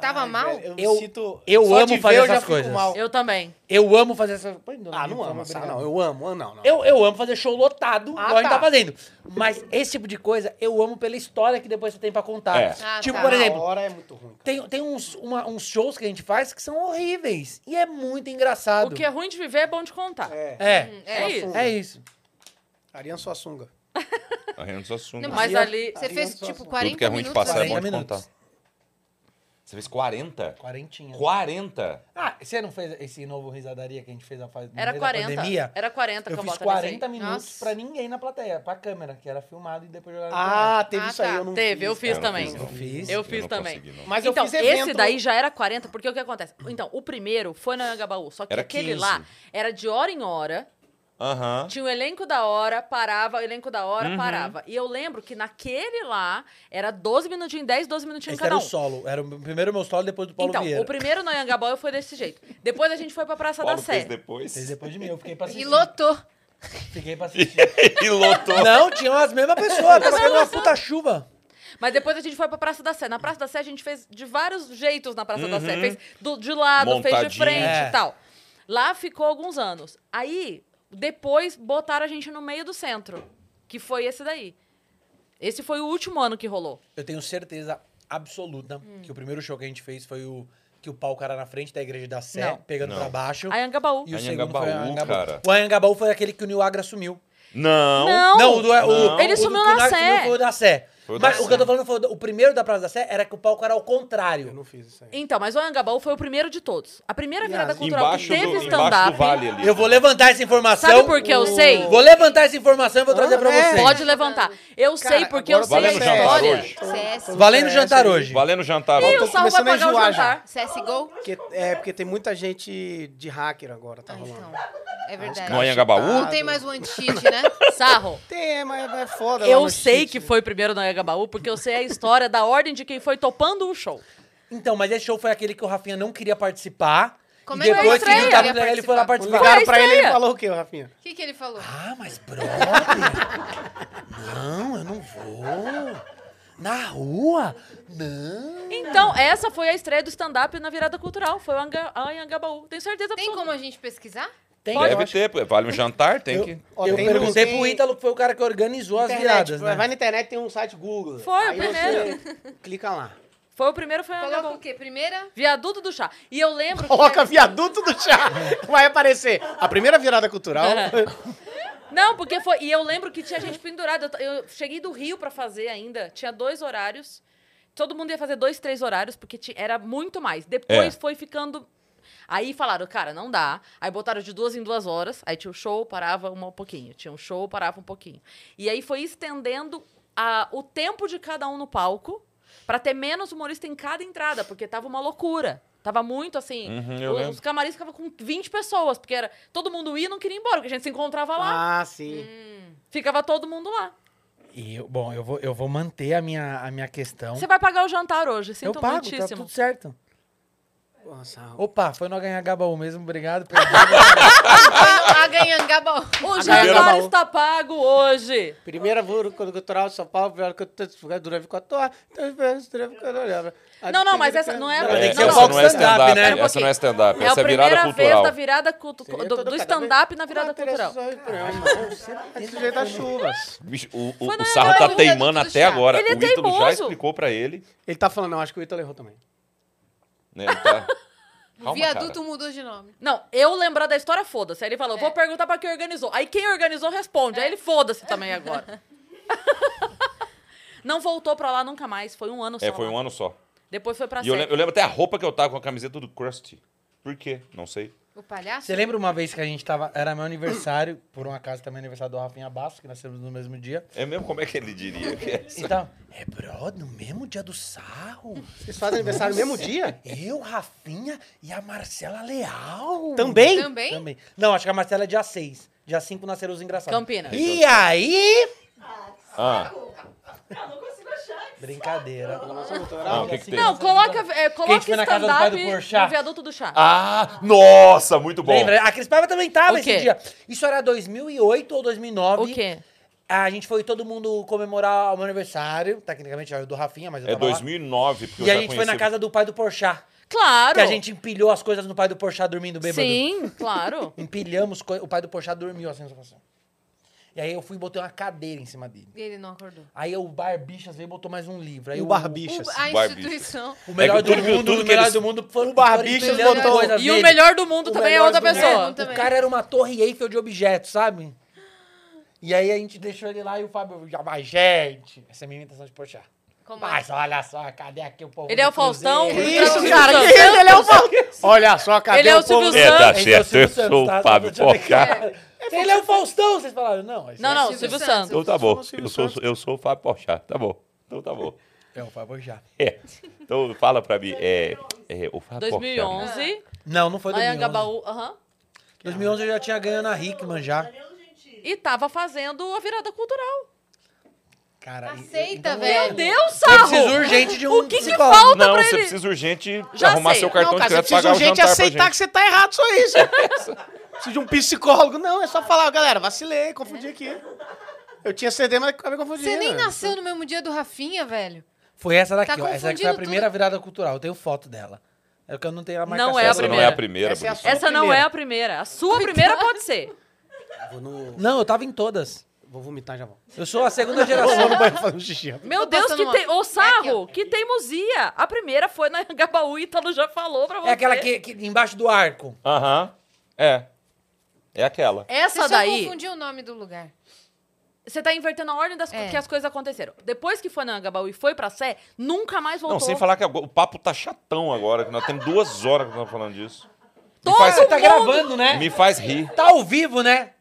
[SPEAKER 2] tava
[SPEAKER 3] Ai,
[SPEAKER 2] mal?
[SPEAKER 3] velho, Eu, me
[SPEAKER 4] Eu-
[SPEAKER 3] sinto-
[SPEAKER 4] eu
[SPEAKER 3] só
[SPEAKER 4] amo
[SPEAKER 3] de ver
[SPEAKER 4] fazer
[SPEAKER 3] eu
[SPEAKER 4] essas
[SPEAKER 3] já fico
[SPEAKER 4] coisas.
[SPEAKER 3] mal.
[SPEAKER 1] Eu também.
[SPEAKER 4] Eu amo fazer essas. Põe no
[SPEAKER 3] Ah, não
[SPEAKER 4] microfone,
[SPEAKER 3] amo, Sá,
[SPEAKER 4] obrigado.
[SPEAKER 3] não. Eu amo, não, não.
[SPEAKER 4] Eu, eu amo fazer show lotado,
[SPEAKER 3] Ah,
[SPEAKER 4] igual a gente tá
[SPEAKER 3] tá.
[SPEAKER 4] fazendo. Mas esse tipo de coisa eu amo pela história que depois você tem pra contar.
[SPEAKER 6] É.
[SPEAKER 2] Ah,
[SPEAKER 4] tipo,
[SPEAKER 2] tá.
[SPEAKER 4] por
[SPEAKER 3] Na
[SPEAKER 4] exemplo,
[SPEAKER 3] hora é muito ruim.
[SPEAKER 4] tem, tem uns, uma- uns shows que a gente faz que são horríveis. E é muito engraçado.
[SPEAKER 1] O que é ruim de viver é bom de contar.
[SPEAKER 3] É,
[SPEAKER 4] É.
[SPEAKER 1] É
[SPEAKER 3] sua
[SPEAKER 1] isso.
[SPEAKER 3] sunga.
[SPEAKER 4] É isso.
[SPEAKER 3] Ariana sua sunga.
[SPEAKER 6] A gente só assume.
[SPEAKER 2] Não,
[SPEAKER 1] Mas
[SPEAKER 3] Aí, ó,
[SPEAKER 1] ali.
[SPEAKER 2] Você
[SPEAKER 3] Aí eu
[SPEAKER 2] fez,
[SPEAKER 3] só-
[SPEAKER 2] tipo,
[SPEAKER 6] Tudo
[SPEAKER 2] 40
[SPEAKER 6] que é ruim de
[SPEAKER 2] minutos
[SPEAKER 6] passar é
[SPEAKER 2] assim?
[SPEAKER 6] bom de
[SPEAKER 4] 40
[SPEAKER 6] contar.
[SPEAKER 4] minutos.
[SPEAKER 6] Você fez 40?
[SPEAKER 4] Quarentinha.
[SPEAKER 6] 40?
[SPEAKER 4] Ah, você não fez esse novo risadaria que a gente fez a faz no
[SPEAKER 1] Era
[SPEAKER 4] meio
[SPEAKER 1] 40.
[SPEAKER 4] da pandemia?
[SPEAKER 1] Era 40 que
[SPEAKER 4] Eu
[SPEAKER 1] eu assim.
[SPEAKER 4] fiz
[SPEAKER 1] boto nesse aí.
[SPEAKER 4] 40 minutos
[SPEAKER 2] Nossa.
[SPEAKER 4] pra ninguém na plateia, pra câmera, que era filmado e depois jogado
[SPEAKER 3] Ah, teve
[SPEAKER 2] Ah,
[SPEAKER 3] isso aí,
[SPEAKER 2] tá.
[SPEAKER 3] eu não
[SPEAKER 1] Teve, eu
[SPEAKER 6] Eu
[SPEAKER 1] fiz
[SPEAKER 6] não
[SPEAKER 1] também.
[SPEAKER 6] não.
[SPEAKER 4] fiz.
[SPEAKER 1] Eu fiz
[SPEAKER 6] não
[SPEAKER 1] também.
[SPEAKER 6] consegui, não.
[SPEAKER 3] Mas
[SPEAKER 1] então,
[SPEAKER 3] eu fiz
[SPEAKER 1] esse
[SPEAKER 3] evento.
[SPEAKER 1] daí já era 40, porque o que acontece? Então, o primeiro foi na Angabaú, só que
[SPEAKER 6] Era
[SPEAKER 1] aquele
[SPEAKER 6] 15.
[SPEAKER 1] lá era de hora em hora,
[SPEAKER 6] Aham.
[SPEAKER 1] tinha o elenco da hora, parava, o elenco da hora,
[SPEAKER 3] Uhum.
[SPEAKER 1] parava. E eu lembro que naquele lá era 12 minutinhos, 10, 12 minutinhos
[SPEAKER 4] Esse
[SPEAKER 1] cada
[SPEAKER 4] era
[SPEAKER 1] um.
[SPEAKER 4] o solo. Era o primeiro meu solo depois do Paulo
[SPEAKER 1] então,
[SPEAKER 4] Vieira.
[SPEAKER 1] o primeiro no Anhangabaú foi desse jeito. Depois a gente foi pra Praça
[SPEAKER 6] Paulo
[SPEAKER 1] da Sé.
[SPEAKER 6] fez depois.
[SPEAKER 4] Fez depois de mim, eu fiquei pra assistir.
[SPEAKER 2] E lotou.
[SPEAKER 4] Fiquei pra assistir.
[SPEAKER 6] e lotou.
[SPEAKER 4] Não, tinham as mesmas pessoas, tava caindo uma puta chuva.
[SPEAKER 1] Mas depois a gente foi pra Praça da Sé. Na Praça da Sé a gente fez de vários jeitos na Praça da Sé. Fez do- de lado, fez de
[SPEAKER 6] Montadinho.
[SPEAKER 1] frente
[SPEAKER 4] É.
[SPEAKER 1] e tal. Lá ficou alguns anos. Aí, depois, botaram a gente no meio do centro. Que foi esse daí. Esse foi o último ano que rolou.
[SPEAKER 4] Eu tenho certeza absoluta
[SPEAKER 1] Hum.
[SPEAKER 4] que o primeiro show que a gente fez foi o que o palco era na frente da igreja da Sé,
[SPEAKER 1] Não.
[SPEAKER 4] pegando pra baixo.
[SPEAKER 1] Aí Angabaú.
[SPEAKER 4] E o segundo
[SPEAKER 6] Anhangabaú,
[SPEAKER 4] foi o Anhangabaú.
[SPEAKER 6] cara.
[SPEAKER 4] O Anhangabaú foi aquele que o New Agra sumiu.
[SPEAKER 6] Não.
[SPEAKER 1] Não.
[SPEAKER 4] o do, o-
[SPEAKER 6] Não.
[SPEAKER 1] Ele
[SPEAKER 4] o do
[SPEAKER 1] sumiu
[SPEAKER 4] que o
[SPEAKER 1] na
[SPEAKER 4] New Agra
[SPEAKER 1] Sé.
[SPEAKER 4] sumiu Foi o da Sé.
[SPEAKER 6] Foi o da
[SPEAKER 4] Mas o
[SPEAKER 6] Sé.
[SPEAKER 4] que eu tô falando foi o, do- o primeiro da Praça da Sé era que o palco era ao contrário.
[SPEAKER 3] Eu não fiz isso aí.
[SPEAKER 1] Então, mas o Angabaú foi o primeiro de todos. A primeira virada cultural
[SPEAKER 6] Embaixo
[SPEAKER 1] que teve
[SPEAKER 6] do, embaixo do
[SPEAKER 1] stand-up.
[SPEAKER 6] vale ali.
[SPEAKER 4] Eu vou levantar essa informação.
[SPEAKER 1] Sabe por que eu sei? Ah,
[SPEAKER 4] Vou levantar essa informação e vou trazer pra
[SPEAKER 3] é.
[SPEAKER 4] vocês.
[SPEAKER 1] Pode levantar. Eu sei porque eu sei a
[SPEAKER 6] Valendo jantar
[SPEAKER 1] história.
[SPEAKER 6] hoje?
[SPEAKER 2] CS.
[SPEAKER 4] Valendo jantar hoje.
[SPEAKER 6] Valendo jantar.
[SPEAKER 1] E
[SPEAKER 6] ó.
[SPEAKER 1] o Sarro vai
[SPEAKER 3] começando a
[SPEAKER 1] pagar o
[SPEAKER 3] enjoar já.
[SPEAKER 1] jantar.
[SPEAKER 2] CSGO?
[SPEAKER 3] Porque, é, porque tem muita gente de hacker agora, tá
[SPEAKER 2] Ah, então.
[SPEAKER 3] rolando.
[SPEAKER 2] É verdade.
[SPEAKER 6] No Anhangabaú?
[SPEAKER 2] Não tem mais o anti-cheat, né?
[SPEAKER 1] Sarro.
[SPEAKER 3] Tem, é, mas é foda. lá
[SPEAKER 1] Eu
[SPEAKER 3] no
[SPEAKER 1] sei
[SPEAKER 3] cheat,
[SPEAKER 1] que
[SPEAKER 3] né?
[SPEAKER 1] foi primeiro no Anhangabaú, porque eu sei a história da ordem de quem foi topando o show.
[SPEAKER 4] Então, mas esse show foi aquele que o Rafinha não queria participar.
[SPEAKER 2] Como
[SPEAKER 4] e
[SPEAKER 2] é que
[SPEAKER 4] depois
[SPEAKER 1] foi a
[SPEAKER 4] que ele
[SPEAKER 1] estreia?
[SPEAKER 4] tava ele foi lá
[SPEAKER 3] Quando
[SPEAKER 4] participar.
[SPEAKER 1] Foi a
[SPEAKER 3] Ligaram pra ele e ele
[SPEAKER 1] estreia.
[SPEAKER 3] falou o quê, Rafinha?
[SPEAKER 2] O que, que ele falou?
[SPEAKER 4] Ah, mas brother! não, eu não vou. Na rua? Não.
[SPEAKER 1] Então, essa foi a estreia do stand-up na virada cultural. Foi o Anga- Anhangabaú. Tenho certeza
[SPEAKER 2] Tem
[SPEAKER 1] absoluta.
[SPEAKER 2] como a gente pesquisar?
[SPEAKER 4] Tem
[SPEAKER 6] Deve ter, pô. vale um jantar, tem que.
[SPEAKER 3] Ó,
[SPEAKER 4] Eu
[SPEAKER 3] tem-
[SPEAKER 4] perguntei
[SPEAKER 3] tem
[SPEAKER 4] pro Ítalo, que foi o cara que organizou as
[SPEAKER 3] internet,
[SPEAKER 4] viradas,
[SPEAKER 3] vai-
[SPEAKER 4] né?
[SPEAKER 3] Vai na internet, tem um site Google.
[SPEAKER 1] Foi, o
[SPEAKER 3] Aí
[SPEAKER 1] primeiro.
[SPEAKER 3] você clica lá.
[SPEAKER 1] Foi o primeiro, foi o
[SPEAKER 2] Coloca o
[SPEAKER 1] Anhangabaú.
[SPEAKER 2] quê? Primeira?
[SPEAKER 1] Viaduto do chá. E eu lembro. que-
[SPEAKER 3] Coloca viaduto do chá. Vai aparecer. A primeira virada cultural.
[SPEAKER 1] É. Não, porque foi. E eu lembro que tinha gente pendurada. Eu, t- eu cheguei do Rio pra fazer ainda. Tinha dois horários. Todo mundo ia fazer dois, três horários, porque ti- era muito mais. Depois
[SPEAKER 6] É.
[SPEAKER 1] foi ficando. Aí falaram, cara, não dá. Aí botaram de duas em duas horas. Aí tinha um show, parava uma um pouquinho. Tinha um show, parava um pouquinho. E aí foi estendendo a- o tempo de cada um no palco pra ter menos humorista em cada entrada, porque tava uma loucura. Tava muito assim.
[SPEAKER 6] Uhum, eu lembro.
[SPEAKER 1] os camarins ficavam com 20 pessoas, porque era todo mundo ia e não queria ir embora, porque a gente se encontrava lá.
[SPEAKER 3] Ah, sim.
[SPEAKER 1] Ficava todo mundo lá.
[SPEAKER 4] Então. E eu- bom, eu vou, eu vou manter a minha, a minha questão.
[SPEAKER 1] Você vai pagar o jantar hoje,
[SPEAKER 4] eu
[SPEAKER 1] sinto
[SPEAKER 4] pago, tá
[SPEAKER 1] muitíssimo.
[SPEAKER 4] tudo certo.
[SPEAKER 3] Nossa,
[SPEAKER 4] Opa, foi no HHBAU mesmo, obrigado. Perdão.
[SPEAKER 6] Ah,
[SPEAKER 2] Ah, A ganhangaba.
[SPEAKER 1] O
[SPEAKER 3] Primeira
[SPEAKER 6] tá
[SPEAKER 1] jantar
[SPEAKER 3] mão.
[SPEAKER 1] está pago hoje.
[SPEAKER 3] Primeira vez quando cultural de São Paulo, pior que eu tô durante 4 horas, três vezes, três vezes, quatro horas.
[SPEAKER 1] Não, não, mas essa não é-
[SPEAKER 3] Não,
[SPEAKER 6] É,
[SPEAKER 4] um
[SPEAKER 3] tem que ser
[SPEAKER 1] não,
[SPEAKER 3] o
[SPEAKER 6] essa
[SPEAKER 3] palco
[SPEAKER 6] não é stand-up,
[SPEAKER 3] stand-up, né?
[SPEAKER 1] Pera um
[SPEAKER 6] Essa não é stand-up,
[SPEAKER 1] É a
[SPEAKER 6] essa é virada
[SPEAKER 1] primeira vez
[SPEAKER 6] cultural.
[SPEAKER 1] da virada cultu- do, do stand-up na virada cultural.
[SPEAKER 3] Ah,
[SPEAKER 6] né?
[SPEAKER 3] É sujeito a chuvas.
[SPEAKER 6] Bicho, o, o,
[SPEAKER 1] Foi
[SPEAKER 6] o
[SPEAKER 1] na
[SPEAKER 6] Sarra
[SPEAKER 2] Europa,
[SPEAKER 6] tá
[SPEAKER 2] eu ia
[SPEAKER 6] teimando
[SPEAKER 2] tudo
[SPEAKER 6] até
[SPEAKER 2] chato.
[SPEAKER 6] agora.
[SPEAKER 1] Ele é
[SPEAKER 6] o Ítalo já
[SPEAKER 1] teimoso.
[SPEAKER 6] explicou pra ele.
[SPEAKER 3] Ele tá falando, não, acho que o Ítalo errou também.
[SPEAKER 6] Né, ele tá...
[SPEAKER 2] O
[SPEAKER 6] Calma,
[SPEAKER 2] viaduto
[SPEAKER 6] cara.
[SPEAKER 2] mudou de nome.
[SPEAKER 1] Não, eu lembrar da história, foda-se. Aí ele falou,
[SPEAKER 4] É.
[SPEAKER 1] vou perguntar pra quem organizou. Aí quem organizou responde. Aí ele foda-se também agora. não voltou pra lá nunca mais. Foi um ano só. Tá
[SPEAKER 6] É, foi
[SPEAKER 1] lá.
[SPEAKER 6] um ano só.
[SPEAKER 1] Depois foi pra
[SPEAKER 6] E eu
[SPEAKER 1] série.
[SPEAKER 6] lembro, eu lembro até a roupa que eu tava com a camiseta do Krusty. Por quê? Não sei.
[SPEAKER 2] O palhaço?
[SPEAKER 4] Você lembra uma vez que a gente tava. Era meu aniversário, por um acaso também é aniversário do Rafinha Basso, que nascemos no mesmo dia.
[SPEAKER 6] É mesmo como é que ele diria que é isso?
[SPEAKER 4] Então, é, bro, no mesmo dia do sarro?
[SPEAKER 3] Vocês fazem aniversário no mesmo dia?
[SPEAKER 4] Eu, Rafinha e a Marcela Leal.
[SPEAKER 3] Também?
[SPEAKER 2] Também?
[SPEAKER 4] Também. Não, acho que a Marcela é dia 6. Dia 5 nasceram os engraçados.
[SPEAKER 1] Campinas.
[SPEAKER 4] E
[SPEAKER 6] Então.
[SPEAKER 4] aí?
[SPEAKER 6] Ah,
[SPEAKER 4] Brincadeira.
[SPEAKER 6] não, ah, o que, que tem?
[SPEAKER 1] Não, coloca, é, coloca
[SPEAKER 4] foi na casa do pai
[SPEAKER 1] stand-up
[SPEAKER 4] do
[SPEAKER 1] no
[SPEAKER 4] Porchat.
[SPEAKER 1] viaduto do chá.
[SPEAKER 6] Ah, nossa, muito bom.
[SPEAKER 4] Lembra? A Cris Paiva também tava
[SPEAKER 1] O
[SPEAKER 4] esse
[SPEAKER 1] quê?
[SPEAKER 4] dia. Isso era 2008 ou 2009.
[SPEAKER 1] O quê?
[SPEAKER 4] A gente foi todo mundo comemorar o meu aniversário. Tecnicamente era o do Rafinha, mas eu
[SPEAKER 6] É
[SPEAKER 4] tava lá.
[SPEAKER 6] 2009, porque
[SPEAKER 4] E
[SPEAKER 6] eu
[SPEAKER 4] a
[SPEAKER 6] já
[SPEAKER 4] gente foi na
[SPEAKER 6] conheci-
[SPEAKER 4] casa do pai do Porchat.
[SPEAKER 1] Claro.
[SPEAKER 4] Que a gente empilhou as coisas no pai do Porchat
[SPEAKER 1] é
[SPEAKER 4] dormindo bêbado.
[SPEAKER 1] Sim, claro.
[SPEAKER 4] Empilhamos coisas. O pai do Porchat dormiu assim, assim. E aí eu fui e botei uma cadeira em cima dele.
[SPEAKER 2] E ele não acordou.
[SPEAKER 4] Aí o Barbichas veio e botou mais um livro. Aí
[SPEAKER 3] E o assim. Barbichas?
[SPEAKER 2] O- a
[SPEAKER 6] Barbixas.
[SPEAKER 2] instituição.
[SPEAKER 4] O melhor
[SPEAKER 6] É que
[SPEAKER 4] do
[SPEAKER 6] tudo que-
[SPEAKER 4] mundo,
[SPEAKER 6] tudo
[SPEAKER 4] o
[SPEAKER 6] que
[SPEAKER 4] melhor
[SPEAKER 6] eles-
[SPEAKER 4] do mundo foi
[SPEAKER 3] O Barbichas botou-
[SPEAKER 1] um- E o melhor do mundo também é outra pessoa.
[SPEAKER 2] mundo. Também.
[SPEAKER 4] O cara era uma torre Eiffel de objetos, sabe? E aí a gente deixou ele lá e o Fábio já vai, gente. Essa é a minha imitação de puxar.
[SPEAKER 2] Como é?
[SPEAKER 4] Mas olha só, cadê aqui o povo?
[SPEAKER 1] Ele é
[SPEAKER 4] do
[SPEAKER 1] o Faustão.
[SPEAKER 4] Cruzeiro? Então,
[SPEAKER 1] Ele é o
[SPEAKER 3] Isso,
[SPEAKER 1] Silvio
[SPEAKER 3] cara, que
[SPEAKER 1] Santos.
[SPEAKER 3] isso? Ele é o Paulo. Olha só, cadê
[SPEAKER 1] Ele é o
[SPEAKER 3] o povo?
[SPEAKER 1] Silvio Santos.
[SPEAKER 6] É, tá
[SPEAKER 4] Ele é o
[SPEAKER 6] certo,
[SPEAKER 4] Silvio
[SPEAKER 6] eu
[SPEAKER 4] Santos,
[SPEAKER 6] sou
[SPEAKER 4] tá?
[SPEAKER 6] o Fábio
[SPEAKER 4] Só pra te
[SPEAKER 6] Porchat.
[SPEAKER 4] Ele é o Faustão, vocês falaram. Não, esse é
[SPEAKER 1] Não, não,
[SPEAKER 2] Silvio
[SPEAKER 1] Silvio
[SPEAKER 2] Santos.
[SPEAKER 1] Santos.
[SPEAKER 6] Então tá bom,
[SPEAKER 3] Silvio
[SPEAKER 6] eu sou,
[SPEAKER 3] Santos.
[SPEAKER 6] eu sou o Fábio Porchat, tá bom. Então tá bom.
[SPEAKER 4] É o Fábio já.
[SPEAKER 6] É. Então fala pra mim, é, é o Fábio Porchat. né?
[SPEAKER 1] 2011,
[SPEAKER 4] Não, não foi 2011.
[SPEAKER 1] Anhangabaú, aham.
[SPEAKER 4] 2011 eu já tinha ganho na Hickman já.
[SPEAKER 1] E tava fazendo a virada cultural.
[SPEAKER 4] Cara, e-
[SPEAKER 2] Aceita,
[SPEAKER 4] então-
[SPEAKER 2] velho.
[SPEAKER 1] Meu Deus,
[SPEAKER 4] Eu
[SPEAKER 1] Sarro!
[SPEAKER 4] preciso urgente de um
[SPEAKER 1] O que que
[SPEAKER 4] psicólogo.
[SPEAKER 1] falta?
[SPEAKER 6] Não,
[SPEAKER 1] pra
[SPEAKER 6] você
[SPEAKER 1] ele.
[SPEAKER 6] precisa urgente
[SPEAKER 1] Já
[SPEAKER 6] arrumar
[SPEAKER 1] sei.
[SPEAKER 6] seu cartão
[SPEAKER 3] Não,
[SPEAKER 6] de
[SPEAKER 3] cara, você
[SPEAKER 6] crédito e
[SPEAKER 3] precisa
[SPEAKER 6] pagar o
[SPEAKER 3] urgente
[SPEAKER 6] jantar pra gente.
[SPEAKER 3] um aceitar que você tá errado, só isso. Precisa de um psicólogo. Não, é só falar, galera, vacilei, confundi aqui. Eu tinha CD, mas acabei confundindo.
[SPEAKER 2] Você nem nasceu no mesmo dia do Rafinha, velho.
[SPEAKER 4] Foi essa daqui,
[SPEAKER 2] Tá
[SPEAKER 4] ó. Essa daqui foi a
[SPEAKER 2] confundindo
[SPEAKER 4] primeira virada cultural. Eu tenho foto dela. É que eu não tenho a marcação.
[SPEAKER 1] é a
[SPEAKER 6] Essa não é a
[SPEAKER 1] primeira.
[SPEAKER 6] primeira,
[SPEAKER 3] Essa é a
[SPEAKER 6] Bruno.
[SPEAKER 3] sua
[SPEAKER 1] Essa não
[SPEAKER 3] primeira.
[SPEAKER 1] é a primeira. A sua primeira pode ser.
[SPEAKER 3] Vou, no-
[SPEAKER 4] Não, eu tava em todas.
[SPEAKER 3] Vou vomitar já vou.
[SPEAKER 4] Eu sou a segunda
[SPEAKER 3] Eu
[SPEAKER 4] geração.
[SPEAKER 3] vou no banheiro fazer um xixi.
[SPEAKER 1] Meu
[SPEAKER 2] Tô
[SPEAKER 1] Deus,
[SPEAKER 2] passando
[SPEAKER 1] que tem...
[SPEAKER 2] mal.
[SPEAKER 1] Ô,
[SPEAKER 2] É aqui,
[SPEAKER 1] Sarro,
[SPEAKER 2] ó.
[SPEAKER 1] que teimosia. A primeira foi na Anhangabaú, Ítalo já falou pra você.
[SPEAKER 4] É aquela que, que embaixo do arco.
[SPEAKER 6] Aham, é. É aquela.
[SPEAKER 1] Essa
[SPEAKER 2] Você só
[SPEAKER 1] daí,
[SPEAKER 2] confundiu o nome do lugar.
[SPEAKER 1] você tá invertendo a ordem das co-
[SPEAKER 2] É.
[SPEAKER 1] que as coisas aconteceram. Depois que foi na Anhangabaú e foi pra Sé, nunca mais voltou.
[SPEAKER 6] Não, sem falar que agora- o papo tá chatão agora, que nós temos duas horas que nós estamos falando disso.
[SPEAKER 1] Todo
[SPEAKER 4] Faz- Você tá
[SPEAKER 1] mundo-
[SPEAKER 4] gravando, né?
[SPEAKER 6] Me faz rir.
[SPEAKER 4] Tá ao vivo, né?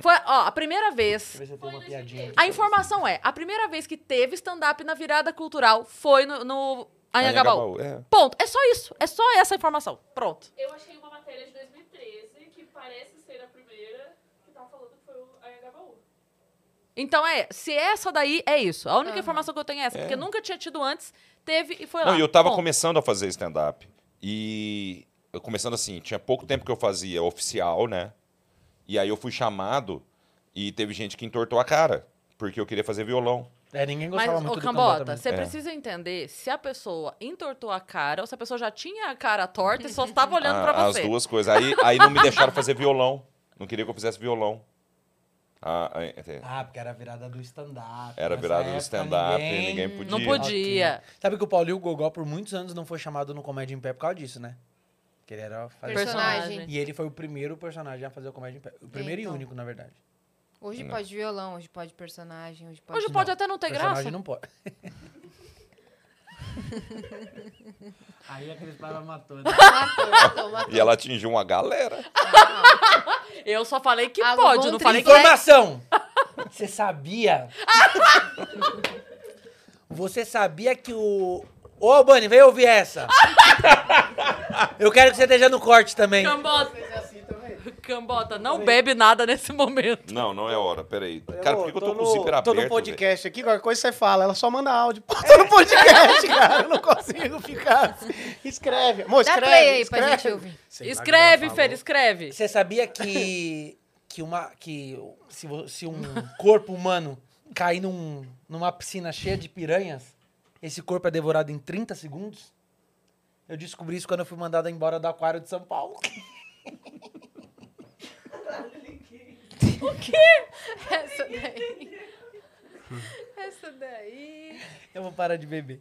[SPEAKER 1] Foi, ó, a primeira vez
[SPEAKER 4] Deixa eu ver se eu tenho uma piadinha.
[SPEAKER 1] A informação é, a primeira vez que teve stand-up na virada cultural foi no, no Anhangabaú.
[SPEAKER 6] Anhangabaú, é.
[SPEAKER 1] Ponto. É só isso. É só essa informação. Pronto.
[SPEAKER 7] Eu achei uma matéria de 2013, que parece ser a primeira, que tava falando que foi o Anhangabaú.
[SPEAKER 1] Então é, se é essa daí, é isso. A única
[SPEAKER 2] Aham.
[SPEAKER 1] informação que eu tenho é essa, porque nunca tinha tido antes, teve e foi lá.
[SPEAKER 6] Não, e eu tava
[SPEAKER 1] Ponto.
[SPEAKER 6] começando a fazer stand-up. E eu começando assim, tinha pouco tempo que eu fazia oficial, né? E aí eu fui chamado e teve gente que entortou a cara, porque eu queria fazer violão.
[SPEAKER 4] É, ninguém
[SPEAKER 1] Mas,
[SPEAKER 4] gostava muito
[SPEAKER 1] ô
[SPEAKER 4] do Cambota.
[SPEAKER 1] Cambota,
[SPEAKER 4] também.
[SPEAKER 1] você
[SPEAKER 6] É.
[SPEAKER 1] precisa entender se a pessoa entortou a cara ou se a pessoa já tinha a cara torta e só estava
[SPEAKER 4] Ah,
[SPEAKER 1] olhando pra
[SPEAKER 6] A- Ah, as
[SPEAKER 1] você.
[SPEAKER 6] duas coisas. Aí, aí não me deixaram fazer violão. Não queria que eu fizesse violão. Ah, ah, é-
[SPEAKER 4] Ah, porque era a virada do stand-up.
[SPEAKER 6] Era
[SPEAKER 4] Nessa
[SPEAKER 6] virada do
[SPEAKER 4] época,
[SPEAKER 6] stand-up, ninguém podia.
[SPEAKER 1] Não podia.
[SPEAKER 4] Ok. Sabe que o Paulinho Gogol, por muitos anos, não foi chamado no Comédia em Pé por causa disso, né? Que ele era... fazer-
[SPEAKER 2] Personagem.
[SPEAKER 1] Personagem.
[SPEAKER 4] E ele foi o primeiro personagem a fazer o Comédia em Pé. O primeiro
[SPEAKER 2] então.
[SPEAKER 4] e único, na verdade.
[SPEAKER 2] Hoje pode violão, hoje pode personagem, hoje pode...
[SPEAKER 1] Hoje pode até não ter
[SPEAKER 4] personagem
[SPEAKER 1] graça.
[SPEAKER 4] não pode. Aí a Cris Paiva matou, né?
[SPEAKER 2] Matou, matou, matou.
[SPEAKER 6] E ela atingiu uma galera.
[SPEAKER 1] Eu só falei que
[SPEAKER 2] Algo
[SPEAKER 1] pode,
[SPEAKER 2] bom,
[SPEAKER 1] não falei que.
[SPEAKER 2] triplex.
[SPEAKER 4] Informação! Você sabia? Você sabia que o. Ô, Bunny, vem ouvir essa! Eu quero que você esteja no corte também.
[SPEAKER 1] Cambota. Cambota, não bebe nada nesse momento.
[SPEAKER 6] Não, não é hora, peraí. Cara, por que eu tô, com o zíper
[SPEAKER 3] Tô
[SPEAKER 6] aberto?
[SPEAKER 3] no
[SPEAKER 6] velho?
[SPEAKER 3] podcast aqui, qualquer coisa você fala, ela só manda áudio. Pô, tô no podcast, cara, eu não consigo ficar. assim. Escreve, amor,
[SPEAKER 2] Dá
[SPEAKER 3] escreve.
[SPEAKER 2] play aí pra
[SPEAKER 3] escreve.
[SPEAKER 2] gente ouvir.
[SPEAKER 1] escreve,
[SPEAKER 4] tá
[SPEAKER 1] Fer, escreve.
[SPEAKER 4] Você sabia que. que uma. que se, vo- se um corpo humano cair num- numa piscina cheia de piranhas, esse corpo é devorado em 30 segundos? Eu descobri isso quando eu fui mandada embora do aquário de São Paulo.
[SPEAKER 2] Essa daí. Essa daí.
[SPEAKER 4] Eu vou parar de beber.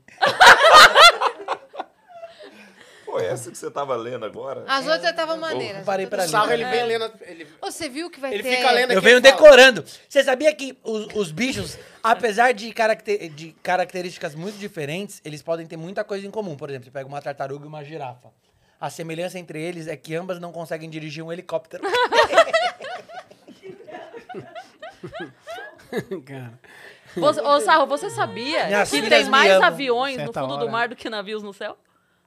[SPEAKER 6] Pô, essa que você tava lendo agora?
[SPEAKER 2] As outras estavam maneiras.
[SPEAKER 4] parei
[SPEAKER 2] as
[SPEAKER 4] pra
[SPEAKER 2] outras
[SPEAKER 4] ler.
[SPEAKER 3] Salve, ele vem lendo. Ele,
[SPEAKER 2] Ô, Você viu que vai
[SPEAKER 3] ele
[SPEAKER 2] ter.
[SPEAKER 3] fica lendo aqui.
[SPEAKER 4] Eu venho
[SPEAKER 3] e fala.
[SPEAKER 4] decorando. Você sabia que os, os bichos, apesar de, caracte- de características muito diferentes, eles podem ter muita coisa em comum. Por exemplo, você pega uma tartaruga e uma girafa. A semelhança entre eles é que ambas não conseguem dirigir um helicóptero.
[SPEAKER 3] Cara,
[SPEAKER 1] Você, ô, Sarro, você sabia
[SPEAKER 4] Minhas
[SPEAKER 1] que
[SPEAKER 4] filhas
[SPEAKER 1] tem
[SPEAKER 4] me
[SPEAKER 1] mais
[SPEAKER 4] amam,
[SPEAKER 1] aviões no
[SPEAKER 3] certa
[SPEAKER 1] fundo do
[SPEAKER 4] né?
[SPEAKER 3] hora.
[SPEAKER 1] mar do que navios no céu?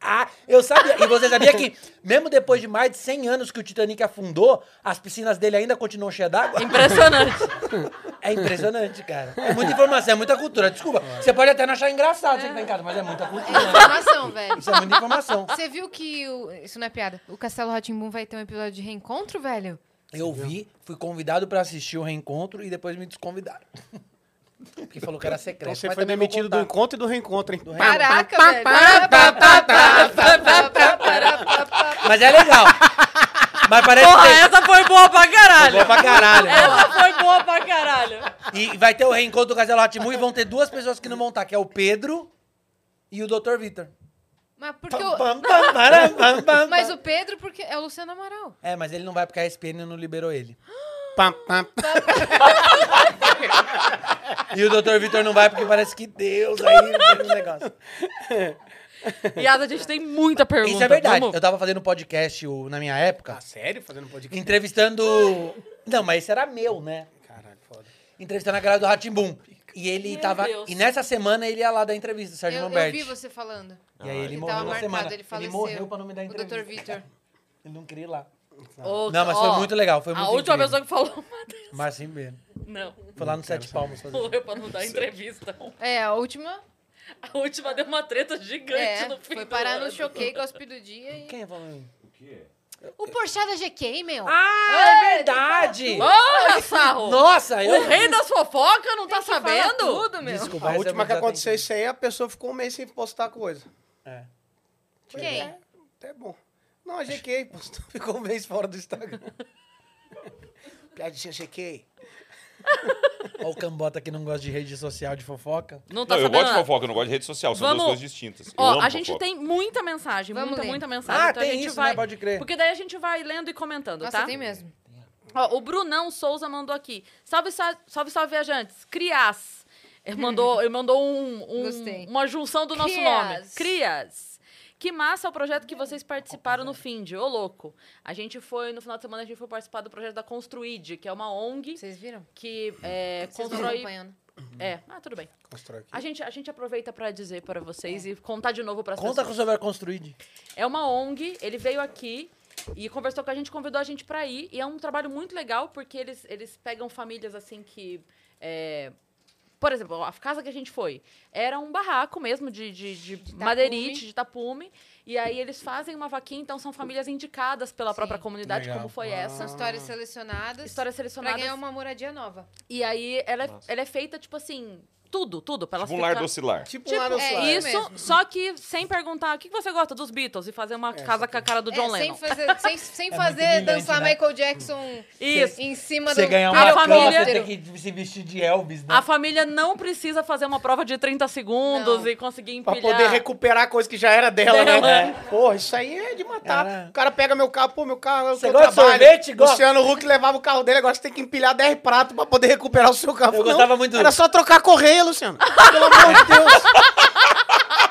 [SPEAKER 4] ah, eu sabia. E você sabia que, mesmo depois de mais de 100 anos que o Titanic afundou, as piscinas dele ainda continuam cheias d'água?
[SPEAKER 1] Impressionante.
[SPEAKER 4] É impressionante, cara. É muita informação, é muita cultura. Desculpa, você pode até não achar engraçado você que tá em casa, mas é muita
[SPEAKER 2] É
[SPEAKER 4] cultura. né?
[SPEAKER 2] informação, velho.
[SPEAKER 4] Isso é muita informação.
[SPEAKER 2] Você viu que. o- Isso não é piada. O Castelo Rotimbum vai ter um episódio de reencontro, velho?
[SPEAKER 4] Eu vi, fui convidado pra assistir o reencontro e depois me desconvidaram. Porque falou que era secreto.
[SPEAKER 3] então você
[SPEAKER 4] mas
[SPEAKER 3] foi
[SPEAKER 4] também vou
[SPEAKER 3] demitido do
[SPEAKER 4] contar.
[SPEAKER 3] encontro e do reencontro, hein?
[SPEAKER 2] Caraca, velho.
[SPEAKER 4] Mas é legal. Mas parece
[SPEAKER 1] Porra, é
[SPEAKER 4] que
[SPEAKER 1] essa foi boa pra caralho.
[SPEAKER 4] Foi boa pra caralho.
[SPEAKER 1] Essa foi boa pra caralho.
[SPEAKER 4] tem. E vai ter o reencontro do Castelo Ratimu e vão ter duas pessoas que não vão estar, que é o Pedro e o Dr. Vitor.
[SPEAKER 2] Mas porque o. Mas o Pedro, porque é o Luciano Amaral.
[SPEAKER 4] É, mas ele não vai porque a ESPN não liberou ele.
[SPEAKER 3] Pam, pam, pam.
[SPEAKER 4] E o Dr. Vitor não vai porque parece que Deus aí não tem um negócio.
[SPEAKER 1] Yas, a gente tem muita pergunta.
[SPEAKER 4] Isso é verdade.
[SPEAKER 1] Vamos-
[SPEAKER 4] Eu tava fazendo podcast o- na minha época,
[SPEAKER 3] Ah, sério? Fazendo podcast?
[SPEAKER 4] entrevistando. Não, mas esse era meu, né?
[SPEAKER 3] Caralho, foda.
[SPEAKER 4] entrevistando a galera do Ratimbum. E ele
[SPEAKER 1] Meu
[SPEAKER 4] tava.
[SPEAKER 1] Deus.
[SPEAKER 4] E nessa semana ele ia lá dar entrevista, Sérgio
[SPEAKER 2] Eu, eu
[SPEAKER 4] Lambert.
[SPEAKER 2] vi você falando.
[SPEAKER 4] E aí ele,
[SPEAKER 2] Ele
[SPEAKER 4] morreu
[SPEAKER 2] tava
[SPEAKER 4] na semana.
[SPEAKER 2] marcado, ele faleceu.
[SPEAKER 4] morreu pra não me dar
[SPEAKER 2] O
[SPEAKER 4] entrevista.
[SPEAKER 2] Dr. Vitor.
[SPEAKER 4] Ele não queria ir lá.
[SPEAKER 1] Ô,
[SPEAKER 4] Não, mas foi
[SPEAKER 1] ó,
[SPEAKER 4] muito legal, foi
[SPEAKER 1] A
[SPEAKER 4] muito
[SPEAKER 1] última
[SPEAKER 4] incrível.
[SPEAKER 1] pessoa que falou.
[SPEAKER 4] Márcio Ribeiro.
[SPEAKER 1] Não,
[SPEAKER 4] Foi lá no Sete Palmas fazer.
[SPEAKER 1] morreu pra não dar entrevista.
[SPEAKER 2] É, a última.
[SPEAKER 1] A última deu uma treta gigante
[SPEAKER 2] É,
[SPEAKER 1] no fim
[SPEAKER 2] foi
[SPEAKER 1] do
[SPEAKER 2] parar no
[SPEAKER 1] ano.
[SPEAKER 2] choquei, gospe do dia e.
[SPEAKER 4] Quem é falou isso?
[SPEAKER 2] O Porchat da GK, meu.
[SPEAKER 4] Ah, é verdade!
[SPEAKER 1] Porra, Ah, Sarro!
[SPEAKER 4] Nossa, eu.
[SPEAKER 1] O rei das fofocas não tá sabendo?
[SPEAKER 2] Tudo, meu.
[SPEAKER 4] Desculpa,
[SPEAKER 3] A
[SPEAKER 4] essa
[SPEAKER 3] última que
[SPEAKER 4] eu vou
[SPEAKER 3] aconteceu isso aí, a pessoa ficou um mês sem postar coisa.
[SPEAKER 4] É.
[SPEAKER 2] Quem?
[SPEAKER 3] Até bom. Não, a GK postou, ficou um mês fora do Instagram. Piadinha GK.
[SPEAKER 4] Olha o cambota que não gosta de rede social de fofoca.
[SPEAKER 1] Não tá
[SPEAKER 6] Não, eu
[SPEAKER 1] sabendo
[SPEAKER 6] gosto de
[SPEAKER 1] nada.
[SPEAKER 6] fofoca, eu não gosto de rede social. São
[SPEAKER 1] Vamos-
[SPEAKER 6] duas coisas distintas. Eu
[SPEAKER 1] Ó,
[SPEAKER 6] amo
[SPEAKER 1] a gente
[SPEAKER 6] fofoca.
[SPEAKER 1] tem muita mensagem,
[SPEAKER 2] Vamos
[SPEAKER 1] muita,
[SPEAKER 2] ler.
[SPEAKER 1] muita mensagem.
[SPEAKER 4] Ah,
[SPEAKER 1] então a
[SPEAKER 4] tem
[SPEAKER 1] gente
[SPEAKER 4] isso,
[SPEAKER 1] vai...
[SPEAKER 4] né? Pode crer.
[SPEAKER 1] Porque daí a gente vai lendo e comentando,
[SPEAKER 2] Nossa,
[SPEAKER 1] tá?
[SPEAKER 2] tem mesmo.
[SPEAKER 1] Ó, o Brunão Souza mandou aqui. Salve, sa- salve, salve viajantes. Crias. Ele mandou, ele mandou um- um-
[SPEAKER 2] Gostei.
[SPEAKER 1] uma junção do nosso
[SPEAKER 2] Crias.
[SPEAKER 1] nome. Crias. Que massa o projeto que vocês participaram no Find. Ô, louco. A gente foi, no final de semana, a gente foi participar do projeto da Construid, que é uma ONG
[SPEAKER 2] Vocês viram?
[SPEAKER 1] que é,
[SPEAKER 2] Vocês não
[SPEAKER 1] constrói...
[SPEAKER 2] acompanhando.
[SPEAKER 1] É, ah, tudo bem.
[SPEAKER 3] Constrói aqui.
[SPEAKER 1] A gente, a gente aproveita pra dizer para vocês
[SPEAKER 2] É.
[SPEAKER 1] e contar de novo para
[SPEAKER 4] Conta com o Sober Construído.
[SPEAKER 1] é uma ONG, ele veio aqui e conversou com a gente, convidou a gente pra ir. E é um trabalho muito legal, porque eles, eles pegam famílias assim que. é, por exemplo, a casa que a gente foi era um barraco mesmo de, de, de
[SPEAKER 2] tapume.
[SPEAKER 1] madeirite, de tapume. E aí eles fazem uma vaquinha, então são famílias indicadas pela
[SPEAKER 2] Sim.
[SPEAKER 1] própria comunidade,
[SPEAKER 4] Legal.
[SPEAKER 1] como foi
[SPEAKER 6] Ah.
[SPEAKER 2] São
[SPEAKER 1] essa.
[SPEAKER 4] Ah.
[SPEAKER 2] histórias selecionadas.
[SPEAKER 1] Histórias
[SPEAKER 2] Pra
[SPEAKER 1] selecionadas.
[SPEAKER 2] ganhar uma moradia nova.
[SPEAKER 1] E aí ela, é- ela é feita, tipo assim, tudo, tudo. Pra elas
[SPEAKER 6] Tipo um lar
[SPEAKER 1] ficar-
[SPEAKER 6] docilar.
[SPEAKER 3] Tipo,
[SPEAKER 2] Tipo,
[SPEAKER 3] um Aaron
[SPEAKER 2] é
[SPEAKER 3] Sorkin.
[SPEAKER 2] Claro.
[SPEAKER 1] Isso,
[SPEAKER 2] mesmo.
[SPEAKER 1] só que sem perguntar o que que você gosta dos Beatles e fazer uma casa com a cara do
[SPEAKER 2] É,
[SPEAKER 1] John
[SPEAKER 2] sem
[SPEAKER 1] Lennon.
[SPEAKER 2] fazer, sem, sem
[SPEAKER 4] É
[SPEAKER 2] fazer
[SPEAKER 4] muito humilhante,
[SPEAKER 2] dançar
[SPEAKER 4] né?
[SPEAKER 2] Michael Jackson
[SPEAKER 1] Isso.
[SPEAKER 2] em cima
[SPEAKER 4] Você
[SPEAKER 2] do
[SPEAKER 4] ganhar
[SPEAKER 1] A
[SPEAKER 4] uma cama,
[SPEAKER 1] família-
[SPEAKER 4] você tem que se vestir de Elvis, né?
[SPEAKER 1] A família não precisa fazer uma prova de 30 segundos
[SPEAKER 2] Não.
[SPEAKER 1] e conseguir
[SPEAKER 3] Pra
[SPEAKER 1] empilhar.
[SPEAKER 3] poder recuperar a coisa que já era dela,
[SPEAKER 1] Dela.
[SPEAKER 3] né? Porra, isso aí é de matar.
[SPEAKER 4] Caralho.
[SPEAKER 3] O cara pega meu carro, pô, meu carro é o
[SPEAKER 4] Você
[SPEAKER 3] seu
[SPEAKER 4] gosta de
[SPEAKER 3] trabalho.
[SPEAKER 4] sorvete? Gosto.
[SPEAKER 3] Luciano Huck levava o carro dele, agora você tem que empilhar 10 pratos pra poder recuperar o seu carro.
[SPEAKER 4] Eu
[SPEAKER 3] Não,
[SPEAKER 4] gostava muito-
[SPEAKER 3] Era só trocar a correia, Luciano. Pelo amor de Deus.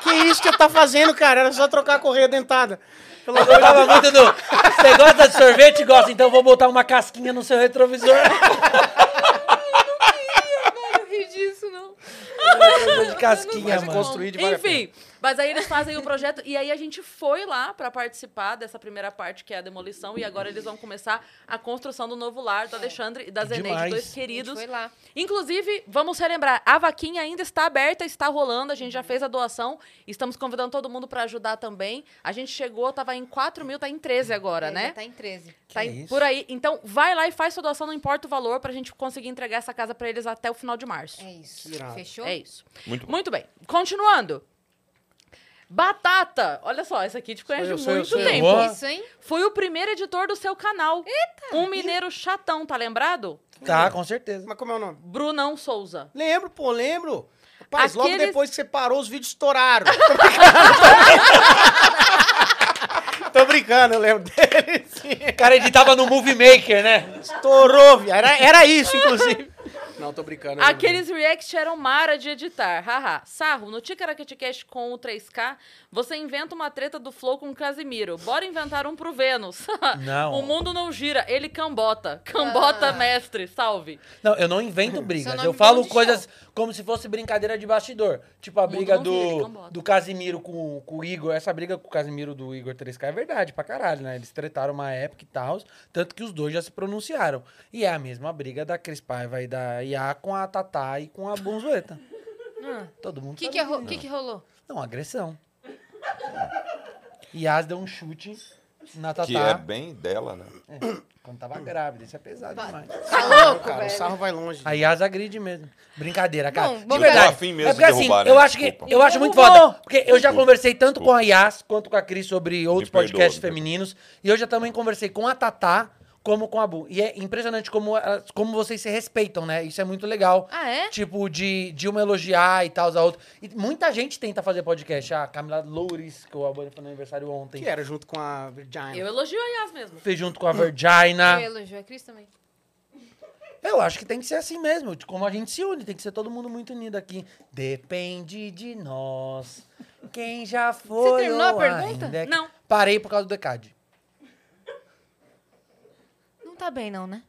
[SPEAKER 3] que Que isso que você tá fazendo, cara? Era só trocar a correia dentada. Pelo
[SPEAKER 1] Ah.
[SPEAKER 3] amor
[SPEAKER 4] Eu
[SPEAKER 3] de Deus.
[SPEAKER 4] gostava muito do. Você gosta de sorvete? Gosta, então vou botar uma casquinha no seu retrovisor.
[SPEAKER 2] Velho, eu ri disso, não.
[SPEAKER 4] de casquinha,
[SPEAKER 3] Mas
[SPEAKER 4] mano.
[SPEAKER 3] construir de várias
[SPEAKER 1] Enfim, mas aí eles fazem o projeto e aí a gente foi lá pra participar dessa primeira parte que é a demolição e agora eles vão começar a construção do novo lar do Alexandre e da Zeneide,
[SPEAKER 4] Demais.
[SPEAKER 1] dois
[SPEAKER 2] A gente
[SPEAKER 1] queridos.
[SPEAKER 2] foi lá.
[SPEAKER 1] Inclusive, vamos relembrar, a vaquinha ainda está aberta, está rolando, a gente já fez a doação, estamos convidando todo mundo pra ajudar também. A gente chegou, tava em 4 mil, tá em 13 agora,
[SPEAKER 2] É,
[SPEAKER 1] né?
[SPEAKER 2] já Tá em 13.
[SPEAKER 1] Tá
[SPEAKER 4] Que
[SPEAKER 1] em-
[SPEAKER 4] isso.
[SPEAKER 1] por aí. Então, vai lá e faz sua doação, não importa o valor, pra gente conseguir entregar essa casa pra eles até o final de março.
[SPEAKER 2] É isso.
[SPEAKER 3] irado.
[SPEAKER 2] Fechou?
[SPEAKER 1] É isso.
[SPEAKER 6] Muito bom.
[SPEAKER 1] Muito bem. Continuando. Batata. Olha só, essa aqui te conhece
[SPEAKER 3] eu,
[SPEAKER 1] de
[SPEAKER 3] sou eu,
[SPEAKER 1] muito
[SPEAKER 3] sou eu.
[SPEAKER 1] tempo.
[SPEAKER 4] Boa.
[SPEAKER 2] Isso, hein?
[SPEAKER 1] Foi o primeiro editor do seu canal. Um mineiro chatão, tá lembrado?
[SPEAKER 4] Tá, com certeza.
[SPEAKER 3] Mas como é o nome?
[SPEAKER 1] Brunão Souza.
[SPEAKER 3] Lembro, pô, lembro. Rapaz, logo
[SPEAKER 1] Aqueles-
[SPEAKER 3] depois que você parou, os vídeos estouraram. Tô brincando, eu lembro dele, sim.
[SPEAKER 4] O cara editava no Movie Maker, né?
[SPEAKER 3] Estourou, viado. Era,
[SPEAKER 4] É
[SPEAKER 3] era isso, inclusive. Não, tô brincando. eu lembro dele.
[SPEAKER 1] Aqueles reacts eram mara de editar. Haha. Sarro, no Ticaracaticast com o 3K, você inventa uma treta do Flow com o Casimiro. Bora inventar um pro Vênus.
[SPEAKER 4] Não.
[SPEAKER 1] o mundo não gira, ele cambota. Cambota, mestre. Salve.
[SPEAKER 4] Não, eu não invento brigas.
[SPEAKER 2] nome
[SPEAKER 4] Eu falo
[SPEAKER 2] virou de
[SPEAKER 4] coisas como se fosse brincadeira de bastidor. Tipo a
[SPEAKER 1] Mundo
[SPEAKER 2] um
[SPEAKER 4] briga
[SPEAKER 1] não vira, ele
[SPEAKER 4] do,
[SPEAKER 1] não bota.
[SPEAKER 4] do Casimiro com, com o Igor. Essa briga com o Casimiro do Igor 3K é verdade pra caralho, né? Eles tretaram uma época e tal. Tanto que os dois já se pronunciaram. E é a mesma briga da Cris Paiva e da Iá com a Tatá e com a Bonzoeta. Todo mundo
[SPEAKER 2] O Ah. que, é?
[SPEAKER 4] sabe
[SPEAKER 2] que, ro-
[SPEAKER 4] disso.
[SPEAKER 2] que que rolou?
[SPEAKER 4] Não, agressão. Yas deu um chute na Tatá
[SPEAKER 6] Que é bem dela, né?
[SPEAKER 4] quando tava grávida. Isso é pesado demais.
[SPEAKER 2] Tá louco,
[SPEAKER 3] Cara, o
[SPEAKER 2] velho?
[SPEAKER 3] sarro vai longe.
[SPEAKER 4] A Yas agride mesmo. Brincadeira, cara.
[SPEAKER 2] Bom,
[SPEAKER 4] de
[SPEAKER 2] bom,
[SPEAKER 4] verdade.
[SPEAKER 6] Eu tô afim mesmo
[SPEAKER 4] é porque
[SPEAKER 6] de
[SPEAKER 4] assim,
[SPEAKER 6] derrubar, né?
[SPEAKER 4] eu acho que
[SPEAKER 6] Desculpa.
[SPEAKER 4] eu acho muito foda. Porque eu já conversei tanto com a Yas quanto com a Cris sobre outros
[SPEAKER 6] perdoa,
[SPEAKER 4] podcasts
[SPEAKER 6] me perdoa.
[SPEAKER 4] femininos. E eu já também conversei com a Tatá como com a Bu. E é impressionante como, elas- como vocês se respeitam, né? Isso é muito legal.
[SPEAKER 2] Ah, é?
[SPEAKER 4] Tipo, de, de uma elogiar e tal, a outra. E muita gente tenta fazer podcast. A Camila Loures, que eu abonei no aniversário ontem.
[SPEAKER 3] Que
[SPEAKER 6] é?
[SPEAKER 3] era junto com a Virginia.
[SPEAKER 1] Eu elogio a Yas mesmo.
[SPEAKER 4] Fez junto com a Virginia.
[SPEAKER 2] Eu elogio a Cris também.
[SPEAKER 4] Eu acho que tem que ser assim mesmo, de como a gente se une, tem que ser todo mundo muito unido aqui. Depende de nós. Quem já foi.
[SPEAKER 2] terminou a
[SPEAKER 4] ou
[SPEAKER 2] pergunta?
[SPEAKER 4] ainda é que-
[SPEAKER 1] Não.
[SPEAKER 4] Parei por causa do ECAD.
[SPEAKER 2] Não tá bem, não, né?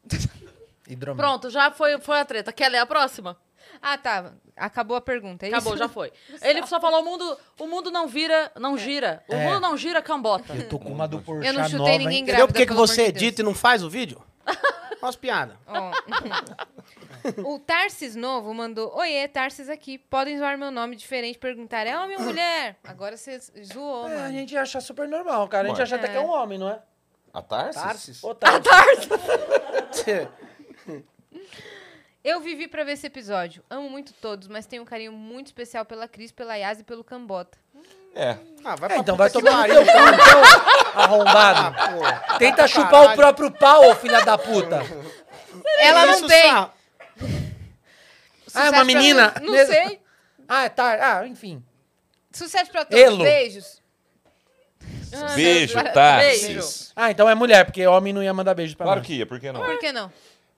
[SPEAKER 4] Hidromel.
[SPEAKER 1] Pronto, já foi, foi a treta. Quer ler a próxima?
[SPEAKER 2] Ah, tá. Acabou a pergunta, é isso?
[SPEAKER 1] Acabou, já foi. Ele só falou o mundo, o mundo não vira, não gira. O
[SPEAKER 4] É.
[SPEAKER 1] mundo não gira, cambota.
[SPEAKER 4] Eu tô com uma do Porchat
[SPEAKER 2] Eu não chutei
[SPEAKER 4] nova, hein?
[SPEAKER 2] ninguém é grávida.
[SPEAKER 3] Entendeu por que que
[SPEAKER 2] pelo amor
[SPEAKER 3] você
[SPEAKER 2] de Deus.
[SPEAKER 3] edita e não faz o vídeo? Nossa piada.
[SPEAKER 2] Ó. o Tarsis Novo mandou: Oiê, Tarsis aqui. Podem zoar meu nome diferente, perguntar: é homem ou mulher? Agora você zoou,
[SPEAKER 4] É, a
[SPEAKER 2] mano.
[SPEAKER 4] gente acha super normal, cara. A gente
[SPEAKER 6] Ué.
[SPEAKER 4] acha até que é um homem, não é?
[SPEAKER 6] A Tarsis?
[SPEAKER 4] Ô,
[SPEAKER 2] Ah,
[SPEAKER 4] Tarso.
[SPEAKER 2] Eu vivi pra ver esse episódio. Amo muito todos, mas tenho um carinho muito especial pela Cris, pela Yas e pelo Cambota.
[SPEAKER 6] É.
[SPEAKER 3] Ah, vai
[SPEAKER 4] É,
[SPEAKER 3] pra puta
[SPEAKER 4] então vai
[SPEAKER 3] que
[SPEAKER 4] tomar no
[SPEAKER 3] pariu.
[SPEAKER 4] teu cu, então, arrombado.
[SPEAKER 3] Pô.
[SPEAKER 4] Tenta chupar
[SPEAKER 3] Caralho.
[SPEAKER 4] o próprio pau, ô filha da puta.
[SPEAKER 2] Ela não
[SPEAKER 3] Isso,
[SPEAKER 2] tem.
[SPEAKER 3] Sarro.
[SPEAKER 4] Ah, é
[SPEAKER 2] Sucesso
[SPEAKER 4] uma
[SPEAKER 2] pra
[SPEAKER 4] menina?
[SPEAKER 2] todos. Não
[SPEAKER 4] Mesmo?
[SPEAKER 2] sei.
[SPEAKER 4] Ah, é tarde. Ah, enfim.
[SPEAKER 2] Sucesso pra todos.
[SPEAKER 4] Elo.
[SPEAKER 2] Beijos.
[SPEAKER 6] Beijo,
[SPEAKER 1] Beijo.
[SPEAKER 6] Tarsis.
[SPEAKER 4] Ah, então é mulher, porque homem não ia mandar beijo pra
[SPEAKER 6] Claro
[SPEAKER 4] nós.
[SPEAKER 6] que ia, por que não?
[SPEAKER 2] Por que não?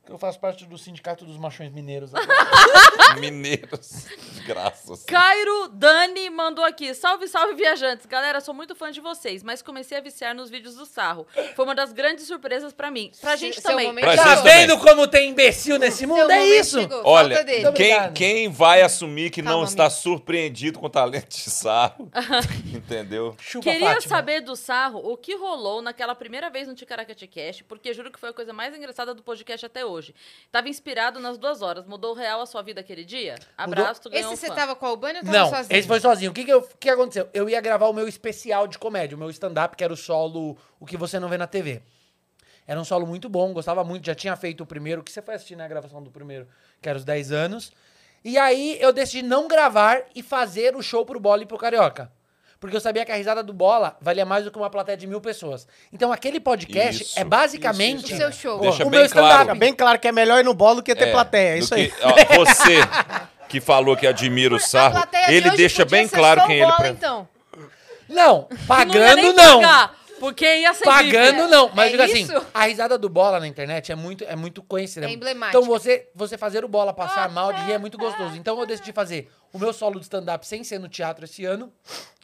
[SPEAKER 4] Eu faço parte do sindicato dos machões mineiros.
[SPEAKER 6] Mineiros. assim. Graças.
[SPEAKER 1] Cairo Dani mandou aqui. Salve, salve, viajantes. Galera, sou muito fã de vocês, mas comecei a viciar nos vídeos do Sarro. Foi uma das grandes surpresas pra mim. Pra gente
[SPEAKER 2] Seu
[SPEAKER 1] também.
[SPEAKER 2] momento
[SPEAKER 6] Pra
[SPEAKER 2] chegou.
[SPEAKER 4] Tá
[SPEAKER 6] Vocês também.
[SPEAKER 4] vendo como tem imbecil nesse
[SPEAKER 2] Seu
[SPEAKER 4] mundo? É
[SPEAKER 2] momento
[SPEAKER 4] isso!
[SPEAKER 2] chegou.
[SPEAKER 6] Olha,
[SPEAKER 2] Falta dele.
[SPEAKER 6] quem,
[SPEAKER 4] Obrigado.
[SPEAKER 6] quem vai assumir que
[SPEAKER 2] Calma,
[SPEAKER 6] não está
[SPEAKER 2] amigo.
[SPEAKER 6] surpreendido com o talento de sarro? Entendeu?
[SPEAKER 4] Chupa,
[SPEAKER 1] Queria
[SPEAKER 4] Fátima.
[SPEAKER 1] saber do Sarro o que rolou naquela primeira vez no Ticaracati Cast, porque juro que foi a coisa mais engraçada do podcast até hoje. Tava inspirado nas duas horas. Mudou real a sua vida aquele dia? Abraço, tu ganhou
[SPEAKER 2] Esse
[SPEAKER 1] um
[SPEAKER 2] você
[SPEAKER 1] fã.
[SPEAKER 2] tava com a Albânia ou tava
[SPEAKER 4] Não,
[SPEAKER 2] sozinho?
[SPEAKER 4] esse foi sozinho. O que, que, eu- o que aconteceu? Eu ia gravar o meu especial de comédia, o meu stand-up, que era o solo O Que Você Não Vê na TV. Era um solo muito bom, gostava muito, já tinha feito o primeiro, que você foi assistir na gravação do primeiro, que era os 10 anos. E aí eu decidi não gravar e fazer o show pro Bola e pro Carioca. Porque eu sabia que a risada do Bola valia mais do que uma plateia de mil pessoas. Então aquele podcast
[SPEAKER 6] Isso,
[SPEAKER 4] é basicamente...
[SPEAKER 2] isso, isso. O seu show.
[SPEAKER 6] Deixa
[SPEAKER 4] o
[SPEAKER 6] bem
[SPEAKER 4] meu stand-up.
[SPEAKER 3] Fica bem claro que é melhor ir no bolo do que ter
[SPEAKER 6] É,
[SPEAKER 3] plateia. É
[SPEAKER 6] do
[SPEAKER 3] isso aí.
[SPEAKER 6] que- ó, você que falou que admira o sarro,
[SPEAKER 2] A plateia de
[SPEAKER 6] ele
[SPEAKER 2] hoje
[SPEAKER 6] deixa
[SPEAKER 2] podia
[SPEAKER 6] bem
[SPEAKER 2] ser
[SPEAKER 6] claro
[SPEAKER 2] só
[SPEAKER 6] quem
[SPEAKER 2] bola,
[SPEAKER 6] ele... pre-
[SPEAKER 2] então.
[SPEAKER 1] Não
[SPEAKER 4] Não,
[SPEAKER 1] ia
[SPEAKER 4] pagando
[SPEAKER 1] nem
[SPEAKER 4] não.
[SPEAKER 1] pagar. Porque ia ser
[SPEAKER 4] Pagando,
[SPEAKER 1] VIP.
[SPEAKER 4] não. Mas
[SPEAKER 2] É
[SPEAKER 4] diga
[SPEAKER 2] isso?
[SPEAKER 4] assim, a risada do bola na internet é muito, é muito conhecida.
[SPEAKER 2] É emblemática. Ah,
[SPEAKER 4] Então você, você fazer o bola passar mal de rir é muito gostoso. Então eu decidi fazer o meu solo de stand-up sem ser no teatro esse ano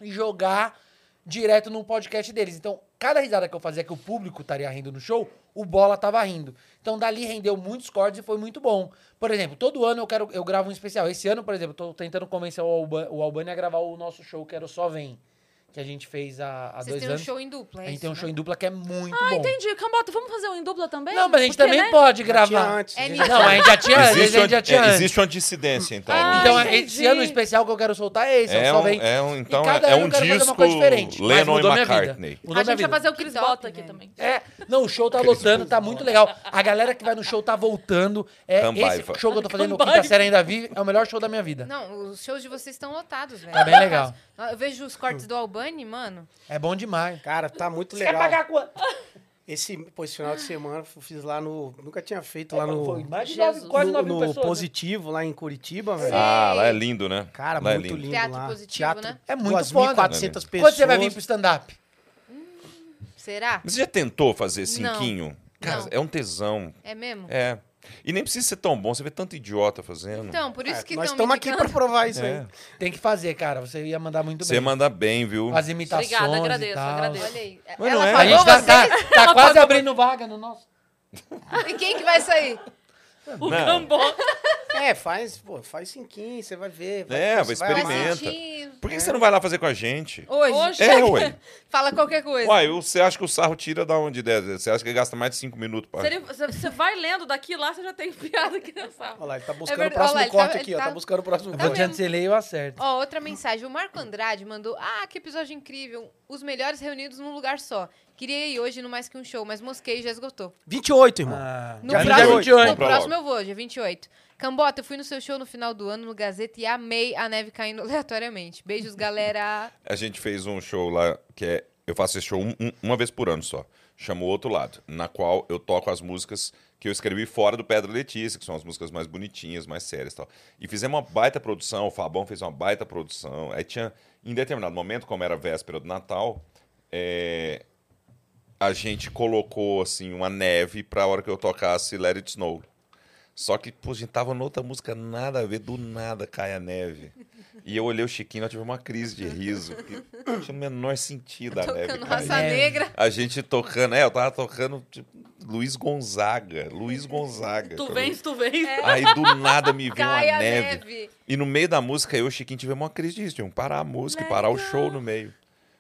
[SPEAKER 4] e jogar direto num podcast deles. Então, cada risada que eu fazia que o público estaria rindo no show, o bola tava rindo. Então dali rendeu muitos cortes e foi muito bom. Por exemplo, todo ano eu quero eu gravo um especial. Esse ano, por exemplo, eu tô tentando convencer o, Alba, o Albani a gravar o nosso show que era o Só Vem. Que a gente fez há, há
[SPEAKER 2] Vocês
[SPEAKER 4] dois
[SPEAKER 2] têm um
[SPEAKER 4] anos.
[SPEAKER 2] show em dupla, é
[SPEAKER 4] A gente
[SPEAKER 2] isso,
[SPEAKER 4] tem um
[SPEAKER 2] né?
[SPEAKER 4] show em dupla que é muito bom.
[SPEAKER 1] Ah, Entendi. Cambota, vamos fazer um em dupla também?
[SPEAKER 4] Não, mas a gente
[SPEAKER 1] Porque,
[SPEAKER 4] também
[SPEAKER 1] né?
[SPEAKER 4] pode
[SPEAKER 3] Tinha
[SPEAKER 4] gravar.
[SPEAKER 3] antes.
[SPEAKER 2] É
[SPEAKER 3] gente.
[SPEAKER 2] nítido.
[SPEAKER 4] Não, a gente já tinha antes.
[SPEAKER 6] Existe,
[SPEAKER 4] a gente já tinha
[SPEAKER 6] uma, é,
[SPEAKER 4] antes.
[SPEAKER 6] existe uma dissidência, então.
[SPEAKER 1] Ah,
[SPEAKER 4] Então,
[SPEAKER 1] entendi.
[SPEAKER 4] esse ano especial que eu quero soltar é esse.
[SPEAKER 6] é
[SPEAKER 4] só
[SPEAKER 6] um,
[SPEAKER 4] vem.
[SPEAKER 6] é um,
[SPEAKER 4] E
[SPEAKER 6] então
[SPEAKER 4] cada
[SPEAKER 6] é, é
[SPEAKER 4] ano
[SPEAKER 6] um
[SPEAKER 4] eu quero fazer uma coisa
[SPEAKER 6] disco
[SPEAKER 4] diferente. Mas
[SPEAKER 6] Lennon e
[SPEAKER 4] mudou minha vida.
[SPEAKER 6] McCartney.
[SPEAKER 1] A
[SPEAKER 4] Mudou minha
[SPEAKER 1] gente vai
[SPEAKER 4] vida.
[SPEAKER 1] fazer o Chris
[SPEAKER 2] Que top,
[SPEAKER 1] Bota aqui
[SPEAKER 2] né?
[SPEAKER 1] também.
[SPEAKER 4] É, não, o show tá lotando, tá muito legal. A galera que vai no show tá voltando. É,
[SPEAKER 6] Cambaiva.
[SPEAKER 4] esse show que eu tô fazendo,
[SPEAKER 1] Cambaiva.
[SPEAKER 4] Quinta Série Ainda Vi, é o melhor show da minha vida.
[SPEAKER 2] Não, os shows de vocês estão lotados, velho.
[SPEAKER 4] Tá bem legal.
[SPEAKER 2] Eu vejo os cortes do Albani, mano.
[SPEAKER 4] É bom demais.
[SPEAKER 3] Cara, tá muito legal. Esse, pô, esse final de semana eu fiz lá no. Nunca tinha feito
[SPEAKER 2] É,
[SPEAKER 3] lá no.
[SPEAKER 4] Foi mais de
[SPEAKER 1] Jesus.
[SPEAKER 4] nove, quase
[SPEAKER 3] no-
[SPEAKER 4] nove mil
[SPEAKER 3] no
[SPEAKER 4] pessoas. né?
[SPEAKER 3] Positivo, lá em Curitiba, velho.
[SPEAKER 6] Ah, lá é lindo, né?
[SPEAKER 3] Cara,
[SPEAKER 6] lá é
[SPEAKER 3] muito lindo
[SPEAKER 2] Teatro
[SPEAKER 3] lá.
[SPEAKER 2] positivo, né?
[SPEAKER 4] É muito
[SPEAKER 3] 2.400 pessoas.
[SPEAKER 4] Quando você vai vir pro stand-up?
[SPEAKER 2] Será?
[SPEAKER 6] Mas Você já tentou fazer
[SPEAKER 2] Não.
[SPEAKER 6] cinquinho? Cara,
[SPEAKER 2] Não.
[SPEAKER 6] é um tesão.
[SPEAKER 2] É mesmo?
[SPEAKER 6] É. E nem precisa ser tão bom, você vê tanto idiota fazendo.
[SPEAKER 2] Então, por isso
[SPEAKER 3] É,
[SPEAKER 2] que
[SPEAKER 3] nós
[SPEAKER 2] tão
[SPEAKER 3] estamos
[SPEAKER 2] me
[SPEAKER 3] aqui
[SPEAKER 2] ligando.
[SPEAKER 3] pra provar isso
[SPEAKER 6] É.
[SPEAKER 3] aí.
[SPEAKER 4] Tem que fazer, cara. Você ia mandar muito
[SPEAKER 6] você
[SPEAKER 4] bem.
[SPEAKER 6] manda bem, viu?
[SPEAKER 4] As imitações
[SPEAKER 1] Obrigada,
[SPEAKER 4] e
[SPEAKER 1] agradeço,
[SPEAKER 4] tal.
[SPEAKER 1] agradeço.
[SPEAKER 2] Olha aí.
[SPEAKER 6] Mas não
[SPEAKER 2] Ela
[SPEAKER 6] é.
[SPEAKER 4] A
[SPEAKER 2] pagou
[SPEAKER 4] gente tá,
[SPEAKER 2] você?
[SPEAKER 4] tá- tá quase abrindo vaga no
[SPEAKER 2] Tá
[SPEAKER 4] nosso. tá.
[SPEAKER 2] E quem que vai sair?
[SPEAKER 1] O
[SPEAKER 6] Não.
[SPEAKER 1] Cambota.
[SPEAKER 3] É, faz, pô, faz cinquinho, você vai ver.
[SPEAKER 6] É, vai
[SPEAKER 2] Vai
[SPEAKER 6] Experimenta.
[SPEAKER 2] sentir.
[SPEAKER 6] Por que você não vai lá fazer com a gente?
[SPEAKER 2] Hoje.
[SPEAKER 1] Hoje.
[SPEAKER 6] É, ué.
[SPEAKER 2] Fala qualquer coisa.
[SPEAKER 6] Uai, você acha que o sarro tira da onde der? Você acha que ele gasta mais de cinco minutos pra.
[SPEAKER 1] Se ele- se Você vai lendo daqui lá, você já tem piada aqui na sala.
[SPEAKER 3] Olha lá, ele tá buscando o
[SPEAKER 2] É verdade,
[SPEAKER 3] próximo
[SPEAKER 2] olha lá, ele
[SPEAKER 3] corte
[SPEAKER 2] tá-
[SPEAKER 3] aqui,
[SPEAKER 2] ele
[SPEAKER 3] ó. Tá
[SPEAKER 2] tá-
[SPEAKER 3] buscando o próximo
[SPEAKER 4] Eu
[SPEAKER 3] corte.
[SPEAKER 4] vou te anteler e eu acerto.
[SPEAKER 2] Ó, outra mensagem. O Marco Andrade mandou: Ah, que episódio incrível. Os melhores reunidos num lugar só. Queria ir hoje no mais que um show, mas mosquei e já esgotou.
[SPEAKER 3] 28, irmão.
[SPEAKER 4] Ah,
[SPEAKER 2] No
[SPEAKER 4] já
[SPEAKER 3] dia
[SPEAKER 2] próximo,
[SPEAKER 3] 28.
[SPEAKER 2] no
[SPEAKER 6] Pra
[SPEAKER 2] próximo
[SPEAKER 6] logo.
[SPEAKER 2] eu vou, dia 28. Cambota, eu fui no seu show no final do ano no Gazeta e amei a neve caindo aleatoriamente. Beijos, galera.
[SPEAKER 6] A gente fez um show lá que é. Eu faço esse show um- um- uma vez por ano só. Chama o Outro Lado, na qual eu toco as músicas que eu escrevi fora do Pedra Letícia, que são as músicas mais bonitinhas, mais sérias e tal. E fizemos uma baita produção, o Fabão fez uma baita produção. Aí tinha, em determinado momento, como era véspera do Natal, é, a gente colocou assim uma neve pra hora que eu tocasse Let It Snow. Só que, pô, a gente tava noutra música, nada a ver, do nada cai a neve. E eu olhei o Chiquinho, eu tive uma crise de riso, que não tinha o menor sentido a neve
[SPEAKER 2] Tocando
[SPEAKER 6] cair.
[SPEAKER 2] raça
[SPEAKER 4] Neve.
[SPEAKER 2] negra.
[SPEAKER 6] A gente tocando, é, eu tava tocando tipo, Luiz Gonzaga, Luiz Gonzaga.
[SPEAKER 1] Tu vens, tu vens.
[SPEAKER 6] Aí do nada me viu uma
[SPEAKER 2] Cai a
[SPEAKER 6] neve.
[SPEAKER 2] neve.
[SPEAKER 6] E no meio da música, eu e o Chiquinho tivemos uma crise disso, tivemos que parar a música e parar o show no meio.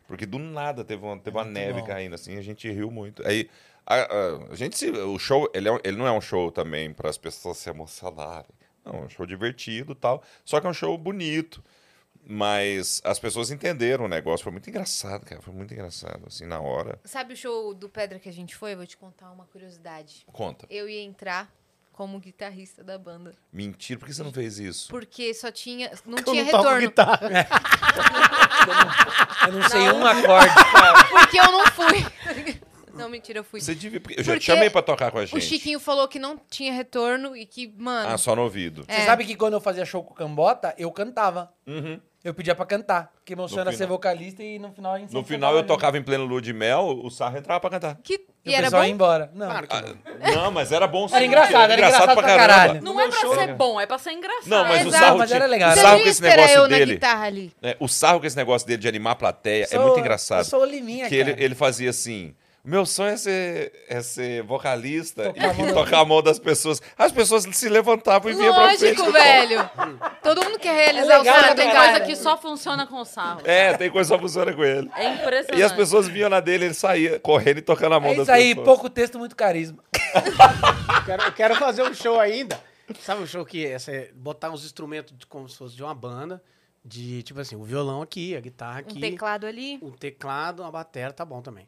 [SPEAKER 6] Porque do nada teve uma, teve uma neve
[SPEAKER 4] bom.
[SPEAKER 6] caindo, assim, a gente riu muito. Aí, a, a- a gente se- o show, ele, é um- ele não é um show também para as pessoas se emocionarem. Não, é um show divertido e tal, só que é um show bonito. Mas as pessoas entenderam o negócio, foi muito engraçado, cara, foi muito engraçado, assim, na hora.
[SPEAKER 2] Sabe o show do Pedra que a gente foi? Eu Vou te contar uma curiosidade.
[SPEAKER 6] Conta.
[SPEAKER 2] Eu ia entrar como guitarrista da banda.
[SPEAKER 6] Mentira, por que você não fez isso?
[SPEAKER 2] Porque só tinha. Não
[SPEAKER 3] Eu
[SPEAKER 2] tinha
[SPEAKER 3] não toco
[SPEAKER 2] retorno.
[SPEAKER 3] guitarra.
[SPEAKER 4] Eu não sei um acorde, cara.
[SPEAKER 2] Porque eu não fui. não, mentira, eu fui.
[SPEAKER 6] Você devia, porque eu já te
[SPEAKER 2] Porque
[SPEAKER 6] chamei pra tocar com a
[SPEAKER 2] O
[SPEAKER 6] gente.
[SPEAKER 2] Chiquinho falou que não tinha retorno e que, mano.
[SPEAKER 6] Ah, só no ouvido.
[SPEAKER 2] É,
[SPEAKER 4] Você sabe que quando eu fazia show com o Cambota, eu cantava.
[SPEAKER 6] Uhum.
[SPEAKER 4] Eu pedia pra cantar. Porque meu sonho era ser
[SPEAKER 6] final.
[SPEAKER 4] vocalista e no final a gente
[SPEAKER 6] No
[SPEAKER 4] sempre
[SPEAKER 6] final eu
[SPEAKER 4] junto.
[SPEAKER 6] tocava em pleno lua de mel, o Sarra entrava pra cantar.
[SPEAKER 2] que... E
[SPEAKER 4] E, o
[SPEAKER 2] era
[SPEAKER 4] pessoal ia
[SPEAKER 2] bom?
[SPEAKER 4] embora. Não.
[SPEAKER 3] Claro que
[SPEAKER 6] Ah,
[SPEAKER 3] não.
[SPEAKER 6] Não, mas era bom sim.
[SPEAKER 4] Era engraçado, era engraçado pra caralho.
[SPEAKER 1] Não é pra ser bom, é pra ser engraçado.
[SPEAKER 6] né? Não, mas o
[SPEAKER 2] Exato.
[SPEAKER 6] sarro,
[SPEAKER 4] Mas
[SPEAKER 6] tinha-
[SPEAKER 4] era legal.
[SPEAKER 6] o
[SPEAKER 4] Você
[SPEAKER 2] Você
[SPEAKER 6] sarro
[SPEAKER 2] não
[SPEAKER 6] com
[SPEAKER 2] ia
[SPEAKER 6] esse negócio
[SPEAKER 2] esperar eu na
[SPEAKER 6] dele.
[SPEAKER 2] guitarra ali.
[SPEAKER 6] né, o sarro com esse negócio dele de animar a plateia
[SPEAKER 4] Sou-
[SPEAKER 6] é muito engraçado.
[SPEAKER 4] Eu sou o Liminha,
[SPEAKER 6] que ele,
[SPEAKER 4] cara.
[SPEAKER 6] ele fazia assim: meu sonho é ser, é ser vocalista
[SPEAKER 4] Tocar a mão
[SPEAKER 6] e,
[SPEAKER 4] da-
[SPEAKER 6] e tocar a mão das pessoas. As pessoas se levantavam e vinham pra frente. tá
[SPEAKER 2] Lógico, velho. Todo mundo quer realizar
[SPEAKER 4] É legal,
[SPEAKER 2] o
[SPEAKER 4] né,
[SPEAKER 2] sonho,
[SPEAKER 1] Tem
[SPEAKER 2] tem
[SPEAKER 4] cara?
[SPEAKER 1] coisa que só funciona com o sarro.
[SPEAKER 6] É, tem coisa só funciona com ele.
[SPEAKER 1] É impressionante.
[SPEAKER 6] E as pessoas vinham na dele, ele saía correndo e tocando a mão
[SPEAKER 4] É
[SPEAKER 6] das
[SPEAKER 4] isso aí,
[SPEAKER 6] pessoas.
[SPEAKER 4] pouco texto, muito carisma.
[SPEAKER 3] Ah, Eu quero, eu quero fazer um show ainda. Sabe um show que é essa- botar os instrumentos de- como se fosse de uma banda, de tipo assim, o violão aqui, a guitarra aqui,
[SPEAKER 2] Um teclado ali.
[SPEAKER 3] um teclado, uma bateria, tá bom também.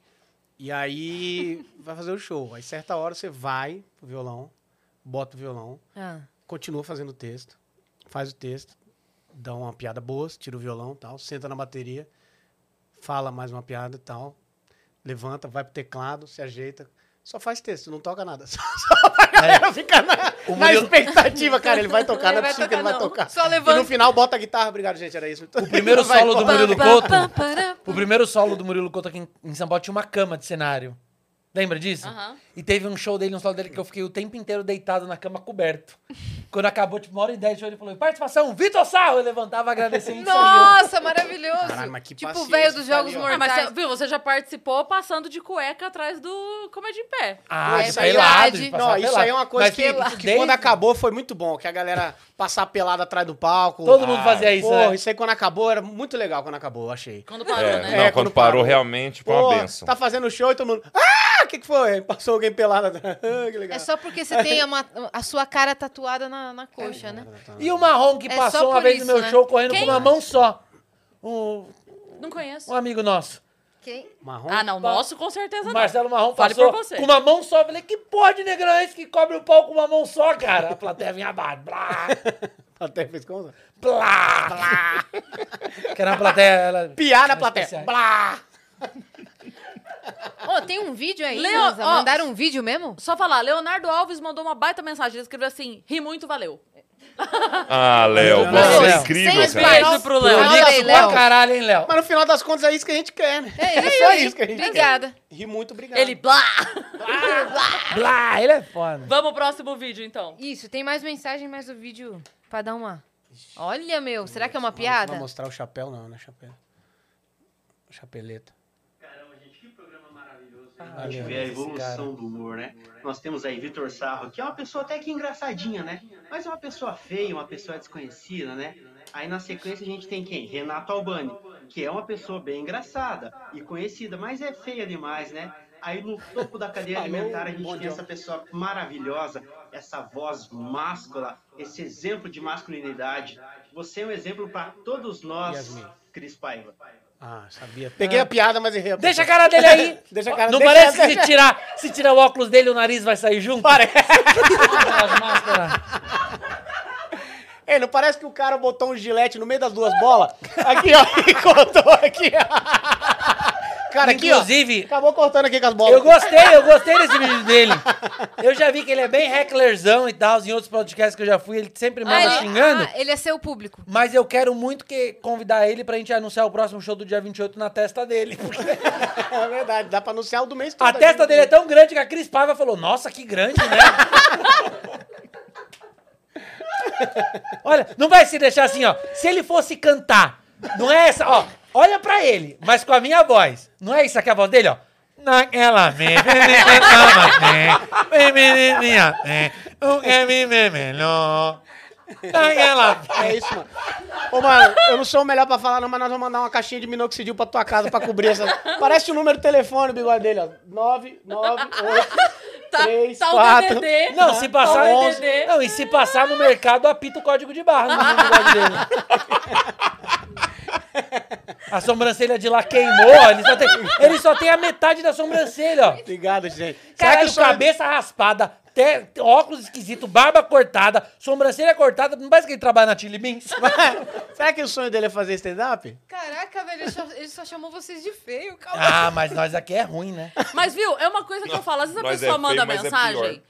[SPEAKER 3] E aí vai fazer o show. Aí certa hora você vai pro violão, bota o violão,
[SPEAKER 2] Ah.
[SPEAKER 3] continua fazendo o texto, faz o texto, dá uma piada boa, tira o violão, tal, senta na bateria, fala mais uma piada, tal, levanta, vai pro teclado, se ajeita, só faz texto, não toca nada. Só, só vai galera fica na,
[SPEAKER 4] É. O
[SPEAKER 3] na
[SPEAKER 4] Murilo-
[SPEAKER 3] expectativa, cara. Ele vai tocar, não é
[SPEAKER 2] Ele vai
[SPEAKER 3] possível que ele
[SPEAKER 2] tocar,
[SPEAKER 3] vai
[SPEAKER 2] não.
[SPEAKER 3] tocar.
[SPEAKER 2] Só
[SPEAKER 3] E
[SPEAKER 2] levanta.
[SPEAKER 3] no final bota a guitarra. Obrigado, gente. Era isso.
[SPEAKER 4] O primeiro
[SPEAKER 3] Vai
[SPEAKER 4] solo do
[SPEAKER 3] embora.
[SPEAKER 4] Murilo
[SPEAKER 2] Pá,
[SPEAKER 4] Couto.
[SPEAKER 2] pá, pará.
[SPEAKER 4] O primeiro solo do Murilo Couto aqui em- em São Paulo tinha uma cama de cenário. Lembra disso?
[SPEAKER 1] Aham.
[SPEAKER 4] E teve um show dele, um solo dele, que eu fiquei o tempo inteiro deitado na cama coberto. Quando acabou, tipo, uma hora e dez, de show, ele falou, participação, Vitor Sarro! Eu levantava, agradecia e sorria.
[SPEAKER 2] Nossa, maravilhoso.
[SPEAKER 3] Caralho, mas que
[SPEAKER 2] tipo o
[SPEAKER 3] paciência
[SPEAKER 2] velho dos
[SPEAKER 3] que tá
[SPEAKER 2] Jogos
[SPEAKER 3] ali, ó.
[SPEAKER 1] Ah, mas
[SPEAKER 2] Mortais.
[SPEAKER 1] você, viu, você já participou passando de cueca atrás do Comédia em Pé.
[SPEAKER 4] Ah,
[SPEAKER 2] É
[SPEAKER 4] isso aí lado.
[SPEAKER 2] verdade.
[SPEAKER 4] de passar
[SPEAKER 3] Não, isso aí é
[SPEAKER 4] pelado.
[SPEAKER 3] uma coisa
[SPEAKER 4] Mas
[SPEAKER 3] que,
[SPEAKER 4] desde-
[SPEAKER 3] que quando acabou foi muito bom. Que a galera passar pelada atrás do palco.
[SPEAKER 4] Todo mundo fazia isso,
[SPEAKER 3] Porra,
[SPEAKER 4] né?
[SPEAKER 3] isso aí quando acabou era muito legal quando acabou, eu achei.
[SPEAKER 1] Quando parou, né?
[SPEAKER 6] É, não,
[SPEAKER 3] É,
[SPEAKER 6] quando,
[SPEAKER 3] quando
[SPEAKER 6] parou,
[SPEAKER 3] parou.
[SPEAKER 6] realmente foi uma
[SPEAKER 3] Porra,
[SPEAKER 6] benção.
[SPEAKER 3] Tá fazendo show e todo mundo. Ah, o que, que foi? Passou alguém pelado atrás. Ah, que legal.
[SPEAKER 2] É só porque você tem uma- a sua cara tatuada na, na coxa, né?
[SPEAKER 4] E o Marrom que
[SPEAKER 2] É só
[SPEAKER 4] passou uma
[SPEAKER 2] por
[SPEAKER 4] vez
[SPEAKER 2] isso,
[SPEAKER 4] no meu
[SPEAKER 2] né?
[SPEAKER 4] show correndo
[SPEAKER 1] Quem?
[SPEAKER 4] com uma mão só. Um,
[SPEAKER 1] Não conheço.
[SPEAKER 4] um amigo nosso.
[SPEAKER 2] Quem?
[SPEAKER 3] Marrom.
[SPEAKER 1] Ah, não, nosso com certeza
[SPEAKER 4] O
[SPEAKER 1] não.
[SPEAKER 4] Marcelo Marrom
[SPEAKER 1] Fale
[SPEAKER 4] passou
[SPEAKER 1] por você.
[SPEAKER 4] com uma mão só. Eu falei, que porra de negrão é esse que cobre o pau com uma mão só, cara? A plateia vinha abaixo. Blá,
[SPEAKER 3] Até fez conta.
[SPEAKER 4] blá, blá. que era uma plateia... Ela...
[SPEAKER 3] Piar na
[SPEAKER 4] Mas
[SPEAKER 3] plateia.
[SPEAKER 4] especiais.
[SPEAKER 3] Blá!
[SPEAKER 2] Ô, tem um vídeo aí,
[SPEAKER 1] Leo-
[SPEAKER 2] Lanza?
[SPEAKER 1] ó,
[SPEAKER 2] Mandaram um vídeo mesmo?
[SPEAKER 1] Só falar, Leonardo Alves mandou uma baita mensagem. Ele escreveu assim: ri muito, valeu.
[SPEAKER 6] Ah, Léo,
[SPEAKER 4] Não,
[SPEAKER 6] você é
[SPEAKER 4] Léo.
[SPEAKER 6] incrível,
[SPEAKER 1] Sem
[SPEAKER 6] cara.
[SPEAKER 1] beijo pro Léo.
[SPEAKER 2] Fala
[SPEAKER 4] Prolixo
[SPEAKER 2] aí, Léo.
[SPEAKER 4] pra caralho, hein, Léo?
[SPEAKER 3] Mas no final das contas é isso que a gente quer, né?
[SPEAKER 2] É isso
[SPEAKER 3] só
[SPEAKER 2] aí. Obrigada.
[SPEAKER 3] quer. Ri muito, obrigado.
[SPEAKER 1] Ele, blá!
[SPEAKER 4] Blá, ele é foda.
[SPEAKER 1] Vamos ao próximo vídeo, então.
[SPEAKER 2] Isso, tem mais mensagem, mais o vídeo pra dar uma... Olha, meu, será que é uma piada?
[SPEAKER 3] Não vai mostrar o chapéu, não, né? Chapéu. Chapeleta.
[SPEAKER 8] Caramba, gente, que programa maravilhoso. hein? a gente vê a evolução do humor, né? Nós temos aí Vitor Sarro, que é uma pessoa até que engraçadinha, né? Mas é uma pessoa feia, uma pessoa desconhecida, né? Aí na sequência a gente tem quem? Renato Albani, que é uma pessoa bem engraçada e conhecida, mas é feia demais, né? Aí no topo da cadeia alimentar a gente tem essa pessoa maravilhosa, essa voz máscula, esse exemplo de masculinidade. Você é um exemplo para todos nós,
[SPEAKER 3] Yasmin.
[SPEAKER 8] Cris Paiva.
[SPEAKER 3] Ah, sabia. Peguei a piada, mas errei a
[SPEAKER 4] Deixa a
[SPEAKER 3] piada.
[SPEAKER 4] cara dele aí.
[SPEAKER 3] Deixa a cara-
[SPEAKER 4] Não
[SPEAKER 3] deixa-
[SPEAKER 4] parece que
[SPEAKER 3] deixa-
[SPEAKER 4] se tirar, se tirar o óculos dele, o nariz vai sair junto?
[SPEAKER 3] Parece.
[SPEAKER 4] As máscaras.
[SPEAKER 3] Ei, não parece que o cara botou um gilete no meio das duas bolas? Aqui, ó, e cortou aqui, ó. Cara, aqui, ó.
[SPEAKER 4] Inclusive,
[SPEAKER 3] Acabou cortando aqui com as bolas.
[SPEAKER 4] Eu gostei, eu gostei desse vídeo dele. Eu já vi que ele é bem hecklerzão e tal. Em outros podcasts que eu já fui, ele sempre
[SPEAKER 2] Ah,
[SPEAKER 4] manda Tá xingando.
[SPEAKER 2] ah, ele é seu público.
[SPEAKER 4] Mas eu quero muito que convidar ele pra gente anunciar o próximo show do dia 28 na testa dele. Porque
[SPEAKER 3] É verdade, dá pra anunciar o do mês todo. né?
[SPEAKER 4] a testa dele é tão grande que a Cris Paiva falou: Nossa, que grande, né? Olha, não vai se deixar assim, ó. Se ele fosse cantar, não é essa, ó. Olha pra ele, mas com a minha voz. Não é isso aqui a voz dele, ó. Naquela me- me- me- me- o que me- me- melhor. Naquela
[SPEAKER 3] É isso, mano. Ô, mano, eu não sou o melhor pra falar, não, mas nós vamos mandar uma caixinha de minoxidil pra tua casa pra cobrir essa. Parece o número do telefone, o bigode dele, ó. 9, 9, 8,
[SPEAKER 1] Tá,
[SPEAKER 3] 3,
[SPEAKER 1] tá o
[SPEAKER 3] 4.
[SPEAKER 1] DDD.
[SPEAKER 4] Não, se passar.
[SPEAKER 1] Tá o DDD.
[SPEAKER 4] Não, e se passar no mercado, apita o código de barra. no negócio dele. A sobrancelha de lá queimou, ó, ele só, tem, ele só tem a metade da sobrancelha, ó.
[SPEAKER 3] Obrigado, gente. Será que
[SPEAKER 4] Caralho,
[SPEAKER 3] o sonho-
[SPEAKER 4] cabeça raspada, te- óculos esquisito, barba cortada, sobrancelha cortada. Não parece que ele trabalha na Chili Beans?
[SPEAKER 3] Será que o sonho dele é fazer stand-up?
[SPEAKER 2] Caraca, velho, ele só, ele só chamou vocês de feio, calma.
[SPEAKER 4] Ah, mas nós aqui é ruim, né?
[SPEAKER 1] Mas viu, é uma coisa que eu falo, às vezes a
[SPEAKER 6] Nós
[SPEAKER 1] pessoa
[SPEAKER 6] é feio,
[SPEAKER 1] manda
[SPEAKER 6] mas é
[SPEAKER 1] mensagem,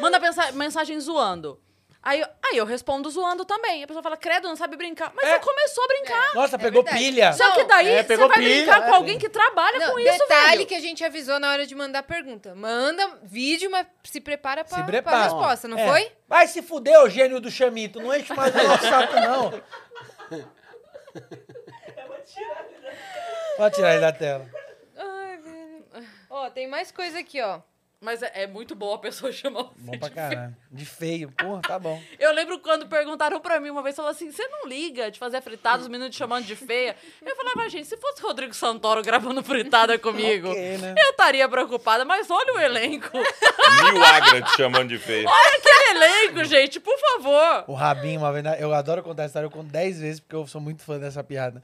[SPEAKER 1] manda pensa- mensagem zoando. Aí, eu- aí eu respondo zoando também. A pessoa fala, credo, não sabe brincar. Mas
[SPEAKER 4] É.
[SPEAKER 1] você começou a brincar.
[SPEAKER 4] Nossa, pegou
[SPEAKER 2] verdade.
[SPEAKER 4] pilha.
[SPEAKER 1] Só que daí
[SPEAKER 3] É,
[SPEAKER 1] você
[SPEAKER 3] pegou
[SPEAKER 1] vai
[SPEAKER 3] pilha,
[SPEAKER 1] brincar
[SPEAKER 3] é.
[SPEAKER 1] com alguém que trabalha
[SPEAKER 2] Não,
[SPEAKER 1] com isso,
[SPEAKER 2] detalhe
[SPEAKER 1] velho.
[SPEAKER 2] que a gente avisou na hora de mandar pergunta. Manda vídeo, mas se prepara pra,
[SPEAKER 4] Se
[SPEAKER 2] pra
[SPEAKER 4] prepara.
[SPEAKER 2] resposta, não
[SPEAKER 4] É.
[SPEAKER 2] foi?
[SPEAKER 4] Vai se fuder, ô gênio do chamito. Não enche mais o nosso saco, não. Pode tirar ele da tela.
[SPEAKER 2] Ai, velho. Ó, tem mais coisa aqui, ó.
[SPEAKER 1] Mas é, é muito boa a pessoa chamar o
[SPEAKER 4] Bom
[SPEAKER 1] feio
[SPEAKER 4] pra
[SPEAKER 1] de
[SPEAKER 4] caralho. De feio. Porra, tá bom.
[SPEAKER 1] Eu lembro quando perguntaram pra mim uma vez, falaram assim: você não liga de fazer fritada, os meninos te chamando de feia? Eu falava, gente, se fosse Rodrigo Santoro gravando fritada comigo,
[SPEAKER 4] Ok, né?
[SPEAKER 1] eu estaria preocupada, mas olha o elenco.
[SPEAKER 6] Mil Agra te chamando de feio.
[SPEAKER 1] Olha aquele elenco, gente, por favor.
[SPEAKER 4] O Rabinho, uma vez, na- eu adoro contar essa história, eu conto 10 vezes, porque eu sou muito fã dessa piada.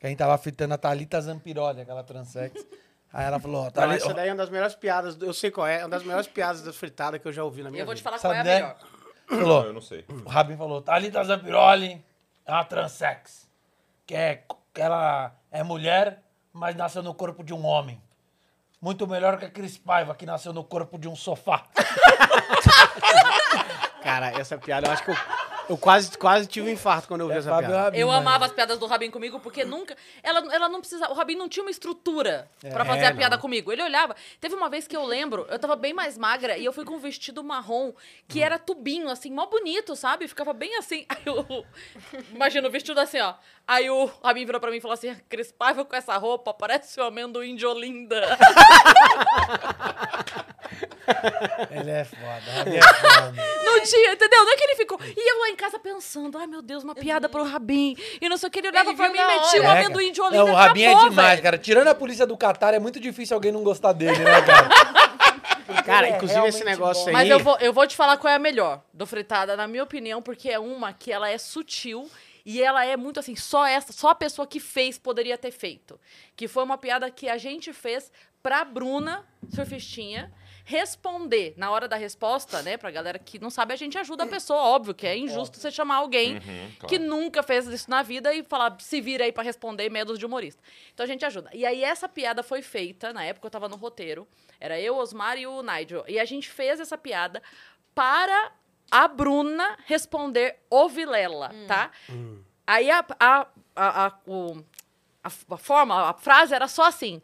[SPEAKER 4] Que a gente tava fitando a Thalita Zampiroli, aquela transex. Aí ela falou, ó,
[SPEAKER 3] Não,
[SPEAKER 4] Thalita...
[SPEAKER 3] essa daí é uma das melhores piadas. do- Eu sei qual é. É uma das melhores piadas das fritadas que eu já ouvi na minha
[SPEAKER 1] Eu vou te
[SPEAKER 3] vida.
[SPEAKER 1] falar qual
[SPEAKER 4] sabe,
[SPEAKER 1] é a
[SPEAKER 4] né?
[SPEAKER 1] melhor.
[SPEAKER 6] Não,
[SPEAKER 4] Falou,
[SPEAKER 6] eu não sei.
[SPEAKER 4] O Rabin falou, Thalita Zampiroli é uma transex. Que, é, que ela é mulher, mas nasceu no corpo de um homem. Muito melhor que a Cris Paiva, que nasceu no corpo de um sofá.
[SPEAKER 3] Cara, essa piada, eu acho que eu, eu quase, quase tive um infarto quando eu vi essa
[SPEAKER 4] Fábio
[SPEAKER 3] piada.
[SPEAKER 4] Rabin, né?
[SPEAKER 1] Eu
[SPEAKER 4] mano.
[SPEAKER 1] amava as piadas do Rabin comigo, porque nunca. Ela, ela não precisava. O Rabin não tinha uma estrutura
[SPEAKER 4] É,
[SPEAKER 1] pra fazer a piada comigo. Ele olhava. Teve uma vez que eu lembro, eu tava bem mais magra e eu fui com um vestido marrom
[SPEAKER 4] Hum.
[SPEAKER 1] que era tubinho, assim, mó bonito, sabe? Ficava bem assim. Aí eu. Imagina o vestido assim, ó. Aí o Rabin virou pra mim e falou assim: Cris Paiva com essa roupa, parece o amendoim de Olinda.
[SPEAKER 4] Ele é foda, Rabin é foda.
[SPEAKER 1] No dia, entendeu? Não é que ele ficou. E eu lá em casa pensando, ai meu Deus, uma piada pro Rabin. E não sei o que, ele olhava
[SPEAKER 2] Ele
[SPEAKER 1] pra
[SPEAKER 2] viu
[SPEAKER 1] mim e
[SPEAKER 2] na
[SPEAKER 1] metia um
[SPEAKER 2] hora.
[SPEAKER 4] É,
[SPEAKER 1] amendoim de
[SPEAKER 4] cara.
[SPEAKER 1] Olinda.
[SPEAKER 4] Não, o Rabin é
[SPEAKER 1] acabou,
[SPEAKER 4] demais,
[SPEAKER 1] velho.
[SPEAKER 4] cara. Tirando a polícia do Catar, é muito difícil alguém não gostar dele, né, cara?
[SPEAKER 3] Cara,
[SPEAKER 4] é
[SPEAKER 3] inclusive esse
[SPEAKER 4] realmente
[SPEAKER 3] negócio
[SPEAKER 4] bom.
[SPEAKER 3] aí.
[SPEAKER 1] Mas eu vou, eu vou te falar qual é a melhor do Fritada, na minha opinião, porque é uma que ela é sutil e ela é muito assim, só essa, só a pessoa que fez poderia ter feito. Que foi uma piada que a gente fez pra Bruna Surfistinha responder na hora da resposta, né? Pra galera que não sabe, a gente ajuda a pessoa, óbvio, que é injusto você chamar alguém
[SPEAKER 6] Uhum, claro.
[SPEAKER 1] que nunca fez isso na vida e falar, se vira aí pra responder, medos de humorista. Então a gente ajuda. E aí essa piada foi feita, na época eu tava no roteiro, era eu, Osmar e o Nigel. E a gente fez essa piada para a Bruna responder o Vilela, tá?
[SPEAKER 6] Hum.
[SPEAKER 1] Aí a, a, a, a- o- a f- a forma, a frase era só assim.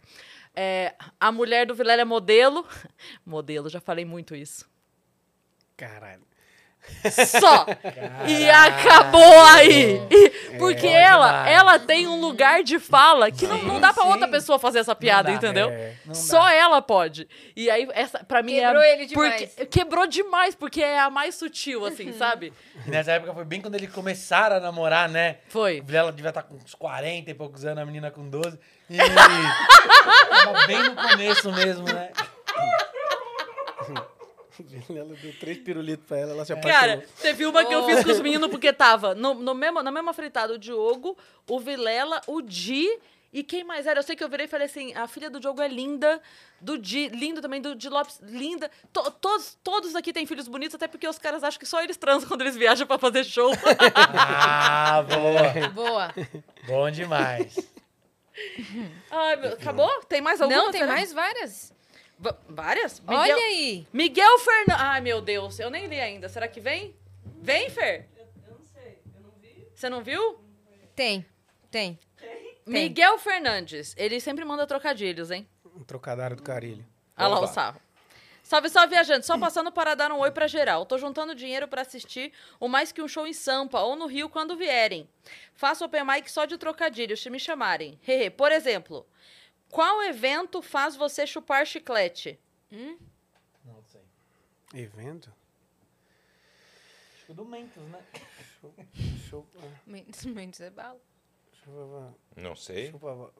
[SPEAKER 1] é, a mulher do Vilela é modelo. Modelo, já falei muito isso.
[SPEAKER 3] Caralho.
[SPEAKER 1] Só. E acabou aí. E- porque ela,
[SPEAKER 4] É demais.
[SPEAKER 1] ela tem um lugar de fala que não, não dá pra
[SPEAKER 4] sim.
[SPEAKER 1] outra pessoa fazer essa piada,
[SPEAKER 4] dá,
[SPEAKER 1] entendeu?
[SPEAKER 4] é, não dá.
[SPEAKER 1] Só ela pode. E aí, essa, pra mim,
[SPEAKER 2] Quebrou
[SPEAKER 1] é.
[SPEAKER 2] ele demais. Uhum.
[SPEAKER 1] Porque, quebrou demais, porque é a mais sutil, assim, sabe?
[SPEAKER 4] Nessa época foi bem quando eles começaram a namorar, né?
[SPEAKER 1] Foi.
[SPEAKER 4] Ela devia estar com uns 40 e poucos anos, a menina com 12. E. Tava bem no começo mesmo, né?
[SPEAKER 3] Ela deu três pirulitos pra ela, ela se apaixonou.
[SPEAKER 1] Cara, teve uma que eu fiz com os meninos porque tava no, no mesmo, na mesma fritada o Diogo, o Vilela, o Di e quem mais era? Eu sei que eu virei e falei assim: a filha do Diogo é linda, do Di, lindo também, do Di Lopes, linda. To- todos, todos aqui têm filhos bonitos, até porque os caras acham que só eles transam quando eles viajam pra fazer show.
[SPEAKER 4] Ah, boa.
[SPEAKER 2] Boa.
[SPEAKER 4] Bom demais.
[SPEAKER 1] Ai, meu, acabou? Tem mais alguma?
[SPEAKER 2] Não,
[SPEAKER 4] né?
[SPEAKER 2] tem
[SPEAKER 1] será?
[SPEAKER 2] mais várias.
[SPEAKER 1] Va- várias?
[SPEAKER 2] Olha aí.
[SPEAKER 1] Miguel Fernandes. Ai, meu Deus, eu nem li ainda. Será que vem? Vem, Fer? Eu, não sei, eu não vi. Você não viu?
[SPEAKER 2] Tem, tem. Tem.
[SPEAKER 1] Miguel Fernandes, ele sempre manda trocadilhos, hein?
[SPEAKER 3] Um trocadário do carilho.
[SPEAKER 1] Olha lá o
[SPEAKER 6] Opa.
[SPEAKER 1] sarro. Salve, salve, viajante. Só passando para dar um oi pra geral. Tô juntando dinheiro pra assistir o Mais Que Um Show em Sampa ou no Rio quando vierem. Faço open mic só de trocadilhos, se me chamarem. Hehe. Por exemplo, qual evento faz você chupar chiclete?
[SPEAKER 4] Não sei. Acho
[SPEAKER 3] Tá Evento?
[SPEAKER 4] que o do Mentos, né?
[SPEAKER 3] Show. ah,
[SPEAKER 2] Mendes, Mendes é bala.
[SPEAKER 3] Chupava.
[SPEAKER 6] Não sei.
[SPEAKER 3] Chupava.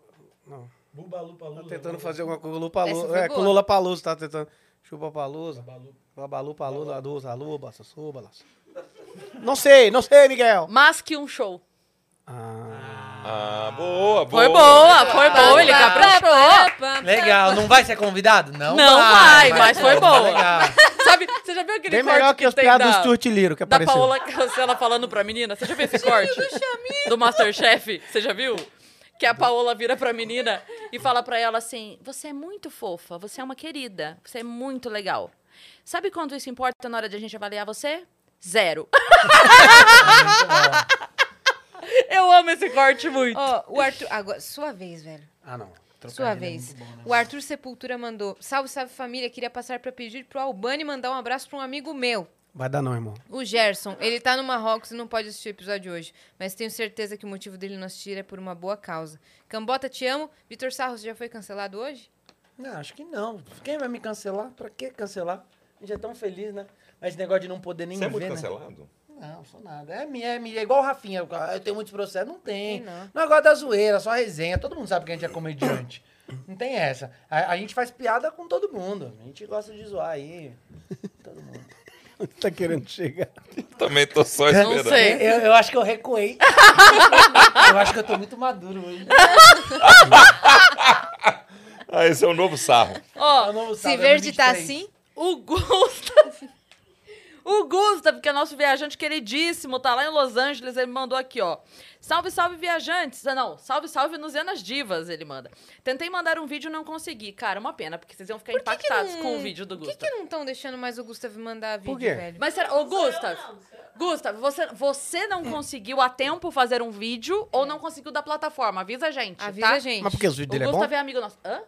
[SPEAKER 3] Não.
[SPEAKER 4] Bubalu,
[SPEAKER 3] Tá
[SPEAKER 4] Palu.
[SPEAKER 3] tentando fazer alguma coisa. Lula
[SPEAKER 2] Essa
[SPEAKER 3] Palusa.
[SPEAKER 2] foi
[SPEAKER 3] É,
[SPEAKER 2] boa.
[SPEAKER 3] com Lula Palusa, tá tentando. Chupa Palusa.
[SPEAKER 4] Balu.
[SPEAKER 3] Babalu, Palusa, Adusa, Aluba, Sussuba, Laço. Não sei, não sei, Miguel.
[SPEAKER 1] Mais que um show.
[SPEAKER 6] Ah, boa, boa.
[SPEAKER 1] Foi boa, foi boa. Ele
[SPEAKER 2] Pá, pá,
[SPEAKER 1] caprichou.
[SPEAKER 2] pá, pá, pá.
[SPEAKER 4] Legal. Não vai ser convidado? Não
[SPEAKER 1] Não vai, mas foi
[SPEAKER 4] tá
[SPEAKER 1] boa.
[SPEAKER 4] legal.
[SPEAKER 1] Sabe, você já viu aquele
[SPEAKER 3] Bem
[SPEAKER 1] corte
[SPEAKER 3] melhor que
[SPEAKER 1] que
[SPEAKER 3] os
[SPEAKER 1] tem
[SPEAKER 3] piados do
[SPEAKER 1] da-
[SPEAKER 3] Stuart Liro, que
[SPEAKER 1] Da
[SPEAKER 3] apareceu.
[SPEAKER 1] Paola Cancela falando pra menina. Você já viu esse corte? Do, Masterchef? Você já viu? Que a Paola vira pra menina e fala pra ela assim: Você é muito fofa, você é uma querida, você é muito legal. Sabe quanto isso importa na hora de a gente avaliar você? Zero.
[SPEAKER 3] Ah,
[SPEAKER 1] Eu amo esse corte muito.
[SPEAKER 2] Ó, o Arthur. Agora, sua vez, velho.
[SPEAKER 3] Ah, não.
[SPEAKER 2] Sua
[SPEAKER 4] é
[SPEAKER 2] vez.
[SPEAKER 4] né?
[SPEAKER 2] O Arthur Sepultura mandou. Salve, salve família. Queria passar pra pedir pro Albani mandar um abraço pra um amigo meu,
[SPEAKER 3] Vai dar não, irmão.
[SPEAKER 2] o Gerson. Ele tá no Marrocos e não pode assistir o episódio hoje. Mas tenho certeza que o motivo dele não assistir é por uma boa causa. Cambota, te amo. Vitor Sarros já foi cancelado hoje?
[SPEAKER 4] Não, acho que não. Quem vai me cancelar? Pra que cancelar? A gente é tão feliz, né? Mas esse negócio de não poder nem
[SPEAKER 6] Você é
[SPEAKER 4] ver,
[SPEAKER 6] muito
[SPEAKER 4] né?
[SPEAKER 6] cancelado?
[SPEAKER 4] Não, sou nada. É, minha, é, minha, é igual o Rafinha. Eu tenho muitos processos. Não tem.
[SPEAKER 2] Tem não.
[SPEAKER 4] Não é igual da zoeira, só resenha. Todo mundo sabe que a gente é comediante. Não tem essa. A, a gente faz piada com todo mundo. A gente gosta de zoar aí. Todo mundo.
[SPEAKER 3] Onde tá querendo chegar?
[SPEAKER 6] Também tô só
[SPEAKER 1] Não
[SPEAKER 6] esperando.
[SPEAKER 1] sei.
[SPEAKER 4] É, Eu, eu acho que eu recuei. eu acho que eu tô muito maduro hoje.
[SPEAKER 6] Ah, esse é um novo sarro.
[SPEAKER 1] Ó,
[SPEAKER 4] Eu não-
[SPEAKER 1] tá
[SPEAKER 2] Se tá
[SPEAKER 1] assim,
[SPEAKER 4] sabe,
[SPEAKER 2] verde tá
[SPEAKER 4] 2023.
[SPEAKER 2] assim.
[SPEAKER 1] o Gustavo. O Gustavo, que é nosso viajante queridíssimo, tá lá em Los Angeles, ele mandou aqui, ó. Salve, salve, viajantes. Ah, não, salve, salve, Nuzianas Divas, ele manda. Tentei mandar um vídeo e não consegui. Cara, uma pena, porque vocês iam ficar
[SPEAKER 2] Por que que
[SPEAKER 1] impactados
[SPEAKER 2] não-
[SPEAKER 1] com o vídeo do
[SPEAKER 2] Por que,
[SPEAKER 1] Gustavo.
[SPEAKER 2] que não estão deixando mais o Gustavo mandar vídeo,
[SPEAKER 3] quê?
[SPEAKER 2] velho?
[SPEAKER 1] Mas será, ô Gustav, Gustav, você, você não conseguiu a tempo fazer um vídeo ou não conseguiu da plataforma? Avisa a gente,
[SPEAKER 2] Avisa
[SPEAKER 1] tá?
[SPEAKER 2] a gente.
[SPEAKER 3] Mas por que os vídeos
[SPEAKER 1] O
[SPEAKER 3] dele é bom?
[SPEAKER 1] Gustav é amigo nosso. Hã?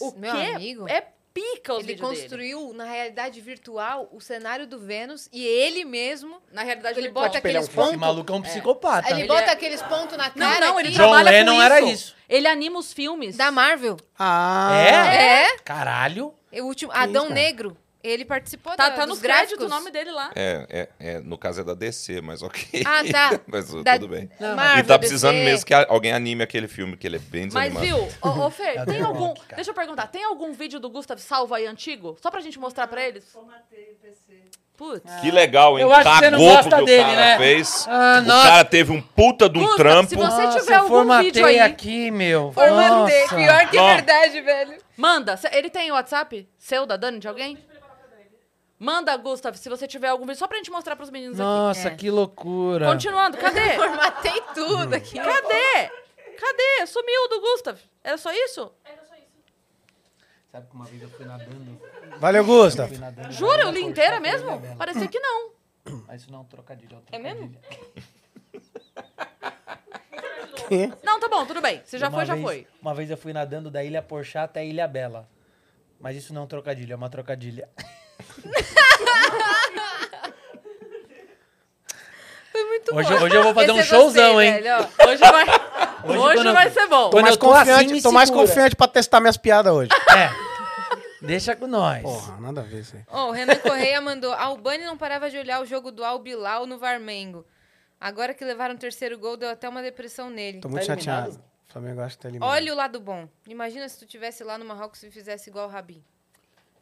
[SPEAKER 1] O
[SPEAKER 2] Meu
[SPEAKER 1] quê?
[SPEAKER 2] amigo?
[SPEAKER 1] É pica os
[SPEAKER 2] Ele
[SPEAKER 1] vídeos dele.
[SPEAKER 2] construiu na realidade virtual o cenário do Vênus e ele mesmo.
[SPEAKER 1] Na realidade,
[SPEAKER 2] Ele
[SPEAKER 1] ele
[SPEAKER 2] bota
[SPEAKER 1] bota aquele...
[SPEAKER 2] aquele-
[SPEAKER 4] Ele é um
[SPEAKER 2] Aqueles pontos-
[SPEAKER 4] esse maluco é um psicopata.
[SPEAKER 2] Ele,
[SPEAKER 1] Ele
[SPEAKER 2] bota
[SPEAKER 1] é-
[SPEAKER 2] aqueles pontos na
[SPEAKER 1] Não,
[SPEAKER 2] cara.
[SPEAKER 1] não, ele
[SPEAKER 2] aqui,
[SPEAKER 4] John
[SPEAKER 1] trabalha
[SPEAKER 4] Lennon
[SPEAKER 1] com isso.
[SPEAKER 4] era isso.
[SPEAKER 1] é Ele anima os filmes.
[SPEAKER 2] Da Marvel.
[SPEAKER 3] Ah.
[SPEAKER 4] É?
[SPEAKER 2] É.
[SPEAKER 4] Caralho.
[SPEAKER 2] é O último. Adão
[SPEAKER 3] cara?
[SPEAKER 2] Negro. Ele participou
[SPEAKER 1] Tá,
[SPEAKER 2] da,
[SPEAKER 1] tá
[SPEAKER 2] dos
[SPEAKER 1] nos
[SPEAKER 2] gráficos.
[SPEAKER 1] créditos o nome dele lá.
[SPEAKER 6] É, é, é, no caso é da DC, mas ok.
[SPEAKER 2] Ah, tá.
[SPEAKER 6] mas uh,
[SPEAKER 2] Da-
[SPEAKER 6] tudo bem.
[SPEAKER 2] Marvel,
[SPEAKER 6] e tá precisando
[SPEAKER 2] DC.
[SPEAKER 6] mesmo que a- alguém anime aquele filme, que ele é bem
[SPEAKER 1] Mas
[SPEAKER 6] desanimado.
[SPEAKER 1] viu, ô, ô Fer, tem
[SPEAKER 4] Adoro
[SPEAKER 1] algum...
[SPEAKER 4] rock, cara.
[SPEAKER 1] Deixa eu perguntar, tem algum vídeo do Gustav salvo aí antigo? Só pra gente mostrar pra eles? Putz.
[SPEAKER 4] Ah.
[SPEAKER 6] Que legal, hein?
[SPEAKER 4] Eu acho que
[SPEAKER 6] Cagou
[SPEAKER 4] você não gosta
[SPEAKER 6] porque
[SPEAKER 4] dele,
[SPEAKER 6] o cara
[SPEAKER 4] né?
[SPEAKER 6] fez.
[SPEAKER 4] Ah,
[SPEAKER 6] o
[SPEAKER 4] nossa.
[SPEAKER 6] cara teve um puta de um
[SPEAKER 1] Gustav,
[SPEAKER 6] trampo.
[SPEAKER 1] se você
[SPEAKER 4] Nossa,
[SPEAKER 1] tiver
[SPEAKER 4] eu
[SPEAKER 1] algum
[SPEAKER 4] formatei
[SPEAKER 1] vídeo aí,
[SPEAKER 4] aqui, meu.
[SPEAKER 2] Formatei,
[SPEAKER 4] Nossa.
[SPEAKER 2] pior que
[SPEAKER 6] Não.
[SPEAKER 2] verdade, velho.
[SPEAKER 1] manda. Cê- Ele tem WhatsApp? Seu, da Dani, de alguém? Manda, Gustav, se você tiver algum vídeo, só pra gente mostrar pros meninos
[SPEAKER 4] Nossa,
[SPEAKER 2] É.
[SPEAKER 4] que loucura.
[SPEAKER 1] aqui. Continuando, cadê?
[SPEAKER 2] Formatei tudo aqui.
[SPEAKER 1] Cadê? Cadê? Sumiu do Gustav. Era só isso?
[SPEAKER 4] Sabe que uma vez eu fui nadando,
[SPEAKER 3] Valeu, Gustavo.
[SPEAKER 4] nadando.
[SPEAKER 1] Jura? Eu li inteira mesmo? Parecia que não.
[SPEAKER 4] Mas isso não é um trocadilho,
[SPEAKER 2] É mesmo?
[SPEAKER 1] Não, tá bom, tudo bem. Se já
[SPEAKER 4] Uma
[SPEAKER 1] foi, já
[SPEAKER 4] vez-
[SPEAKER 1] foi.
[SPEAKER 4] Uma vez eu fui nadando da Ilha Porchat até a Ilha Bela. Mas isso não é um trocadilho, é uma trocadilha.
[SPEAKER 2] Foi muito
[SPEAKER 4] Hoje-
[SPEAKER 2] bom.
[SPEAKER 4] hoje eu vou fazer um
[SPEAKER 2] eu gostei,
[SPEAKER 4] showzão, hein?
[SPEAKER 2] velho, ó.
[SPEAKER 1] Hoje vai, hoje
[SPEAKER 4] quando eu-
[SPEAKER 1] vai ser bom.
[SPEAKER 3] Tô
[SPEAKER 4] Quando
[SPEAKER 3] mais
[SPEAKER 4] eu tô assim,
[SPEAKER 3] confiante,
[SPEAKER 4] me
[SPEAKER 3] tô mais
[SPEAKER 4] segura.
[SPEAKER 3] confiante pra testar minhas piadas hoje.
[SPEAKER 4] É. Deixa com nós.
[SPEAKER 3] Porra, nada a ver isso aí.
[SPEAKER 2] Ó, o Renan Correia mandou. Albani não parava de olhar o jogo do Albilau no Varmengo. Agora que levaram o terceiro gol, deu até uma depressão nele.
[SPEAKER 3] Tô muito
[SPEAKER 4] Tá eliminado?
[SPEAKER 3] chateado. O Flamengo acho que tá eliminado.
[SPEAKER 2] Olha o lado bom. Imagina se tu tivesse lá no Marrocos e fizesse igual o Rabin.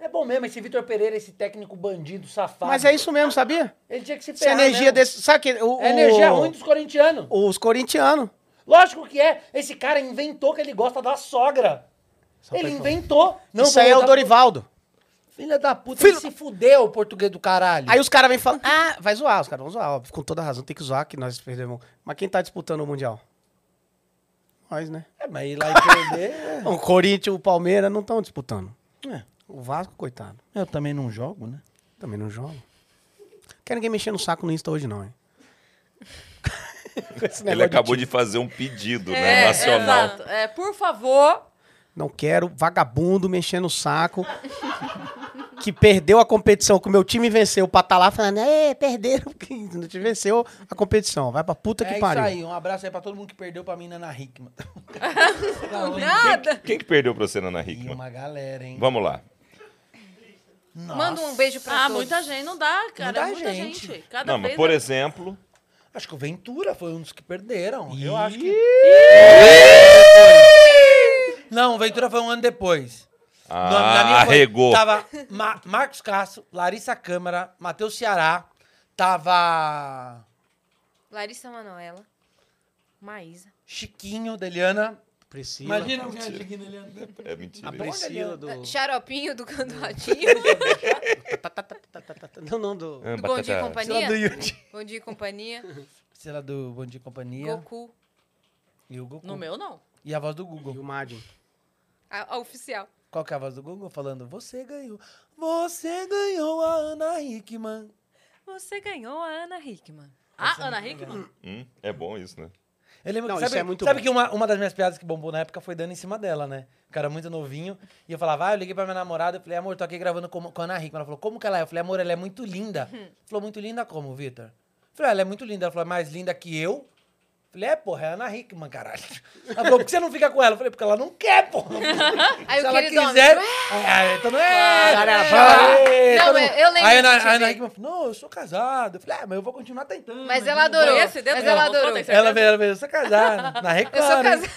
[SPEAKER 4] É bom mesmo esse Vitor Pereira, esse técnico bandido, safado.
[SPEAKER 3] Mas é isso mesmo, sabia?
[SPEAKER 4] Ele tinha que se
[SPEAKER 3] Essa
[SPEAKER 4] ferrar.
[SPEAKER 3] energia
[SPEAKER 4] mesmo.
[SPEAKER 3] desse. Sabe que. O,
[SPEAKER 4] É Tá né? a energia
[SPEAKER 3] o-
[SPEAKER 4] ruim dos corintianos.
[SPEAKER 3] Os corintianos.
[SPEAKER 4] Lógico que é. Esse cara inventou que ele gosta da sogra. ele inventou. Não
[SPEAKER 3] isso
[SPEAKER 4] vou
[SPEAKER 3] aí é o
[SPEAKER 4] voltar-
[SPEAKER 3] Dorivaldo.
[SPEAKER 4] Filha da puta,
[SPEAKER 3] Filho-
[SPEAKER 4] ele se fudeu, português do caralho.
[SPEAKER 3] Aí os caras vêm falando, ah, vai zoar, os caras vão zoar, óbvio, com toda razão, tem que zoar que nós perdemos. Mas quem tá disputando o Mundial? Nós, né?
[SPEAKER 4] É, mas ir lá e perder... é-
[SPEAKER 3] É, O Corinthians e o Palmeiras não estão disputando. É, O Vasco, coitado,
[SPEAKER 4] Eu também não jogo, né?
[SPEAKER 3] também não joga. Quer ninguém mexer no saco no Insta hoje, não, hein? Com esse
[SPEAKER 6] Ele
[SPEAKER 3] negócio
[SPEAKER 6] acabou
[SPEAKER 3] time.
[SPEAKER 6] de fazer um pedido,
[SPEAKER 1] É,
[SPEAKER 6] né? Nacional.
[SPEAKER 1] exato. É, por favor.
[SPEAKER 3] Não quero vagabundo mexendo no saco. que perdeu a competição, que o meu time venceu pra tá lá falando, é, perderam, que não te venceu a competição. Vai pra puta que
[SPEAKER 4] é
[SPEAKER 3] pariu.
[SPEAKER 4] isso aí, um abraço aí pra todo mundo que perdeu pra mim, Nana Hickman.
[SPEAKER 2] Nada!
[SPEAKER 6] Quem que perdeu pra você, Nana
[SPEAKER 4] E
[SPEAKER 6] Hickman?
[SPEAKER 4] uma galera, hein?
[SPEAKER 6] Vamos lá.
[SPEAKER 4] Nossa.
[SPEAKER 2] Manda um beijo pra
[SPEAKER 1] Ah,
[SPEAKER 2] todos.
[SPEAKER 1] muita gente. Não dá, cara.
[SPEAKER 4] Muita
[SPEAKER 1] é muita
[SPEAKER 4] gente.
[SPEAKER 1] gente. Cada
[SPEAKER 6] não, mas
[SPEAKER 1] vez.
[SPEAKER 6] por
[SPEAKER 1] é-
[SPEAKER 6] exemplo,
[SPEAKER 4] Acho que o Ventura foi um dos que perderam. Eu acho que... Não, o Ventura foi um ano depois.
[SPEAKER 6] Ah,
[SPEAKER 4] Na- na minha foi-
[SPEAKER 6] arregou.
[SPEAKER 4] Tava Ma- Marcos Castro, Larissa Câmara, Matheus Ceará, tava
[SPEAKER 2] Larissa Manoela. Maísa.
[SPEAKER 4] Chiquinho, Deliana.
[SPEAKER 3] Priscila.
[SPEAKER 4] Imagina o Chiquinho, Deliana.
[SPEAKER 6] é mentira.
[SPEAKER 4] Tá
[SPEAKER 3] A
[SPEAKER 4] né?
[SPEAKER 3] Priscila do.
[SPEAKER 2] né? Xaropinho do Canto Ratinho.
[SPEAKER 3] Tá, tá, tá, tá, tá, tá, tá. Não, não, do.
[SPEAKER 6] Ah,
[SPEAKER 2] do Bom Dia e
[SPEAKER 6] batata-
[SPEAKER 2] Companhia.
[SPEAKER 4] do Yuji.
[SPEAKER 2] Bom Dia e Companhia.
[SPEAKER 4] Priscila do Bom Dia e Companhia.
[SPEAKER 2] Goku.
[SPEAKER 4] E o Goku.
[SPEAKER 1] No meu, não.
[SPEAKER 4] E a voz do
[SPEAKER 3] E
[SPEAKER 4] Google.
[SPEAKER 3] o Madden.
[SPEAKER 2] A, a oficial.
[SPEAKER 4] Qual que é a voz do Google? Falando, você ganhou. Você ganhou a Ana Hickman.
[SPEAKER 2] Você ganhou a Ana Hickman.
[SPEAKER 1] Ah, Ana Hickman?
[SPEAKER 6] Hum, é bom isso, né?
[SPEAKER 4] Eu lembro
[SPEAKER 3] Não,
[SPEAKER 4] que, sabe,
[SPEAKER 3] isso é muito
[SPEAKER 4] sabe
[SPEAKER 3] bom.
[SPEAKER 4] que uma, uma das minhas piadas que bombou na época foi dando em cima dela, né? O cara muito novinho. E eu falava, ah, eu liguei pra minha namorada. Eu falei, amor, tô aqui gravando com, com a Ana Hickman. Ela falou, como que ela é? Eu falei, amor, ela é muito linda.
[SPEAKER 2] Uhum.
[SPEAKER 4] falou, muito linda como, Vitor? Eu falei, ah, ela é muito linda. Ela falou, mais linda que eu? Eu Falei, é, porra, é a Ana Hickman, caralho. Ela falou, por que você não fica com ela? Eu falei, porque ela não quer, porra.
[SPEAKER 2] Aí
[SPEAKER 4] Se
[SPEAKER 2] o né?
[SPEAKER 4] ela
[SPEAKER 2] querido homem.
[SPEAKER 4] quiser. É, então não é. é,
[SPEAKER 2] Não,
[SPEAKER 4] todo
[SPEAKER 2] eu-
[SPEAKER 4] mundo-
[SPEAKER 2] eu lembro
[SPEAKER 4] Aí a
[SPEAKER 2] de te
[SPEAKER 4] Ana- a Ana
[SPEAKER 2] ver.
[SPEAKER 4] Hickman falou: Não, eu sou casado. Eu falei: É, mas eu vou continuar tentando.
[SPEAKER 2] Mas
[SPEAKER 4] eu
[SPEAKER 2] ela
[SPEAKER 4] não vou-
[SPEAKER 2] adorou.
[SPEAKER 1] Conhece dentro
[SPEAKER 2] Mas
[SPEAKER 1] da
[SPEAKER 2] ela
[SPEAKER 1] Montreux,
[SPEAKER 2] adorou.
[SPEAKER 1] tem certeza?
[SPEAKER 4] Ela veio, ela veio, eu sou casada. Na Record.
[SPEAKER 2] é Eu sou
[SPEAKER 4] hein?
[SPEAKER 2] casada.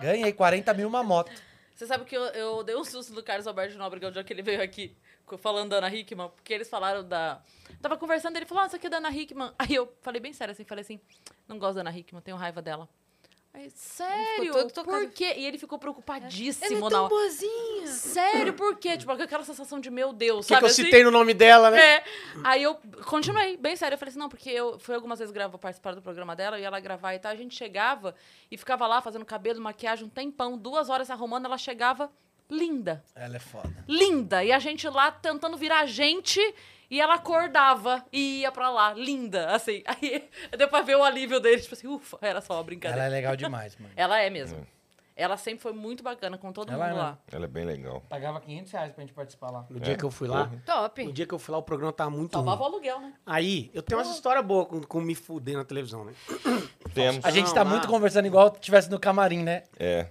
[SPEAKER 4] Ganhei 40 mil uma moto.
[SPEAKER 1] Você sabe que eu, eu dei um susto do Carlos Alberto de Nóbrega o dia que ele veio aqui, co- falando da Ana Hickman, porque eles falaram da... Tava conversando, ele falou, ah, isso aqui é da Ana Hickman. Aí eu falei bem sério assim, falei assim, não gosto da Ana Hickman, tenho raiva dela. Aí, sério?
[SPEAKER 2] todo tocado.
[SPEAKER 1] Por quê? E ele é ficou preocupadíssimo
[SPEAKER 2] Ela é
[SPEAKER 1] na
[SPEAKER 2] tão
[SPEAKER 1] hora.
[SPEAKER 2] boazinha.
[SPEAKER 1] Sério, por quê? Tipo, aquela sensação de, meu Deus,
[SPEAKER 3] Que,
[SPEAKER 1] sabe
[SPEAKER 3] que eu
[SPEAKER 1] assim?
[SPEAKER 3] citei no nome dela, né?
[SPEAKER 1] É. Aí eu continuei, bem sério. Eu falei assim, não, porque eu fui algumas vezes gravo, participar do programa dela, e ela gravar e tal. A gente chegava e ficava lá fazendo cabelo, maquiagem, um tempão, duas horas arrumando, ela chegava linda.
[SPEAKER 3] Ela é foda.
[SPEAKER 1] Linda. E a gente lá tentando virar a gente. E ela acordava e ia pra lá, linda, assim. Aí deu pra ver o alívio dele, tipo assim, ufa, era só uma brincadeira.
[SPEAKER 4] Ela é legal demais, mano.
[SPEAKER 1] Ela é mesmo. Ela sempre foi muito bacana com todo
[SPEAKER 4] Ela é
[SPEAKER 1] mundo lá.
[SPEAKER 6] Ela é bem legal.
[SPEAKER 4] Pagava 500 reais pra gente participar lá.
[SPEAKER 3] No dia que eu fui lá,
[SPEAKER 2] Top.
[SPEAKER 3] no dia que eu fui lá, o programa tava muito
[SPEAKER 1] Salvava o
[SPEAKER 3] ruim.
[SPEAKER 1] aluguel, né?
[SPEAKER 3] Aí, eu tenho umas histórias boas com, com me fuder na televisão, né?
[SPEAKER 6] Temos.
[SPEAKER 4] A gente
[SPEAKER 3] Não,
[SPEAKER 4] tá
[SPEAKER 3] lá.
[SPEAKER 4] muito conversando igual se tivesse no camarim, né?
[SPEAKER 6] É.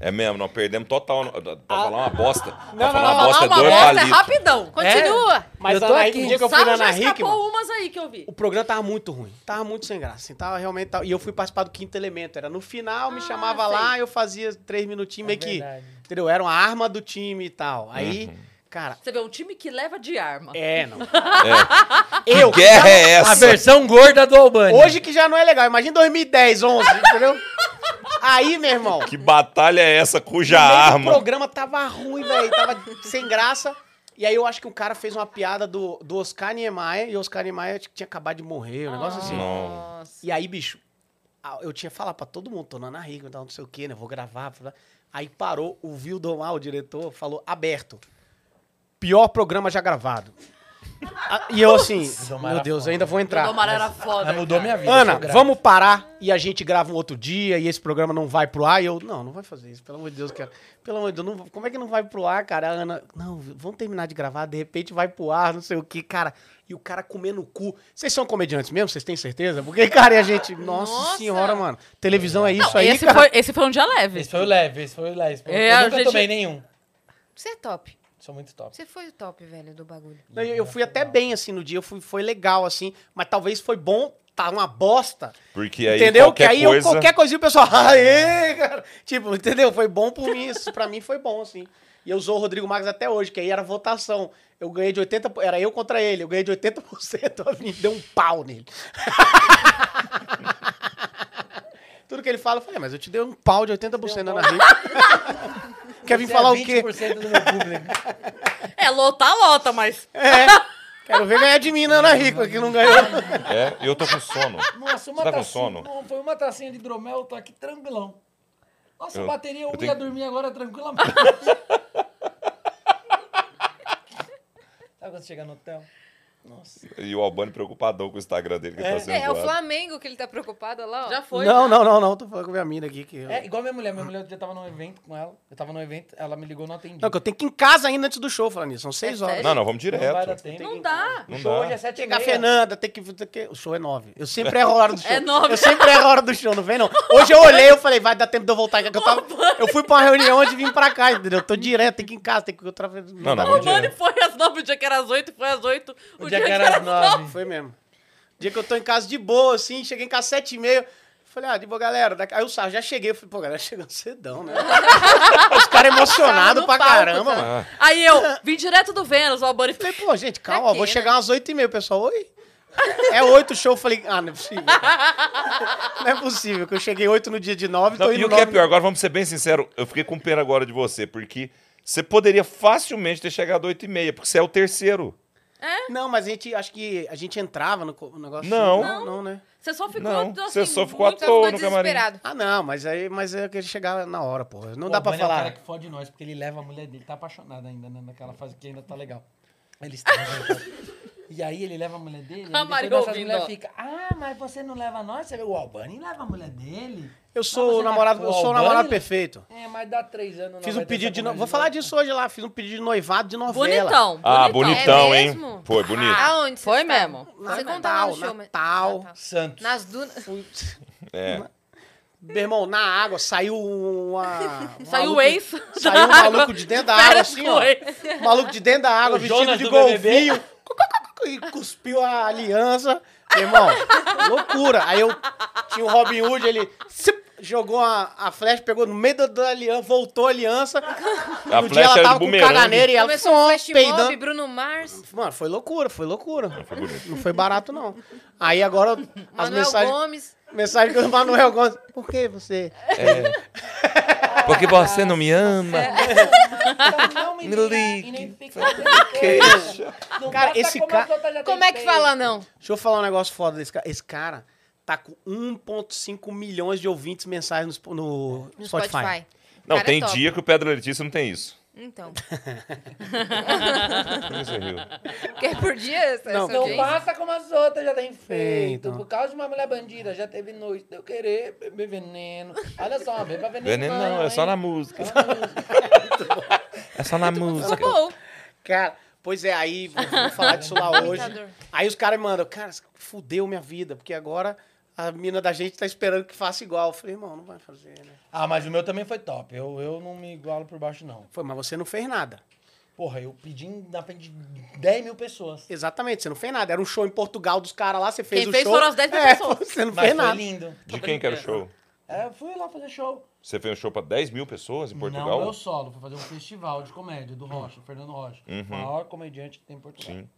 [SPEAKER 6] É mesmo, nós perdemos total. no- Pra
[SPEAKER 4] Ah.
[SPEAKER 6] falar uma bosta. pra falar uma
[SPEAKER 1] Falar
[SPEAKER 6] bosta, é
[SPEAKER 1] uma
[SPEAKER 6] dois
[SPEAKER 1] bosta é
[SPEAKER 6] palitos.
[SPEAKER 1] rapidão. É?
[SPEAKER 2] Continua.
[SPEAKER 4] Eu
[SPEAKER 3] Mas
[SPEAKER 4] tô
[SPEAKER 3] a Ana-
[SPEAKER 4] aqui.
[SPEAKER 3] o dia que eu fui na
[SPEAKER 1] Sara já
[SPEAKER 3] Ana
[SPEAKER 1] escapou
[SPEAKER 3] Hickman,
[SPEAKER 1] umas aí que eu vi.
[SPEAKER 3] o programa tava muito ruim. Tava muito sem graça. Assim, tava realmente. tava- E eu fui participar do Quinto Elemento. Era no final, me
[SPEAKER 1] Ah,
[SPEAKER 3] chamava
[SPEAKER 1] sei.
[SPEAKER 3] lá, eu fazia três minutinhos meio
[SPEAKER 4] verdade.
[SPEAKER 3] que. Entendeu? Era uma arma do time e tal. Aí,
[SPEAKER 6] Uhum.
[SPEAKER 3] cara.
[SPEAKER 1] Você vê um time que leva de arma.
[SPEAKER 3] É, não.
[SPEAKER 6] Que guerra é
[SPEAKER 4] A
[SPEAKER 6] essa?
[SPEAKER 4] versão gorda do Albani.
[SPEAKER 3] Hoje que já não é legal. Imagina 2010, 11, entendeu? Aí, meu irmão.
[SPEAKER 6] Que batalha é essa cuja
[SPEAKER 3] meio do
[SPEAKER 6] arma.
[SPEAKER 3] programa tava ruim, velho. Tava sem graça. E aí eu acho que um cara fez uma piada do, do Oscar Niemeyer. E o Oscar Niemeyer acho que tinha acabado de morrer, um negócio assim.
[SPEAKER 6] Não.
[SPEAKER 3] E aí, bicho, a- eu tinha falado pra todo mundo, tô na Ana Hickman, tal, não sei o quê, né? Vou gravar. blá, blá. Aí parou, o Vildomar, o diretor, falou, aberto. Pior programa já gravado. Ah, E eu assim,
[SPEAKER 4] Vildomar
[SPEAKER 3] meu
[SPEAKER 4] era
[SPEAKER 3] Deus,
[SPEAKER 4] foda.
[SPEAKER 3] ainda vou
[SPEAKER 1] O
[SPEAKER 3] entrar.
[SPEAKER 1] Domar era foda.
[SPEAKER 4] Mas mudou
[SPEAKER 1] cara.
[SPEAKER 4] minha vida.
[SPEAKER 3] Ana,
[SPEAKER 4] sou grato.
[SPEAKER 3] vamos parar e a gente grava um outro dia e esse programa não vai pro ar. E eu, não, não vai fazer isso, pelo amor de Deus, cara. Pelo amor de Deus, não- como é que não vai pro ar, cara? A Ana, não, vamos terminar de gravar, de repente vai pro ar, não sei o que, cara. E o cara comendo o cu. Vocês são comediantes mesmo? Vocês têm certeza? Porque, cara, e a gente, nossa,
[SPEAKER 2] Nossa.
[SPEAKER 3] senhora, mano. Televisão é isso
[SPEAKER 1] Não,
[SPEAKER 3] aí,
[SPEAKER 1] esse,
[SPEAKER 3] cara.
[SPEAKER 1] foi, esse foi um dia leve.
[SPEAKER 4] Esse foi o leve, esse foi o leve.
[SPEAKER 1] É,
[SPEAKER 4] eu
[SPEAKER 1] a
[SPEAKER 4] nunca
[SPEAKER 1] gente-
[SPEAKER 4] tomei nenhum.
[SPEAKER 2] Você é top.
[SPEAKER 4] Sou muito top.
[SPEAKER 2] Você foi o top, velho, do bagulho.
[SPEAKER 3] Não, Eu, eu fui até bem, assim, no dia, eu fui, foi legal, assim, mas talvez foi bom, tá uma bosta.
[SPEAKER 6] Porque aí
[SPEAKER 3] entendeu? Que
[SPEAKER 6] qualquer
[SPEAKER 3] aí eu-
[SPEAKER 6] coisa.
[SPEAKER 3] qualquer coisinha o pessoal, aê, cara. Tipo, entendeu? Foi bom por mim, isso pra mim foi bom, assim. E eu usou o Rodrigo Marques até hoje, que aí era votação. Eu ganhei de 80%, po- era eu contra ele, eu ganhei de 80%, a Avenida deu um pau nele. Tudo que ele fala, eu falei, "É, mas eu te dei um pau de 80% na Rica. Quer vir
[SPEAKER 4] Você
[SPEAKER 3] falar
[SPEAKER 4] é
[SPEAKER 3] o quê?
[SPEAKER 4] 20% do meu público.
[SPEAKER 1] É, lotar, lota, mas.
[SPEAKER 3] É. Quero ver ganhar de mim na Ana Rica, que não ganhou.
[SPEAKER 6] É, e eu tô com sono.
[SPEAKER 4] Nossa, uma
[SPEAKER 6] Você tá com
[SPEAKER 4] tacinha.
[SPEAKER 6] sono?
[SPEAKER 4] Bom, foi uma tacinha de hidromel, tô aqui tranquilão. Nossa,
[SPEAKER 6] Eu-
[SPEAKER 4] bateria, eu,
[SPEAKER 6] eu
[SPEAKER 4] ia
[SPEAKER 6] tenho-
[SPEAKER 4] dormir agora tranquilamente. Sabe quando você chega no hotel?
[SPEAKER 6] E o Albani preocupadão com o Instagram dele que tá sendo
[SPEAKER 2] É, é o
[SPEAKER 6] zoado.
[SPEAKER 2] Flamengo que ele tá preocupado olha lá, ó.
[SPEAKER 1] Já foi. já.
[SPEAKER 3] não, não, não, não, tô falando com a minha mina aqui. Que eu...
[SPEAKER 4] É, igual minha mulher. Minha mulher, eu tava num evento com ela. Eu tava num evento, ela me ligou, não atendi.
[SPEAKER 3] Não, que eu tenho que ir em casa ainda antes do show, falando nisso, são seis
[SPEAKER 1] É
[SPEAKER 3] horas.
[SPEAKER 1] sério?
[SPEAKER 6] Não, não, vamos
[SPEAKER 4] Não vai dar
[SPEAKER 6] direto.
[SPEAKER 4] tempo.
[SPEAKER 1] Não dá.
[SPEAKER 4] O
[SPEAKER 6] Não
[SPEAKER 4] show
[SPEAKER 6] dá.
[SPEAKER 4] hoje é sete e
[SPEAKER 3] Chegar a
[SPEAKER 4] meia.
[SPEAKER 3] Fernanda, tem que, tem que- O show é nove. Eu sempre erro a hora do show.
[SPEAKER 1] É nove.
[SPEAKER 3] Eu sempre erro a hora do show, não vem não. Hoje eu olhei, eu falei, vai dar tempo de eu voltar. Que eu, tava, eu fui pra uma reunião antes de vir pra cá, entendeu? Eu tô direto, tem que ir em casa, tem que ir outra vez.
[SPEAKER 6] Não,
[SPEAKER 3] dá.
[SPEAKER 6] não,
[SPEAKER 1] O
[SPEAKER 6] vamos direto.
[SPEAKER 1] Mani foi às nove, o dia que era às oito, foi às oito.
[SPEAKER 4] O dia que era às nove.
[SPEAKER 3] Foi mesmo. Dia que eu tô em casa de boa, assim, cheguei em casa às sete e meia. Falei, ah, de boa, galera. daqui- Aí eu sa- já cheguei, eu falei, pô, galera, chegando cedão, né? Os caras emocionados
[SPEAKER 1] no
[SPEAKER 3] pra
[SPEAKER 1] palco,
[SPEAKER 3] caramba,
[SPEAKER 1] tá?
[SPEAKER 3] mano.
[SPEAKER 1] Aí eu vim direto do Vênus, o Bunny.
[SPEAKER 3] Falei, pô, gente, calma,
[SPEAKER 1] Pra quê,
[SPEAKER 3] vou
[SPEAKER 1] né?
[SPEAKER 3] chegar umas oito e meia, pessoal. Oi? É oito o show, eu falei, ah, não é possível. não é possível, que eu cheguei oito no dia de nove,
[SPEAKER 6] Não,
[SPEAKER 3] tô
[SPEAKER 6] e
[SPEAKER 3] indo
[SPEAKER 6] o que é
[SPEAKER 3] nove.
[SPEAKER 6] pior, agora vamos ser bem sinceros, eu fiquei com pena agora de você, porque você poderia facilmente ter chegado às 8h30, porque você é o terceiro.
[SPEAKER 3] Não, mas a gente, acho que a gente entrava no co- no negócio.
[SPEAKER 6] Não.
[SPEAKER 3] não, não, né?
[SPEAKER 1] Você só ficou.
[SPEAKER 6] Não,
[SPEAKER 1] assim,
[SPEAKER 6] você só ficou à
[SPEAKER 1] muito-
[SPEAKER 2] Só
[SPEAKER 6] Tô
[SPEAKER 2] ficou
[SPEAKER 6] no camarim.
[SPEAKER 2] desesperado.
[SPEAKER 3] Ah, não, mas aí mas é que ele chegava na hora, porra. Não
[SPEAKER 4] O
[SPEAKER 3] dá pra
[SPEAKER 4] Albani É o
[SPEAKER 3] falar.
[SPEAKER 4] cara que fode nós, porque ele leva a mulher dele, tá apaixonado ainda, né? Naquela fase que ainda tá legal. Ele está. e aí ele leva a mulher dele,
[SPEAKER 1] A
[SPEAKER 4] aí
[SPEAKER 1] Mari
[SPEAKER 4] depois dessas
[SPEAKER 1] ouvindo,
[SPEAKER 4] mulheres
[SPEAKER 1] ó.
[SPEAKER 4] fica, ah, mas você não leva nós? Você vê, o Albani leva a mulher dele.
[SPEAKER 3] Eu
[SPEAKER 4] Mas
[SPEAKER 3] sou
[SPEAKER 4] você
[SPEAKER 3] o namorado,
[SPEAKER 4] tá-
[SPEAKER 3] eu
[SPEAKER 4] o
[SPEAKER 3] sou o
[SPEAKER 4] Albani-
[SPEAKER 3] namorado perfeito.
[SPEAKER 4] É, mas dá três anos.
[SPEAKER 3] Fiz
[SPEAKER 4] não
[SPEAKER 3] um
[SPEAKER 4] vai
[SPEAKER 3] pedido de.
[SPEAKER 4] dessa
[SPEAKER 3] No... Vou
[SPEAKER 4] mulher
[SPEAKER 3] falar
[SPEAKER 4] de
[SPEAKER 3] disso hoje lá. Fiz um pedido de noivado de novela.
[SPEAKER 1] Bonitão.
[SPEAKER 6] Ah, bonitão,
[SPEAKER 2] É
[SPEAKER 6] hein?
[SPEAKER 2] mesmo? Ah,
[SPEAKER 6] Foi bonito.
[SPEAKER 2] Aonde? você
[SPEAKER 1] Foi
[SPEAKER 2] estava?
[SPEAKER 1] mesmo.
[SPEAKER 2] Você
[SPEAKER 3] Natal,
[SPEAKER 2] conta lá no show, mas-
[SPEAKER 3] Natal.
[SPEAKER 2] Ah, tá.
[SPEAKER 4] Santos.
[SPEAKER 2] Nas dunas.
[SPEAKER 3] Fui-
[SPEAKER 6] É.
[SPEAKER 3] Meu irmão, na água saiu uma. um
[SPEAKER 1] É, Saiu o
[SPEAKER 3] maluco-
[SPEAKER 1] ex.
[SPEAKER 3] Saiu um
[SPEAKER 1] da água.
[SPEAKER 3] maluco de dentro da
[SPEAKER 1] Férias
[SPEAKER 3] água, assim,
[SPEAKER 1] com
[SPEAKER 3] ó.
[SPEAKER 1] o ex.
[SPEAKER 3] Um maluco de dentro da água,
[SPEAKER 4] O
[SPEAKER 3] vestido
[SPEAKER 4] Jonas
[SPEAKER 3] de
[SPEAKER 4] do BBB.
[SPEAKER 3] golfinho. E cuspiu a aliança. Meu irmão, loucura. Aí eu tinha o Robin Hood, ele. "Sip", jogou a, a flecha, pegou no meio da, da aliança, voltou a aliança.
[SPEAKER 6] A
[SPEAKER 3] no dia
[SPEAKER 6] flecha
[SPEAKER 3] ela
[SPEAKER 6] era
[SPEAKER 3] tava
[SPEAKER 6] de
[SPEAKER 3] com
[SPEAKER 6] bumerangue.
[SPEAKER 3] caganeira e ela
[SPEAKER 2] Começou o flash mob,
[SPEAKER 3] peidando.
[SPEAKER 2] Bruno Mars,
[SPEAKER 3] Mano, foi loucura, foi loucura. Não
[SPEAKER 6] foi bonito.
[SPEAKER 3] barato, não. Aí agora as
[SPEAKER 2] Manuel
[SPEAKER 3] mensagens,
[SPEAKER 2] Gomes.
[SPEAKER 3] mensagens do Manuel Gomes. Por que você?
[SPEAKER 6] é. Porque você não me ama.
[SPEAKER 4] Então, Me ligue.
[SPEAKER 3] Cara, esse cara.
[SPEAKER 2] Como é que fala não?
[SPEAKER 3] Deixa eu falar um negócio foda desse cara. Esse cara tá com 1,5 milhões de ouvintes mensais no, Sp- no
[SPEAKER 2] No
[SPEAKER 3] Spotify.
[SPEAKER 2] Spotify.
[SPEAKER 6] Não,
[SPEAKER 2] Cara, é
[SPEAKER 6] tem
[SPEAKER 2] top.
[SPEAKER 6] dia que o Pedro Letícia não tem isso.
[SPEAKER 2] Então.
[SPEAKER 6] Por que você riu?
[SPEAKER 2] Porque é por dia essa,
[SPEAKER 3] Não,
[SPEAKER 2] essa
[SPEAKER 4] Não
[SPEAKER 2] audiência.
[SPEAKER 4] passa como as outras já tem feito.
[SPEAKER 3] Feito.
[SPEAKER 4] Por causa de uma mulher bandida, já teve noite de eu querer beber veneno. Olha só, beba veneno.
[SPEAKER 6] Veneno não, é só na
[SPEAKER 4] hein?
[SPEAKER 6] música.
[SPEAKER 4] Só na música.
[SPEAKER 6] É só na música.
[SPEAKER 2] Bom,
[SPEAKER 3] Cara, pois é, aí vou vou falar disso lá hoje.
[SPEAKER 2] Ditador.
[SPEAKER 3] Aí os caras me mandam, cara, fudeu minha vida, porque agora a mina da gente tá esperando que faça igual. Eu falei, irmão, não vai fazer, né?
[SPEAKER 4] Ah, mas o meu também foi top. Eu, eu não me igualo por baixo, não.
[SPEAKER 3] Foi, mas você não fez nada.
[SPEAKER 4] Porra, eu pedi na frente de 10 mil pessoas.
[SPEAKER 3] Exatamente, você não fez nada. Era um show em Portugal dos caras lá, você fez
[SPEAKER 1] Quem
[SPEAKER 3] o
[SPEAKER 1] fez
[SPEAKER 3] show.
[SPEAKER 1] foram as 10 mil
[SPEAKER 3] é,
[SPEAKER 1] pessoas.
[SPEAKER 3] Você não
[SPEAKER 4] Mas
[SPEAKER 3] fez
[SPEAKER 4] foi
[SPEAKER 3] nada.
[SPEAKER 4] lindo.
[SPEAKER 6] De quem que era o show?
[SPEAKER 4] É, eu fui lá fazer show.
[SPEAKER 6] Você fez um show pra 10 mil pessoas em Portugal? Hum.
[SPEAKER 4] Não, eu solo. Fui fazer um festival de comédia do Rocha, Fernando Rocha. O maior comediante que tem em Portugal.
[SPEAKER 6] Uhum. Sim.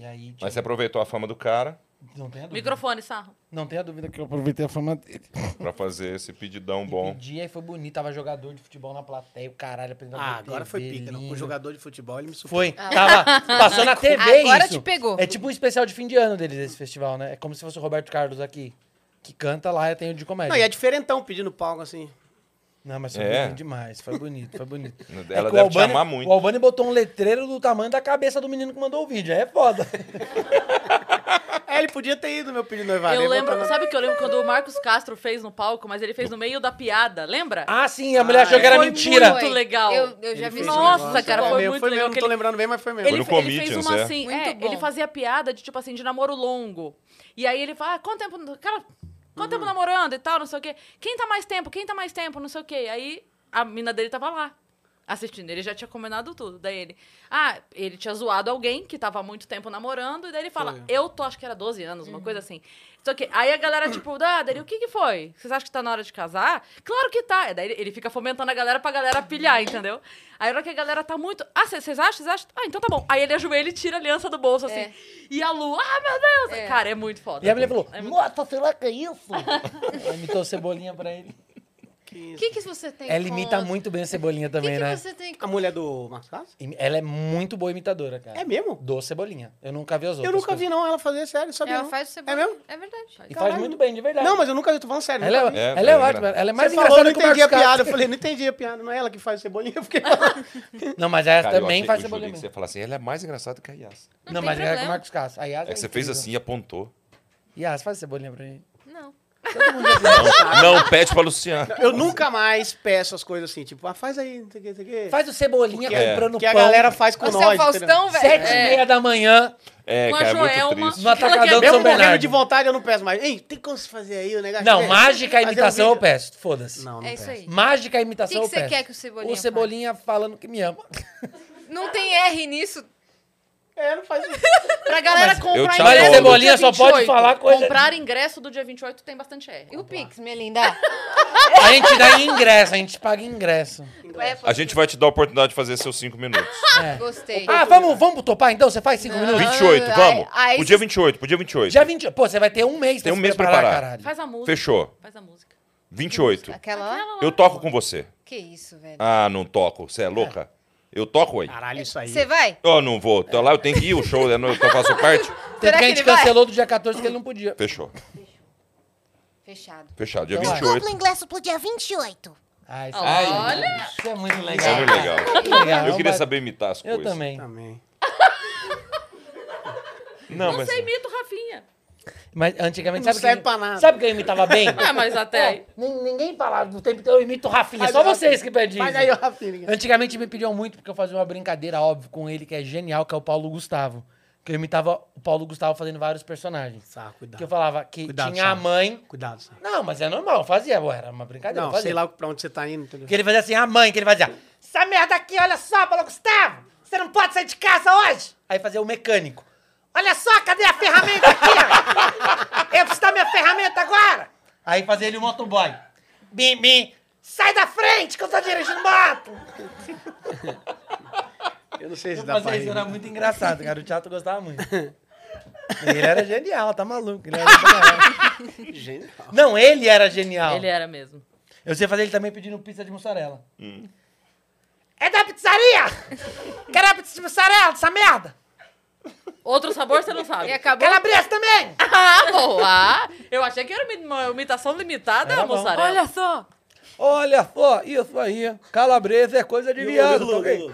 [SPEAKER 4] E aí,
[SPEAKER 6] Mas é- você
[SPEAKER 4] tinha-
[SPEAKER 6] aproveitou a fama do cara
[SPEAKER 4] não tenha dúvida.
[SPEAKER 1] Microfone, sarro.
[SPEAKER 4] Não tenha dúvida que eu aproveitei a fama dele.
[SPEAKER 6] pra fazer esse pedidão
[SPEAKER 4] Bom.
[SPEAKER 6] bom.
[SPEAKER 4] Pedi, aí foi bonito. Tava jogador de futebol na plateia, o caralho. apresentador
[SPEAKER 3] Ah,
[SPEAKER 4] de
[SPEAKER 3] agora foi
[SPEAKER 4] TV,
[SPEAKER 3] pica. Não, com
[SPEAKER 4] lindo.
[SPEAKER 3] jogador de futebol, ele me supera.
[SPEAKER 4] Foi. Tava passando na TV
[SPEAKER 2] Ah. Agora
[SPEAKER 4] isso.
[SPEAKER 2] te pegou.
[SPEAKER 4] É tipo um especial de fim de ano deles, esse festival, né? É como se fosse o Roberto Carlos aqui. Que canta lá, eu tenho de comédia.
[SPEAKER 3] Não, e é diferentão pedindo palco assim.
[SPEAKER 4] Não, mas foi
[SPEAKER 6] É.
[SPEAKER 4] bonito demais. Foi bonito, foi bonito. É
[SPEAKER 6] Ela
[SPEAKER 4] que o
[SPEAKER 6] deve te amar muito.
[SPEAKER 4] O Albani botou um letreiro do tamanho da cabeça do menino que mandou o vídeo. Aí é foda.
[SPEAKER 3] É, ele podia ter ido, meu pedido noivado.
[SPEAKER 1] eu
[SPEAKER 3] ele
[SPEAKER 1] lembro,
[SPEAKER 3] botou na-
[SPEAKER 1] sabe o que eu lembro quando o Marcos Castro fez no palco, mas ele fez no meio da piada, lembra?
[SPEAKER 4] Ah, sim, a mulher achou
[SPEAKER 1] é.
[SPEAKER 4] que era
[SPEAKER 1] Foi
[SPEAKER 4] mentira.
[SPEAKER 1] muito legal.
[SPEAKER 2] Eu, eu já vi
[SPEAKER 3] fez
[SPEAKER 2] isso.
[SPEAKER 3] um
[SPEAKER 1] Nossa,
[SPEAKER 3] negócio.
[SPEAKER 1] cara, foi
[SPEAKER 3] meu,
[SPEAKER 1] muito
[SPEAKER 3] foi mesmo,
[SPEAKER 1] legal
[SPEAKER 3] Não
[SPEAKER 1] que
[SPEAKER 3] tô
[SPEAKER 1] ele-
[SPEAKER 3] lembrando bem, mas foi mesmo.
[SPEAKER 1] Ele,
[SPEAKER 6] Foi no
[SPEAKER 1] fe- ele fez
[SPEAKER 6] Comedians,
[SPEAKER 1] uma
[SPEAKER 6] é.
[SPEAKER 1] assim,
[SPEAKER 2] Muito
[SPEAKER 1] é,
[SPEAKER 2] bom.
[SPEAKER 1] ele fazia piada de tipo assim, de namoro longo. E aí ele fala, ah, quanto tempo, cara, quanto
[SPEAKER 6] Uhum.
[SPEAKER 1] tempo namorando e tal, não sei o quê. Quem tá mais tempo, quem tá mais tempo, não sei o quê. Aí a mina dele tava lá, assistindo, ele já tinha combinado tudo. Daí ele, ah, ele tinha zoado alguém que tava há muito tempo namorando, e daí ele fala, eu tô, acho que era 12 anos, uma coisa assim. Não sei o quê. Aí a galera tipo, ah, dele, o que que foi? Vocês acham que tá na hora de casar? Claro que tá. E Daí ele- ele fica fomentando a galera pra galera pilhar, entendeu? Aí a hora que a galera tá muito. Ah, cê- vocês acham? Vocês acham? Ah, então tá bom. Aí ele ajoelha e tira a aliança do bolso, assim.
[SPEAKER 2] É.
[SPEAKER 1] E a Lu, ah, meu Deus! Cara, é muito foda.
[SPEAKER 4] E a mulher falou,
[SPEAKER 1] É muito-
[SPEAKER 4] nossa, será que é isso? Aí Imitou cebolinha pra ele.
[SPEAKER 2] O que, que você tem
[SPEAKER 4] Ela imita
[SPEAKER 2] contra?
[SPEAKER 4] É muito bem a cebolinha
[SPEAKER 2] O que,
[SPEAKER 4] também,
[SPEAKER 2] que tipo
[SPEAKER 4] né?
[SPEAKER 2] você tem
[SPEAKER 3] A mulher do Marcos Castro?
[SPEAKER 4] Imi- Ela é muito boa imitadora, cara.
[SPEAKER 3] É mesmo?
[SPEAKER 4] Do cebolinha. Eu nunca vi as
[SPEAKER 3] Eu
[SPEAKER 4] outras.
[SPEAKER 3] nunca vi,
[SPEAKER 4] coisas.
[SPEAKER 3] não, ela fazer sério, sabia?
[SPEAKER 2] Ela
[SPEAKER 3] não.
[SPEAKER 2] faz o
[SPEAKER 3] É
[SPEAKER 2] cebolinha.
[SPEAKER 3] mesmo?
[SPEAKER 2] É verdade.
[SPEAKER 4] E faz
[SPEAKER 3] Caralho.
[SPEAKER 4] muito bem, de verdade.
[SPEAKER 3] Não, mas eu nunca vi, tô falando sério.
[SPEAKER 4] Ela
[SPEAKER 3] nunca
[SPEAKER 4] é,
[SPEAKER 3] vi.
[SPEAKER 6] É,
[SPEAKER 4] ela é
[SPEAKER 6] é
[SPEAKER 4] ótima.
[SPEAKER 6] verdade.
[SPEAKER 4] Ela é
[SPEAKER 3] Você
[SPEAKER 4] mais
[SPEAKER 3] falou, eu não
[SPEAKER 4] engraçada que o
[SPEAKER 3] entendi a
[SPEAKER 4] Marcos
[SPEAKER 3] piada.
[SPEAKER 4] Castro.
[SPEAKER 3] Eu falei, não entendi a piada. Não é ela que faz cebolinha? Eu fiquei falando.
[SPEAKER 4] Não, mas ela
[SPEAKER 6] Cara, eu
[SPEAKER 4] também
[SPEAKER 6] achei-
[SPEAKER 4] faz
[SPEAKER 6] eu jurei
[SPEAKER 4] cebolinha.
[SPEAKER 6] que você ia falar assim, ela é mais engraçada que a Yas.
[SPEAKER 2] Não
[SPEAKER 4] Não,
[SPEAKER 2] tem
[SPEAKER 4] mas era com o
[SPEAKER 2] problema.
[SPEAKER 4] Marcos Castro. A Yas
[SPEAKER 6] É que você fez
[SPEAKER 4] incrível.
[SPEAKER 6] assim e apontou.
[SPEAKER 4] Yas, faz cebolinha pra mim.
[SPEAKER 2] Não.
[SPEAKER 6] Não, não pede pra Luciana.
[SPEAKER 3] Eu nunca mais peço as coisas assim, tipo, ah, faz aí, não sei o que, não sei o que.
[SPEAKER 4] Faz o cebolinha
[SPEAKER 6] É.
[SPEAKER 4] comprando
[SPEAKER 3] que a
[SPEAKER 4] pão.
[SPEAKER 3] galera faz com
[SPEAKER 2] Você
[SPEAKER 3] nós.
[SPEAKER 2] é o Faustão,
[SPEAKER 3] entendeu?
[SPEAKER 2] velho?
[SPEAKER 4] Sete e
[SPEAKER 2] É.
[SPEAKER 4] meia da manhã.
[SPEAKER 6] É,
[SPEAKER 1] Com a
[SPEAKER 6] cara, é muito
[SPEAKER 1] Joelma.
[SPEAKER 6] triste.
[SPEAKER 4] no
[SPEAKER 3] é
[SPEAKER 4] atacadão do
[SPEAKER 3] Mesmo
[SPEAKER 4] São
[SPEAKER 3] morrendo de
[SPEAKER 4] Bernardo.
[SPEAKER 3] vontade, eu não peço mais. Ei, tem como se fazer aí o negócio?
[SPEAKER 4] Não,
[SPEAKER 3] É.
[SPEAKER 4] mágica e
[SPEAKER 3] Fazer um
[SPEAKER 4] imitação eu
[SPEAKER 3] vídeo.
[SPEAKER 4] peço. Foda-se.
[SPEAKER 3] Não, não
[SPEAKER 2] É isso
[SPEAKER 3] peço.
[SPEAKER 2] aí.
[SPEAKER 4] Mágica e imitação
[SPEAKER 2] O que
[SPEAKER 4] eu
[SPEAKER 2] que você
[SPEAKER 4] peço.
[SPEAKER 2] quer que o Cebolinha
[SPEAKER 4] O Cebolinha falando que me ama.
[SPEAKER 2] Não tem R nisso.
[SPEAKER 3] É, não faz isso.
[SPEAKER 1] Pra galera
[SPEAKER 6] eu
[SPEAKER 1] comprar ingresso.
[SPEAKER 6] te adoro.
[SPEAKER 1] do dia
[SPEAKER 4] Cebolinha só pode
[SPEAKER 1] 28.
[SPEAKER 4] falar coisa-
[SPEAKER 1] Comprar ingresso do dia 28 tem bastante R.
[SPEAKER 2] E o Pix, Melinda?
[SPEAKER 4] A gente dá ingresso, a gente paga ingresso.
[SPEAKER 2] É, foi-
[SPEAKER 6] A gente vai te dar a oportunidade de fazer seus 5 minutos.
[SPEAKER 2] Gostei.
[SPEAKER 4] Ah, vamos, vamos topar então? Você faz cinco minutos?
[SPEAKER 6] 28,
[SPEAKER 2] ai,
[SPEAKER 6] vamos.
[SPEAKER 2] ai,
[SPEAKER 6] Pro dia
[SPEAKER 2] vocês-
[SPEAKER 6] 28, pro dia 28.
[SPEAKER 4] Já 20. Pô, você vai ter um mês
[SPEAKER 6] Tem um
[SPEAKER 4] se
[SPEAKER 6] mês pra preparar.
[SPEAKER 4] caralho.
[SPEAKER 1] Faz a música.
[SPEAKER 6] Fechou.
[SPEAKER 1] Faz a música.
[SPEAKER 6] 28.
[SPEAKER 2] Aquela lá?
[SPEAKER 6] Eu toco com você.
[SPEAKER 2] Que isso, velho.
[SPEAKER 6] Ah, não toco. Você é louca? Eu toco aí.
[SPEAKER 3] Caralho, isso aí.
[SPEAKER 2] Você vai?
[SPEAKER 6] Eu não vou. Tô lá, eu tenho que ir, o show, é eu não- eu faço parte.
[SPEAKER 4] Tanto
[SPEAKER 2] Será
[SPEAKER 4] que a
[SPEAKER 2] que
[SPEAKER 4] gente
[SPEAKER 2] ele vai?
[SPEAKER 4] cancelou do dia 14 que ele não podia.
[SPEAKER 6] Fechou.
[SPEAKER 2] Fechado.
[SPEAKER 6] Fechado. Dia
[SPEAKER 4] Então vai.
[SPEAKER 6] 28.
[SPEAKER 9] ingresso pro dia 28.
[SPEAKER 4] Ai, isso,
[SPEAKER 1] Olha!
[SPEAKER 4] isso é muito
[SPEAKER 6] Isso
[SPEAKER 4] legal.
[SPEAKER 6] é muito legal.
[SPEAKER 4] legal.
[SPEAKER 6] Eu queria
[SPEAKER 4] Mas-
[SPEAKER 6] saber Tá. imitar as
[SPEAKER 4] Eu
[SPEAKER 6] coisas.
[SPEAKER 4] também.
[SPEAKER 3] Também.
[SPEAKER 6] Não, mas. é.
[SPEAKER 1] Você imita o Rafinha.
[SPEAKER 4] Mas antigamente,
[SPEAKER 3] Não
[SPEAKER 4] sabe
[SPEAKER 3] serve
[SPEAKER 4] quem...
[SPEAKER 3] pra nada.
[SPEAKER 4] Sabe quem eu imitava bem?
[SPEAKER 1] Ah, mas até aí.
[SPEAKER 4] Nin- Ninguém falava do tempo, então eu imito o Rafinha.
[SPEAKER 3] Faz
[SPEAKER 4] Só
[SPEAKER 3] o Rafinha.
[SPEAKER 4] vocês que pedem
[SPEAKER 3] Faz
[SPEAKER 4] isso.
[SPEAKER 3] aí, ó, Rafinha.
[SPEAKER 4] Antigamente me pediam muito porque eu fazia uma brincadeira, óbvio, com ele que é genial, que é o Paulo Gustavo. Que eu imitava o Paulo Gustavo fazendo vários personagens.
[SPEAKER 3] Sá, Tá, cuidado.
[SPEAKER 4] Que eu falava que
[SPEAKER 3] Cuidado,
[SPEAKER 4] tinha a
[SPEAKER 3] Sá.
[SPEAKER 4] mãe...
[SPEAKER 3] Cuidado, Sá.
[SPEAKER 4] Não, mas é normal, eu fazia, ué, era uma brincadeira. eu
[SPEAKER 3] Não,
[SPEAKER 4] fazia.
[SPEAKER 3] sei lá pra onde você tá indo, entendeu?
[SPEAKER 4] Que ele fazia assim, a mãe, que ele fazia. Essa merda aqui, olha só, Paulo Gustavo! Você não pode sair de casa hoje! Aí fazia o mecânico. Olha só, cadê a ferramenta aqui? ó? Eu preciso da minha ferramenta agora! Aí fazia ele o motoboy. Bim, bim. Sai da frente que eu tô dirigindo moto!
[SPEAKER 3] Eu não sei se
[SPEAKER 4] Eu
[SPEAKER 3] dá pra
[SPEAKER 4] fazia isso,
[SPEAKER 3] rir.
[SPEAKER 4] era muito engraçado, cara. O teatro gostava muito. Ele era genial, tá maluco. Ele era
[SPEAKER 3] Gente,
[SPEAKER 4] Não, ele era genial.
[SPEAKER 1] Ele era mesmo.
[SPEAKER 4] Eu sei fazer ele também pedindo pizza de mussarela.
[SPEAKER 10] Hum.
[SPEAKER 4] É da pizzaria! Quero a pizza de mussarela, essa merda!
[SPEAKER 1] Outro sabor você não
[SPEAKER 2] E
[SPEAKER 1] sabe.
[SPEAKER 2] acabou.
[SPEAKER 4] Calabresa também!
[SPEAKER 1] Ah, boa! Eu achei que era uma imitação limitada,
[SPEAKER 4] Era
[SPEAKER 1] a
[SPEAKER 4] bom.
[SPEAKER 1] moçarela.
[SPEAKER 2] Olha só.
[SPEAKER 4] Olha só, isso aí. Calabresa é coisa de viado. tá ok?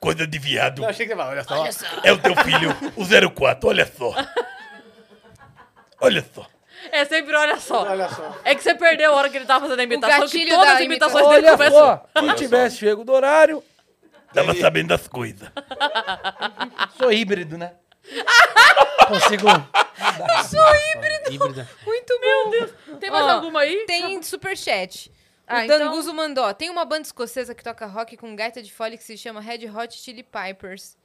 [SPEAKER 10] Coisa de viado.
[SPEAKER 3] eu achei que você falava, olha só.
[SPEAKER 10] É o teu filho, o 04, olha só. Olha só.
[SPEAKER 1] É sempre olha só.
[SPEAKER 3] Olha só.
[SPEAKER 1] É que você perdeu a hora que ele tava fazendo a imitação, que
[SPEAKER 2] gatilho
[SPEAKER 1] todas
[SPEAKER 2] da
[SPEAKER 1] as imitações
[SPEAKER 2] imitação.
[SPEAKER 1] dele
[SPEAKER 4] Olha
[SPEAKER 1] começam.
[SPEAKER 4] só, se tivesse chego do horário,
[SPEAKER 10] Tava sabendo das coisas.
[SPEAKER 4] sou híbrido, né? Consigo.
[SPEAKER 3] Híbrida.
[SPEAKER 2] Muito bom.
[SPEAKER 1] Tem mais
[SPEAKER 2] Ó,
[SPEAKER 1] alguma aí?
[SPEAKER 2] Tem superchat.
[SPEAKER 1] Ah,
[SPEAKER 2] o
[SPEAKER 1] então-
[SPEAKER 2] Danguso mandou. Tem uma banda escocesa que toca rock com gaita de fole que se chama Red Hot Chili Pipers.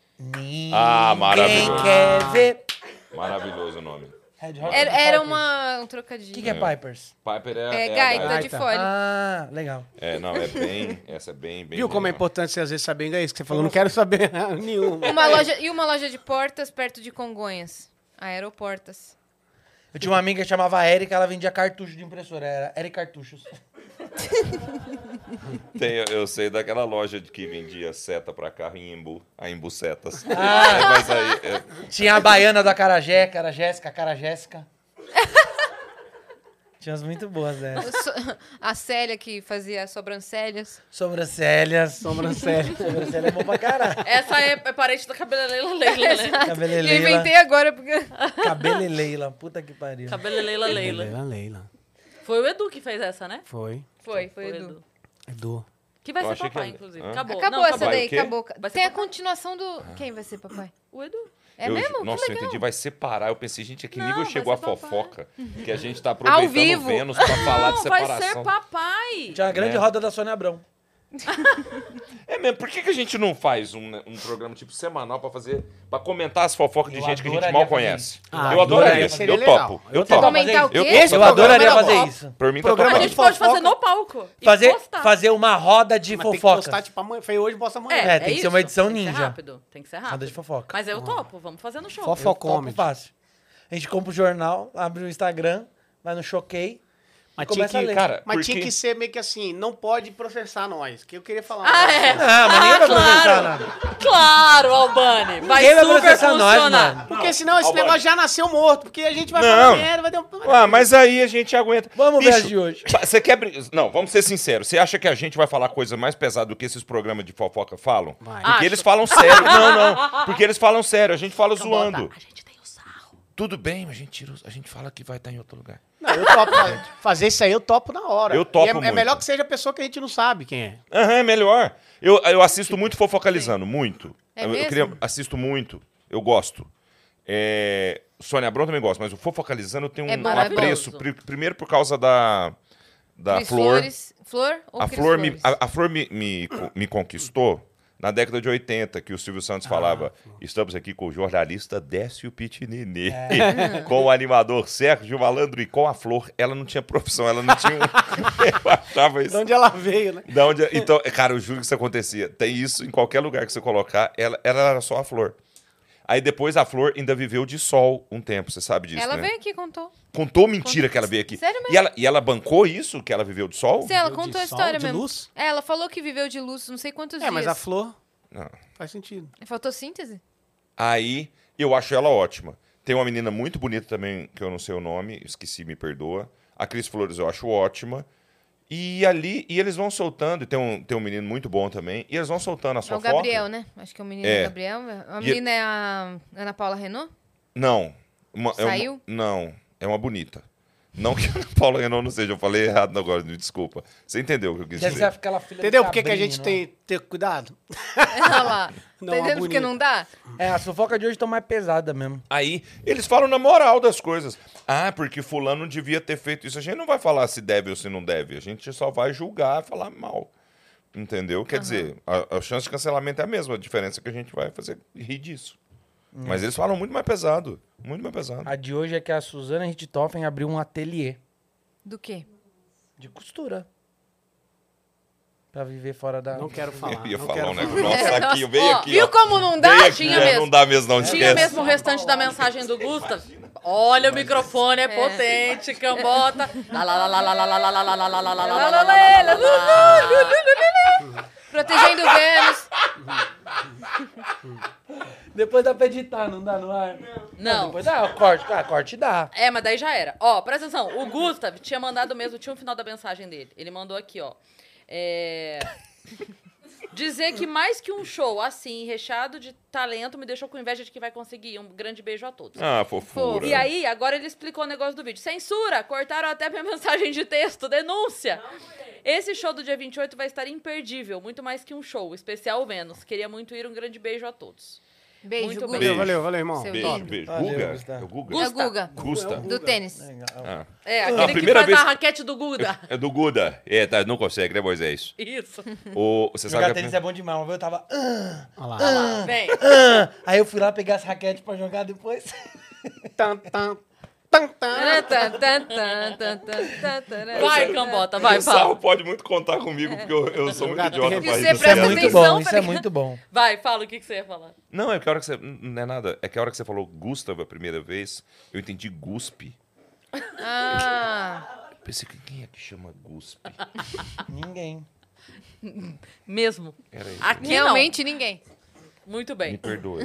[SPEAKER 6] Ah, maravilhoso.
[SPEAKER 4] Quem quer ver?
[SPEAKER 6] Maravilhoso o nome.
[SPEAKER 4] Red Hot
[SPEAKER 2] Era,
[SPEAKER 4] Chili
[SPEAKER 2] era
[SPEAKER 4] Peppers.
[SPEAKER 2] uma, um
[SPEAKER 4] O
[SPEAKER 2] trocadilho.
[SPEAKER 4] que, que é Pipers?
[SPEAKER 6] Piper é.
[SPEAKER 2] É,
[SPEAKER 6] a
[SPEAKER 2] gaita
[SPEAKER 6] gaita.
[SPEAKER 2] de
[SPEAKER 4] Gaita.
[SPEAKER 2] fole.
[SPEAKER 4] Ah, legal.
[SPEAKER 6] É, não, é bem. Essa é bem, bem.
[SPEAKER 3] Viu como é
[SPEAKER 6] legal.
[SPEAKER 3] importante você às vezes saber inglês? Que você falou, não quero saber nenhuma.
[SPEAKER 2] Uma loja, e uma loja de portas perto de Congonhas. Aeroportas.
[SPEAKER 4] Eu tinha uma amiga que chamava Erika, ela vendia cartucho de impressora. Era Erika Cartuchos.
[SPEAKER 6] Tem, eu- eu sei daquela loja de que vendia seta pra carro em Embu, a Embu Setas.
[SPEAKER 4] Ah.
[SPEAKER 6] É, mas aí. é,
[SPEAKER 4] Tinha a baiana da Carajé, Cara Jéssica, Cara Jéssica. Tinha umas muito boas dessas.
[SPEAKER 2] So- A Célia que fazia as sobrancelhas.
[SPEAKER 4] Sobrancelhas.
[SPEAKER 3] Sobrancelha.
[SPEAKER 4] Sobrancelha é bom pra caralho.
[SPEAKER 1] Essa é, é parente da cabeleleila Leila,
[SPEAKER 2] é
[SPEAKER 1] né?
[SPEAKER 2] E
[SPEAKER 4] Cabeleleila.
[SPEAKER 2] eu inventei agora porque.
[SPEAKER 4] Cabeleleila. Puta que pariu.
[SPEAKER 1] Cabeleleila Leila.
[SPEAKER 3] Leila, Leila.
[SPEAKER 1] Foi o Edu que fez essa, né?
[SPEAKER 3] Foi.
[SPEAKER 2] Foi, foi Edu.
[SPEAKER 3] Edu.
[SPEAKER 1] Que vai
[SPEAKER 6] Eu
[SPEAKER 1] ser
[SPEAKER 6] achei
[SPEAKER 1] papai,
[SPEAKER 6] que-
[SPEAKER 1] inclusive.
[SPEAKER 6] Hã?
[SPEAKER 1] Acabou.
[SPEAKER 2] Acabou
[SPEAKER 1] Não,
[SPEAKER 2] essa
[SPEAKER 1] acabou.
[SPEAKER 2] daí,
[SPEAKER 6] Vai o quê?
[SPEAKER 2] acabou.
[SPEAKER 1] Vai ser
[SPEAKER 2] Tem a
[SPEAKER 1] papai.
[SPEAKER 2] continuação do. Quem vai ser papai?
[SPEAKER 1] O Edu.
[SPEAKER 2] É
[SPEAKER 6] eu-
[SPEAKER 2] mesmo? Que
[SPEAKER 6] Nossa, eu
[SPEAKER 2] legal. é
[SPEAKER 6] entendi, vai separar. Eu pensei, gente, a que
[SPEAKER 1] Não,
[SPEAKER 6] nível
[SPEAKER 1] vai
[SPEAKER 6] chegou a
[SPEAKER 1] ser papai.
[SPEAKER 6] fofoca que a gente tá aproveitando
[SPEAKER 2] vivo.
[SPEAKER 6] Vênus pra falar de
[SPEAKER 1] Não, vai ser
[SPEAKER 6] separação.
[SPEAKER 1] papai.
[SPEAKER 4] Tinha uma grande
[SPEAKER 6] É.
[SPEAKER 4] roda da Sônia Abrão.
[SPEAKER 6] É mesmo, por que, que a gente não faz um, né, um programa tipo semanal pra fazer, pra comentar as fofocas de
[SPEAKER 4] Eu
[SPEAKER 6] gente que a gente
[SPEAKER 4] adoraria
[SPEAKER 6] mal
[SPEAKER 4] fazer
[SPEAKER 6] conhece?
[SPEAKER 3] isso. Ah,
[SPEAKER 6] eu adoraria,
[SPEAKER 3] adoraria, seria
[SPEAKER 6] eu
[SPEAKER 3] legal.
[SPEAKER 6] topo, eu
[SPEAKER 4] Você
[SPEAKER 6] topo.
[SPEAKER 2] Comentar o
[SPEAKER 6] Eu
[SPEAKER 2] quê?
[SPEAKER 6] topo.
[SPEAKER 4] Eu adoraria
[SPEAKER 1] programa
[SPEAKER 4] fazer
[SPEAKER 1] da
[SPEAKER 4] isso.
[SPEAKER 6] Por mim tá
[SPEAKER 3] Programa
[SPEAKER 1] A
[SPEAKER 6] topado.
[SPEAKER 1] gente
[SPEAKER 3] de
[SPEAKER 1] pode
[SPEAKER 3] fofoca.
[SPEAKER 1] fazer no palco. e
[SPEAKER 4] Fazer,
[SPEAKER 1] postar.
[SPEAKER 4] fazer uma roda de
[SPEAKER 3] Mas tem que
[SPEAKER 4] fofoca.
[SPEAKER 3] postar, tipo, amanhã. Foi hoje, posta amanhã.
[SPEAKER 4] É, tem que ser uma
[SPEAKER 1] isso.
[SPEAKER 4] edição
[SPEAKER 1] Tem que ser
[SPEAKER 4] ninja.
[SPEAKER 1] rápido. Tem que ser rápido.
[SPEAKER 4] Roda de fofoca.
[SPEAKER 1] Mas eu topo, vamos fazer no show.
[SPEAKER 4] Fofoca
[SPEAKER 3] Fofocômetro.
[SPEAKER 4] fácil. A gente compra o jornal, abre o Instagram, vai no Choquei.
[SPEAKER 3] Mas, tinha
[SPEAKER 4] Começa a
[SPEAKER 3] que,
[SPEAKER 4] ler.
[SPEAKER 6] Cara,
[SPEAKER 3] mas
[SPEAKER 6] por
[SPEAKER 3] tinha
[SPEAKER 6] quê?
[SPEAKER 3] que ser meio que assim, não pode processar nós. Que eu queria falar. um
[SPEAKER 1] Ah,
[SPEAKER 3] negócio.
[SPEAKER 1] é.
[SPEAKER 4] Ah, mas ninguém vai processar
[SPEAKER 1] claro.
[SPEAKER 4] nada.
[SPEAKER 1] Claro, Albani. Vai
[SPEAKER 4] Ninguém vai
[SPEAKER 1] super
[SPEAKER 4] processar nós,
[SPEAKER 1] funcionar.
[SPEAKER 4] mano.
[SPEAKER 3] Porque senão esse
[SPEAKER 6] Albani.
[SPEAKER 3] negócio já nasceu morto. Porque a gente vai
[SPEAKER 6] Não.
[SPEAKER 3] falar merda, vai dar um...
[SPEAKER 6] Ah, mas aí a gente aguenta.
[SPEAKER 4] Vamos ver
[SPEAKER 6] Bicho,
[SPEAKER 4] as de hoje.
[SPEAKER 6] Pa- Você quer. brin- Não, vamos ser sinceros. Você acha que a gente vai falar coisa mais pesada do que esses programas de fofoca falam? Porque
[SPEAKER 1] Acho. Então
[SPEAKER 6] eles falam sério. não, não. Porque eles falam sério. A gente fala zoando.
[SPEAKER 1] A gente tem o sarro.
[SPEAKER 6] Tudo bem, mas a gente, tira, o- a gente fala que vai estar em outro lugar.
[SPEAKER 3] Não, eu topo. fa- Fazer isso aí eu topo na hora.
[SPEAKER 6] Eu topo
[SPEAKER 3] E é, é
[SPEAKER 6] muito.
[SPEAKER 3] melhor que seja a pessoa que a gente não sabe quem é.
[SPEAKER 6] Aham, é melhor. Eu, eu assisto muito fofocalizando, muito.
[SPEAKER 2] É
[SPEAKER 6] eu, eu
[SPEAKER 2] mesmo?
[SPEAKER 6] queria- assisto muito. Eu gosto. É, Sônia Abrão também gosta, mas o fofocalizando tem um,
[SPEAKER 2] É
[SPEAKER 6] um
[SPEAKER 2] maravilhoso.
[SPEAKER 6] apreço. pri- primeiro por causa da, da
[SPEAKER 2] Cris
[SPEAKER 6] Tá, flor.
[SPEAKER 2] Flores. Flor ou
[SPEAKER 6] a
[SPEAKER 2] Cris
[SPEAKER 6] flor, me,
[SPEAKER 2] Flores?
[SPEAKER 6] a, a flor me, me, co- me conquistou na década de 80, que o Silvio Santos falava: estamos aqui com o jornalista Décio Pitinini, com o animador Sérgio Malandro e com a flor. Ela não tinha profissão, ela não tinha. Um... Eu achava
[SPEAKER 3] De
[SPEAKER 6] isso.
[SPEAKER 3] onde ela veio, né?
[SPEAKER 6] Da onde... Então, cara, eu juro que isso acontecia. Tem isso em qualquer lugar que você colocar, ela, ela era só a flor. Aí depois a flor ainda viveu de sol um tempo, você sabe disso,
[SPEAKER 2] Ela
[SPEAKER 6] né?
[SPEAKER 2] veio aqui e contou.
[SPEAKER 6] Contou mentira que ela veio aqui.
[SPEAKER 2] Sério mesmo?
[SPEAKER 6] E ela, e ela bancou isso, que ela viveu de sol?
[SPEAKER 2] Sim, ela
[SPEAKER 3] Viveu de
[SPEAKER 2] contou a
[SPEAKER 3] sol,
[SPEAKER 2] história
[SPEAKER 3] de
[SPEAKER 2] mesmo.
[SPEAKER 3] luz?
[SPEAKER 2] É, ela falou que viveu de luz não sei quantos
[SPEAKER 3] É,
[SPEAKER 2] dias.
[SPEAKER 3] mas a flor
[SPEAKER 6] Não.
[SPEAKER 3] faz sentido.
[SPEAKER 2] Fotossíntese?
[SPEAKER 6] Aí eu acho ela ótima. Tem uma menina muito bonita também, que eu não sei o nome, esqueci, me perdoa. A Cris Flores eu acho ótima. E ali, e eles vão soltando, e tem um, tem um menino muito bom também, e eles vão soltando a
[SPEAKER 2] É
[SPEAKER 6] sua
[SPEAKER 2] o Gabriel, né? Acho que é o menino
[SPEAKER 6] É.
[SPEAKER 2] Gabriel. A
[SPEAKER 6] E-
[SPEAKER 2] menina é a Ana Paula Renault?
[SPEAKER 6] Não. Uma- é uma-
[SPEAKER 2] Saiu?
[SPEAKER 6] não, é uma bonita. Não que a Ana Paula Renault não seja, eu falei errado agora, me desculpa. Você entendeu o que eu quis
[SPEAKER 4] Deve
[SPEAKER 6] dizer.
[SPEAKER 4] ser aquela filha
[SPEAKER 3] Entendeu
[SPEAKER 4] do
[SPEAKER 3] por que que a
[SPEAKER 4] Cabrinho,
[SPEAKER 3] gente
[SPEAKER 4] né?
[SPEAKER 3] tem que ter cuidado?
[SPEAKER 2] Olha É lá.
[SPEAKER 3] Não,
[SPEAKER 2] tá
[SPEAKER 3] a
[SPEAKER 2] entendendo porque
[SPEAKER 3] bonita.
[SPEAKER 2] não dá?
[SPEAKER 4] É, as fofocas de hoje estão mais pesadas mesmo.
[SPEAKER 6] Aí eles falam na moral das coisas. Ah, porque fulano devia ter feito isso. A gente não vai falar se deve ou se não deve. A gente só vai julgar e falar mal. Entendeu? Quer dizer, a, a chance de cancelamento é a mesma. A diferença é que a gente vai fazer rir disso. Mas eles falam muito mais pesado.
[SPEAKER 1] Ah,
[SPEAKER 6] Muito mais pesado.
[SPEAKER 4] A de hoje é que a Suzana Richthofen abriu um ateliê
[SPEAKER 2] Do quê?
[SPEAKER 4] de costura. Pra viver fora da.
[SPEAKER 3] Não quero falar.
[SPEAKER 6] Eu ia
[SPEAKER 3] não
[SPEAKER 6] falar
[SPEAKER 3] quero
[SPEAKER 6] um negócio.
[SPEAKER 3] falar.
[SPEAKER 6] Nossa,
[SPEAKER 1] Nossa,
[SPEAKER 6] aqui, veio
[SPEAKER 1] ó,
[SPEAKER 6] aqui.
[SPEAKER 1] viu
[SPEAKER 6] ó.
[SPEAKER 1] como não dá?
[SPEAKER 6] Veio aqui,
[SPEAKER 1] Tinha
[SPEAKER 6] né?
[SPEAKER 1] mesmo.
[SPEAKER 6] Não dá mesmo, não.
[SPEAKER 1] Tinha
[SPEAKER 6] Esquece.
[SPEAKER 1] mesmo o restante da mensagem do Gusta. Olha, o microfone é potente, cambota. Lá, lá, lá, lá, lá, lá, lá, lá, lá, lá, lá, lá, lá, lá, lá, lá, lá, lá, lá.
[SPEAKER 2] Protegendo Vênus.
[SPEAKER 4] Depois dá pra editar, não dá no ar?
[SPEAKER 1] Não.
[SPEAKER 4] Depois dá, corte, ah, corte dá.
[SPEAKER 1] É, mas daí já era. Ó, presta atenção. O Gustav tinha mandado mesmo, tinha um final da mensagem dele. Ele mandou aqui, ó. É... Dizer que mais que um show assim, recheado de talento, me deixou com inveja de que vai conseguir. Um grande beijo a todos.
[SPEAKER 6] Ah, fofura.
[SPEAKER 1] E aí, agora ele explicou o negócio do vídeo. Censura! Cortaram até minha mensagem de texto. Denúncia! Esse show do dia 28 vai estar imperdível. Muito mais que um show. Especial menos. Queria muito ir. Um grande beijo a todos.
[SPEAKER 2] Beijo,
[SPEAKER 1] Muito
[SPEAKER 2] Guga. É
[SPEAKER 6] bem. Beijo.
[SPEAKER 3] Valeu, valeu, irmão.
[SPEAKER 2] Seu
[SPEAKER 6] Beijo,
[SPEAKER 2] lindo.
[SPEAKER 6] beijo.
[SPEAKER 4] Valeu,
[SPEAKER 6] Guga?
[SPEAKER 4] Gusta.
[SPEAKER 6] É o Guga?
[SPEAKER 2] o
[SPEAKER 4] tá.
[SPEAKER 2] Guga,
[SPEAKER 6] Gusta.
[SPEAKER 2] do tênis.
[SPEAKER 6] Ah.
[SPEAKER 1] É,
[SPEAKER 6] a
[SPEAKER 1] aquele que
[SPEAKER 6] primeira
[SPEAKER 1] faz
[SPEAKER 6] vez-
[SPEAKER 1] a raquete do Guga.
[SPEAKER 6] É do Guda. É, tá, não consegue, né, Moisés?
[SPEAKER 1] Isso.
[SPEAKER 6] O, você sabe
[SPEAKER 4] Jogar
[SPEAKER 6] que a-
[SPEAKER 4] tênis é bom demais. Uma vez eu tava. "Ah,
[SPEAKER 3] Olha lá.
[SPEAKER 4] ah,
[SPEAKER 1] Vem.
[SPEAKER 4] ah". Aí eu fui lá pegar as raquetes pra jogar depois.
[SPEAKER 3] Tan, tan, tan, tan.
[SPEAKER 1] Vai, Cambota, Então vai,
[SPEAKER 6] o Sarro
[SPEAKER 1] fala.
[SPEAKER 6] pode muito contar comigo, porque eu, eu sou muito idiota pra
[SPEAKER 2] Você
[SPEAKER 6] isso. assim,
[SPEAKER 2] presta
[SPEAKER 6] certo?
[SPEAKER 2] atenção. tá
[SPEAKER 4] isso é muito bom.
[SPEAKER 1] Vai, fala o que, que você ia falar.
[SPEAKER 6] Não, é que a hora que você. Não é nada. É que a hora que você falou Gustavo a primeira vez, eu entendi Guspe.
[SPEAKER 2] Ah,
[SPEAKER 6] Eu pensei que quem é que chama Guspe?
[SPEAKER 4] Ninguém.
[SPEAKER 1] Mesmo.
[SPEAKER 6] Era isso.
[SPEAKER 1] Aqui
[SPEAKER 2] realmente ninguém.
[SPEAKER 1] não. Muito
[SPEAKER 6] Me
[SPEAKER 1] bem.
[SPEAKER 6] perdoe.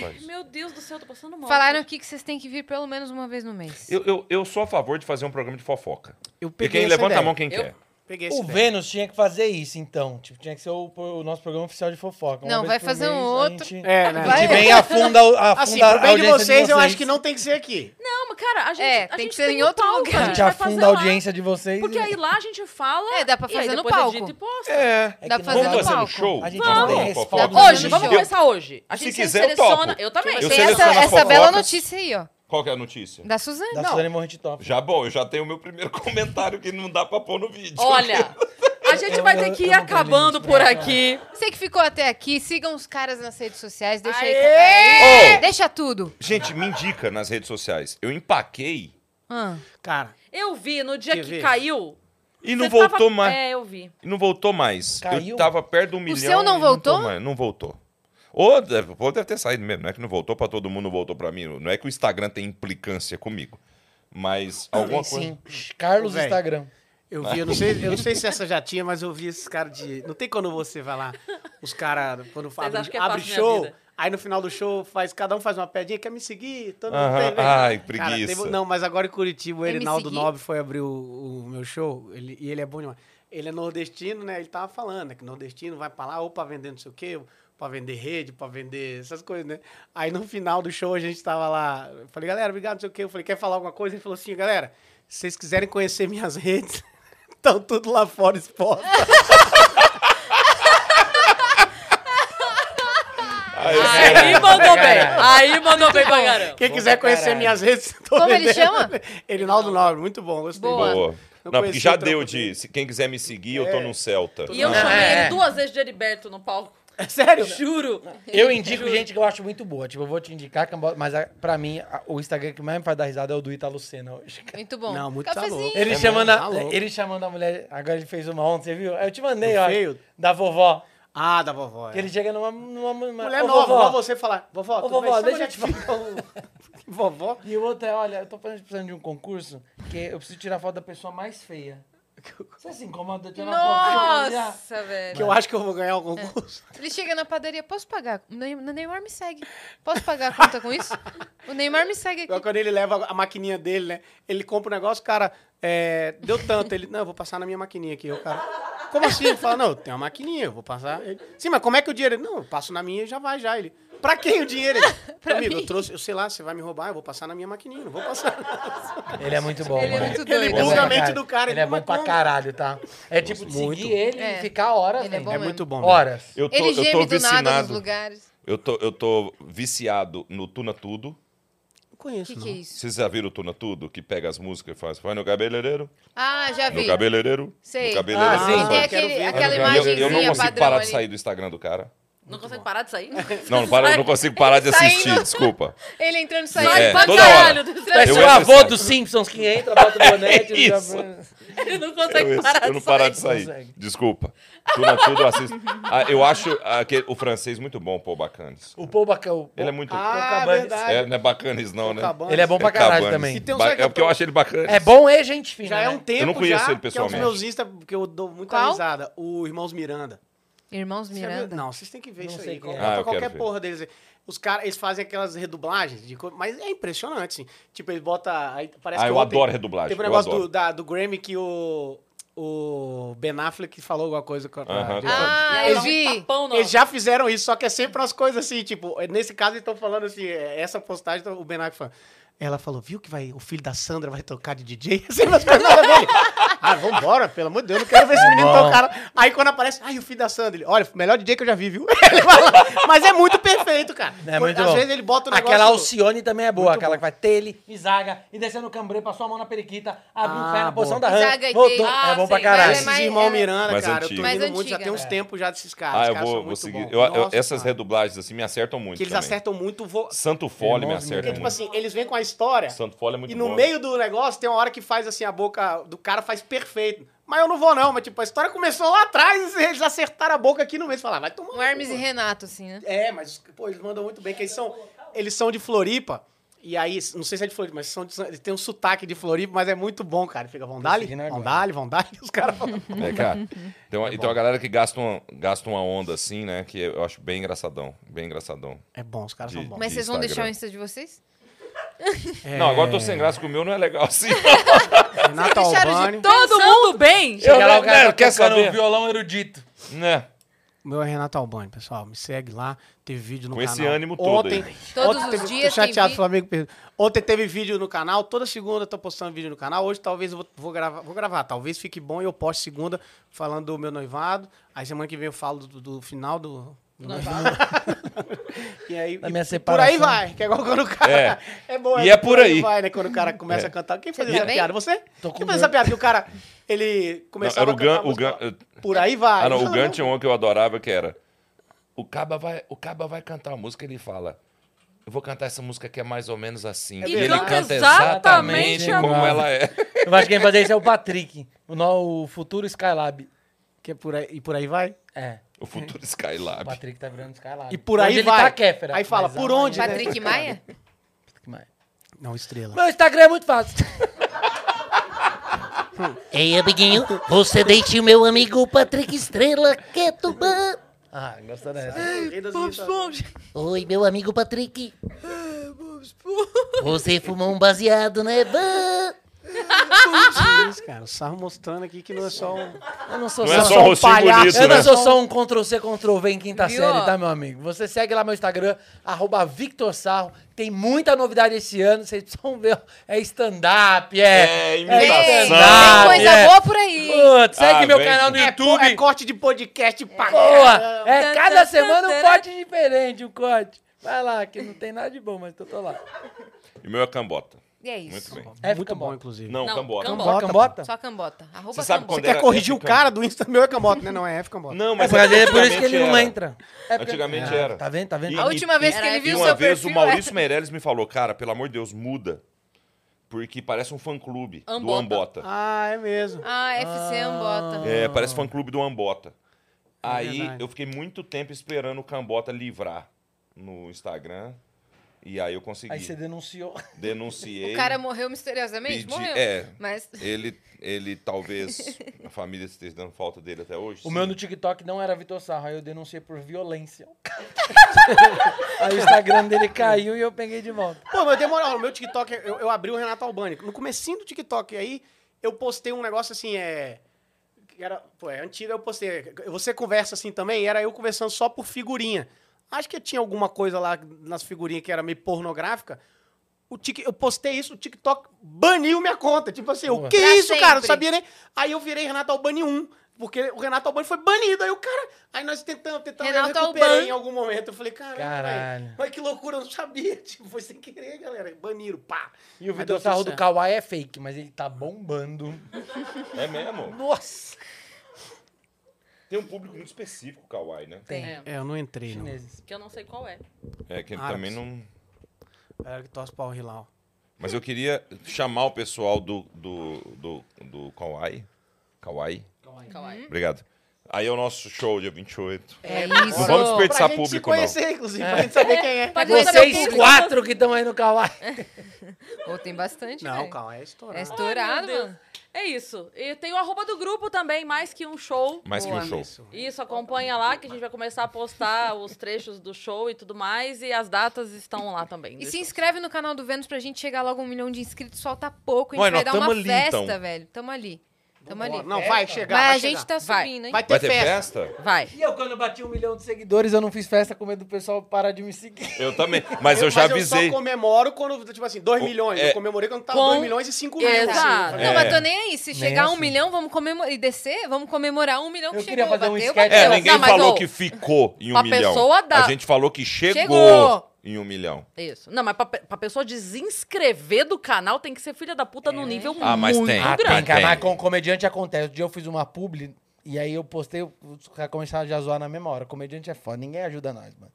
[SPEAKER 6] Só isso.
[SPEAKER 1] Meu Deus do céu, tô passando mal.
[SPEAKER 2] Falaram aqui que vocês têm que vir pelo menos uma vez no mês.
[SPEAKER 6] Eu, eu, eu sou a favor de fazer um programa de fofoca.
[SPEAKER 3] Eu
[SPEAKER 6] E
[SPEAKER 3] peguei
[SPEAKER 6] quem
[SPEAKER 3] essa
[SPEAKER 6] levanta
[SPEAKER 3] ideia.
[SPEAKER 6] a mão quem
[SPEAKER 1] Eu-
[SPEAKER 6] quer.
[SPEAKER 3] Peguei essa
[SPEAKER 4] O
[SPEAKER 3] ideia.
[SPEAKER 4] Vênus tinha que fazer isso, então. Tipo, tinha que ser o, o nosso programa oficial de fofoca. Uma
[SPEAKER 2] Não,
[SPEAKER 4] vez
[SPEAKER 2] vai
[SPEAKER 4] por
[SPEAKER 2] fazer um
[SPEAKER 4] mês, a
[SPEAKER 2] outro.
[SPEAKER 4] gente-
[SPEAKER 3] É, né?
[SPEAKER 4] A gente vem e afunda, o- afunda
[SPEAKER 3] Assim, pro
[SPEAKER 4] a
[SPEAKER 3] bem de
[SPEAKER 4] audiência
[SPEAKER 3] vocês, eu acho que não tem que ser aqui.
[SPEAKER 1] Não, mas cara, a gente,
[SPEAKER 2] É,
[SPEAKER 1] a
[SPEAKER 2] tem
[SPEAKER 1] gente
[SPEAKER 2] que ser em
[SPEAKER 1] um
[SPEAKER 2] outro
[SPEAKER 1] palco,
[SPEAKER 2] lugar.
[SPEAKER 1] A
[SPEAKER 4] A
[SPEAKER 1] gente
[SPEAKER 4] gente
[SPEAKER 1] vai fazer
[SPEAKER 4] afunda a
[SPEAKER 1] lá.
[SPEAKER 4] audiência de vocês.
[SPEAKER 1] Porque
[SPEAKER 4] e-
[SPEAKER 1] aí lá a gente fala.
[SPEAKER 2] É, dá pra
[SPEAKER 1] e aí
[SPEAKER 2] fazer no
[SPEAKER 1] depois
[SPEAKER 2] palco.
[SPEAKER 1] edita e posta.
[SPEAKER 4] É
[SPEAKER 2] Dá
[SPEAKER 4] que
[SPEAKER 2] pra
[SPEAKER 4] não-
[SPEAKER 2] fazer
[SPEAKER 6] Vamos
[SPEAKER 2] no
[SPEAKER 6] fazer um
[SPEAKER 2] palco.
[SPEAKER 6] show?
[SPEAKER 4] A gente não tem
[SPEAKER 6] Vamos.
[SPEAKER 4] respeito.
[SPEAKER 6] Vamos
[SPEAKER 1] Hoje,
[SPEAKER 2] fazer
[SPEAKER 1] vamos
[SPEAKER 2] show.
[SPEAKER 1] começar hoje. A
[SPEAKER 6] Se
[SPEAKER 1] gente
[SPEAKER 6] quiser, eu
[SPEAKER 1] seleciona.
[SPEAKER 6] topo.
[SPEAKER 1] Eu também.
[SPEAKER 6] Eu
[SPEAKER 2] Tem
[SPEAKER 6] seleciono
[SPEAKER 2] essa,
[SPEAKER 6] as
[SPEAKER 2] essa
[SPEAKER 6] fofocas.
[SPEAKER 2] bela notícia aí, ó.
[SPEAKER 6] Qual que é a notícia?
[SPEAKER 2] Da Suzane.
[SPEAKER 4] Da
[SPEAKER 2] não.
[SPEAKER 4] Suzane Morrente Top.
[SPEAKER 6] Já bom, eu já tenho o meu primeiro comentário que não dá pra pôr no vídeo.
[SPEAKER 1] Olha, a gente
[SPEAKER 4] Eu-
[SPEAKER 1] vai
[SPEAKER 4] eu-
[SPEAKER 1] ter que
[SPEAKER 4] eu
[SPEAKER 1] ir
[SPEAKER 4] não tô
[SPEAKER 1] acabando
[SPEAKER 4] limite,
[SPEAKER 1] por
[SPEAKER 4] né?
[SPEAKER 1] aqui.
[SPEAKER 2] Você que ficou até aqui, sigam os caras nas redes sociais. Deixa aí.
[SPEAKER 6] Ô!
[SPEAKER 2] Deixa tudo.
[SPEAKER 6] Gente, me indica nas redes sociais. Eu empaquei
[SPEAKER 2] Ah,
[SPEAKER 3] Cara,
[SPEAKER 1] Eu vi no dia
[SPEAKER 3] Quer
[SPEAKER 1] que
[SPEAKER 3] ver?
[SPEAKER 1] caiu.
[SPEAKER 6] e não
[SPEAKER 1] você
[SPEAKER 6] voltou
[SPEAKER 1] tava-
[SPEAKER 6] mais.
[SPEAKER 1] É, eu vi.
[SPEAKER 6] E não voltou mais.
[SPEAKER 4] Caiu?
[SPEAKER 6] Eu tava perto de um milhão.
[SPEAKER 2] seu não
[SPEAKER 6] e
[SPEAKER 2] voltou?
[SPEAKER 6] Não, tô mais, não voltou. Ou deve, ou deve ter saído mesmo. Não é que não voltou pra todo mundo, não voltou pra mim. Não é que o Instagram tem implicância comigo. Mas alguma coisa.
[SPEAKER 4] Sim. Carlos
[SPEAKER 3] Véi.
[SPEAKER 4] Instagram.
[SPEAKER 3] eu vi, eu não, sei, eu não sei se essa já tinha, mas eu vi esses caras de. Não tem quando você vai lá, os caras, quando abre,
[SPEAKER 1] acham que é
[SPEAKER 3] abre
[SPEAKER 1] fácil minha
[SPEAKER 3] show,
[SPEAKER 1] vida?
[SPEAKER 3] aí no final do show faz, cada um faz uma piadinha, quer me seguir? Todo mundo
[SPEAKER 6] Aham,
[SPEAKER 3] tem, né?
[SPEAKER 6] ai,
[SPEAKER 3] Cara, tem-
[SPEAKER 6] preguiça.
[SPEAKER 3] não, mas agora em Curitiba, o
[SPEAKER 2] Quer me
[SPEAKER 3] Erinaldo
[SPEAKER 2] seguir?
[SPEAKER 3] Nobre foi abrir o, o meu show, ele- e ele é bom demais. Ele é nordestino, né? Ele tava falando né, que nordestino vai pra lá ou pra vender não sei o quê, pra vender rede, pra vender essas coisas, né? Aí no final do show a gente tava lá, eu falei, galera, obrigado, não sei o quê. Eu falei, quer falar alguma coisa? Ele falou assim, galera, se vocês quiserem conhecer minhas redes, estão tudo lá fora exposta.
[SPEAKER 6] Ah, É.
[SPEAKER 1] Aí mandou bem. Aí mandou bem pra caramba.
[SPEAKER 3] Quem quiser
[SPEAKER 4] pra
[SPEAKER 3] conhecer
[SPEAKER 4] caralho.
[SPEAKER 3] minhas redes, tô
[SPEAKER 2] Como ele
[SPEAKER 3] vendendo.
[SPEAKER 2] chama?
[SPEAKER 3] Erinaldo Nobre, muito bom, gostei.
[SPEAKER 2] Boa.
[SPEAKER 6] Boa.
[SPEAKER 3] Eu
[SPEAKER 6] Não, porque
[SPEAKER 3] conheci
[SPEAKER 6] já
[SPEAKER 3] o
[SPEAKER 6] deu
[SPEAKER 3] trampo
[SPEAKER 6] de. se quem quiser me seguir, eu tô no Celta.
[SPEAKER 1] E eu
[SPEAKER 6] Ah,
[SPEAKER 1] chamei
[SPEAKER 4] é.
[SPEAKER 1] ele duas vezes de Heriberto no palco.
[SPEAKER 3] Sério?
[SPEAKER 1] Juro.
[SPEAKER 4] Eu indico gente que eu acho muito boa. Tipo, eu vou te indicar, Cambota, mas a- pra mim, a- o Instagram que mais me faz dar risada é o do Ita Lucena hoje. cara.
[SPEAKER 2] muito bom.
[SPEAKER 3] Não, muito tá
[SPEAKER 2] Cafezinho.
[SPEAKER 3] louco.
[SPEAKER 4] Ele,
[SPEAKER 3] É
[SPEAKER 4] chamando
[SPEAKER 3] mesmo, tá
[SPEAKER 4] a,
[SPEAKER 3] louco.
[SPEAKER 4] ele chamando a mulher. Agora ele fez uma ontem, você viu? Eu te mandei,
[SPEAKER 3] Do
[SPEAKER 4] ó.
[SPEAKER 3] feio?
[SPEAKER 4] Da vovó.
[SPEAKER 3] Ah, da vovó. é.
[SPEAKER 4] Que ele chega numa. numa, numa
[SPEAKER 3] Mulher
[SPEAKER 4] "Ô,
[SPEAKER 3] nova,
[SPEAKER 4] vovó."
[SPEAKER 3] igual você falar. Vovó,
[SPEAKER 4] Ô,
[SPEAKER 3] tudo
[SPEAKER 4] vovó,
[SPEAKER 3] bem?
[SPEAKER 4] deixa
[SPEAKER 3] Sabe onde é que fica o- Vovó?
[SPEAKER 4] E o outro é, olha, eu tô precisando de um concurso que eu preciso tirar foto da pessoa mais feia. Você se incomoda de tirar foto? de uma mulher?
[SPEAKER 2] Nossa, velho.
[SPEAKER 3] Que eu acho que eu vou ganhar algum
[SPEAKER 2] É.
[SPEAKER 3] concurso.
[SPEAKER 2] Ele chega na padaria, posso pagar? O Ney- o Neymar me segue. Posso pagar a conta com isso? O Neymar me segue
[SPEAKER 3] Igual
[SPEAKER 2] aqui.
[SPEAKER 3] É quando ele leva a maquininha dele, né? Ele compra o negócio, o cara, é, deu tanto. Ele, não, eu vou passar na minha maquininha aqui. Eu, cara, como assim? Ele fala, não, tem uma maquininha, eu vou passar. Ele, Sim, mas como é que o dinheiro? Ele, não, eu passo na minha e já vai, já. Ele, pra quem o dinheiro? Ele,
[SPEAKER 2] Pra
[SPEAKER 3] Amigo,
[SPEAKER 2] mim."
[SPEAKER 3] eu trouxe, eu sei lá, você vai me roubar, eu vou passar na minha maquininha, não vou passar.
[SPEAKER 4] Ele é muito bom,
[SPEAKER 2] Ele é
[SPEAKER 4] mano.
[SPEAKER 2] muito
[SPEAKER 3] Ele
[SPEAKER 2] doido.
[SPEAKER 4] bom
[SPEAKER 3] buga
[SPEAKER 4] pra
[SPEAKER 3] a mente
[SPEAKER 4] caralho.
[SPEAKER 3] do cara,
[SPEAKER 4] Ele
[SPEAKER 3] ele
[SPEAKER 4] é
[SPEAKER 3] não
[SPEAKER 4] bom pra
[SPEAKER 3] come.
[SPEAKER 4] caralho, tá? É tipo,
[SPEAKER 3] muito.
[SPEAKER 4] seguir ele
[SPEAKER 2] É.
[SPEAKER 4] e ficar horas,
[SPEAKER 2] Ele é
[SPEAKER 4] velho.
[SPEAKER 2] bom
[SPEAKER 3] É
[SPEAKER 2] mesmo.
[SPEAKER 3] muito bom. velho.
[SPEAKER 4] né? Horas.
[SPEAKER 6] Eu tô,
[SPEAKER 2] Ele
[SPEAKER 6] eu tô
[SPEAKER 2] geme do nada nos
[SPEAKER 6] vicinado.
[SPEAKER 2] lugares.
[SPEAKER 6] Eu tô, eu tô viciado no Tuna Tudo.
[SPEAKER 3] Não
[SPEAKER 2] O
[SPEAKER 3] conheço,
[SPEAKER 2] que,
[SPEAKER 3] não.
[SPEAKER 2] que é isso?
[SPEAKER 6] Vocês já viram o Tuna Tudo? Que pega as músicas e faz. Vai no cabeleireiro.
[SPEAKER 2] Ah, já
[SPEAKER 6] No
[SPEAKER 2] vi.
[SPEAKER 6] cabeleireiro.
[SPEAKER 2] Sei.
[SPEAKER 6] No cabeleireiro.
[SPEAKER 3] Ah,
[SPEAKER 6] vai.
[SPEAKER 2] Tem
[SPEAKER 3] quero
[SPEAKER 2] aquele,
[SPEAKER 3] ver.
[SPEAKER 6] Vai no
[SPEAKER 2] aquela
[SPEAKER 6] cabeleireiro.
[SPEAKER 2] imagenzinha
[SPEAKER 6] Eu, eu não é assim, consigo
[SPEAKER 2] padrão
[SPEAKER 6] parar de
[SPEAKER 2] ali.
[SPEAKER 6] sair do Instagram do cara.
[SPEAKER 1] Não consegue parar de sair?
[SPEAKER 6] Não, não, para- eu não consigo parar de
[SPEAKER 2] Ele tá
[SPEAKER 6] assistir,
[SPEAKER 2] indo-
[SPEAKER 6] desculpa.
[SPEAKER 2] Ele entrando e
[SPEAKER 6] É,
[SPEAKER 2] saindo.
[SPEAKER 1] pra
[SPEAKER 6] toda
[SPEAKER 1] caralho,
[SPEAKER 6] hora.
[SPEAKER 1] do
[SPEAKER 4] Parece
[SPEAKER 6] Eu
[SPEAKER 4] o
[SPEAKER 6] entro e
[SPEAKER 4] É avô
[SPEAKER 6] saio.
[SPEAKER 4] dos Simpsons que entra, bota o bonete.
[SPEAKER 6] Isso.
[SPEAKER 4] já-
[SPEAKER 1] Ele não
[SPEAKER 6] Eu,
[SPEAKER 1] consegue
[SPEAKER 6] esse-
[SPEAKER 1] parar
[SPEAKER 6] eu não
[SPEAKER 1] de sair.
[SPEAKER 6] parar de sair.
[SPEAKER 4] Consegue.
[SPEAKER 6] Desculpa. Tudo a tudo eu assisto. Ah, eu acho aquele- o francês muito bom, Paul Bacanes.
[SPEAKER 4] O Paul Bacão.
[SPEAKER 6] Ele é muito.
[SPEAKER 3] Ah,
[SPEAKER 4] Cabanes.
[SPEAKER 3] verdade.
[SPEAKER 6] É, não é Bacanes, não, né?
[SPEAKER 3] Cabanes.
[SPEAKER 4] Ele é bom pra
[SPEAKER 6] Cabanes.
[SPEAKER 4] caralho também.
[SPEAKER 3] E tem um
[SPEAKER 6] Ba-
[SPEAKER 3] site
[SPEAKER 6] É porque eu
[SPEAKER 3] que-
[SPEAKER 6] acho ele bacana.
[SPEAKER 4] É bom e gente fina.
[SPEAKER 3] Já é um
[SPEAKER 4] né?
[SPEAKER 3] tempo
[SPEAKER 6] Eu não conheço
[SPEAKER 3] já,
[SPEAKER 6] ele
[SPEAKER 3] Que é um
[SPEAKER 6] pessoalmente.
[SPEAKER 3] dos meus Insta, porque eu dou muita
[SPEAKER 2] Qual?
[SPEAKER 3] risada. O Irmãos Miranda.
[SPEAKER 2] Irmãos
[SPEAKER 3] Você já viu?
[SPEAKER 2] Miranda.
[SPEAKER 3] Não, vocês têm que ver
[SPEAKER 4] é Não
[SPEAKER 3] isso
[SPEAKER 4] sei
[SPEAKER 3] aí.
[SPEAKER 4] quem é.
[SPEAKER 3] Coloca
[SPEAKER 6] Ah, eu quero
[SPEAKER 3] qualquer
[SPEAKER 6] ver.
[SPEAKER 3] porra deles. aí. Os caras, eles fazem aquelas redublagens, de co... mas é impressionante, assim. Tipo, eles botam... Aí parece
[SPEAKER 6] Ah,
[SPEAKER 3] que
[SPEAKER 6] eu
[SPEAKER 3] ontem-
[SPEAKER 6] adoro redublagem.
[SPEAKER 3] Teve um
[SPEAKER 6] eu
[SPEAKER 3] negócio
[SPEAKER 6] adoro.
[SPEAKER 3] do, da- do Grammy que o, o Ben Affleck falou alguma coisa com a...
[SPEAKER 6] Aham.
[SPEAKER 3] de-
[SPEAKER 2] Ah,
[SPEAKER 1] Ele
[SPEAKER 2] eu
[SPEAKER 1] dá um
[SPEAKER 2] vi.
[SPEAKER 1] tapão na-
[SPEAKER 3] Eles já fizeram isso, só que é sempre umas coisas assim, tipo, nesse caso eles estão falando assim, é, essa postagem, então, o Ben Affleck falando, ela falou, viu que vai, o filho da Sandra vai tocar de DJ? Assim, umas coisas nada a ver. Ah, vambora, pelo amor de Deus, não quero
[SPEAKER 2] Tá
[SPEAKER 3] ver esse menino
[SPEAKER 4] Bom.
[SPEAKER 3] tocar. Aí quando aparece, ai, o filho da Sandra, ele, olha, melhor DJ que eu já vi, viu? Ele fala, Mas é muito perfeito, cara.
[SPEAKER 4] É muito
[SPEAKER 3] Às
[SPEAKER 4] bom.
[SPEAKER 3] vezes ele bota o negócio...
[SPEAKER 4] Aquela Alcione também é boa,
[SPEAKER 3] Muito
[SPEAKER 4] aquela
[SPEAKER 3] bom.
[SPEAKER 4] que vai tele, Misaga, e descendo o cambre, passou a mão na periquita, abriu o pé
[SPEAKER 3] Ah,
[SPEAKER 4] na
[SPEAKER 3] boa.
[SPEAKER 4] posição da rã,
[SPEAKER 2] Misaga e
[SPEAKER 4] voltou.
[SPEAKER 2] Tele.
[SPEAKER 1] Ah,
[SPEAKER 4] é bom
[SPEAKER 1] sim,
[SPEAKER 4] pra
[SPEAKER 1] mas
[SPEAKER 4] caralho.
[SPEAKER 2] ela é
[SPEAKER 3] Esses
[SPEAKER 2] mais-
[SPEAKER 3] irmãos
[SPEAKER 2] ela-
[SPEAKER 3] Miranda,
[SPEAKER 6] Mais
[SPEAKER 3] cara,
[SPEAKER 6] antiga.
[SPEAKER 3] eu tô
[SPEAKER 2] Mais
[SPEAKER 3] vendo muito, já
[SPEAKER 2] antiga,
[SPEAKER 3] tem uns
[SPEAKER 2] né?
[SPEAKER 3] tempos já desses caras.
[SPEAKER 6] Ah,
[SPEAKER 3] os
[SPEAKER 6] eu
[SPEAKER 3] caras
[SPEAKER 6] vou,
[SPEAKER 3] são
[SPEAKER 6] vou
[SPEAKER 3] muito
[SPEAKER 6] seguir.
[SPEAKER 3] bons.
[SPEAKER 6] Eu- eu-
[SPEAKER 3] Nossa,
[SPEAKER 6] essas
[SPEAKER 3] cara.
[SPEAKER 6] redublagens assim me acertam muito.
[SPEAKER 3] Que eles
[SPEAKER 6] também.
[SPEAKER 3] acertam muito o vo...
[SPEAKER 6] Santo Fole me
[SPEAKER 4] Irmãos,
[SPEAKER 6] acerta
[SPEAKER 3] Porque,
[SPEAKER 6] muito.
[SPEAKER 3] tipo assim, eles vêm com a história.
[SPEAKER 6] Santo Fole é muito
[SPEAKER 3] e no
[SPEAKER 6] bom.
[SPEAKER 3] meio do negócio tem uma hora que faz assim, a boca do cara faz perfeito. Mas eu não vou, não. Mas, tipo, a história começou lá atrás e eles acertaram a boca aqui no meio. Você fala, ah, vai tomar.
[SPEAKER 2] Um Hermes e Renato, assim, né?
[SPEAKER 3] É, mas, pô, eles mandam muito bem, que eles são. Eles são de Floripa. E aí, não sei se é de Floripa, mas são de, eles têm um sotaque de Floripa, mas é muito bom, cara. Fica, vão dar-lhe,
[SPEAKER 4] seguindo agora.
[SPEAKER 3] vão dar-lhe, vão dar-lhe. Os caras falam.
[SPEAKER 6] É, cara. Tem uma, e tem uma galera que gasta uma, gasta uma onda assim, né? Que eu acho bem engraçadão. Bem engraçadão.
[SPEAKER 3] É bom, os caras são
[SPEAKER 6] De-
[SPEAKER 3] bons.
[SPEAKER 2] Mas vocês vão
[SPEAKER 6] Instagram.
[SPEAKER 2] deixar o Insta de vocês?
[SPEAKER 4] É.
[SPEAKER 6] Não, agora eu tô sem graça, que o meu não é legal assim.
[SPEAKER 3] Renato Albani.
[SPEAKER 1] Todo mundo bem?
[SPEAKER 4] Chega lá, o
[SPEAKER 6] Não,
[SPEAKER 4] cara tá
[SPEAKER 6] quer
[SPEAKER 4] tocando
[SPEAKER 6] saber?
[SPEAKER 4] violão erudito.
[SPEAKER 6] né?
[SPEAKER 3] Meu é Renato Albani, pessoal. Me segue lá. Teve vídeo no
[SPEAKER 6] Com
[SPEAKER 3] canal.
[SPEAKER 6] esse ânimo todo
[SPEAKER 3] Ontem,
[SPEAKER 6] aí.
[SPEAKER 2] Todos
[SPEAKER 3] ontem
[SPEAKER 2] os
[SPEAKER 3] teve-
[SPEAKER 2] dias
[SPEAKER 3] Tô
[SPEAKER 2] tem
[SPEAKER 3] chateado,
[SPEAKER 2] vi-
[SPEAKER 3] Flamengo perdeu. Ontem teve vídeo no canal. Toda segunda eu tô postando vídeo no canal. Hoje talvez eu vou, vou gravar. Vou gravar. Talvez fique bom e eu posto segunda falando do meu noivado. Aí semana que vem eu falo do, do final do... do noivado. e aí,
[SPEAKER 4] Da minha
[SPEAKER 3] e por
[SPEAKER 4] separação.
[SPEAKER 3] aí vai, que é igual quando o cara. É, bom,
[SPEAKER 6] E é por aí. É.
[SPEAKER 3] vai, né? Quando o cara começa a cantar. Quem fez
[SPEAKER 2] Você
[SPEAKER 3] essa
[SPEAKER 2] tá bem?
[SPEAKER 3] piada? Você?
[SPEAKER 4] Tô com
[SPEAKER 3] Quem fez
[SPEAKER 4] dor.
[SPEAKER 3] essa piada? Que o cara, ele
[SPEAKER 6] Não,
[SPEAKER 3] começava
[SPEAKER 6] era o
[SPEAKER 3] a cantar
[SPEAKER 6] Gan.
[SPEAKER 3] a
[SPEAKER 6] O
[SPEAKER 3] música,
[SPEAKER 6] Gan eh,
[SPEAKER 3] Por aí vai.
[SPEAKER 6] ah, não, o Gan tinha um que eu adorava, que era. O Caba vai, o Caba vai cantar uma música ele fala. Eu vou cantar essa música que é mais ou menos assim.
[SPEAKER 1] E
[SPEAKER 6] E, ele
[SPEAKER 1] canta
[SPEAKER 6] canta
[SPEAKER 1] exatamente
[SPEAKER 6] exatamente
[SPEAKER 1] a
[SPEAKER 6] como
[SPEAKER 4] música.
[SPEAKER 6] ela é.
[SPEAKER 4] Eu acho que quem vai fazer isso é o Patrick, o, no- o futuro Skylab.
[SPEAKER 3] Que é por aí, e por aí vai?
[SPEAKER 4] É,
[SPEAKER 6] O futuro
[SPEAKER 4] o
[SPEAKER 6] Skylab.
[SPEAKER 4] Patrick tá virando Skylab.
[SPEAKER 3] E por aí
[SPEAKER 4] Hoje
[SPEAKER 3] vai.
[SPEAKER 4] Ele tá Kéfera,
[SPEAKER 3] Aí fala,
[SPEAKER 4] mas
[SPEAKER 3] por
[SPEAKER 4] amanhã-
[SPEAKER 3] onde, né?
[SPEAKER 2] Patrick Maia?
[SPEAKER 4] Patrick Maia.
[SPEAKER 3] Não, estrela.
[SPEAKER 4] Meu Instagram é muito fácil.
[SPEAKER 11] Ei, amiguinho, você deixe o meu amigo Patrick Estrela é quieto, mano.
[SPEAKER 4] Ah, gostou dessa.
[SPEAKER 3] assim, tá.
[SPEAKER 11] Oi, meu amigo Patrick. Você fumou um baseado, né, mano?
[SPEAKER 3] Ah, Isso, cara, o Sarro mostrando aqui que não é só um...
[SPEAKER 4] Eu não sou
[SPEAKER 6] Não
[SPEAKER 4] só-
[SPEAKER 6] é só um rostinho
[SPEAKER 3] palhaço,
[SPEAKER 6] bonito,
[SPEAKER 4] Eu não
[SPEAKER 6] né?
[SPEAKER 4] sou só um Ctrl-C, Ctrl-V em quinta
[SPEAKER 2] Viu,
[SPEAKER 4] série,
[SPEAKER 2] ó?
[SPEAKER 4] tá, meu amigo? Você segue lá meu Instagram, arroba Victor Sarro. Tem muita novidade esse ano, vocês precisam ver. ó. É stand-up, é...
[SPEAKER 6] É, imitação.
[SPEAKER 4] É
[SPEAKER 2] Ei,
[SPEAKER 4] stand-up,
[SPEAKER 2] tem coisa
[SPEAKER 4] é-
[SPEAKER 2] boa por aí. hein?
[SPEAKER 4] Putz, segue
[SPEAKER 6] Ah,
[SPEAKER 4] meu
[SPEAKER 6] vem.
[SPEAKER 4] canal no
[SPEAKER 6] É,
[SPEAKER 4] YouTube.
[SPEAKER 3] É corte de podcast pra
[SPEAKER 4] Boa! É
[SPEAKER 2] Tan,
[SPEAKER 4] cada
[SPEAKER 2] tan,
[SPEAKER 4] semana
[SPEAKER 2] tan,
[SPEAKER 4] um
[SPEAKER 2] tan.
[SPEAKER 4] corte diferente, um corte. Vai lá, que não tem nada de bom, mas tô, tô lá.
[SPEAKER 6] E o meu é Cambota.
[SPEAKER 2] E é isso.
[SPEAKER 6] Muito bem.
[SPEAKER 4] É,
[SPEAKER 3] Muito
[SPEAKER 4] fica
[SPEAKER 3] bom,
[SPEAKER 4] bom.
[SPEAKER 3] inclusive.
[SPEAKER 6] Não,
[SPEAKER 1] Não,
[SPEAKER 6] Cambota.
[SPEAKER 1] Cambota.
[SPEAKER 4] Bota, bota.
[SPEAKER 2] Só cambota. Arroba
[SPEAKER 6] Você sabe
[SPEAKER 2] cambota.
[SPEAKER 6] quando
[SPEAKER 3] Quer
[SPEAKER 6] era-
[SPEAKER 3] corrigir
[SPEAKER 6] é
[SPEAKER 3] o cara do Insta? Meu é Cambota, né? Não é F Cambota.
[SPEAKER 6] Não,
[SPEAKER 4] É
[SPEAKER 6] mas
[SPEAKER 4] por, causa- é por isso que ele não
[SPEAKER 6] antigamente
[SPEAKER 4] entra. É porque-
[SPEAKER 6] Antigamente
[SPEAKER 4] Ah,
[SPEAKER 6] era.
[SPEAKER 4] Tá vendo, tá vendo?
[SPEAKER 6] E-
[SPEAKER 2] A última vez que
[SPEAKER 1] Era
[SPEAKER 2] ele
[SPEAKER 6] E
[SPEAKER 2] viu o
[SPEAKER 6] uma
[SPEAKER 2] seu
[SPEAKER 6] vez
[SPEAKER 2] perfil...
[SPEAKER 6] o Maurício Meirelles me falou, cara, pelo amor de Deus, muda. Porque parece um fã-clube do
[SPEAKER 1] Ambota.
[SPEAKER 6] Ambota.
[SPEAKER 3] Ah, é mesmo.
[SPEAKER 2] é- Ah, FC Ambota.
[SPEAKER 6] É, parece fã-clube do Ambota. Aí
[SPEAKER 3] verdade.
[SPEAKER 6] eu fiquei muito tempo esperando o Cambota livrar no Instagram. E aí eu consegui.
[SPEAKER 4] Aí você denunciou.
[SPEAKER 6] Denunciei.
[SPEAKER 2] O cara morreu misteriosamente?
[SPEAKER 6] pedi-
[SPEAKER 2] Morreu.
[SPEAKER 6] É.
[SPEAKER 2] Mas...
[SPEAKER 6] Ele, ele talvez a família esteja dando falta dele até hoje.
[SPEAKER 4] O
[SPEAKER 6] sim.
[SPEAKER 4] meu no TikTok não era Vitor Sarro, aí eu denunciei por violência. aí o Instagram dele caiu e eu peguei de volta.
[SPEAKER 3] Pô, mas demorou. ó, O meu TikTok, eu, eu abri o Renato Albani. No comecinho do TikTok aí, eu postei um negócio assim, é... que Era, pô, é antigo, eu postei. Você conversa assim também? Era eu conversando só por figurinha. Acho que tinha alguma coisa lá nas figurinhas que era meio pornográfica. O tic, eu postei isso, o TikTok baniu minha conta. Tipo assim, o
[SPEAKER 4] Porra.
[SPEAKER 3] que
[SPEAKER 2] Pra
[SPEAKER 3] é isso, cara? Não
[SPEAKER 2] sempre.
[SPEAKER 3] sabia nem. Aí eu virei Renato Albani 1. Porque o Renato Albani foi banido. Aí o cara. Aí nós tentamos, tentamos. eu
[SPEAKER 2] Renato
[SPEAKER 3] recuperei
[SPEAKER 2] Albani.
[SPEAKER 3] em algum momento. Eu falei, caralho.
[SPEAKER 4] Caralho.
[SPEAKER 3] Mas que loucura, eu não sabia. Tipo, foi sem querer, galera. Baniram, pá.
[SPEAKER 4] E o
[SPEAKER 3] Mas
[SPEAKER 4] Vitor
[SPEAKER 3] deu tudo
[SPEAKER 4] Sarro do
[SPEAKER 3] certo.
[SPEAKER 4] Kawai é fake, mas ele tá bombando.
[SPEAKER 6] É mesmo?
[SPEAKER 4] Nossa!
[SPEAKER 6] Tem um público muito específico, Kawaii, né?
[SPEAKER 1] Tem.
[SPEAKER 3] É, eu não entrei, não.
[SPEAKER 1] Que eu não sei qual é.
[SPEAKER 6] É que ele
[SPEAKER 3] Árabes.
[SPEAKER 6] também não.
[SPEAKER 3] Galera que torce pra o Hilal.
[SPEAKER 6] Mas eu queria chamar o pessoal do, do, do, do Kawaii. Kawaii.
[SPEAKER 1] Kawaii.
[SPEAKER 6] Obrigado. Aí é o nosso show, dia 28.
[SPEAKER 2] É isso.
[SPEAKER 6] Não vamos desperdiçar
[SPEAKER 3] Pra gente se
[SPEAKER 6] público,
[SPEAKER 3] conhecer,
[SPEAKER 6] não.
[SPEAKER 3] inclusive, pra gente saber quem é.
[SPEAKER 2] Pra gente saber o
[SPEAKER 4] Vocês
[SPEAKER 2] público.
[SPEAKER 4] quatro que estão aí no Kawaii.
[SPEAKER 2] Ou tem bastante,
[SPEAKER 3] Não,
[SPEAKER 2] velho.
[SPEAKER 3] calma, é estourado.
[SPEAKER 2] É estourado,
[SPEAKER 1] Ai, meu Deus.
[SPEAKER 2] mano.
[SPEAKER 1] É isso. E tem o arroba do grupo também, mais que um show.
[SPEAKER 6] Mais que um
[SPEAKER 2] Boa,
[SPEAKER 6] show.
[SPEAKER 1] Isso, acompanha lá que a gente vai começar a postar os trechos do show e tudo mais. E as datas estão lá também.
[SPEAKER 2] E se inscreve no canal do Vênus pra gente chegar logo a um milhão de inscritos. Falta pouco, a gente
[SPEAKER 6] Ué,
[SPEAKER 2] vai
[SPEAKER 6] nós
[SPEAKER 2] dar uma
[SPEAKER 6] tamo ali,
[SPEAKER 2] festa,
[SPEAKER 6] então.
[SPEAKER 2] velho. Tamo ali. Tamo ali.
[SPEAKER 3] Não, vai chegar,
[SPEAKER 2] Mas
[SPEAKER 3] vai
[SPEAKER 2] a gente
[SPEAKER 3] chegar.
[SPEAKER 2] tá
[SPEAKER 1] Vai.
[SPEAKER 2] subindo, hein?
[SPEAKER 3] Vai
[SPEAKER 6] Vai
[SPEAKER 3] ter
[SPEAKER 6] ter
[SPEAKER 3] festa.
[SPEAKER 6] festa?
[SPEAKER 1] Vai.
[SPEAKER 4] E eu, quando eu bati um milhão de seguidores, eu não fiz festa com medo do pessoal parar de me seguir.
[SPEAKER 6] Eu também. Mas eu já avisei.
[SPEAKER 3] Eu só comemoro quando, tipo assim, 2
[SPEAKER 6] O-
[SPEAKER 3] milhões.
[SPEAKER 6] é.
[SPEAKER 3] Eu comemorei quando tava
[SPEAKER 1] Com-
[SPEAKER 3] 2 milhões e 5 mil.
[SPEAKER 1] Exato.
[SPEAKER 2] Não,
[SPEAKER 6] É.
[SPEAKER 2] mas tô nem aí. Se
[SPEAKER 4] Nem
[SPEAKER 2] chegar a um
[SPEAKER 4] assim.
[SPEAKER 2] milhão, vamos comemorar. E descer, vamos comemorar um milhão que
[SPEAKER 4] Eu
[SPEAKER 2] chegou.
[SPEAKER 4] queria fazer um
[SPEAKER 2] bateu,
[SPEAKER 4] sketch.
[SPEAKER 2] bateu.
[SPEAKER 6] É,
[SPEAKER 4] Deus.
[SPEAKER 6] ninguém
[SPEAKER 1] Não, mas,
[SPEAKER 6] falou
[SPEAKER 1] ô,
[SPEAKER 6] que ficou em um
[SPEAKER 1] pra
[SPEAKER 6] milhão.
[SPEAKER 1] pessoa dá.
[SPEAKER 6] A gente falou que chegou,
[SPEAKER 1] Chegou.
[SPEAKER 6] em um milhão.
[SPEAKER 1] Isso. Não, mas pra, pe- pra pessoa desinscrever do canal tem que ser filha da puta num nível
[SPEAKER 6] Ah, mas
[SPEAKER 1] muito
[SPEAKER 6] tem. Ah,
[SPEAKER 1] grande.
[SPEAKER 6] tem.
[SPEAKER 4] Mas com comediante acontece. Um dia eu fiz uma publi e aí eu postei, os caras começaram já a zoar na mesma hora. Comediante é foda, ninguém ajuda nós, mano.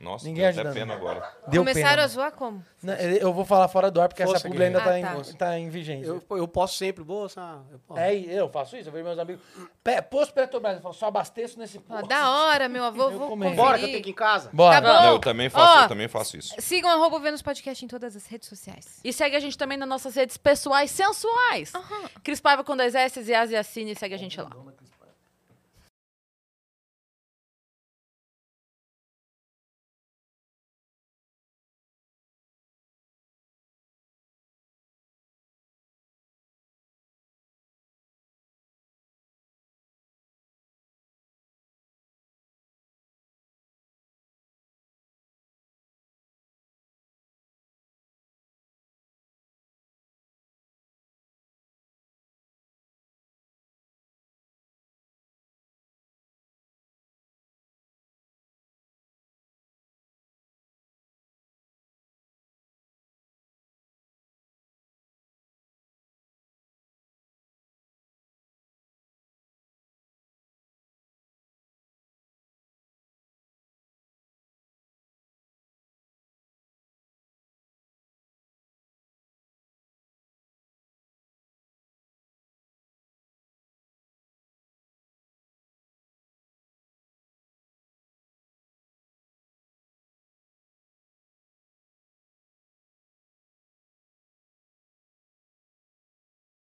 [SPEAKER 6] Nossa,
[SPEAKER 4] Ninguém
[SPEAKER 6] deu até
[SPEAKER 4] ajuda,
[SPEAKER 6] pena
[SPEAKER 4] não.
[SPEAKER 6] agora.
[SPEAKER 2] Começaram a zoar como?
[SPEAKER 4] Não, Eu vou falar fora do ar porque
[SPEAKER 3] Força,
[SPEAKER 4] essa publi ainda
[SPEAKER 2] Guilherme.
[SPEAKER 4] tá,
[SPEAKER 2] Ah,
[SPEAKER 4] em, tá em vigência.
[SPEAKER 3] Eu, eu posso sempre, bolsa. Eu posso.
[SPEAKER 4] É, e eu faço isso, eu vejo meus amigos. Pe- Posto Petrobras, eu falo, só abasteço nesse
[SPEAKER 2] Ó,
[SPEAKER 4] posto.
[SPEAKER 2] Ah, da hora, meu avô. Vou
[SPEAKER 4] comento.
[SPEAKER 3] Bora que eu
[SPEAKER 2] conferir.
[SPEAKER 3] tenho que ir em casa.
[SPEAKER 2] Tá
[SPEAKER 4] Bora.
[SPEAKER 2] bom.
[SPEAKER 6] Não, eu também faço,
[SPEAKER 2] Ó.
[SPEAKER 1] Ah.
[SPEAKER 6] eu também faço isso.
[SPEAKER 2] Sigam arroba Vênus Podcast em todas as redes sociais.
[SPEAKER 1] E segue a gente também nas nossas redes pessoais sensuais. Cris Paiva com dois S e Asiacine, segue a gente lá.